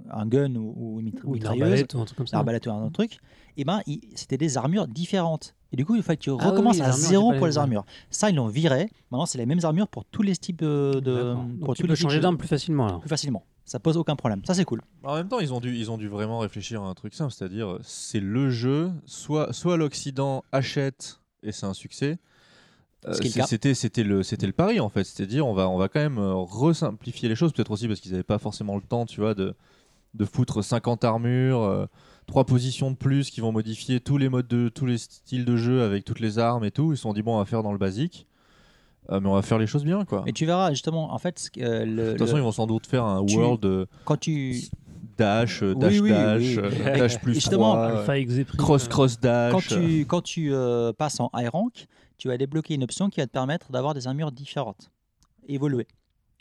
un gun ou, ou une mitr- Ou une mitrailleuse arbalète ou un truc comme ça. arbalète ou un autre truc, et ben il- c'était des armures différentes. Et du coup, il fallait que tu Ah oui, recommences les à armures, c'est zéro pas pour les les mêmes. armures. Ça, ils l'ont viré. Maintenant, c'est les mêmes armures pour tous les types de. de D'accord. Donc pour tu tous peux les types changer de- d'arme plus facilement alors. plus facilement. Ça pose aucun problème. Ça, c'est cool. En même temps, ils ont dû, ils ont dû vraiment réfléchir à un truc simple, c'est-à-dire euh, c'est le jeu, soit, soit l'Occident achète et c'est un succès. Euh, Ce qui est le c'est- cas. C'était c'était le c'était le pari en fait, c'est-à-dire on va on va quand même euh, resimplifier les choses, peut-être aussi parce qu'ils n'avaient pas forcément le temps, tu vois, de de foutre 50 armures, euh, trois positions de plus qui vont modifier tous les modes de tous les styles de jeu avec toutes les armes et tout. Ils se sont dit bon, on va faire dans le basique, euh, mais on va faire les choses bien Ah. quoi. Et tu verras justement, en fait, ce que, euh, le, de toute façon, le- ils vont sans doute faire un Tu- world euh, quand tu dash, euh, Oui, dash, oui, dash, oui. euh, Mais dash plus justement, 3, euh, Alpha Exepri, cross, euh, cross, dash. quand tu quand tu euh, passes en high rank, tu vas débloquer une option qui va te permettre d'avoir des armures différentes, évoluées,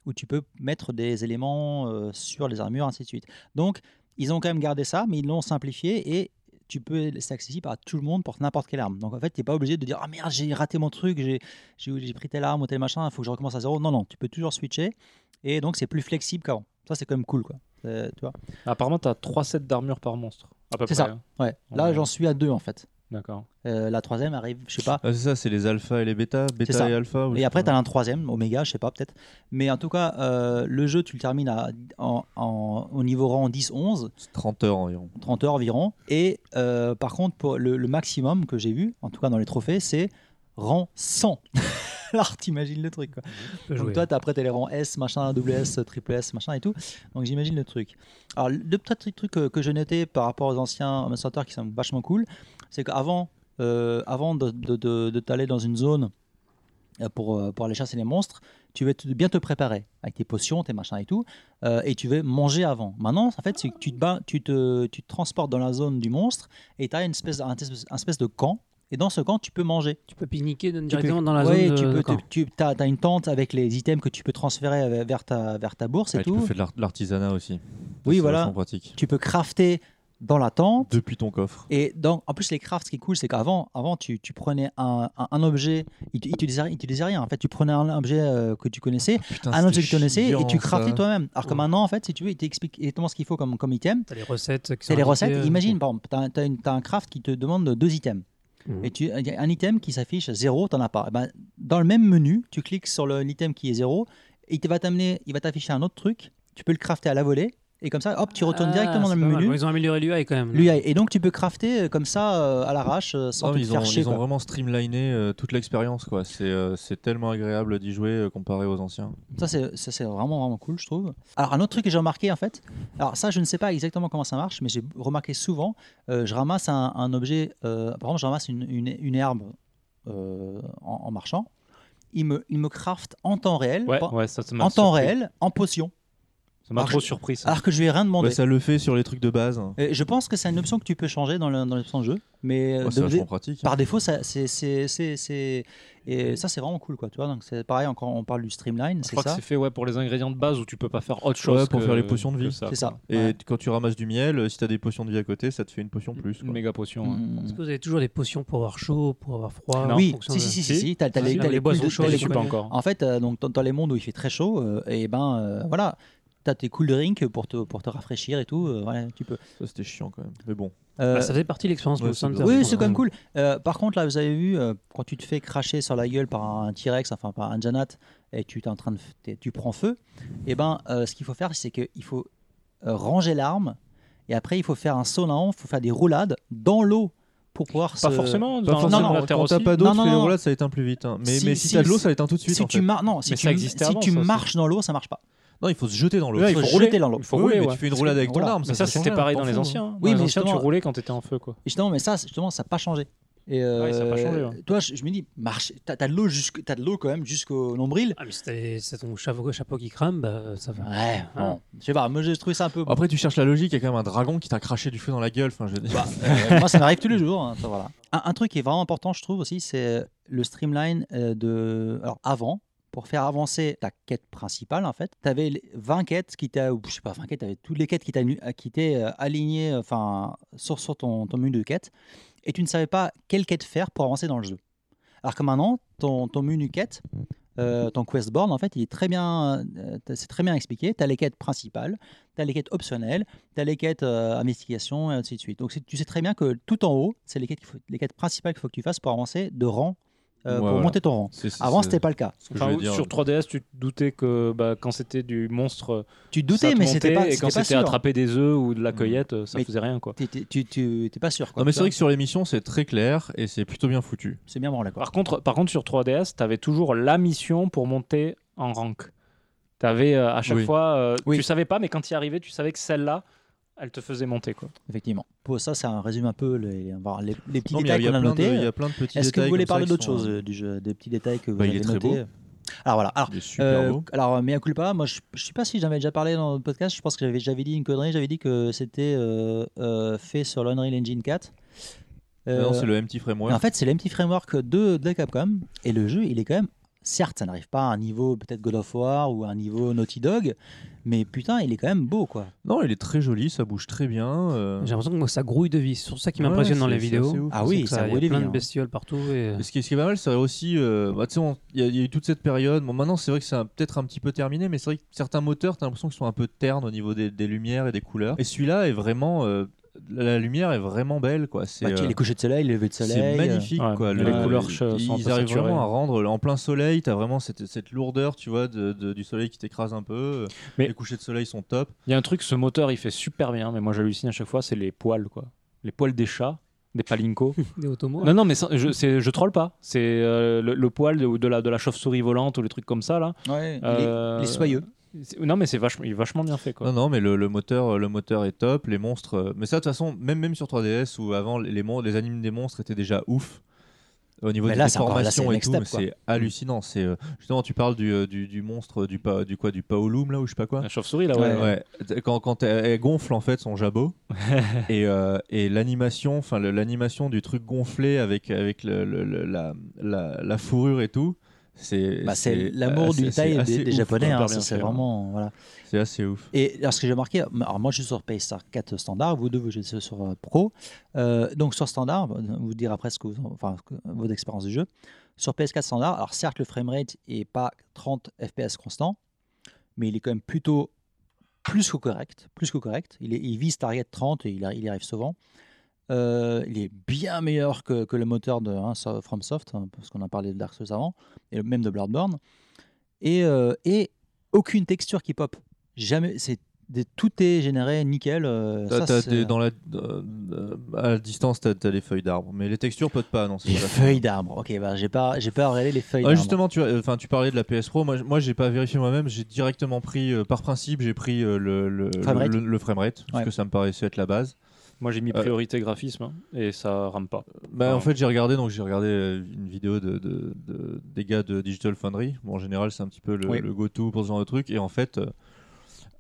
où tu peux mettre des éléments euh, sur les armures, ainsi de suite. Donc, ils ont quand même gardé ça, mais ils l'ont simplifié et tu peux, c'est accessible à tout le monde pour n'importe quelle arme. Donc en fait, tu n'es pas obligé de dire Ah merde, j'ai raté mon truc, j'ai- j'ai j'ai pris telle arme ou tel machin, il faut que je recommence à zéro. Non, non, tu peux toujours switcher et donc c'est plus flexible qu'avant. Ça, c'est quand même cool, quoi. Euh, tu vois Apparemment, t'as 3 sets d'armure par monstre. à peu C'est près, ça. hein. ouais. Là, Ouais. j'en suis à deux, en fait. D'accord. Euh, la troisième arrive, je sais pas, Ah, c'est ça, c'est les alpha et les bêta, C'est ça. bêta et alpha. ou je Et sais après, tu pas. as un troisième, Oméga, je sais pas, peut-être. Mais en tout cas, euh, le jeu, tu le termines à, en, en- au niveau rang 10-11, C'est 30 heures environ. 30 heures environ. Et euh, par contre, pour le, le maximum que j'ai vu, en tout cas dans les trophées, c'est rang 100. Alors, t'imagines le truc. Quoi. peut Donc, jouer. toi, t'as- après, t'as les rangs S, machin, double S, triple S, machin et tout. Donc, j'imagine le truc. Alors, deux petits trucs que, que je notais par rapport aux anciens Monster Hunter qui sont vachement cool, c'est qu'avant euh, avant de, de, de- de t'aller dans une zone euh, pour, euh, pour aller chasser les monstres, tu vas te- bien te préparer avec tes potions, tes machins et tout, euh, et tu vas manger avant. Maintenant, en fait, c'est que tu te, bats- tu te, tu te transportes dans la zone du monstre et tu as une espèce, un espèce, un espèce de camp. Et dans ce camp, tu peux manger. tu peux pique-niquer Tu peux- directement dans la ouais, zone. Tu de- peux, d'accord. tu, as, une tente avec les items que tu peux transférer ve- vers ta, vers ta bourse et Ah, tu tout. peux faire de l'art- de l'artisanat aussi. Oui, C'est voilà. vachement pratique. Tu peux crafter dans la tente. Depuis ton coffre. Et donc, en plus, les crafts, ce qui est cool, c'est qu'avant, avant, tu, tu prenais un, un, un objet, il, te- il te disait, il te disait rien. En fait, tu prenais un objet euh, que tu connaissais, Ah, Putain, un objet c'était que tu connaissais, et chiant, tu craftais ça. toi-même. Alors que Ouais. maintenant, en fait, si tu veux, il t'explique exactement ce qu'il faut comme, comme item. T'as les recettes qui sont C'est les indiquées, recettes. euh, Imagine, par exemple, t'as- t'as une- t'as un craft qui te demande deux items. Mhm. Et tu, il y a un item qui s'affiche 0, t'en as pas. Eh ben, dans le même menu, tu cliques sur le- l'item qui est 0, et il te va t'amener, il va t'afficher un autre truc. Tu peux le crafter à la volée, et comme ça, hop, tu retournes Ah, directement dans c'est le pas mal. menu. Bon, Ils ont amélioré l'UI quand même. L'UI. Et donc, tu peux crafter euh, comme ça euh, à l'arrache euh, sans Non, te mais ils, ont, faire chier. ils ont quoi. vraiment streamliné euh, toute l'expérience. quoi. C'est euh, c'est tellement agréable d'y jouer euh, comparé aux anciens. Ça, c'est ça, c'est vraiment, vraiment cool, je trouve. Alors, un autre truc que j'ai remarqué, en fait, alors ça, je ne sais pas exactement comment ça marche, mais j'ai remarqué souvent, euh, je ramasse un, un objet, euh, par exemple, je ramasse une, une, une herbe euh, en, en marchant, il me, il me craft en temps réel, Ouais, pas- ouais, ça ça m'a en temps surpris. réel, en potion, Ça m'a Alors trop je- surpris. Ça. alors que je lui ai rien demandé. Ouais, ça le fait sur les trucs de base. Et je pense que c'est une option que tu peux changer dans le- dans l'option jeu, mais euh, Ouais, de- c'est vachement pratique. par défaut, ça, c'est, c'est, c'est, c'est- et ça, c'est vraiment cool, quoi. Tu vois, donc c'est pareil, encore, on parle du streamline, je c'est crois que ça. c'est fait ouais, pour les ingrédients de base où tu peux pas faire autre Ouais, chose. pour que- faire les potions de que vie. ça, C'est quoi. ça. Et Ouais. quand tu ramasses du miel, euh, si t'as des potions de vie à côté, ça te fait une potion de plus. Une quoi. méga potion. euh, ouais. Mm. Est-ce que vous avez toujours des potions pour avoir chaud, pour avoir froid Non. en Oui, fonction si, de- si, si, si, Si. si, t'as, t'as Ah, les, si, t'as dans les les boissons coups de- Je chaudes, t'as les ne les suis coups pas chocolats. encore. En fait, eh euh, donc dans, dans les mondes où il fait très chaud, euh, et ben euh, voilà, t'as- t'as tes cool drinks pour te, pour te rafraîchir et tout. euh, voilà, tu peux. Ça, c'était chiant quand même. Mais bon. Euh, Bah, ça fait partie de l'expérience ouais, Go c'est Center. dommage. oui, c'est quand même cool. Euh, par contre, là, vous avez vu, euh, quand tu te fais cracher sur la gueule par un T-Rex, enfin par un Janat, et tu t'es en train de, f- t'es- tu prends feu, et ben, euh, ce qu'il faut faire, c'est qu'il faut euh, ranger l'arme, et après, il faut faire un saut en haut, il faut faire des roulades dans l'eau pour pouvoir Pas se- forcément, Pas dans forcément, dans la forcément, terre quand t'as aussi. pas d'eau, Non, tu non, fais les non. roulades, ça éteint plus vite. hein. Mais Si, mais si si, t'as de l'eau, si. ça éteint tout de suite. Si en tu fait. mar- non, si Mais tu, ça existait si avant, tu ça aussi. marches dans l'eau, ça marche pas. Non, il faut se jeter dans l'eau. Ouais, il faut rouler. jeter dans l'eau. Il faut Oui, rouler, mais ouais. tu fais une roulade avec ton Voilà. arme. Mais ça, c'est c'était changé, pareil t'en dans les fous, hein. anciens. Oui, dans les mais anciens, tu justement- roulais quand t'étais en feu, quoi. Et justement, mais ça, c'est- justement, ça n'a pas changé. Et euh, Ouais, ça a pas changé, ouais. Toi, je, je me dis, marche, t'as t'as de l'eau jusque, t'as de l'eau quand même jusqu'au nombril. Ah, mais si t'as- c'est ton chapeau, chapeau qui crame, bah, ça va. Ouais, Ah. bon, je sais pas, moi j'ai trouvé ça un peu. Après, tu cherches la logique, il y a quand même un dragon qui t'a craché du feu dans la gueule. Enfin, je veux dire. Bah, euh, moi, ça m'arrive tous les jours. hein, ça, voilà. un, un truc qui est vraiment important, je trouve aussi, c'est le streamline euh, de. Alors, avant, pour faire avancer ta quête principale, en fait, tu avais 20 quêtes qui t'a. ou Je sais pas, 20 quêtes, tu toutes les quêtes qui t'a- qui étaient euh, alignées euh, enfin, sur, sur ton, ton menu de quête. Et tu ne savais pas quelle quête faire pour avancer dans le jeu. Alors que maintenant, ton, ton menu quête. euh, ton quest board, en fait, il est très bien, euh, c'est très bien expliqué. Tu as les quêtes principales, tu as les quêtes optionnelles, tu as les quêtes euh, investigation et ainsi de suite. Donc c'est- tu sais très bien que tout en haut, c'est les quêtes, qu'il faut- les quêtes principales qu'il faut que tu fasses pour avancer de rang, euh, Ouais, pour voilà. monter ton rang. C'est- c'est- Avant, c'est- c'était pas le cas. ce que je Enfin, voulais dire. sur 3DS, tu te doutais que bah, quand c'était du monstre, Tu te ça doutais, te mais c'était montait, pas, et c'était quand pas c'était sûr. attraper des œufs ou de la cueillette, euh, ça Mais- faisait rien, quoi. T'es- t'es- Tu tu- t'es pas sûr. quoi. Non, mais c'est vrai que sur l'émission, c'est très clair et c'est plutôt bien foutu. C'est bien branlé. Quoi. Par contre, par contre, sur 3DS, tu avais toujours la mission pour monter en rank. Tu avais à chaque Oui. fois, euh, Oui. tu savais pas, mais quand tu y arrivais, tu savais que celle-là, elle te faisait monter. Quoi. Effectivement. Pour ça, ça résume un peu les, voir les, les Ah. petits Non, mais il y a- détails il y, qu'on a a plein de- il y notés. a plein de petits Est-ce que vous détails voulez comme ça parler qui d'autres sont, choses euh, euh, du jeu, des petits détails que vous Bah, il avez est très notés beau. Alors voilà. Alors, Il est super Euh, beau. alors, mea culpa, moi je, je sais pas si j'en avais déjà parlé dans le podcast, je pense que j'avais, j'avais dit une connerie, j'avais dit que c'était euh, euh, fait sur l'Unreal Engine 4. Euh, Non, c'est le MT mais Framework. En fait, c'est l'MT Framework de, de Capcom, et le jeu, il est quand même, certes, ça n'arrive pas à un niveau peut-être God of War ou à un niveau Naughty Dog, mais putain, il est quand même beau quoi. Non, il est très joli, ça bouge très bien. euh, J'ai l'impression que moi, ça grouille de vie. C'est surtout ça qui Ouais, m'impressionne dans c'est- les c'est vidéos. assez ouf. Ah oui, C'est que ça il y a roulait plein bien. de bestioles partout. Et... Et ce qui, ce qui est pas mal, c'est aussi. euh, bah, tu sais, on- il y, a- il y a eu toute cette période. Bon, maintenant, c'est vrai que c'est un- peut-être un petit peu terminé, mais c'est vrai que certains moteurs, t'as l'impression qu'ils sont un peu ternes au niveau des, des lumières et des couleurs. Et celui-là est vraiment. euh, la lumière est vraiment belle, quoi. C'est Bah, tu sais, euh, les couchers de soleil, les levées de c'est soleil. euh, magnifique, Ouais, quoi. les couleurs ch- ils, sont un peu ils arrivent saturées. vraiment à rendre euh, en plein soleil. T'as vraiment cette, cette lourdeur, tu vois, de- de- du soleil qui t'écrase un peu. Mais- les couchers de soleil sont top. Il y a un truc, ce moteur, il fait super bien, mais moi j'hallucine à chaque fois, c'est les poils, quoi. Les poils des chats, des palincos. Des automos. Non, non, mais ça- je, c'est- je troll pas. C'est euh, le, le poil de, de la, de la chauve-souris volante ou les trucs comme ça, là. Ouais, il est- Euh, il est soyeux. c'est- Non, mais c'est vachement, il est vachement bien fait, quoi. Non, non, mais le, le moteur, euh, le moteur est top. Les monstres, euh, mais ça de toute façon, même même sur 3DS où avant les, les mon- les animes des monstres étaient déjà ouf. Au niveau Mais des là, c'est encore- là, c'est déformations le et next tout, step, mais quoi. Mm. c'est hallucinant. C'est euh, justement, tu parles du, euh, du, du monstre du pa- du quoi, du Paolum là ou Ah, je sais pas quoi. La chauve-souris, là, ouais. Ouais. Ouais. Quand, quand elle, elle gonfle en fait son jabot et, euh, et l'animation, enfin le- l'animation du truc gonflé avec avec le- le- le- la, la, la fourrure et tout, c'est Bah, c'est l'amour assez- du détail c'est des, assez des ouf, japonais, hyper hein, bien ça, c'est fait, vraiment voilà. ouais. C'est assez ouf. Et alors, ce que j'ai marqué, alors moi je suis sur PS4 standard, vous deux vous êtes sur sur, euh, Pro. Euh, donc sur standard, vous dire après ce que vous, enfin, ce que- votre expérience du jeu. Sur PS4 standard, alors certes le framerate est pas 30 FPS constant, mais il est quand même plutôt plus que correct, plus que correct. Il, est- il vise target 30 et il, arri- il y arrive souvent. Euh, il est bien meilleur que, que le moteur de hein, so- FromSoft, hein, parce qu'on a parlé de Dark Souls avant, et même de Bloodborne. Et, euh, et aucune texture qui pop. Jamais, c'est des- tout est généré nickel. euh, T'as- ça, t'as c'est- des- dans la, euh, euh, à la distance, t'as as les feuilles d'arbre, mais les textures peuvent pas. Non, c'est Les pas- feuilles d'arbre. Ok, bah, j'ai pas, j'ai pas regardé les feuilles Ah, d'arbre. justement, tu, as- enfin, tu parlais de la PS Pro. Moi, j- moi j'ai pas vérifié moi-même. J'ai directement pris, euh, par principe, j'ai pris euh, le, le, Framerate. le- le framerate, parce Ouais. que ça me paraissait être la base. Moi, j'ai mis Euh, priorité graphisme, hein, et ça rame pas. Bah, Ah. En fait, j'ai regardé, donc j'ai regardé euh, une vidéo de, de- de- des gars de Digital Foundry. Bon, en général, c'est un petit peu le, Oui. le go-to pour ce genre de truc. Et en fait, euh,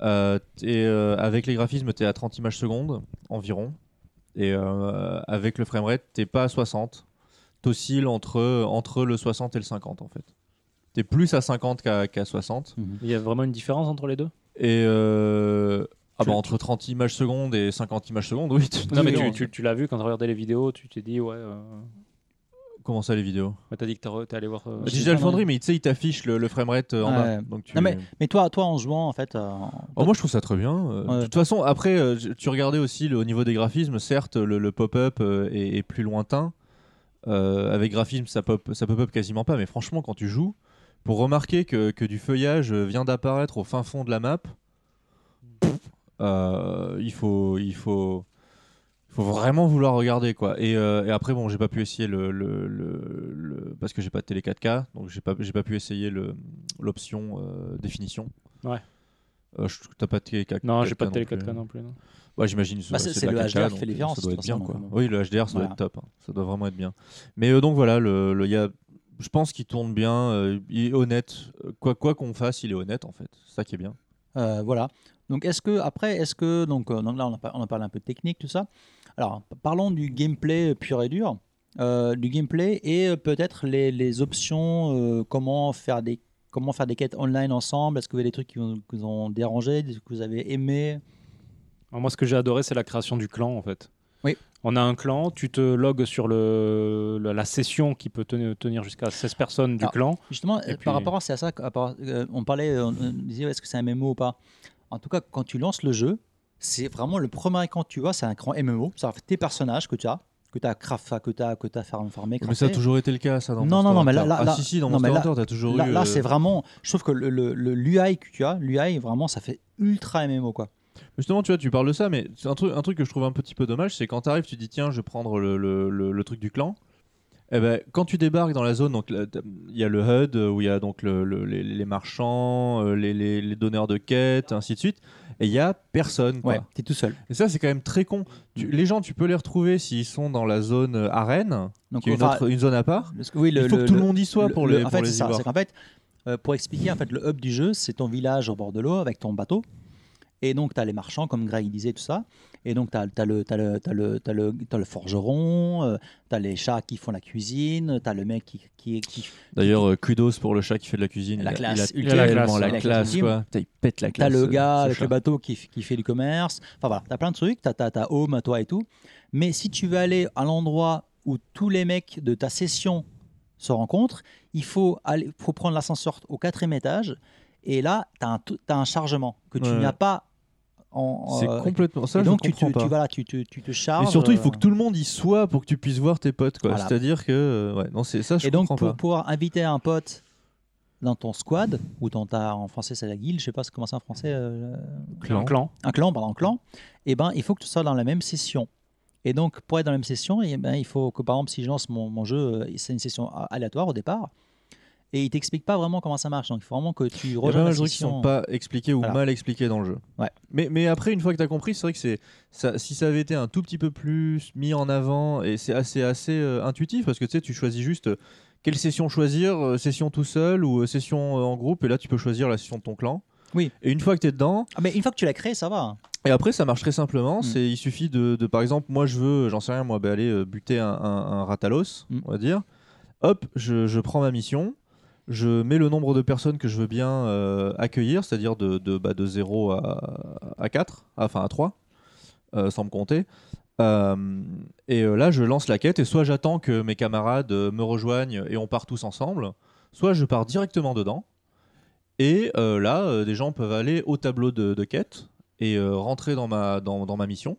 euh, t'es, euh, avec les graphismes, t'es à 30 images secondes environ. Et euh, avec le framerate, t'es pas à 60. T'oscilles entre, entre le 60 et le 50 en fait. T'es plus à 50 qu'à qu'à 60. Il y a vraiment une différence entre les deux Et euh, ah Tu- bah, entre 30 images secondes et 50 images secondes, oui. tu- Non, mais tu- tu, tu- tu l'as vu quand tu regardais les vidéos, tu t'es dit, ouais. euh, Comment ça, les vidéos Bah, T'as dit que t'as re- t'es allé voir. euh, Je sais Bah, Digital pas, Foundry, mais tu sais, il t'affiche le, le framerate euh, en Bah, Ouais. bas. Donc tu... Non, Mais toi, toi, en jouant, en fait. euh, en- Oh, moi, je trouve ça très bien. Euh, Ouais. De toute façon, après, euh, je- tu regardais aussi le, au niveau des graphismes. Certes, le, le pop-up euh, est, est plus lointain. Euh, avec graphisme, ça pop, ça pop-up quasiment pas. Mais franchement, quand tu joues, pour remarquer que, que du feuillage euh, vient d'apparaître au fin fond de la map, pff, euh, il faut, il faut, il faut vraiment vouloir regarder quoi. Et, euh, et après, bon, j'ai pas pu essayer le, le- le- le- parce que j'ai pas de télé 4K, donc j'ai pas, j'ai pas pu essayer le- l'option euh, définition. Ouais. Euh, je- T'as pas de télé 4K Non, j'ai pas de télé non plus. 4K non plus. non. Ouais, j'imagine. ça- Bah, c'est- c'est de la le 4K, HDR qui donc, fait les euh, différences, Ça doit de être toute bien, façon, quoi. donc, euh, Oui, le HDR, ça doit voilà. être top. hein. Ça doit vraiment être bien. Mais euh, donc voilà, le, le- il y a, je pense qu'il tourne bien, euh, il est honnête. Euh, Quoi quoi qu'on fasse, il est honnête en fait. C'est ça qui est bien. Euh, voilà. Donc, est-ce que, après, est-ce que, donc, euh, donc là, on a, par- on a parlé un peu de technique, tout ça. Alors, p- parlons du gameplay pur et dur, euh, du gameplay et euh, peut-être les, les options, euh, comment faire des comment faire des quêtes online ensemble. Est-ce que vous avez des trucs qui vous, qui vous ont dérangé, des trucs que vous avez aimé Alors, moi, ce que j'ai adoré, c'est la création du clan, en fait. Oui. On a un clan, tu te logs sur le, la- la session qui peut tenir, tenir jusqu'à 16 personnes du Ah. clan. Justement, Et euh, puis- par rapport à c'est à ça, que- à part- euh, on parlait, on, on disait ouais, est-ce que c'est un MMO ou pas. En tout cas, quand tu lances le jeu, c'est vraiment le premier écran que tu vois, c'est un grand MMO. Ça tes personnages que tu as, que tu as craft, que tu as, que tu as farmé, Mais ça a crafté. toujours été le cas, ça. Dans Non, Monster non, non, mais là- Hunter. là- ah, là- si, si, dans non, mais Monster là- Hunter, t'as toujours Là, eu. là, euh, c'est vraiment. Je trouve que le, le, le- l'UI que tu as, l'UI, vraiment, ça fait ultra MMO, quoi. Justement, tu vois, tu parles de ça, mais c'est un truc, un truc que je trouve un petit peu dommage, c'est quand t'arrives, tu dis tiens, je vais prendre le, le- le- le truc du clan. Eh ben, quand tu débarques dans la zone, donc là, t'as- il y a le HUD euh, où il y a donc le- le- les, les marchands, euh, les, les- les donneurs de quêtes, ainsi de suite, et il y a personne. Quoi. Ouais, t'es tout seul. Et ça, c'est quand même très con. Tu- les gens, tu peux les retrouver s'ils sont dans la zone euh, arène, Donc, qui est une, enfin, autre- une zone à part. parce que oui, le, il faut le- que tout le, le- monde y soit le- pour le- les, En pour fait, les c'est y ça. voir. C'est qu'en fait, euh, pour expliquer, en fait, le hub du jeu, c'est ton village au bord de l'eau avec ton bateau. Et donc, tu as les marchands, comme Greg disait, tout ça. Et donc, tu as, le, t'as le, t'as le, t'as le, t'as le forgeron, tu as les chats qui font la cuisine, tu as le mec qui, qui, qui D'ailleurs, euh, kudos pour le chat qui fait de la cuisine. La Il a- classe, il a, ultra- la tellement classe, la ouais. La classe, classe. quoi. Putain, Il pète la T'as classe. le euh, gars ce avec chat. le bateau qui, f- qui fait du commerce. Enfin voilà, t'as plein de trucs. T'as ta home à toi et tout. Mais si tu veux aller à l'endroit où tous les mecs de ta session se rencontrent, il faut, aller, faut prendre l'ascenseur au quatrième étage. Et là, t'as un, tou- t'as un chargement que tu Ouais. n'as pas en. C'est euh, complètement ça. et je donc tu, te- comprends tu, pas. vas là, tu, te- tu te Et charges. surtout, il faut euh, que tout le monde y soit pour que tu puisses voir tes potes. quoi. Voilà. C'est-à-dire que euh, ouais, non, c'est ça, je et donc, comprends pour pas. pouvoir inviter un pote dans ton squad, ou dans ta, en français c'est la guilde, je sais pas comment c'est en français, euh, Un clan. un clan, pardon, un clan, eh ben, il faut que tu sois dans la même session. Et donc, pour être dans la même session, eh ben, il faut que, par exemple, si je lance mon, mon jeu, euh, c'est une session a- aléatoire au départ, et il t'explique pas vraiment comment ça marche. Donc, il faut vraiment que tu Il y a pas rejoignes mal la de trucs qui sont session. pas expliqués ou Voilà. mal expliqués dans le jeu. Ouais. Mais, mais après, une fois que tu as compris, c'est vrai que c'est ça, si ça avait été un tout petit peu plus mis en avant, et c'est assez, assez euh, intuitif parce que tu sais, tu choisis juste euh, quelle session choisir, euh, session tout seul ou euh, session euh, en groupe, et là tu peux choisir la session de ton clan. Oui. Et une fois que tu es dedans, Ah, mais une fois que tu l'as créé, ça va. hein. Et après, ça marche très simplement. Mm. C'est, il suffit de, de, par exemple, moi je veux, j'en sais rien, moi, bah, aller euh, buter un, un- un Ratalos, Mm. on va dire. Hop, je, je prends ma mission, je mets le nombre de personnes que je veux bien euh, accueillir, c'est-à-dire de, de, bah, de 0 à, à 4, enfin à 3, euh, sans me compter. Euh, et euh, là, je lance la quête, et soit j'attends que mes camarades euh, me rejoignent et on part tous ensemble, soit je pars directement dedans. Et euh, là, euh, des gens peuvent aller au tableau de, de quête et euh, rentrer dans ma, dans, dans ma mission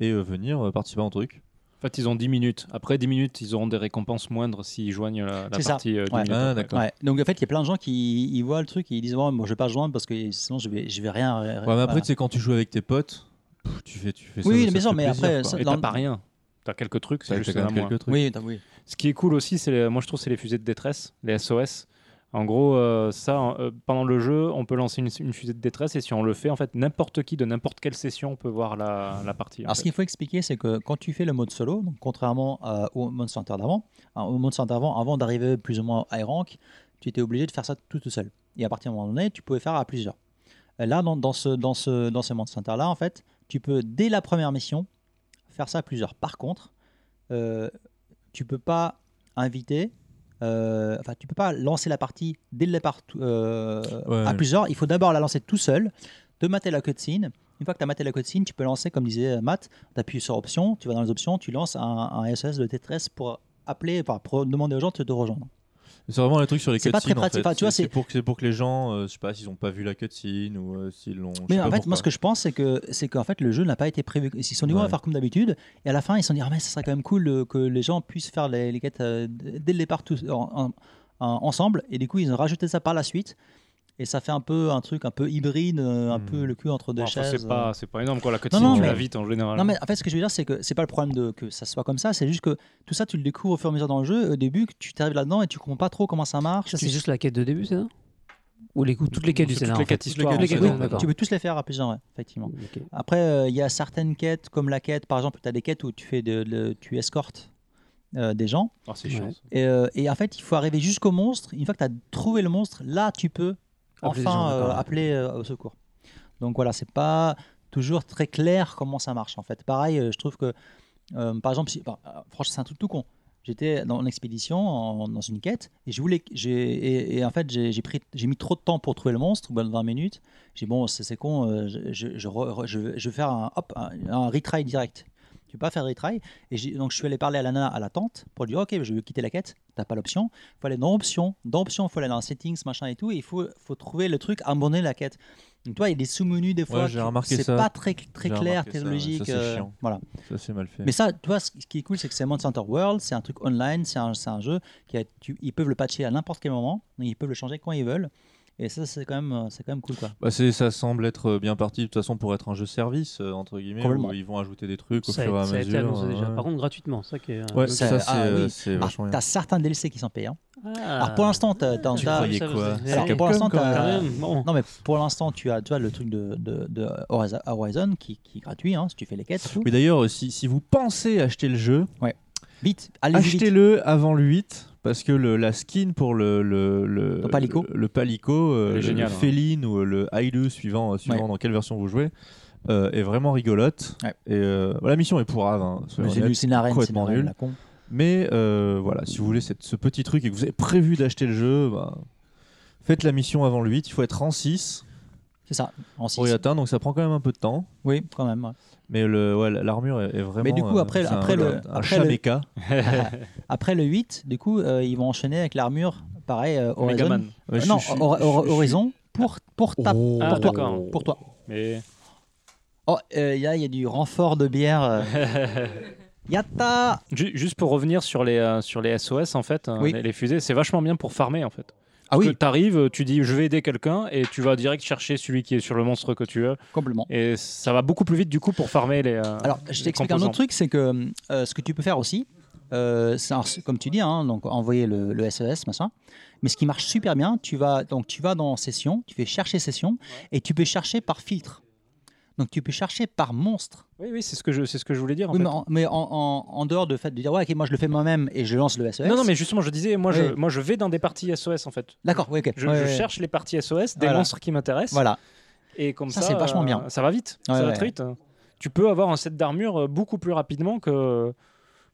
et euh, venir euh, participer à un truc. En fait, ils ont 10 minutes. Après 10 minutes, ils auront des récompenses moindres s'ils joignent la, la C'est ça. partie. euh, du Ouais. milieu. Ah, d'accord. Ouais. Donc, en fait, il y a plein de gens qui ils voient le truc et ils disent bon, Moi, je vais pas joindre parce que sinon, je vais, je vais rien. Ouais, mais après, tu sais, quand tu joues avec tes potes, pff, tu fais, tu fais ça. ça Oui, bien te sûr, fait mais plaisir, après, quoi. ça- Et dans- t'as pas rien. T'as quelques trucs, Ça c'est fait juste quand même la moindre. quelques trucs. Oui, attends, oui. Ce qui est cool aussi, c'est les- moi je trouve c'est les fusées de détresse, les SOS. En gros, euh, ça, euh, pendant le jeu, on peut lancer une, une fusée de détresse et si on le fait, en fait, n'importe qui de n'importe quelle session peut voir la, la partie. en Alors, ce fait. qu'il faut expliquer, c'est que quand tu fais le mode solo, donc contrairement à- au mode center d'avant, hein, au mode center d'avant, avant d'arriver plus ou moins à high rank, tu étais obligé de faire ça tout, tout seul. Et à partir d'un moment donné, tu pouvais faire à plusieurs. Euh, Là, dans, dans ce, dans, ce, dans ce mode center là, en fait, tu peux dès la première mission faire ça à plusieurs. Par contre, euh, tu peux pas inviter. euh, enfin, tu peux pas lancer la partie dès le départ tout- euh, Ouais. à plusieurs. Il faut d'abord la lancer tout seul, de mater la cutscene. Une fois que tu as maté la cutscene, euh, tu peux lancer, comme disait Matt, tu appuies sur option, tu vas dans les options, tu lances un, un SOS de détresse pour appeler, enfin, pro- demander aux gens de te rejoindre. C'est vraiment les trucs sur les C'est cutscenes. pas très en pratique. fait. Enfin, tu vois, C'est- c'est- c'est pour, que- c'est pour que les gens, euh, je sais pas, s'ils ont pas vu la cutscene ou euh, s'ils l'ont. je sais Mais pas en fait, pourquoi. moi, ce que je pense, c'est que c'est qu'en fait, le jeu n'a pas été prévu. Ils se sont dit, on va Ouais. faire comme d'habitude. Et à la fin, ils se sont dit, ah, mais ça serait quand même cool euh, que les gens puissent faire les, les quêtes euh, d- dès le départ tous, en- en- en- ensemble. Et du coup, ils ont rajouté ça par la suite. Et ça fait un peu un truc un peu hybride, euh, un Hmm. peu le cul entre deux Bon, enfin, chaises. euh. c'est pas, c'est pas énorme quoi. La cutscene, non, tu mais- la vite en général. hein. Non, mais en fait, ce que je veux dire, c'est que c'est pas le problème de, que ça soit comme ça. C'est juste que tout ça, tu le découvres au fur et à mesure dans le jeu. Au début, que tu t'arrives là-dedans et tu comprends pas trop comment ça marche. Ça, tu, c'est juste la quête de début, c'est ça Ou les, coups- toutes les quêtes du C'est scénario toutes les quêtes histoire, Toutes les en quêtes, fait. ouais, d'accord. tu peux tous les faire à plusieurs, ouais, effectivement. Ok. Après, euh, il y a certaines quêtes, comme la quête, par exemple, tu as des quêtes où tu, fais de, de- tu escortes euh, des gens. Ah, c'est Ouais. chiant. ça. Et, euh, et en fait, il faut arriver jusqu'au monstre. Une fois que tu as trouvé le monstre, là, tu peux Appeler les gens, enfin euh, d'accord. appeler euh, au secours. Donc voilà, c'est pas toujours très clair comment ça marche en fait. Pareil, euh, je trouve que, euh, par exemple, si- bah, euh, franchement, c'est un truc tout con. J'étais dans une expédition, en- dans une quête, et je voulais, j'ai- et, et en fait, j'ai j'ai pris, j'ai mis trop de temps pour trouver le monstre, au bout de 20 minutes. J'ai dit, bon, c'est c'est con, euh, je, je, je re- re- je vais- je vais faire un, hop, un, un retry direct. Tu peux pas faire retry. Et j'ai- donc je suis allé parler à la nana à la tente pour lui dire, ok, je vais quitter la quête. T'as pas l'option faut aller dans options, dans options, faut aller dans settings, machin et tout, et il faut, faut trouver le truc, abandonner la quête. Donc toi, il y a des sous-menus des fois, Ouais, j'ai qui- remarqué c'est ça. pas très, très J'ai clair, remarqué très ça, ouais, logique. ça, c'est euh, chiant. voilà. Ça, c'est mal fait. Mais ça, tu vois, ce ce qui est cool, c'est que c'est Monster Hunter World, c'est un truc online, c'est un, c'est un jeu qui a- tu- ils peuvent le patcher à n'importe quel moment, donc ils peuvent le changer quand ils veulent. Et ça, c'est quand même, euh, c'est quand même cool, quoi. Bah, c'est- ça semble être euh, bien parti de toute façon pour être un jeu service euh, entre guillemets Complètement. où ils vont ajouter des trucs au Ça a, fur et à ça a été mesure. annoncé déjà. ouais. Par contre, gratuitement, ça qui est. hein. Ouais, ça- ça c'est ah, euh, oui. c'est Ah, vachement bien. t'as certains DLC qui sont payants. Ah. Alors pour l'instant, t'as, t'as- Tu t'as- croyais ça, quoi vous avez- Alors, pour l'instant, Quand t'as- même, bon. non mais pour l'instant, tu as, tu as le truc de, de, de Horizon- Horizon qui, qui est gratuit, hein, si tu fais les quêtes, et tout. Mais d'ailleurs, euh, si, si vous pensez acheter le jeu, Vite, allez vite. achetez-le avant le 8 parce que le- la skin pour le le le, Le Palico. le, Palico, euh, Elle est le, géniale, le hein. Féline ou le Haidu suivant euh, suivant dans quelle version vous jouez euh, est vraiment rigolote. Ouais. Et euh, voilà, la mission est pourrave. Hein, soyons Mais c'est honnêtes. nul, c'est une arène, c'est une complètement arène, nul. la con. Mais euh, voilà, si vous voulez cette- ce petit truc et que vous avez prévu d'acheter le jeu, bah, faites la mission avant le 8. Il faut être en 6 C'est ça, en six. pour y atteindre, donc ça prend quand même un peu de temps. Oui, quand même. ouais. Mais le- ouais, l'armure est, est vraiment. Mais du coup, euh, après- c'est un- après le- un, après chat le- méca. Après le 8, du coup, euh, ils vont enchaîner avec l'armure, pareil, euh, Horizon. Megaman. Ouais, je non, suis- je suis- Hor- je Hor- suis- Oh. Horizon pour, pour, ta- Ah, pour toi. d'accord. Pour toi. Mais Oh, euh, là, il y a du renfort de bière. euh. Yatta ju- juste pour revenir sur les euh, sur les SOS en fait, euh, Oui. les, les fusées, c'est vachement bien pour farmer en fait. Ah Parce oui, que T'arrives, tu dis je vais aider quelqu'un et tu vas direct chercher celui qui est sur le monstre que tu as complètement. et ça va beaucoup plus vite du coup pour farmer les. euh, Alors, je les t'explique un autre composants. truc, c'est que euh, ce que tu peux faire aussi, euh, c'est un- comme tu dis, hein, donc envoyer le, le SES, machin. Mais ce qui marche super bien, tu vas donc tu vas dans session, tu fais chercher session, et tu peux chercher par filtre. Donc tu peux chercher par monstre. Oui oui c'est ce que je c'est ce que je voulais dire. en oui, fait. mais, en, mais en- en- en dehors de fait de dire ouais, ok, moi je le fais moi-même et je lance le E SES. Non non mais justement je disais moi je Oui. moi je vais dans des parties SOS en fait. d'accord, oui, ok. Je, Ouais, je ouais, cherche les parties SOS des Voilà. monstres qui m'intéressent. Voilà. Et comme Ça, ça, c'est vachement euh, bien. Ça va vite. Ouais, ça va ouais. très vite. Tu peux avoir un set d'armure euh, beaucoup plus rapidement que,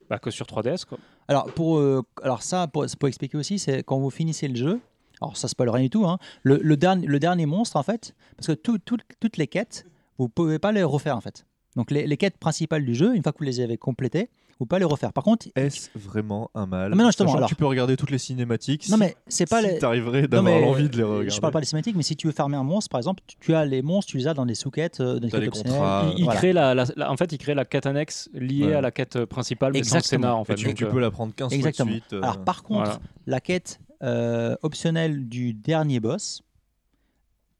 bah, que sur 3DS. Quoi. Alors, pour, euh, alors ça, pour, pour expliquer aussi, c'est quand vous finissez le jeu, alors ça spoil rien du tout, hein, le, le, dernier, le dernier monstre, en fait, parce que tout- tout- toutes les quêtes, vous ne pouvez pas les refaire, en fait. Donc, les, les quêtes principales du jeu, une fois que vous les avez complétées, vous pouvez pas les refaire. Par contre, Est-ce vraiment un mal Non, Ah, mais non, justement, Sachant que alors- tu peux regarder toutes les cinématiques. non si- mais c'est pas si les. t'arriverais non, d'avoir mais- l'envie de les regarder. Je parle pas des cinématiques, mais si tu veux farmer un monstre, par exemple, tu, tu as les monstres, tu les as dans des sous-quêtes, euh, dans des T'as quêtes les optionnelles. contrats. il, il voilà. crée la, la- la- en fait, il crée la quête annexe liée Ouais. à la quête principale, mais sans le Exactement. scénar. En fait. Et tu, Donc, tu euh, peux la prendre 15 Exactement. fois de suite. euh, Alors, par contre, voilà. la quête euh, optionnelle du dernier boss,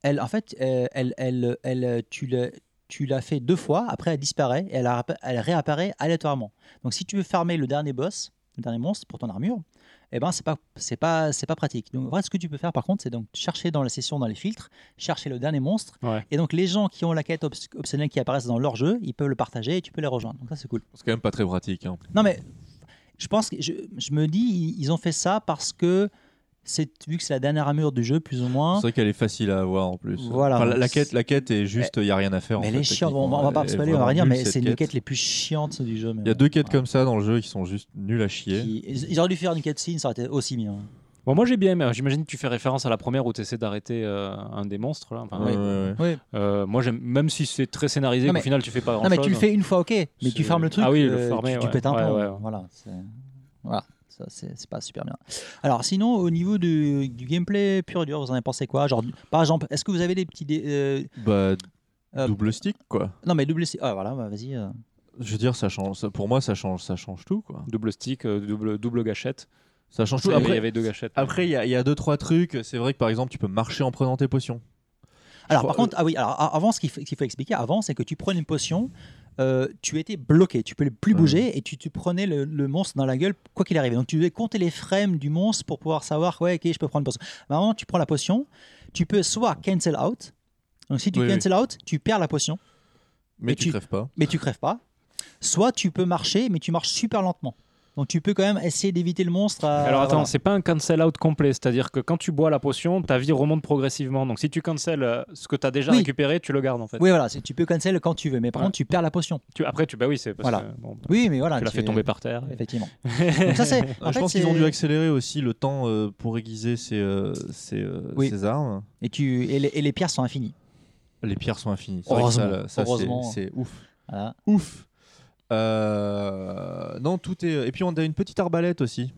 elle, en fait, euh, elle, elle, elle, euh, tu l'as tu l'as fait deux fois, après elle disparaît et elle, appa- elle réapparaît aléatoirement. Donc si tu veux farmer le dernier boss, le dernier monstre pour ton armure, eh ben c'est pas c'est pas c'est pas pratique. Donc en vrai, ce que tu peux faire par contre, c'est donc chercher dans la session dans les filtres, chercher le dernier monstre Ouais. et donc les gens qui ont la quête obs- optionnelle qui apparaissent dans leur jeu, ils peuvent le partager et tu peux les rejoindre. Donc ça c'est cool. C'est quand même pas très pratique. hein. Non, mais je pense que je, je me dis, ils- ils ont fait ça parce que c'est vu que c'est la dernière armure du jeu, plus ou moins. C'est vrai qu'elle est facile à avoir en plus. Hein Voilà. Enfin, la, la quête, la quête est juste, il n'y a rien à faire. en Mais fait, les chiants, on, va- techniquement. on va pas Elle est spoiler, on va vraiment rien, nulle, mais cette c'est une des quête. quêtes les plus chiantes du jeu. mais Il y a bon, deux quêtes voilà. comme ça dans le jeu qui sont juste nulles à chier. Qui- Ils ils auraient dû faire une cutscene, ça aurait été aussi bien. Bon, moi, j'ai bien aimé. J'imagine que tu fais référence à la première où tu essaies d'arrêter euh, un des monstres. Là. Enfin, Ouais, ouais, ouais. Oui. euh, moi, j'aime, même si c'est très scénarisé, Non, qu'au mais- final, tu fais pas grand Non, mais tu le fais une fois, ok, mais tu C'est- fermes le truc, Ah oui, le euh, farmer, tu, tu ouais. pètes un Ouais, plomb. ouais, ouais. Voilà, c'est- voilà. ça, c'est c'est pas super bien. Alors, sinon, au niveau du, du gameplay pur et dur, vous en avez pensé quoi Genre, Par exemple, est-ce que vous avez des petits. dé- euh, Bah, euh, double stick, quoi. non, mais double. Ah, voilà, bah, vas-y. euh. Je veux dire, ça change, ça- pour moi, ça change, ça change tout, quoi. Double stick, euh, double, double gâchette. Ça change tout. Il y avait- il Après, y avait deux gâchettes. Après, il y, a- il y a deux trois trucs. C'est vrai que par exemple, tu peux marcher en prenant tes potions. Alors, crois- par contre, ah oui, alors, a- avant, ce qu'il faut, qu'il faut expliquer, avant, c'est que tu prenais une potion, euh, tu étais bloqué, tu pouvais plus Ouais. bouger et tu, tu prenais le, le monstre dans la gueule, quoi qu'il arrive. Donc, tu devais compter les frames du monstre pour pouvoir savoir, ouais, ok, je peux prendre une potion. Maintenant, tu prends la potion, tu peux soit cancel out. Donc, si tu Oui, oui. cancel out, tu perds la potion, Mais Et tu, tu- crèves pas. mais tu crèves pas. Soit tu peux marcher, mais tu marches super lentement. Donc, tu peux quand même essayer d'éviter le monstre. à- Alors attends, voilà. c'est pas un cancel out complet, c'est-à-dire que quand tu bois la potion, ta vie remonte progressivement. Donc si tu cancel euh, ce que tu as déjà Oui. récupéré, tu le gardes en fait. Oui, voilà, c'est- tu peux cancel quand tu veux, mais par Ouais. contre, tu perds la potion. Tu, après, tu bah oui, c'est parce Voilà. Ah, que bon, Oui, mais voilà. tu l'as fait tomber par terre. Effectivement. Donc, ça, c'est. en Euh, je fait, pense qu'ils ont c'est- dû accélérer aussi le temps euh, pour aiguiser ses, euh, ses, euh, Oui. ses armes. Et, tu, et, les, et les pierres sont infinies. Les pierres sont infinies. C'est vrai que ça, Heureusement. là, ça, c'est- Heureusement. c'est ouf. Voilà. Ouf. Euh, non, tout est. Et puis on a une petite arbalète aussi.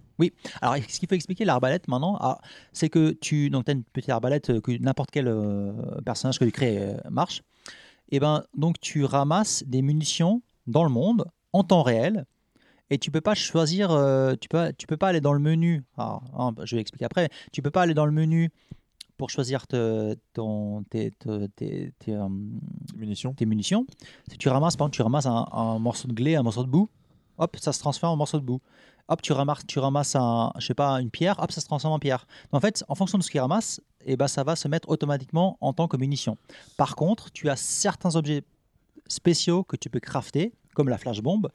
Alors, ce qu'il faut expliquer, l'arbalète maintenant, ah, c'est que tu as une petite arbalète euh, que n'importe quel euh, personnage que tu crées euh, marche. Et ben, donc, tu ramasses des munitions dans le monde en temps réel. Et tu peux pas choisir, euh, tu peux, tu peux pas aller dans le menu. Alors, hein, je vais expliquer après. Tu peux pas aller dans le menu pour choisir te- ton, tes, te- tes- tes, euh, Munitions. tes munitions. Si tu ramasses, par exemple, tu ramasses un, un morceau de glais, un morceau de boue, hop, ça se transforme en morceau de boue. Hop, tu ramasses, tu ramasses un, je sais pas, une pierre, hop, ça se transforme en pierre. Donc, en fait, en fonction de ce qu'il ramasse, et ben, ça va se mettre automatiquement en tant que munition. Par contre, tu as certains objets spéciaux que tu peux crafter, comme la flash bombe,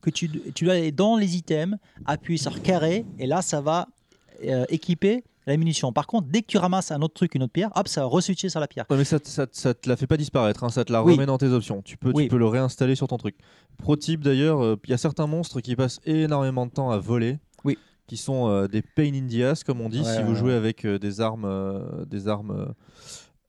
que tu, tu dois aller dans les items, appuyer sur carré, et là, ça va euh, équiper la munition. Par contre, dès que tu ramasses un autre truc, une autre pierre, hop, ça va reswitcher sur la pierre. Ouais, mais ça, te- ça, te- ça te la fait pas disparaître, hein, ça te la Oui. remet dans tes options. Tu peux, Oui. tu peux le réinstaller sur ton truc. Pro tip d'ailleurs, euh, il y a certains monstres qui passent énormément de temps à voler. Oui. Qui sont euh, des pain in the ass, comme on dit, Ouais, si ouais, vous ouais. jouez avec euh, des armes, euh, des armes, euh,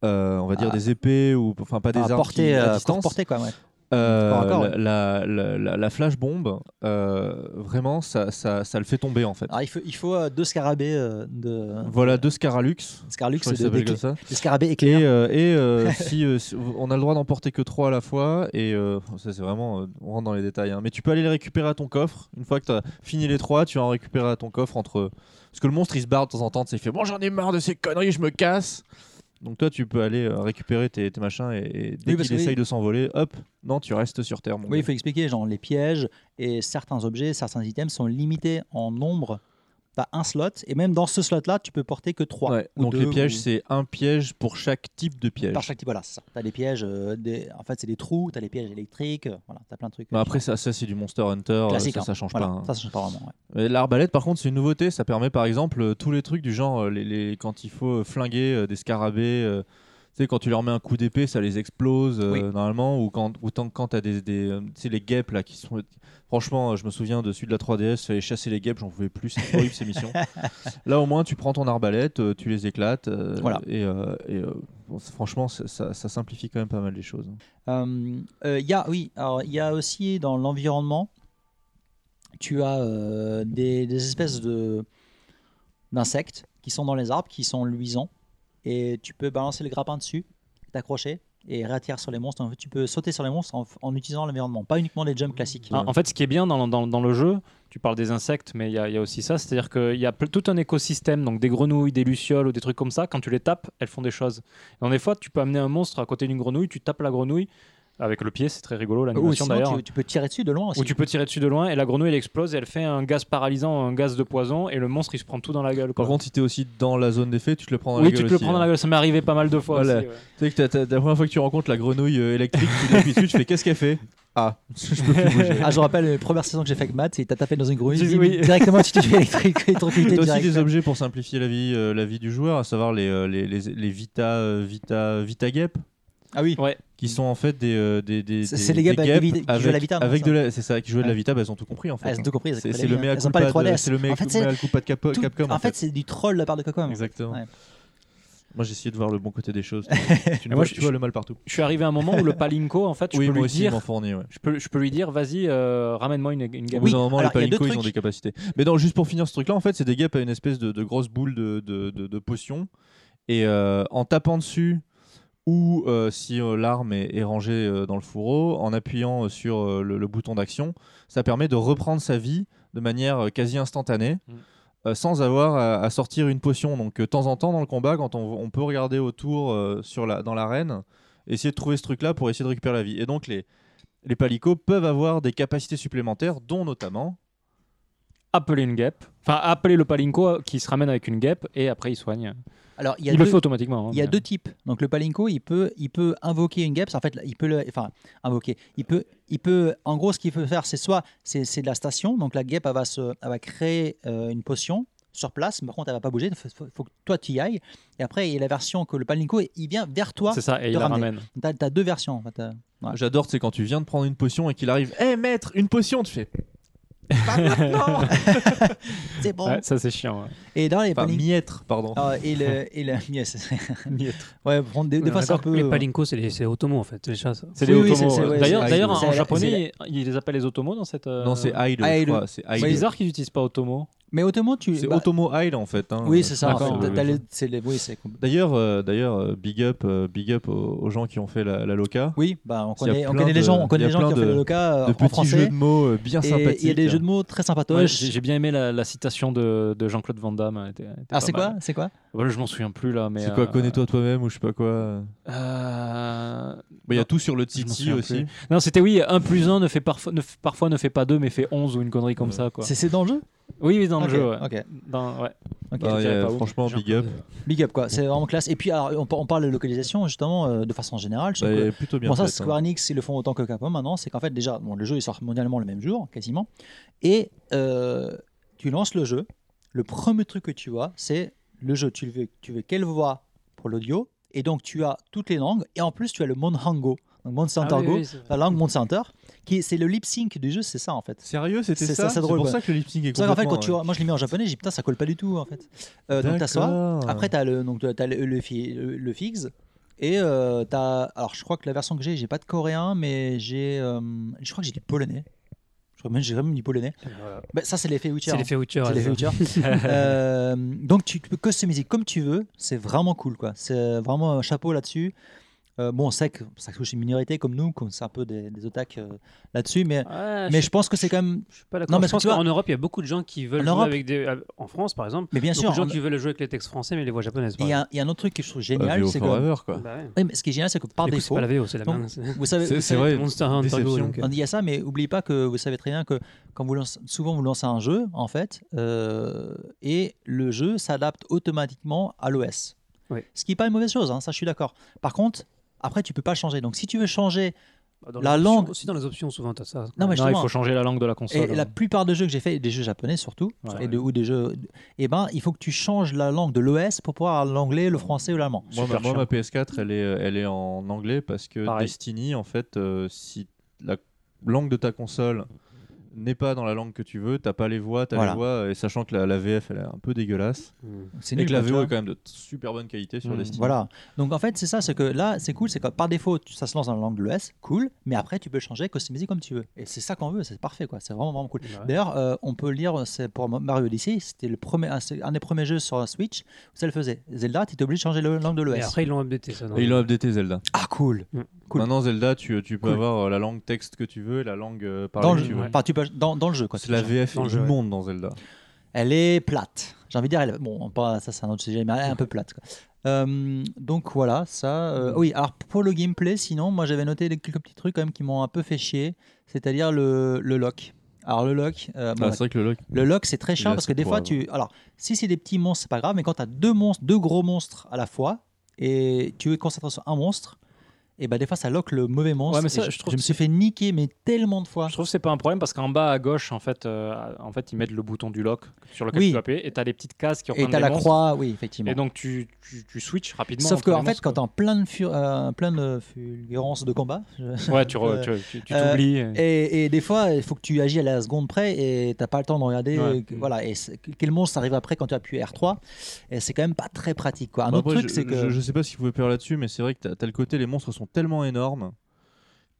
euh, on va dire des épées ou enfin pas des à armes Ah. portée, qui, à euh, courte distance. portée, quoi, ouais. Euh, Corps à corps, la- ouais. la, la- la- la flash bombe, euh, vraiment, ça, ça, ça le fait tomber en fait. Alors, il faut, il faut euh, deux scarabées euh, de. Voilà deux Scaralux. Scarabées, je crois qu'ils c'est des, s'appellent des- comme ça. des scarabées Et, éclairs. euh, et, euh, si, euh, si- on a le droit d'en porter que 3 à la fois, et euh, ça c'est vraiment, euh, on rentre dans les détails, hein. mais tu peux aller les récupérer à ton coffre. Une fois que tu as fini les 3, tu vas en récupérer à ton coffre entre. Parce que le monstre il se barre de temps en temps, tu sais, il fait Bon, j'en ai marre de ces conneries, je me casse. Donc toi tu peux aller euh, récupérer tes, tes machins et, et dès Oui, parce qu'il que- essaye de s'envoler, hop, non, tu restes sur Terre. Mon Oui, il gars. faut expliquer, genre les pièges et certains objets, certains items sont limités en nombre. T'as un slot, et même dans ce slot-là, tu peux porter que trois. Ouais. ou Donc deux, les pièges, ou- c'est un piège pour chaque type de piège. Par chaque type, voilà, c'est ça. T'as des pièges, euh, des... en fait, c'est des trous, t'as des pièges électriques, euh, voilà, t'as plein de trucs. Mais euh, Bah, après, ça, ça c'est du Monster Hunter, euh, classiques, ça, hein. ça change Voilà, pas. hein. Ça, ça change pas vraiment. ouais. Mais L'arbalète, par contre, c'est une nouveauté. Ça permet, par exemple, euh, tous les trucs du genre, euh, les, les- quand il faut euh, flinguer euh, des scarabées, euh, tu sais, quand tu leur mets un coup d'épée, ça les explose, euh, Oui. normalement, ou quand, ou tant, quand t'as des, des euh, tu sais, les guêpes, là, qui sont... Franchement, euh, je me souviens de celui de la 3DS, fallait chasser les guêpes, j'en pouvais plus, c'est horrible ces missions. Là, au moins, tu prends ton arbalète, euh, tu les éclates, euh, Voilà. et, euh, et, euh, bon, c'est- franchement, ça, ça- ça simplifie quand même pas mal les choses. Euh, euh, il y a, oui, alors il y a aussi dans l'environnement, tu as euh, des, des espèces de d'insectes qui sont dans les arbres, qui sont luisants, et tu peux balancer le grappin dessus, t'accrocher et réatterrir sur les monstres. En fait, tu peux sauter sur les monstres en, en utilisant l'environnement, pas uniquement les jumps classiques. Ah, en fait, ce qui est bien dans, dans- dans le jeu, tu parles des insectes, mais il y, a- il y a aussi ça, c'est-à-dire qu'il y a ple- tout un écosystème, donc des grenouilles, des lucioles ou des trucs comme ça, quand tu les tapes, elles font des choses. Donc des fois, tu peux amener un monstre à côté d'une grenouille, tu tapes la grenouille, avec le pied, c'est très rigolo Euh, Ou l'animation sinon, d'ailleurs. hein, tu, tu peux tirer dessus de loin aussi. Où tu peux tirer dessus de loin et la grenouille elle explose et elle fait un gaz paralysant, un gaz de poison et le monstre il se prend tout dans la gueule. quoi. Par contre, si t'es aussi dans la zone des faits, tu te le prends dans la oui, gueule tu te le aussi, prends dans hein. la gueule, ça m'est arrivé pas mal de fois Voilà. aussi. ouais. Tu sais que t'as- t'as- la première fois que tu rencontres la grenouille euh, électrique, tu l'appuies dessus, tu fais qu'est-ce qu'elle fait Ah, je peux plus bouger. Ah, je rappelle, la première saison que j'ai fait avec Matt, c'est t'as tapé dans une grenouille, Oui, oui. directement tu t'es fait électrique, électrocuté T'as aussi direct. des objets pour simplifier la vie, euh, la vie du joueur, à savoir les, euh, les, les, les Vita, euh, Vita, Vita Guêpes, Ah oui, qui sont en fait des, euh, des, des, C'est- des- c'est les guêpes des avec des vi- qui jouent à la Vita, non, avec ça de la, c'est ça, qui jouaient de la Ouais. Vita, bah, elles ont tout compris en fait. elles ont hein. Ah, tout compris. elles ont c'est compris c'est le bien. mea Elles ont pas les culpa 3DS. de- c'est le mea En fait, c'est mea culpa de Cap- tout- Capcom. en fait, c'est du troll de la part de Capcom. exactement. Ouais. Moi, j'essayais de voir le bon côté des choses. tu vois. Tu ne moi, vois- je- tu vois le mal partout. Je suis arrivé à un moment où le Palinko, en fait, je oui, peux moi lui aussi, il dire, m'en fournit. Ouais. je peux, je peux lui dire, vas-y, euh, ramène-moi une, une gamme. Au bout d'un moment, les alors, il y a deux palinko, ils ont trucs. des capacités. Mais non, juste pour finir ce truc-là, en fait, c'est des guêpes à une espèce de, de grosse boule de, de, de- de potion. Et euh, en tapant dessus, ou euh, si euh, l'arme est, est rangée euh, dans le fourreau, en appuyant euh, sur euh, le, le bouton d'action, ça permet de reprendre sa vie de manière euh, quasi instantanée. Mm. euh, sans avoir à, à sortir une potion. Donc, euh, de temps en temps, dans le combat, quand on, on peut regarder autour euh, sur la, dans l'arène, essayer de trouver ce truc-là pour essayer de récupérer la vie. Et donc, les, les palicots peuvent avoir des capacités supplémentaires, dont notamment Appeler une guêpe. Enfin, appeler le Palinko qui se ramène avec une guêpe et après il soigne. Alors, il y Il, a le deux- fait automatiquement. hein, Il y a mais- deux types. Donc le palinko, il peut, il peut invoquer une guêpe. En fait, il peut le, enfin invoquer. Il peut, il peut. En gros, ce qu'il peut faire, c'est soit c'est c'est de la station. Donc la guêpe, elle va se, elle va créer euh, une potion sur place. mais Par contre, elle va pas bouger. Il faut, faut- faut que toi tu y ailles. Et après, il y a la version que le palinko, il vient vers toi. C'est ça, et il te la ramener. ramène. T'as as deux versions. En fait. euh. Ouais. Ah, J'adore, c'est quand tu viens de prendre une potion et qu'il arrive, hé maître, une potion, tu fais. Pas maintenant C'est bon. Ouais, ça, c'est chiant. ouais. Et dans les Enfin, palinko. euh, miêtre, pardon. et le, et le, yes. ouais, prendre des, des fois, c'est un peu. Les palinko, c'est les, c'est les Otomo en fait, Ah les chats. ça. C'est Oui, des oui, c'est- automos. c'est- ouais. ouais, D'ailleurs, c'est- d'ailleurs, c'est- en c'est- japonais, ils les appellent les automos dans cette. euh, Non, c'est Hyde, je Hyde. crois. C'est Hyde. C'est bizarre qu'ils n'utilisent pas automo. Mais autrement, tu. C'est bah, Otomo Hyde en fait. hein. Oui, c'est ça. en D'accord, fait. oui, T'as oui. les- c'est les- Oui, c'est. D'ailleurs, euh, d'ailleurs, euh, big up, euh, big up aux, aux gens qui ont fait la, la loca. Oui, bah on Il y a connaît, on plein connaît les de- gens, on il y connaît a les gens qui ont plein fait de- le loca euh, de en petits jeux français. de mots euh, bien Et sympathiques. il y a des jeux de mots très Ouais, sympatoches. J'ai j'ai bien aimé la, la citation de, de Jean-Claude Van Damme. elle était- elle était ah, pas c'est mal. quoi C'est quoi Ouais, Je m'en souviens plus là. mais, C'est quoi, euh, connais-toi toi-même ou je sais pas quoi. euh, Bah, Il y a tout sur le je m'en Titi souviens aussi. plus. Non, c'était oui, 1 plus 1 ne fait parfois ne, f- parfois ne fait pas 2, mais fait 11 ou une connerie comme Ouais. ça. Quoi. C'est c'est dans le jeu Oui, oui, dans Ok, le jeu. ouais. ok. Dans- ouais. Ok. Bah, euh, Ah, il y a- dirais pas où, mais franchement, j'ai big up. Big up quoi, c'est vraiment classe. Et puis alors, on, par- on parle de localisation justement euh, de façon générale. je Bah, sais il que- est plutôt bien bon, ça, fait, hein. Square Enix, ils le font autant que Capcom maintenant. C'est qu'en fait, déjà, bon, le jeu il sort mondialement le même jour, quasiment. Et euh, tu lances le jeu. Le premier truc que tu vois, c'est le jeu. Tu le veux, tu veux quelle voix pour l'audio. Et donc, tu as toutes les langues. Et en plus, tu as le Monhango. Donc, Ah Monsanto Go, la langue Monsanto, qui est- c'est le lip sync du jeu, c'est ça en fait. Sérieux, c'était C'est ça, ça, c'est drôle, pour ouais. ça que le lip sync est C'est vrai qu'en fait, quand tu complètement, vois, moi je l'ai mis en japonais, j'ai dit putain, ça colle pas du tout en fait. Euh, ouais. donc t'assois, D'accord. après t'as le, donc, t'as le, le, fi- le, le fixe, et euh, t'as. Alors je crois que la version que j'ai, j'ai pas de coréen, mais j'ai. euh, je crois que j'ai du polonais. Je crois même j'ai même du polonais. Bah, ça, c'est l'effet Witcher. C'est hein. l'effet Witcher. C'est ouais, l'effet ça. Witcher. Euh, donc tu peux customiser comme tu veux, c'est vraiment cool quoi. C'est vraiment un chapeau là-dessus. Euh, bon, c'est vrai que ça touche une minorité comme nous, comme c'est un peu des, des otaks euh, là-dessus, mais, Ouais, mais Ah, je, je pense que c'est quand même. je suis pas Non, d'accord. mais Je pense tu vois- qu'en Europe, il y a beaucoup de gens qui veulent En jouer Europe- avec des. euh, En France, par exemple, Mais bien beaucoup sûr, de gens en- qui veulent jouer avec les textes français mais les voix japonaises. par Il y, a, il y a un autre truc que je trouve Euh, génial, VO c'est que. Forever, quoi. exemple. Bah ouais. Oui, mais ce qui est génial, c'est que par Du coup, c'est défaut, pas la VO, c'est la Donc, main. c'est- vous savez, C'est vous c'est savez- vrai, Monster Hunter Go. déception. donc, euh, on dit à ça, mais oubliez pas que vous savez très bien que quand vous lancez, souvent vous lancez un jeu, en fait, euh, et le jeu s'adapte automatiquement à l'OS. Oui. Ce qui n'est pas une mauvaise chose, hein, ça je suis d'accord. Par contre, après tu peux pas le changer. Donc si tu veux changer, bah, dans la les langue- options- Aussi dans les options, souvent, t'as ça. non mais Non, il justement, faut changer la langue de la et console. hein. la plupart des jeux que j'ai fait, des jeux japonais surtout, Ouais. et de, ou des jeux, et ben il faut que tu changes la langue de l'OS pour pouvoir avoir l'anglais, le français ou l'allemand. Moi, ma, Super moi, chiant. ma PS4, elle est, euh, elle est en anglais parce que Pareil. Destiny, en fait, euh, si la langue de ta console n'est pas dans la langue que tu veux, t'as pas les voix, t'as Voilà. les voix, et sachant que la, la VF, elle est un peu dégueulasse. Hmm. C'est et nul, que la quoi, tu VO vois. est quand même de t- super bonne qualité sur Mm. Destiny. Voilà. Donc en fait, c'est ça, c'est que là, c'est cool, c'est que par défaut, tu- ça se lance dans la langue de l'OS, cool, mais après, tu peux changer, customiser comme tu veux. Et c'est ça qu'on veut, c'est parfait, quoi. C'est vraiment, vraiment cool. D'ailleurs, euh, on peut le lire, c'est pour Mario Odyssey, c'était le premier, un, c'est un des premiers jeux sur Switch où ça le faisait. Zelda, tu étais obligé de changer la langue de Et l'OS. après, ils l'ont updaté ça. dans- Et ils l'ont updaté Zelda. Ah, cool. Cool. Maintenant, Zelda, tu, tu peux Cool. avoir euh, la langue texte que tu veux et la langue euh, parlée Dans que le, tu veux. ouais. enfin, tu peux- dans, dans le jeu, quoi. C'est la VF Dans le jeu, ouais. immonde dans Zelda. Elle est plate. J'ai envie de dire, elle... bon, pas, ça c'est un autre sujet, mais elle est un peu plate. quoi. Euh, donc voilà, ça. euh, Oui, alors pour le gameplay, sinon, moi j'avais noté les- quelques petits trucs quand même qui m'ont un peu fait chier, c'est-à-dire le, le lock. Alors le lock, euh, bon, Ah, c'est vrai que le lock. le lock c'est très chiant Il a parce que ses des fois poids, tu. Alors si c'est des petits monstres, c'est pas grave, mais quand t'as deux monstres, deux gros monstres à la fois et tu veux te concentrer sur un monstre, et bah des fois ça lock le mauvais monstre. Ouais, mais ça, et je trouve me que suis fait niquer mais tellement de fois. Je trouve que c'est pas un problème parce qu'en bas à gauche, en fait, euh, en fait, ils mettent le bouton du lock sur lequel Oui. tu dois appuyer et t'as les petites cases qui Et reprennent t'as les la monstres. croix, oui effectivement. Et donc tu, tu, tu switches rapidement. Sauf entre que les en fait monstres, quand t'es quoi. en plein de, fu- euh, plein de fulgurance de combat, je- Ouais, tu re- tu- tu- tu Euh, t'oublies. Et, et des fois, il faut que tu agis à la seconde près et t'as pas le temps de regarder Ouais. euh, que- voilà, et c'est- quel monstre arrive après quand tu appuies R3. Et c'est quand même pas très pratique. Quoi. Un Bah, autre après, truc, je- c'est que. Je, je sais pas si vous pouvez peur là-dessus, mais c'est vrai que t'as as le côté, les monstres sont tellement énormes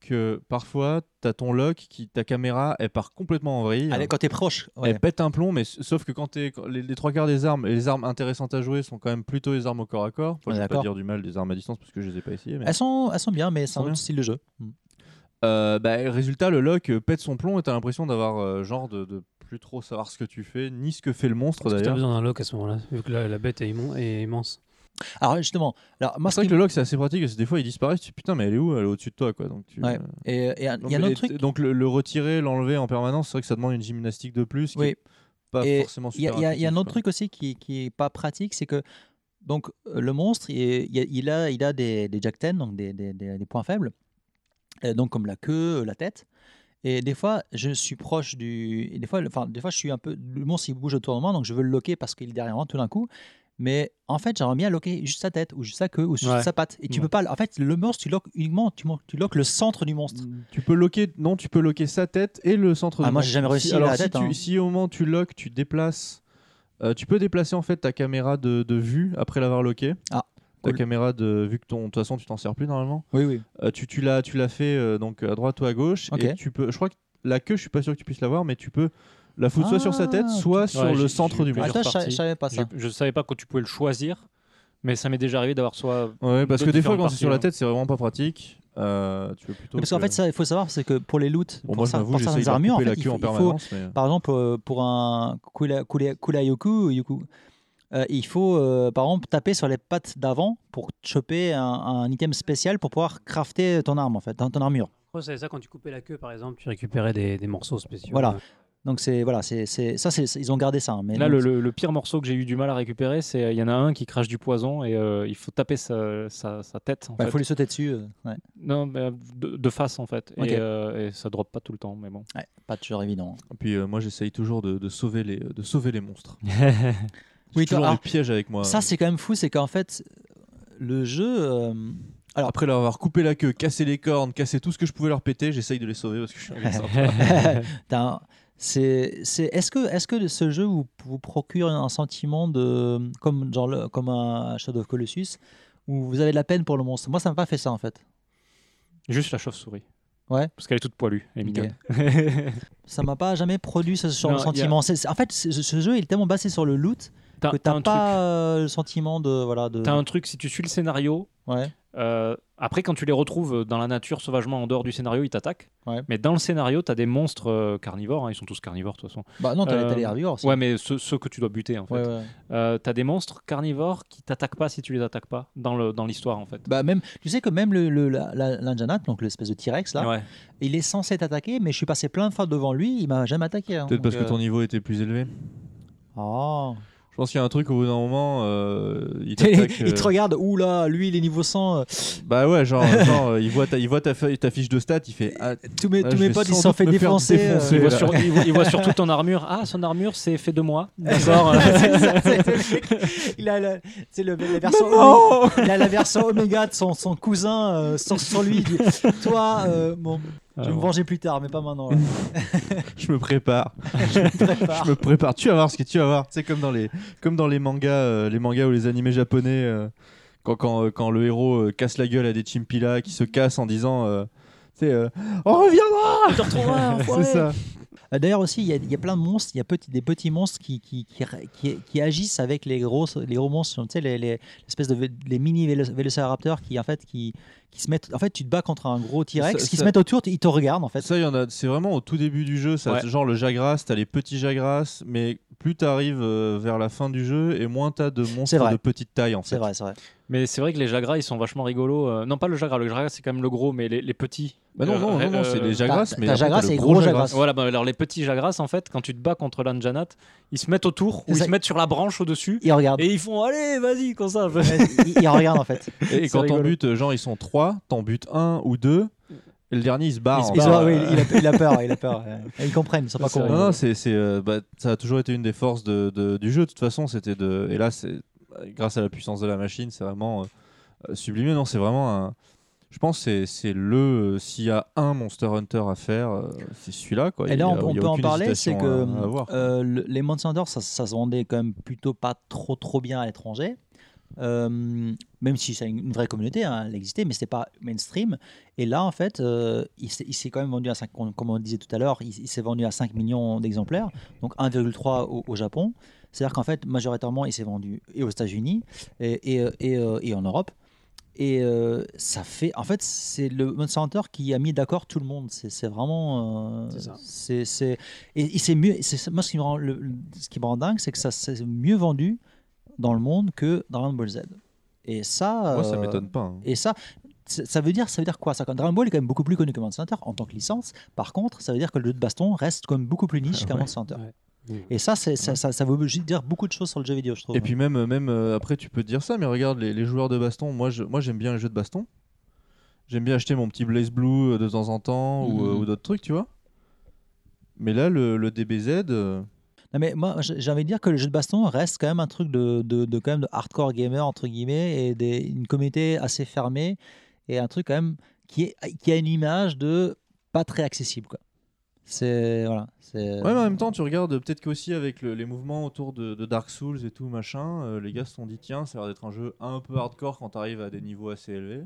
que parfois, t'as ton lock, qui, ta caméra, elle part complètement en vrille. Allez, quand t'es proche, ouais. Elle pète un plomb, mais s- sauf que quand, t'es- quand les, les trois quarts des armes, et les armes intéressantes à jouer sont quand même plutôt les armes au corps à corps. Enfin, Ouais, je vais pas d'accord. dire du mal des armes à distance parce que je les ai pas essayées. Mais... elles, sont, elles sont bien, mais c'est sont un autre bien. style de jeu. Hmm. Euh, bah, résultat, le lock euh, pète son plomb et t'as l'impression d'avoir euh, genre de, de plus trop savoir ce que tu fais, ni ce que fait le monstre Parce que t'as d'ailleurs. besoin d'un lock à ce moment-là, vu que la, la bête est, immo- est immense. Alors justement, alors, moi, C'est vrai que le lock c'est assez pratique parce que des fois il disparaît, tu te dis putain, mais elle est où Elle est au-dessus de toi quoi. Donc tu. Ouais. euh, ce qui- et- et un- il donc, y a un autre les- truc. Donc le, le retirer, l'enlever en permanence, c'est vrai que ça demande une gymnastique de plus qui Oui. est pas Et forcément Il y, a- super. il y a- il y a un intuitif, autre quoi. truc aussi qui, qui est pas pratique, c'est que donc euh, le monstre, il, est- il y a- il a, il a des, des jack ten, donc des, des- des- des points faibles, Euh, donc comme la queue, la tête. Et des fois, je suis proche du, et des fois, le- enfin, des fois, je suis un peu le monstre il bouge autour de moi, donc je veux le loquer parce qu'il est derrière moi tout d'un coup. Mais en fait, j'aimerais bien loquer juste sa tête ou juste sa queue ou juste Ouais. sa patte. Et tu Ouais. peux pas. le- En fait, le monstre, tu loques uniquement, tu, mon- tu loques le centre du monstre. Mm. Tu peux loquer, non, tu peux loquer sa tête et le centre. Ah, du moi, monstre. j'ai jamais réussi Si, alors, la si tête, tu- hein. si au moment où tu loques, tu déplaces, euh, tu peux déplacer en fait ta caméra de, de vue après l'avoir loqué. Ah, Ta cool. caméra de vu que ton de toute façon tu t'en sers plus normalement. Oui, oui. Euh, tu tu l'as tu l'as fait euh, donc à droite ou à gauche Ok. et tu peux. Je crois que la queue, je suis pas sûr que tu puisses l'avoir, mais tu peux la foutre soit sur sa tête, Ah, soit sur Ouais, j'ai- le centre j'ai du plus mur. plusieurs Attends, je sa- parties. je savais pas Je, ça. je savais pas que tu pouvais le choisir, mais ça m'est déjà arrivé d'avoir soit. Ouais, parce Deux que des fois différentes quand c'est sur parties, la ouais. tête, c'est vraiment pas pratique. Euh, tu veux plutôt. Parce qu'en que- fait, ça, il faut savoir, c'est que pour les loots, Bon, pour, moi, ça- j'avoue, pour j'essaye certaines de leur armures, en couper fait, la il queue faut- en il faut permanence. mais- Par exemple, euh, pour un kula- kula- Kurayoku, yuku, euh, il faut euh, par exemple taper sur les pattes d'avant pour choper un, un item spécial pour pouvoir crafter ton arme en fait, ton, ton armure. Je c'est ça quand tu coupais la queue, par exemple, tu récupérais des, des morceaux spéciaux. Voilà. Donc c'est voilà, c'est c'est- ça c'est c'est- ils ont gardé ça. hein, Mais Là, donc- le, le- le pire morceau que j'ai eu du mal à récupérer, c'est euh, il y en a un qui crache du poison et euh, il faut taper sa, sa- sa tête. En bah, il fait. faut lui sauter dessus. euh, ouais. Non, mais, euh, de, de face en fait. Ok. Et, euh, et ça drop pas tout le temps, mais bon. Ouais, pas toujours évident. Et puis euh, moi j'essaye toujours de, de sauver les de sauver les monstres. J'ai Oui, toi, toujours alors, des pièges avec moi. Ça c'est quand même fou, c'est qu'en fait le jeu. euh, alors Après leur avoir coupé la queue, cassé les cornes, cassé tout ce que je pouvais leur péter, j'essaye de les sauver parce que je suis un gars sympa. T'as un- C'est, c'est, est-ce que, est-ce que ce jeu vous, vous procure un sentiment de, comme, genre, le- comme un Shadow of Colossus, où vous avez de la peine pour le monstre Moi, ça m'a pas fait ça en fait. Juste la chauve-souris. Ouais. Parce qu'elle est toute poilue, elle est Ok. mignonne. Ça m'a pas jamais produit ce genre Non, de y a- sentiment. C'est- c'est- en fait, c'est- ce jeu il est tellement basé sur le loot T'as que t'as t'as un pas truc. euh, le sentiment de, voilà, de. T'as un truc, si tu suis le scénario, Ouais. euh, après quand tu les retrouves dans la nature sauvagement en dehors du scénario, ils t'attaquent. Ouais. Mais dans le scénario, t'as des monstres euh, carnivores, hein, ils sont tous carnivores de toute façon. Bah non, t'as Euh, t'as les herbivores aussi. Ouais, mais ceux, ceux que tu dois buter en fait. Ouais, ouais. Euh, t'as des monstres carnivores qui t'attaquent pas si tu les attaques pas dans le- dans l'histoire dans en fait. Bah même, tu sais que même le, le- la- la- l'Indiana, donc l'espèce de T-Rex là, Ouais. il est censé t'attaquer, mais je suis passé plein de fois devant lui, il m'a jamais attaqué. hein. Peut-être Donc, parce que euh, ton niveau était plus élevé. Oh. Je pense qu'il y a un truc au bout d'un moment, euh, il t'attaque. il te euh, regarde, oula, lui il est niveau 100, euh, Bah ouais, genre, genre, euh, il voit ta, il voit ta, feuille- ta fiche de stats, il fait. Ah, tous mes, Ah, tous je mes vais potes sans ils se sont doute fait me faire défoncer. euh. défoncer, Il voit, là. sur- il voit- il voit surtout ton armure. Ah, son armure, c'est fait de moi. D'accord. C'est ça, c'est- il a le- c'est le- la version il a la version oméga de son, son cousin euh, sur, sur lui. il dit, Toi, euh, bon, je Ah, vais me venger plus tard, mais pas maintenant. là. je me prépare, Je me prépare. je me prépare. Tu vas voir ce que tu vas voir. C'est comme dans les, comme dans les mangas, euh, les mangas ou les animés japonais, euh, quand quand, euh, quand le héros euh, casse la gueule à des chimpilas qui se cassent en disant, euh, tu sais, euh, on reviendra. C'est ça. Euh, D'ailleurs aussi, il y, a- il y a plein de monstres, il y a petit- des petits monstres qui, qui, qui, qui- qui agissent avec les gros, les gros monstres, tu sais, les, les, l'espèce de vé- les mini vélo- vélociraptors qui en fait qui, qui se mettent. En fait, tu te bats contre un gros T-Rex Ça- qui ça- se mettent autour, ils te regardent en fait. Ça, il y en a. C'est vraiment au tout début du jeu. Ça, Ouais. Genre le Jagras, t'as les petits Jagras, mais plus t'arrives euh, vers la fin du jeu et moins t'as de C'est monstres vrai. de petite taille en fait. C'est vrai, c'est vrai. Mais c'est vrai que les Jagras, ils sont vachement rigolos. Euh, non, pas le Jagra, le Jagra, c'est quand même le gros, mais les, les petits. Bah non, Euh, non, non, non, euh, c'est les euh, Jagras, t'as- mais t'as après, Jagras t'as le et gros Jagras. Voilà, bah, alors les petits Jagras, en fait, quand tu te bats contre l'Anjanat, ils se mettent autour ou C'est ils ça. se mettent sur la branche au-dessus Il regarde. et ils font Allez, vas-y, comme ça. il, il regarde en fait. Et, C'est quand t'en rigolo. butes, euh, genre ils sont trois, t'en butes un ou deux, et le dernier il se barre. en Il, Il se fait. barre, se- oui, euh, il a, il a peur, il a peur. ouais. Et Ils comprennent, ils sont pas C'est cons. Non, non, c'est, c'est, euh, bah, ça a toujours été une des forces de, de- du jeu, de toute façon. C'était de, et là, c'est, bah, grâce à la puissance de la machine, c'est vraiment euh, euh, sublimé. Non, c'est vraiment un. Je pense que c'est, c'est le. euh, s'il y a un Monster Hunter à faire, euh, c'est celui-là. Quoi. Et Il y là, a- on, il y a on peut en aucune parler, c'est hésitation que à- à avoir. euh, le- les Monster Hunter, ça, ça se vendait quand même plutôt pas trop trop bien à l'étranger. Euh, même si c'est une une vraie communauté, hein, elle existait, mais c'était pas mainstream. Et là, en fait, euh, il s'est il s'est quand même vendu à 5, comme comme on disait tout à l'heure, il, il s'est vendu à 5 millions d'exemplaires, donc 1,3 au, au Japon. C'est-à-dire qu'en fait, majoritairement, il s'est vendu et aux États-Unis et, et, euh, et, euh, et en Europe. Et euh, ça fait. En fait, c'est le Monster Hunter qui a mis d'accord tout le monde. C'est c'est vraiment. euh, C'est ça. c'est- c'est- et, et c'est mieux. c'est- c'est- Moi, ce qui me rend, le- le- ce qui me rend dingue, c'est que ça s'est mieux vendu dans le monde que Dragon Ball Z. Et ça. Moi, ça euh, m'étonne pas. hein. et ça, c- ça veut dire, ça veut dire quoi ça, Dragon Ball est quand même beaucoup plus connu que Monster Hunter en tant que licence. Par contre, ça veut dire que le jeu de baston reste comme beaucoup plus niche qu'un Monster Hunter. ouais. Et ça, c'est- ça, ça, ça veut dire beaucoup de choses sur le jeu vidéo, je trouve. Et puis même, même euh, après, tu peux te dire ça, mais regarde les, les joueurs de baston. Moi, je, moi, j'aime bien les jeux de baston. J'aime bien acheter mon petit Blaze Blue euh, de temps en temps ou, Mm-hmm. euh, Mhm. ou d'autres trucs, tu vois. Mais là, le, le DBZ, euh, Non, mais moi, j- j'ai envie de dire que le jeu de baston reste quand même un truc de, de, de quand même de hardcore gamer entre guillemets et des, une communauté assez fermée et un truc quand même qui est qui a une image de pas très accessible quoi. C'est voilà. C'est ouais, mais en même temps, tu regardes euh, peut-être qu'aussi avec le- les mouvements autour de, de Dark Souls et tout machin, euh, les gars se sont dit tiens, ça a l'air d'être un jeu un peu hardcore quand t'arrives à des niveaux assez élevés.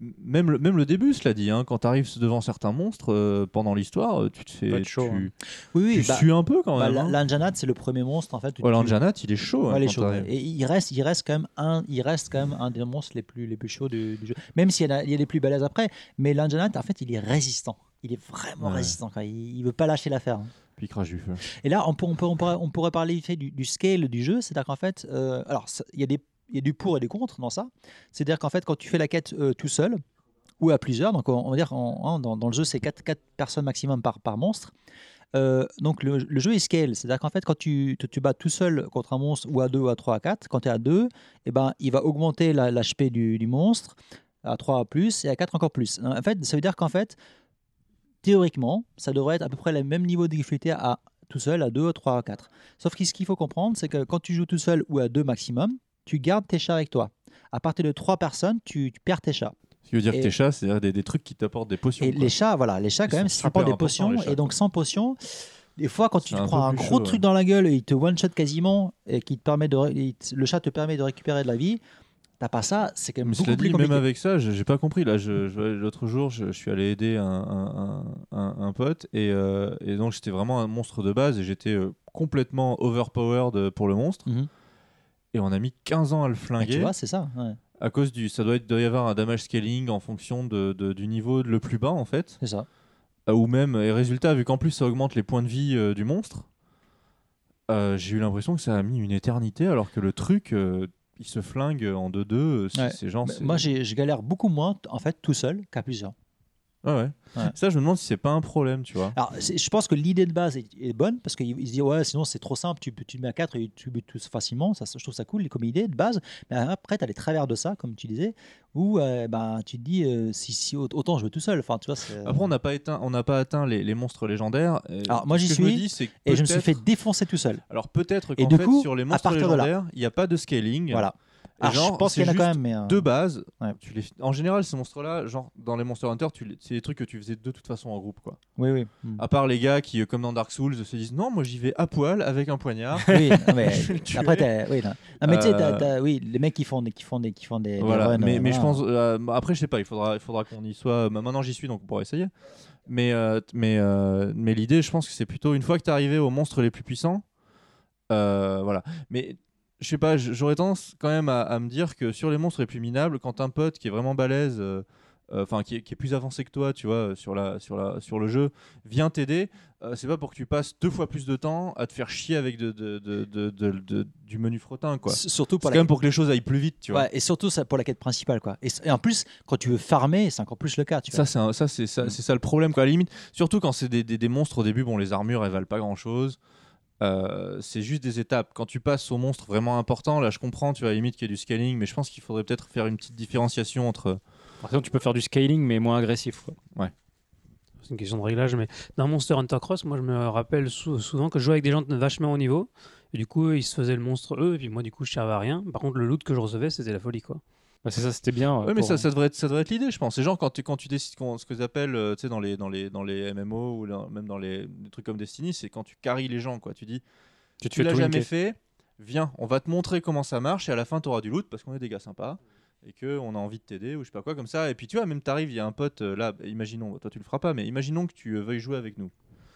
M- Même le, même le début, cela dit, hein, quand t'arrives devant certains monstres euh, pendant l'histoire, euh, tu te fais. Doit être chaud, tu oui tu oui. bah, sues un peu quand bah, même. la- hein. l'Anjanat, c'est le premier monstre en fait. où Ouais, tu- l'Anjanat, il est chaud. hein, Ouais, les quand chauds, t'arrives. ouais. Et il reste, il reste quand même un, il reste quand même un des monstres les plus, les plus chauds du, du jeu. Même s'il y, en a- il y a des plus balèzes après, mais l'Anjanat, en fait, il est résistant. Il est vraiment Ouais. résistant. quoi. Il, il veut pas lâcher l'affaire. hein. Puis il crache du feu. Et là, on, peut- on peut- on pourrait, on pourrait parler vite fait du, du scale du jeu. C'est-à-dire qu'en fait, euh, alors ça- il y a des, il y a du pour et des contre dans ça. C'est-à-dire qu'en fait, quand tu fais la quête euh, tout seul ou à plusieurs, donc on, on va dire en- hein, dans, dans le jeu, c'est 4, personnes maximum par, par monstre. Euh, donc le, le jeu est scale, c'est-à-dire qu'en fait quand tu te tu bats tout seul contre un monstre ou à 2 ou à 3 à 4, quand tu es à 2, eh ben, il va augmenter la- l'HP du, du monstre à 3 plus et à 4 encore plus. En fait, ça veut dire qu'en fait, théoriquement, ça devrait être à peu près le même niveau de difficulté à tout seul, à 2, 3, à 4. Sauf que ce qu'il faut comprendre, c'est que quand tu joues tout seul ou à 2 maximum, tu gardes tes chats avec toi. À partir de 3 personnes, tu, tu perds tes chats. Ce qui veut dire Et- que tes chats, c'est des, des trucs qui t'apportent des potions. Et quoi. les chats, voilà, les chats Ils quand même, sont ça rapporte des super importants, potions. les chats, et donc sans potions, des fois quand tu C'est te un prends peu un plus gros chaud, truc ouais. dans la gueule et il te one shot quasiment et qui te permet de, ré- il te- le chat te permet de récupérer de la vie, t'as pas ça, c'est quand même Ah, Mais beaucoup cela plus dit, compliqué. même avec ça, je- j'ai pas compris. Là, je- je- l'autre jour, je, je suis allé aider un, un- un- un- un pote et, euh, et donc j'étais vraiment un monstre de base et j'étais euh, complètement overpowered euh, pour le monstre. Mhm. Et on a mis 15 ans à le Ah, flinguer tu vois, c'est ça. ouais, à cause du. Ça doit, être, doit y avoir un damage scaling en fonction de- de- du niveau le plus bas en fait. c'est ça. Euh, ou même, et résultat, vu qu'en plus ça augmente les points de vie euh, du monstre, euh, j'ai eu l'impression que ça a mis une éternité alors que le truc, euh, il se flingue en 2-2. euh, c'est- Ouais. C'est genre. Mais c'est- Moi, j'ai- je galère beaucoup moins t- en fait tout seul qu'à plusieurs. Ah ouais. Ouais. Ça, je me demande si c'est pas un problème, tu vois. Alors, c'est- je pense que l'idée de base est, est bonne parce qu'ils se disent ouais, sinon c'est trop simple, tu, tu te mets à 4 et tu butes tous facilement. Ça, je trouve ça cool comme idée de base. Mais après, tu as les travers de ça, comme tu disais, où euh, ben, tu te dis euh, si, si au- autant je veux tout seul. Enfin, tu vois, c'est- Après, on n'a pas atteint, on n'a pas atteint les, les monstres légendaires. euh, Oh. Alors, moi, ce j'y que je me suis, dis, c'est que et je me suis peut-être- fait défoncer tout seul. Alors peut-être Et qu'en du fait, coup, sur les à monstres partir de là. légendaires, il n'y a pas de scaling. Voilà. Et Alors, genre, je pense c'est qu'il y en a quand juste même, mais euh, Deux bases. Ouais. Tu les... En général, ces monstres-là, genre dans les Monster Hunter, tu les- c'est des trucs que tu faisais de toute façon en groupe, quoi. oui, oui. Mm. À part les gars qui, euh, comme dans Dark Souls, se disent non, moi j'y vais à poil avec un poignard. Oui, non, mais Je vais le tuer. après, t'as- oui, non. Non, mais tu sais, t'as- Euh, t'as- oui, les mecs qui font des, qui font des, qui font des, des voilà. runs, mais, euh, mais je voilà. pense euh, après je sais pas il faudra il faudra qu'on y soit Bah, maintenant j'y suis donc on pourra essayer mais euh, t- mais euh, mais l'idée je pense que c'est plutôt une fois que t'es arrivé aux monstres les plus puissants euh, voilà mais je sais pas j- j'aurais tendance quand même à, à me dire que sur les monstres les plus minables quand un pote qui est vraiment balèze euh, euh, enfin qui, est- qui est plus avancé que toi, tu vois, euh, sur la sur la sur le jeu, vient t'aider. euh, c'est pas pour que tu passes deux fois plus de temps à te faire chier avec de, de- de- de- de- de- du menu frottin, quoi. S- Surtout C'est pour quand la même pour que les choses aillent plus vite, tu vois. Ouais, et surtout ça pour la quête principale quoi. Et, s- et en plus quand tu veux farmer, c'est encore plus le cas, tu Ça, vois. c'est un- ça, c'est ça, Mm. c'est ça le problème. Quoi. À la limite, surtout quand c'est des, des- des monstres au début, bon, les armures, elles valent pas grand chose. c'est juste des étapes. Quand tu passes au monstre vraiment important, là, je comprends, tu vois, à la limite qu'il y a du scaling, mais je pense qu'il faudrait peut-être faire une petite différenciation entre. Par exemple, tu peux faire du scaling, mais moins agressif. quoi. C'est une question de réglage, mais dans Monster Hunter Cross, moi je me rappelle sou- souvent que je jouais avec des gens de vachement haut niveau, et du coup eux, ils se faisaient le monstre eux, et puis moi du coup je servais à rien. Par contre le loot que je recevais c'était la folie quoi. Bah, c'est ça, c'était bien. euh, Oui, mais pour- ça, ça devrait être, ça devrait être l'idée, je pense. C'est genre quand tu, quand tu décides qu'on- ce que j'appelle, euh, tu sais, dans les, dans, les, dans les MMO ou là- même dans les, des trucs comme Destiny, c'est quand tu carries les gens, quoi. Tu dis, tu te tu fais l'as tout jamais linker. fait, viens, on va te montrer comment ça marche et à la fin tu auras du loot parce qu'on est des gars sympas et que on a envie de t'aider ou je sais pas quoi comme ça et puis tu vois même t'arrives il y a un pote euh, là imaginons toi tu le feras pas mais imaginons que tu euh, veuilles jouer avec nous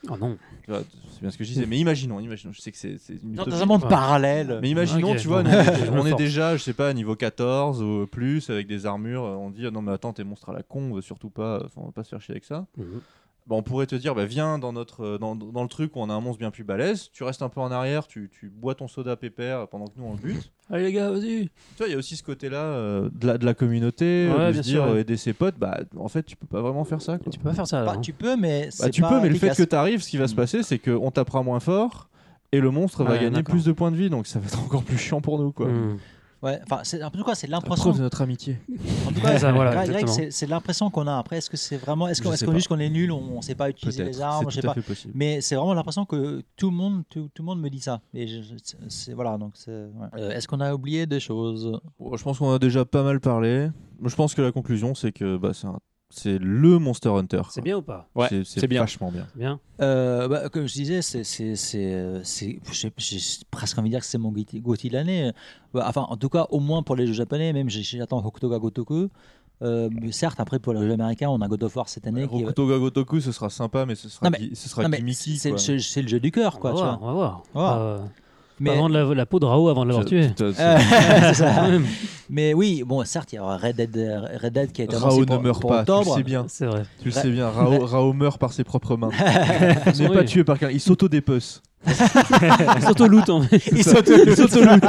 Oh non. Tu vois, c'est bien ce que je disais mais imaginons imaginons je sais que c'est c'est une Dans, utopie. dans un monde Ouais. parallèle. mais imaginons Ok, tu vois nous, bon. Je on est- me on est force. déjà je sais pas à niveau 14 ou plus avec des armures euh, on dit ah non mais attends t'es monstre à la con on veut surtout pas enfin, on va pas se faire chier avec ça Mhm. bah, on pourrait te dire bah, viens dans notre euh, dans, dans le truc où on a un monstre bien plus balèze tu restes un peu en arrière tu, tu bois ton soda pépère pendant que nous on le bute Allez les gars, vas-y. tu vois il y a aussi ce côté là de, la, de la communauté euh, Ouais, de bien se sûr, dire euh, ouais. aider ses potes bah en fait tu peux pas vraiment faire ça quoi. Tu peux pas faire ça. là, Bah, hein. tu peux mais c'est Bah, tu pas peux mais le fait efficace. que tu arrives ce qui va se Mm. passer c'est que on tapera moins fort et le monstre va Ouais, gagner d'accord. plus de points de vie donc ça va être encore plus chiant pour nous quoi Mhm. Ouais, enfin c'est en tout cas c'est La preuve l'impression. de notre amitié En tout cas, Ça, voilà, Greg, Greg, exactement. c'est- c'est l'impression qu'on a après est-ce que c'est vraiment est-ce Je qu'on est-ce sais qu'on pas. est juste qu'on est nul, on, on sait pas utiliser peut-être les armes, c'est je sais tout pas. à fait possible Mais c'est vraiment l'impression que tout le monde, tout, tout le monde me dit ça. Et je- je- c'est- c'est- voilà, donc c'est- ouais. Euh, est-ce qu'on a oublié des choses Bon, je pense qu'on a déjà pas mal parlé Moi, je pense que la conclusion c'est que bah, c'est un- c'est le Monster Hunter C'est quoi. bien ou pas Ouais, C'est- c'est c'est bien. vachement bien C'est Bien. Euh, bah, Comme je disais, c'est, c'est, c'est, euh, c'est- j'ai, j'ai presque envie de dire que c'est mon Gotti Gotti de l'année. Bah, Enfin, en tout cas, au moins pour les jeux japonais, même j'ai- j'attends Hokutoga Gotoku. Euh, mais certes, après pour les jeux américains, on a God of War cette année. qui est- Rokuto ga Gotoku, ce sera sympa, mais ce sera, Non, mais- gui- ce sera Non, mais gimmicky, c'est, quoi. c'est- c'est le jeu du cœur, quoi. on tu va vois. voir. On va voir. On va voir. Euh, Mais- Pas vendre la, la peau de Rao avant de l'avoir tué. T'as- t'as- Euh, c'est ça. Quand même. Mais oui, bon, certes, il y aura Red Dead, euh, Red Dead qui a été Rao annoncé ne pour, meurt pour pas, tu octobre. Bah, le sais bien. C'est vrai. Tu le sais bien, Rao, Rao meurt par ses propres mains. Il n'est Oui. pas tué par quelqu'un, il s'auto-dépece. Surtout loot en fait. Ils sautent ils sautent au loup.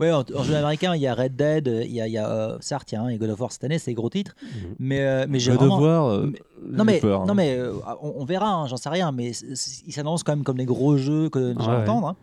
Ouais, en, en jeu américain, il y a Red Dead, euh, il y a, il y a euh, certes, il y a un, et God of War cette année, c'est les gros titres. Mm. Mhm. Mais, euh, mais j'ai Le vraiment- devoir, euh, mais- Non mais, j'ai peur, hein. non mais euh, on, on verra, hein, j'en sais rien, mais c- c- ils s'annoncent quand même comme les gros jeux que Ouais, j'entends. ouais.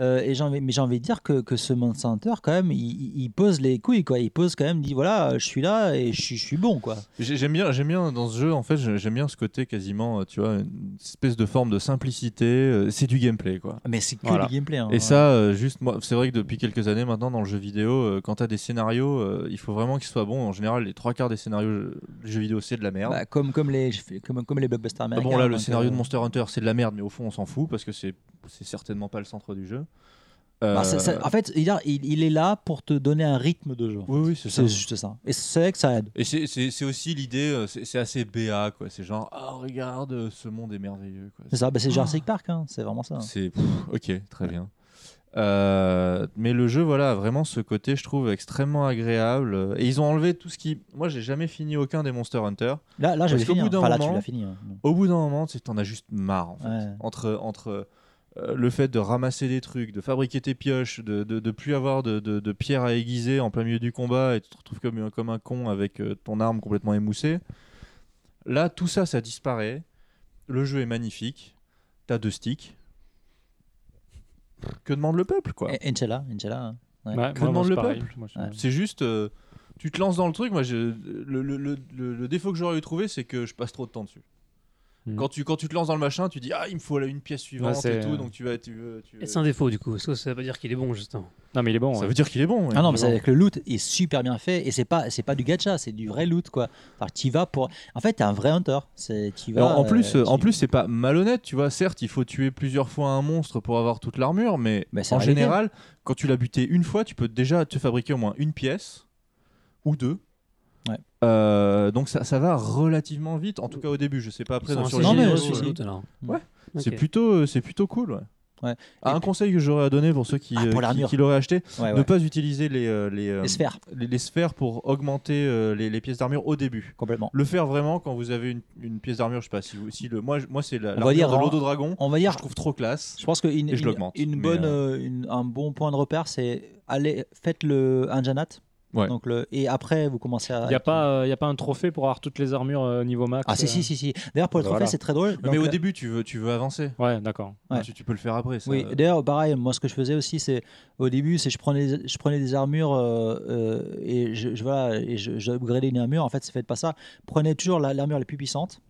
Euh, et j'ai envie, mais j'ai envie de dire que, que ce Monster Hunter, quand même, il, il- il pose les couilles, quoi. Il pose quand même, dit voilà, euh, je suis là et je suis, je suis bon, quoi. J'ai- J'aime bien, j'aime bien dans ce jeu. En fait, j'ai- j'aime bien ce côté quasiment, euh, tu vois, une espèce de forme de simplicité. euh, C'est du gameplay, quoi. Mais c'est que Voilà. du gameplay. hein. Et ça, euh, juste moi, c'est vrai que depuis quelques années maintenant, dans le jeu vidéo, euh, quand t'as des scénarios, euh, il faut vraiment qu'ils soient bons. En général, les trois quarts des scénarios euh, du jeu vidéo, c'est de la merde. Bah, comme comme les comme, comme les blockbusters Ah américains. bon, là, le donc, scénario euh, de Monster Hunter, c'est de la merde, mais au fond, on s'en fout parce que c'est c'est certainement pas le centre du jeu. Euh, Bah, ça- ça- en fait, il, a- il- il est là pour te donner un rythme de jeu. Oui, oui, c'est ça. C'est juste ça. Et c'est vrai que ça aide. Et c'est- c'est c'est aussi l'idée, euh, c'est c'est assez BA, quoi. C'est genre, ah, regarde, euh, ce monde est merveilleux, quoi. C'est ça. Bah, c'est Jurassic Ah. Park, hein. c'est vraiment ça. C'est pff, ok, très bien. Euh, mais le jeu, voilà, a vraiment ce côté, je trouve, extrêmement agréable. Et ils ont enlevé tout ce qui. Moi, j'ai jamais fini aucun des Monster Hunter. Là, là j'avais Parce qu'au fini. bout hein. d'un Enfin, là, moment- tu l'as fini. hein. Au bout d'un moment, tu sais, t'en as juste marre, en fait. Ouais. entre, entre euh, le fait de ramasser des trucs, de fabriquer tes pioches, de, de, de plus avoir de, de, de pierres à aiguiser en plein milieu du combat et tu te retrouves comme, comme un con avec euh, ton arme complètement émoussée. Là, tout ça, ça disparaît. Le jeu est magnifique. T'as deux sticks. Que demande le peuple, quoi Et- Inch'Allah, Inch'Allah. hein. Ouais. Ouais, Que moi, moi, demande c'est le pareil. peuple Moi, je- Ouais. C'est juste. euh, tu te lances dans le truc. Moi, je- le, le- le- le- le défaut que j'aurais eu trouvé, c'est que je passe trop de temps dessus. Hmm. Mm. Quand, tu, quand tu te lances dans le machin, tu dis Ah, il me faut la- une pièce suivante c'est- et tout. Donc tu vas. Tu, veux- tu veux- Et c'est un défaut du coup. Est-ce que ça veut pas dire qu'il est bon justement Non, mais il est bon. Ça ouais. veut dire qu'il est bon. ouais. Ah non, mais c'est avec le loot est super bien fait et c'est pas c'est pas du gacha, c'est du vrai loot quoi. Enfin, t'y vas pour. En fait, t'es un vrai hunter. C'est t'y vas. Alors, en plus, euh, euh, en tu- plus, c'est pas malhonnête, tu vois. Certes, il faut tuer plusieurs fois un monstre pour avoir toute l'armure, mais Bah, c'est en la réalité. général, quand tu l'as buté une fois, tu peux déjà te fabriquer au moins une pièce ou deux. Ouais. Euh, donc ça, ça va relativement vite, en tout cas au début. Je sais pas après Ils sont dans- sur assez les Non, mais généreux vidéos, sur euh, le loot alors. Ouais. Ok. C'est plutôt, euh, c'est plutôt cool. ouais. Ouais. Ah, Et un puis- conseil que j'aurais à donner pour ceux qui, Ah, pour euh, qui, l'armure. Eh qui l'auraient acheté, Ouais, ne ouais. pas utiliser les, euh, les, euh, Les sphères, les- les sphères pour augmenter euh, les, les pièces d'armure au début. complètement. Le faire vraiment quand vous avez une, une pièce d'armure, je sais pas si, vous- si le, moi, je- moi c'est la, On va l'armure dire de en- l'Odo Dragon, On va je dire, trouve trop classe. je pense qu'une Et je une, l'augmente, une mais, bonne, euh, une- un bon point de repère, c'est allez, faites le un Janat. Ouais. Donc le, et après, vous commencez à. Il n'y a, pas, euh, y a pas un trophée pour avoir toutes les armures euh, niveau max Ah si euh. si si si. D'ailleurs pour le trophée Voilà. c'est très drôle. mais Donc, euh, au début, tu veux, tu veux avancer. Ouais, d'accord. Ouais. Tu, tu peux le faire après. Ça. euh, Oui, d'ailleurs, pareil, moi ce que je faisais aussi, c'est au début, c'est je prenais, je prenais des armures euh, euh, et je, je- voilà, et je, je upgradais une armure. En fait, c'est faites pas ça. Prenez toujours la- l'armure la, plus puissante.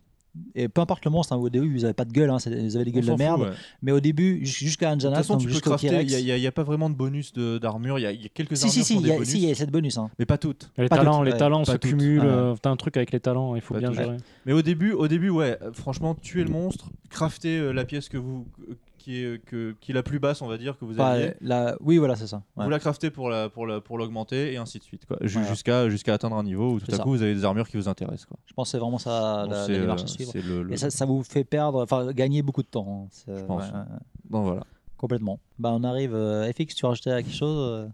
Et peu importe le monstre, hein, au début, vous avez pas de gueule, hein, c'est- vous avez des On gueules de s'en fout, merde. ouais. Mais au début, jus- jusqu'à De toute Anjana, façon, donc tu peux jusqu'au crafter. T-Rex. Il n'y a, y a pas vraiment de bonus de- d'armure. Il y, a- y a quelques Si, armures si, qui si, ont il y des a- bonus, si, il y a cette bonus. hein. mais pas toutes. Les Pas talents, toutes, les ouais, talents pas se toutes. cumulent. Ouais. euh, T'as un truc avec les talents, il faut Pas bien toutes. gérer. Mais au début, au début, ouais. euh, Franchement, tuer le monstre, crafter euh, la pièce que vous euh, qui est que, qui est la plus basse, on va dire que vous Enfin, aviez. la- Oui, voilà, c'est ça. Ouais. Vous la craftez pour la pour la, pour l'augmenter et ainsi de suite quoi. Ju- Voilà. Jusqu'à jusqu'à atteindre un niveau où tout C'est à ça. coup vous avez des armures qui vous intéressent quoi. Je pense que c'est vraiment ça Bon, la, c'est, la démarche euh, à suivre. c'est le- le- Et ça, ça vous fait perdre, enfin gagner beaucoup de temps. hein. C'est- pense. ouais, ouais, ouais. Bon voilà. Complètement. Bah, on arrive. euh, FX, tu rajoutais quelque chose euh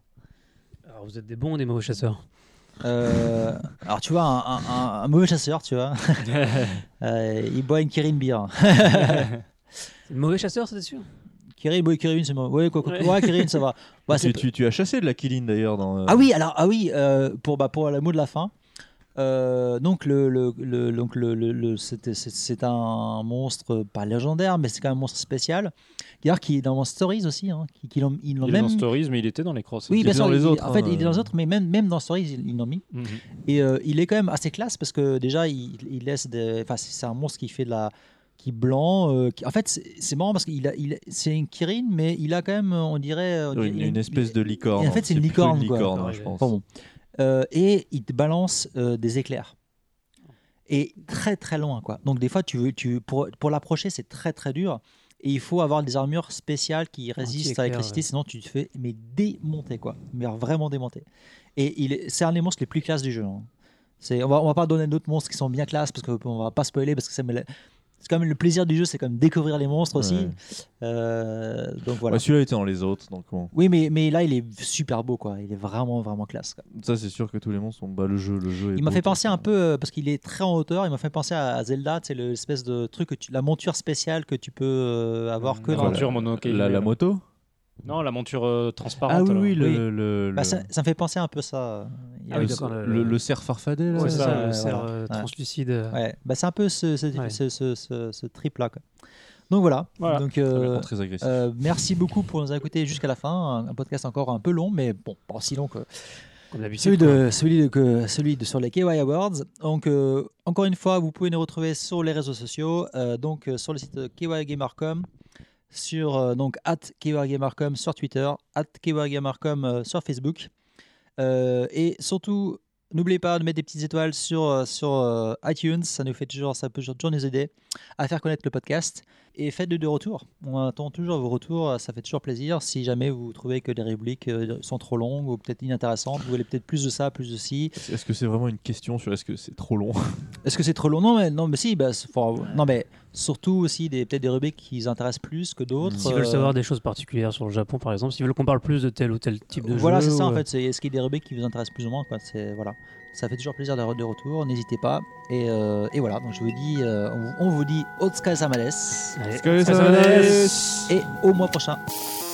Alors, vous êtes des bons ou des mauvais chasseurs Euh, alors tu vois, un, un- un- un mauvais chasseur, tu vois, Euh, il boit une Kirin bière. C'est de mauvais chasseurs, c'est sûr Kirin, oui, Kirin, c'est mauvais. Ouais, quoi, quoi, Ouais. ouais, Kirin, Bah, ça va. Ouais, c'est- tu, tu, tu as chassé de la killing d'ailleurs dans. euh, Ah oui, alors ah oui, euh, pour bah, pour le mot de la fin. euh, donc le, le- le- donc le, le- le- c'était- c'est c'est un monstre euh, pas légendaire, mais c'est quand même un monstre spécial. D'ailleurs, qui est dans mon stories aussi, hein, qui, qui l'ont- ils l'ont Il est même. dans Stories, mais il était dans les crosses. oui, il bien est sûr. dans les il- autres, en fait, hein, il est dans les euh. autres, mais même même dans stories, ils ils l'ont mis. Mhm. Et euh, il est quand même assez classe parce que déjà, il, il laisse des. Enfin, c'est c'est un monstre qui fait de la. qui est blanc. euh, qui- En fait, c'est c'est marrant parce qu'il a, il a- c'est une Kirin, mais il a quand même, euh, on dirait. euh, on dirait- Une, il- une espèce de licorne. Et en fait, c'est une plus licorne, quoi. licorne, hein, Ouais, je ouais. pense. Enfin bon. Euh, et il te balance euh, des éclairs. Et très très loin, quoi. Donc des fois, tu veux, tu, pour, pour l'approcher, c'est très très dur. Et il faut avoir des armures spéciales qui résistent à Anti-éclair, l'électricité, ouais. sinon tu te fais mais démonter, quoi. Mais alors, vraiment démonter. Et il est- c'est un des monstres les plus classes du jeu. hein. C'est, on, va, on va pas donner d'autres monstres qui sont bien classes parce qu'on va pas spoiler parce que c'est, mais le- c'est quand même le plaisir du jeu, c'est quand même découvrir les monstres aussi. Ouais. Euh, donc voilà. Ouais, Celui-là était dans les autres, donc bon. oui, mais, mais là, il est super beau, quoi. Il est vraiment vraiment classe. quoi. Ça, c'est sûr que tous les monstres sont. Bah, le jeu, le jeu. est Il m'a beau, fait quoi. penser un peu, euh, parce qu'il est très en hauteur, il m'a fait penser à à Zelda, c'est l'espèce de truc, que tu, la monture spéciale que tu peux euh, avoir que Mmh, La dans... monture monoclinique. La, la moto Non, la monture euh, transparente. Ah oui, oui, alors. le. Oui. Le, le, Bah, euh. ça, ça me fait penser un peu ça. euh, Il y a- Ah oui, le- d'accord, le- le- le cerf farfadet, là. Ouais, c'est c'est ça, ça, ouais, le cerf voilà. euh, Ouais. translucide. euh, ouais. Bah, c'est un peu ce, ce, Ouais. ce- ce- ce- ce- ce trip-là. quoi. Donc voilà. Voilà. Donc, Très euh, bien, Très agressif. euh, merci beaucoup pour nous écouter jusqu'à la fin. Un, un podcast encore un peu long, mais bon, pas si long que Comme d'habitude. Celui, quoi. de, celui, de, que, celui de, sur les KY Awards. Donc, euh, encore une fois, vous pouvez nous retrouver sur les réseaux sociaux, euh, donc euh, sur le site KYGamer.com, sur euh, donc at KYGamer.com sur Twitter, at KYGamer.com euh, sur Facebook. Euh, et surtout, n'oubliez pas de mettre des petites étoiles sur, euh, sur euh, iTunes, ça nous fait toujours, ça peut toujours nous aider à faire connaître le podcast. Et faites-le de retour. On attend toujours vos retours, ça fait toujours plaisir. Si jamais vous trouvez que les répliques euh, sont trop longues ou peut-être inintéressantes, vous voulez peut-être plus de ça, plus de ci. Est-ce que c'est vraiment une question sur est-ce que c'est trop long Est-ce que c'est trop long Non, mais, non, mais si, bah, c'est- faut- non, mais surtout aussi des- peut-être des rubriques qui les intéressent plus que d'autres. euh, S'ils veulent savoir des choses particulières sur le Japon, par exemple, s'ils veulent qu'on parle plus de tel ou tel type de voilà, jeu. c'est ça ou, en euh, fait. C'est- Est-ce qu'il y a des rubriques qui vous intéressent plus ou moins quoi. C'est- Voilà. Ça fait toujours plaisir d'avoir des retours, n'hésitez pas. Et, euh, et voilà, donc je vous dis, euh, on vous- on vous dit Otsukaresama desu allez, Parce que ça ça va, va allez. aller. et au mois prochain. Salut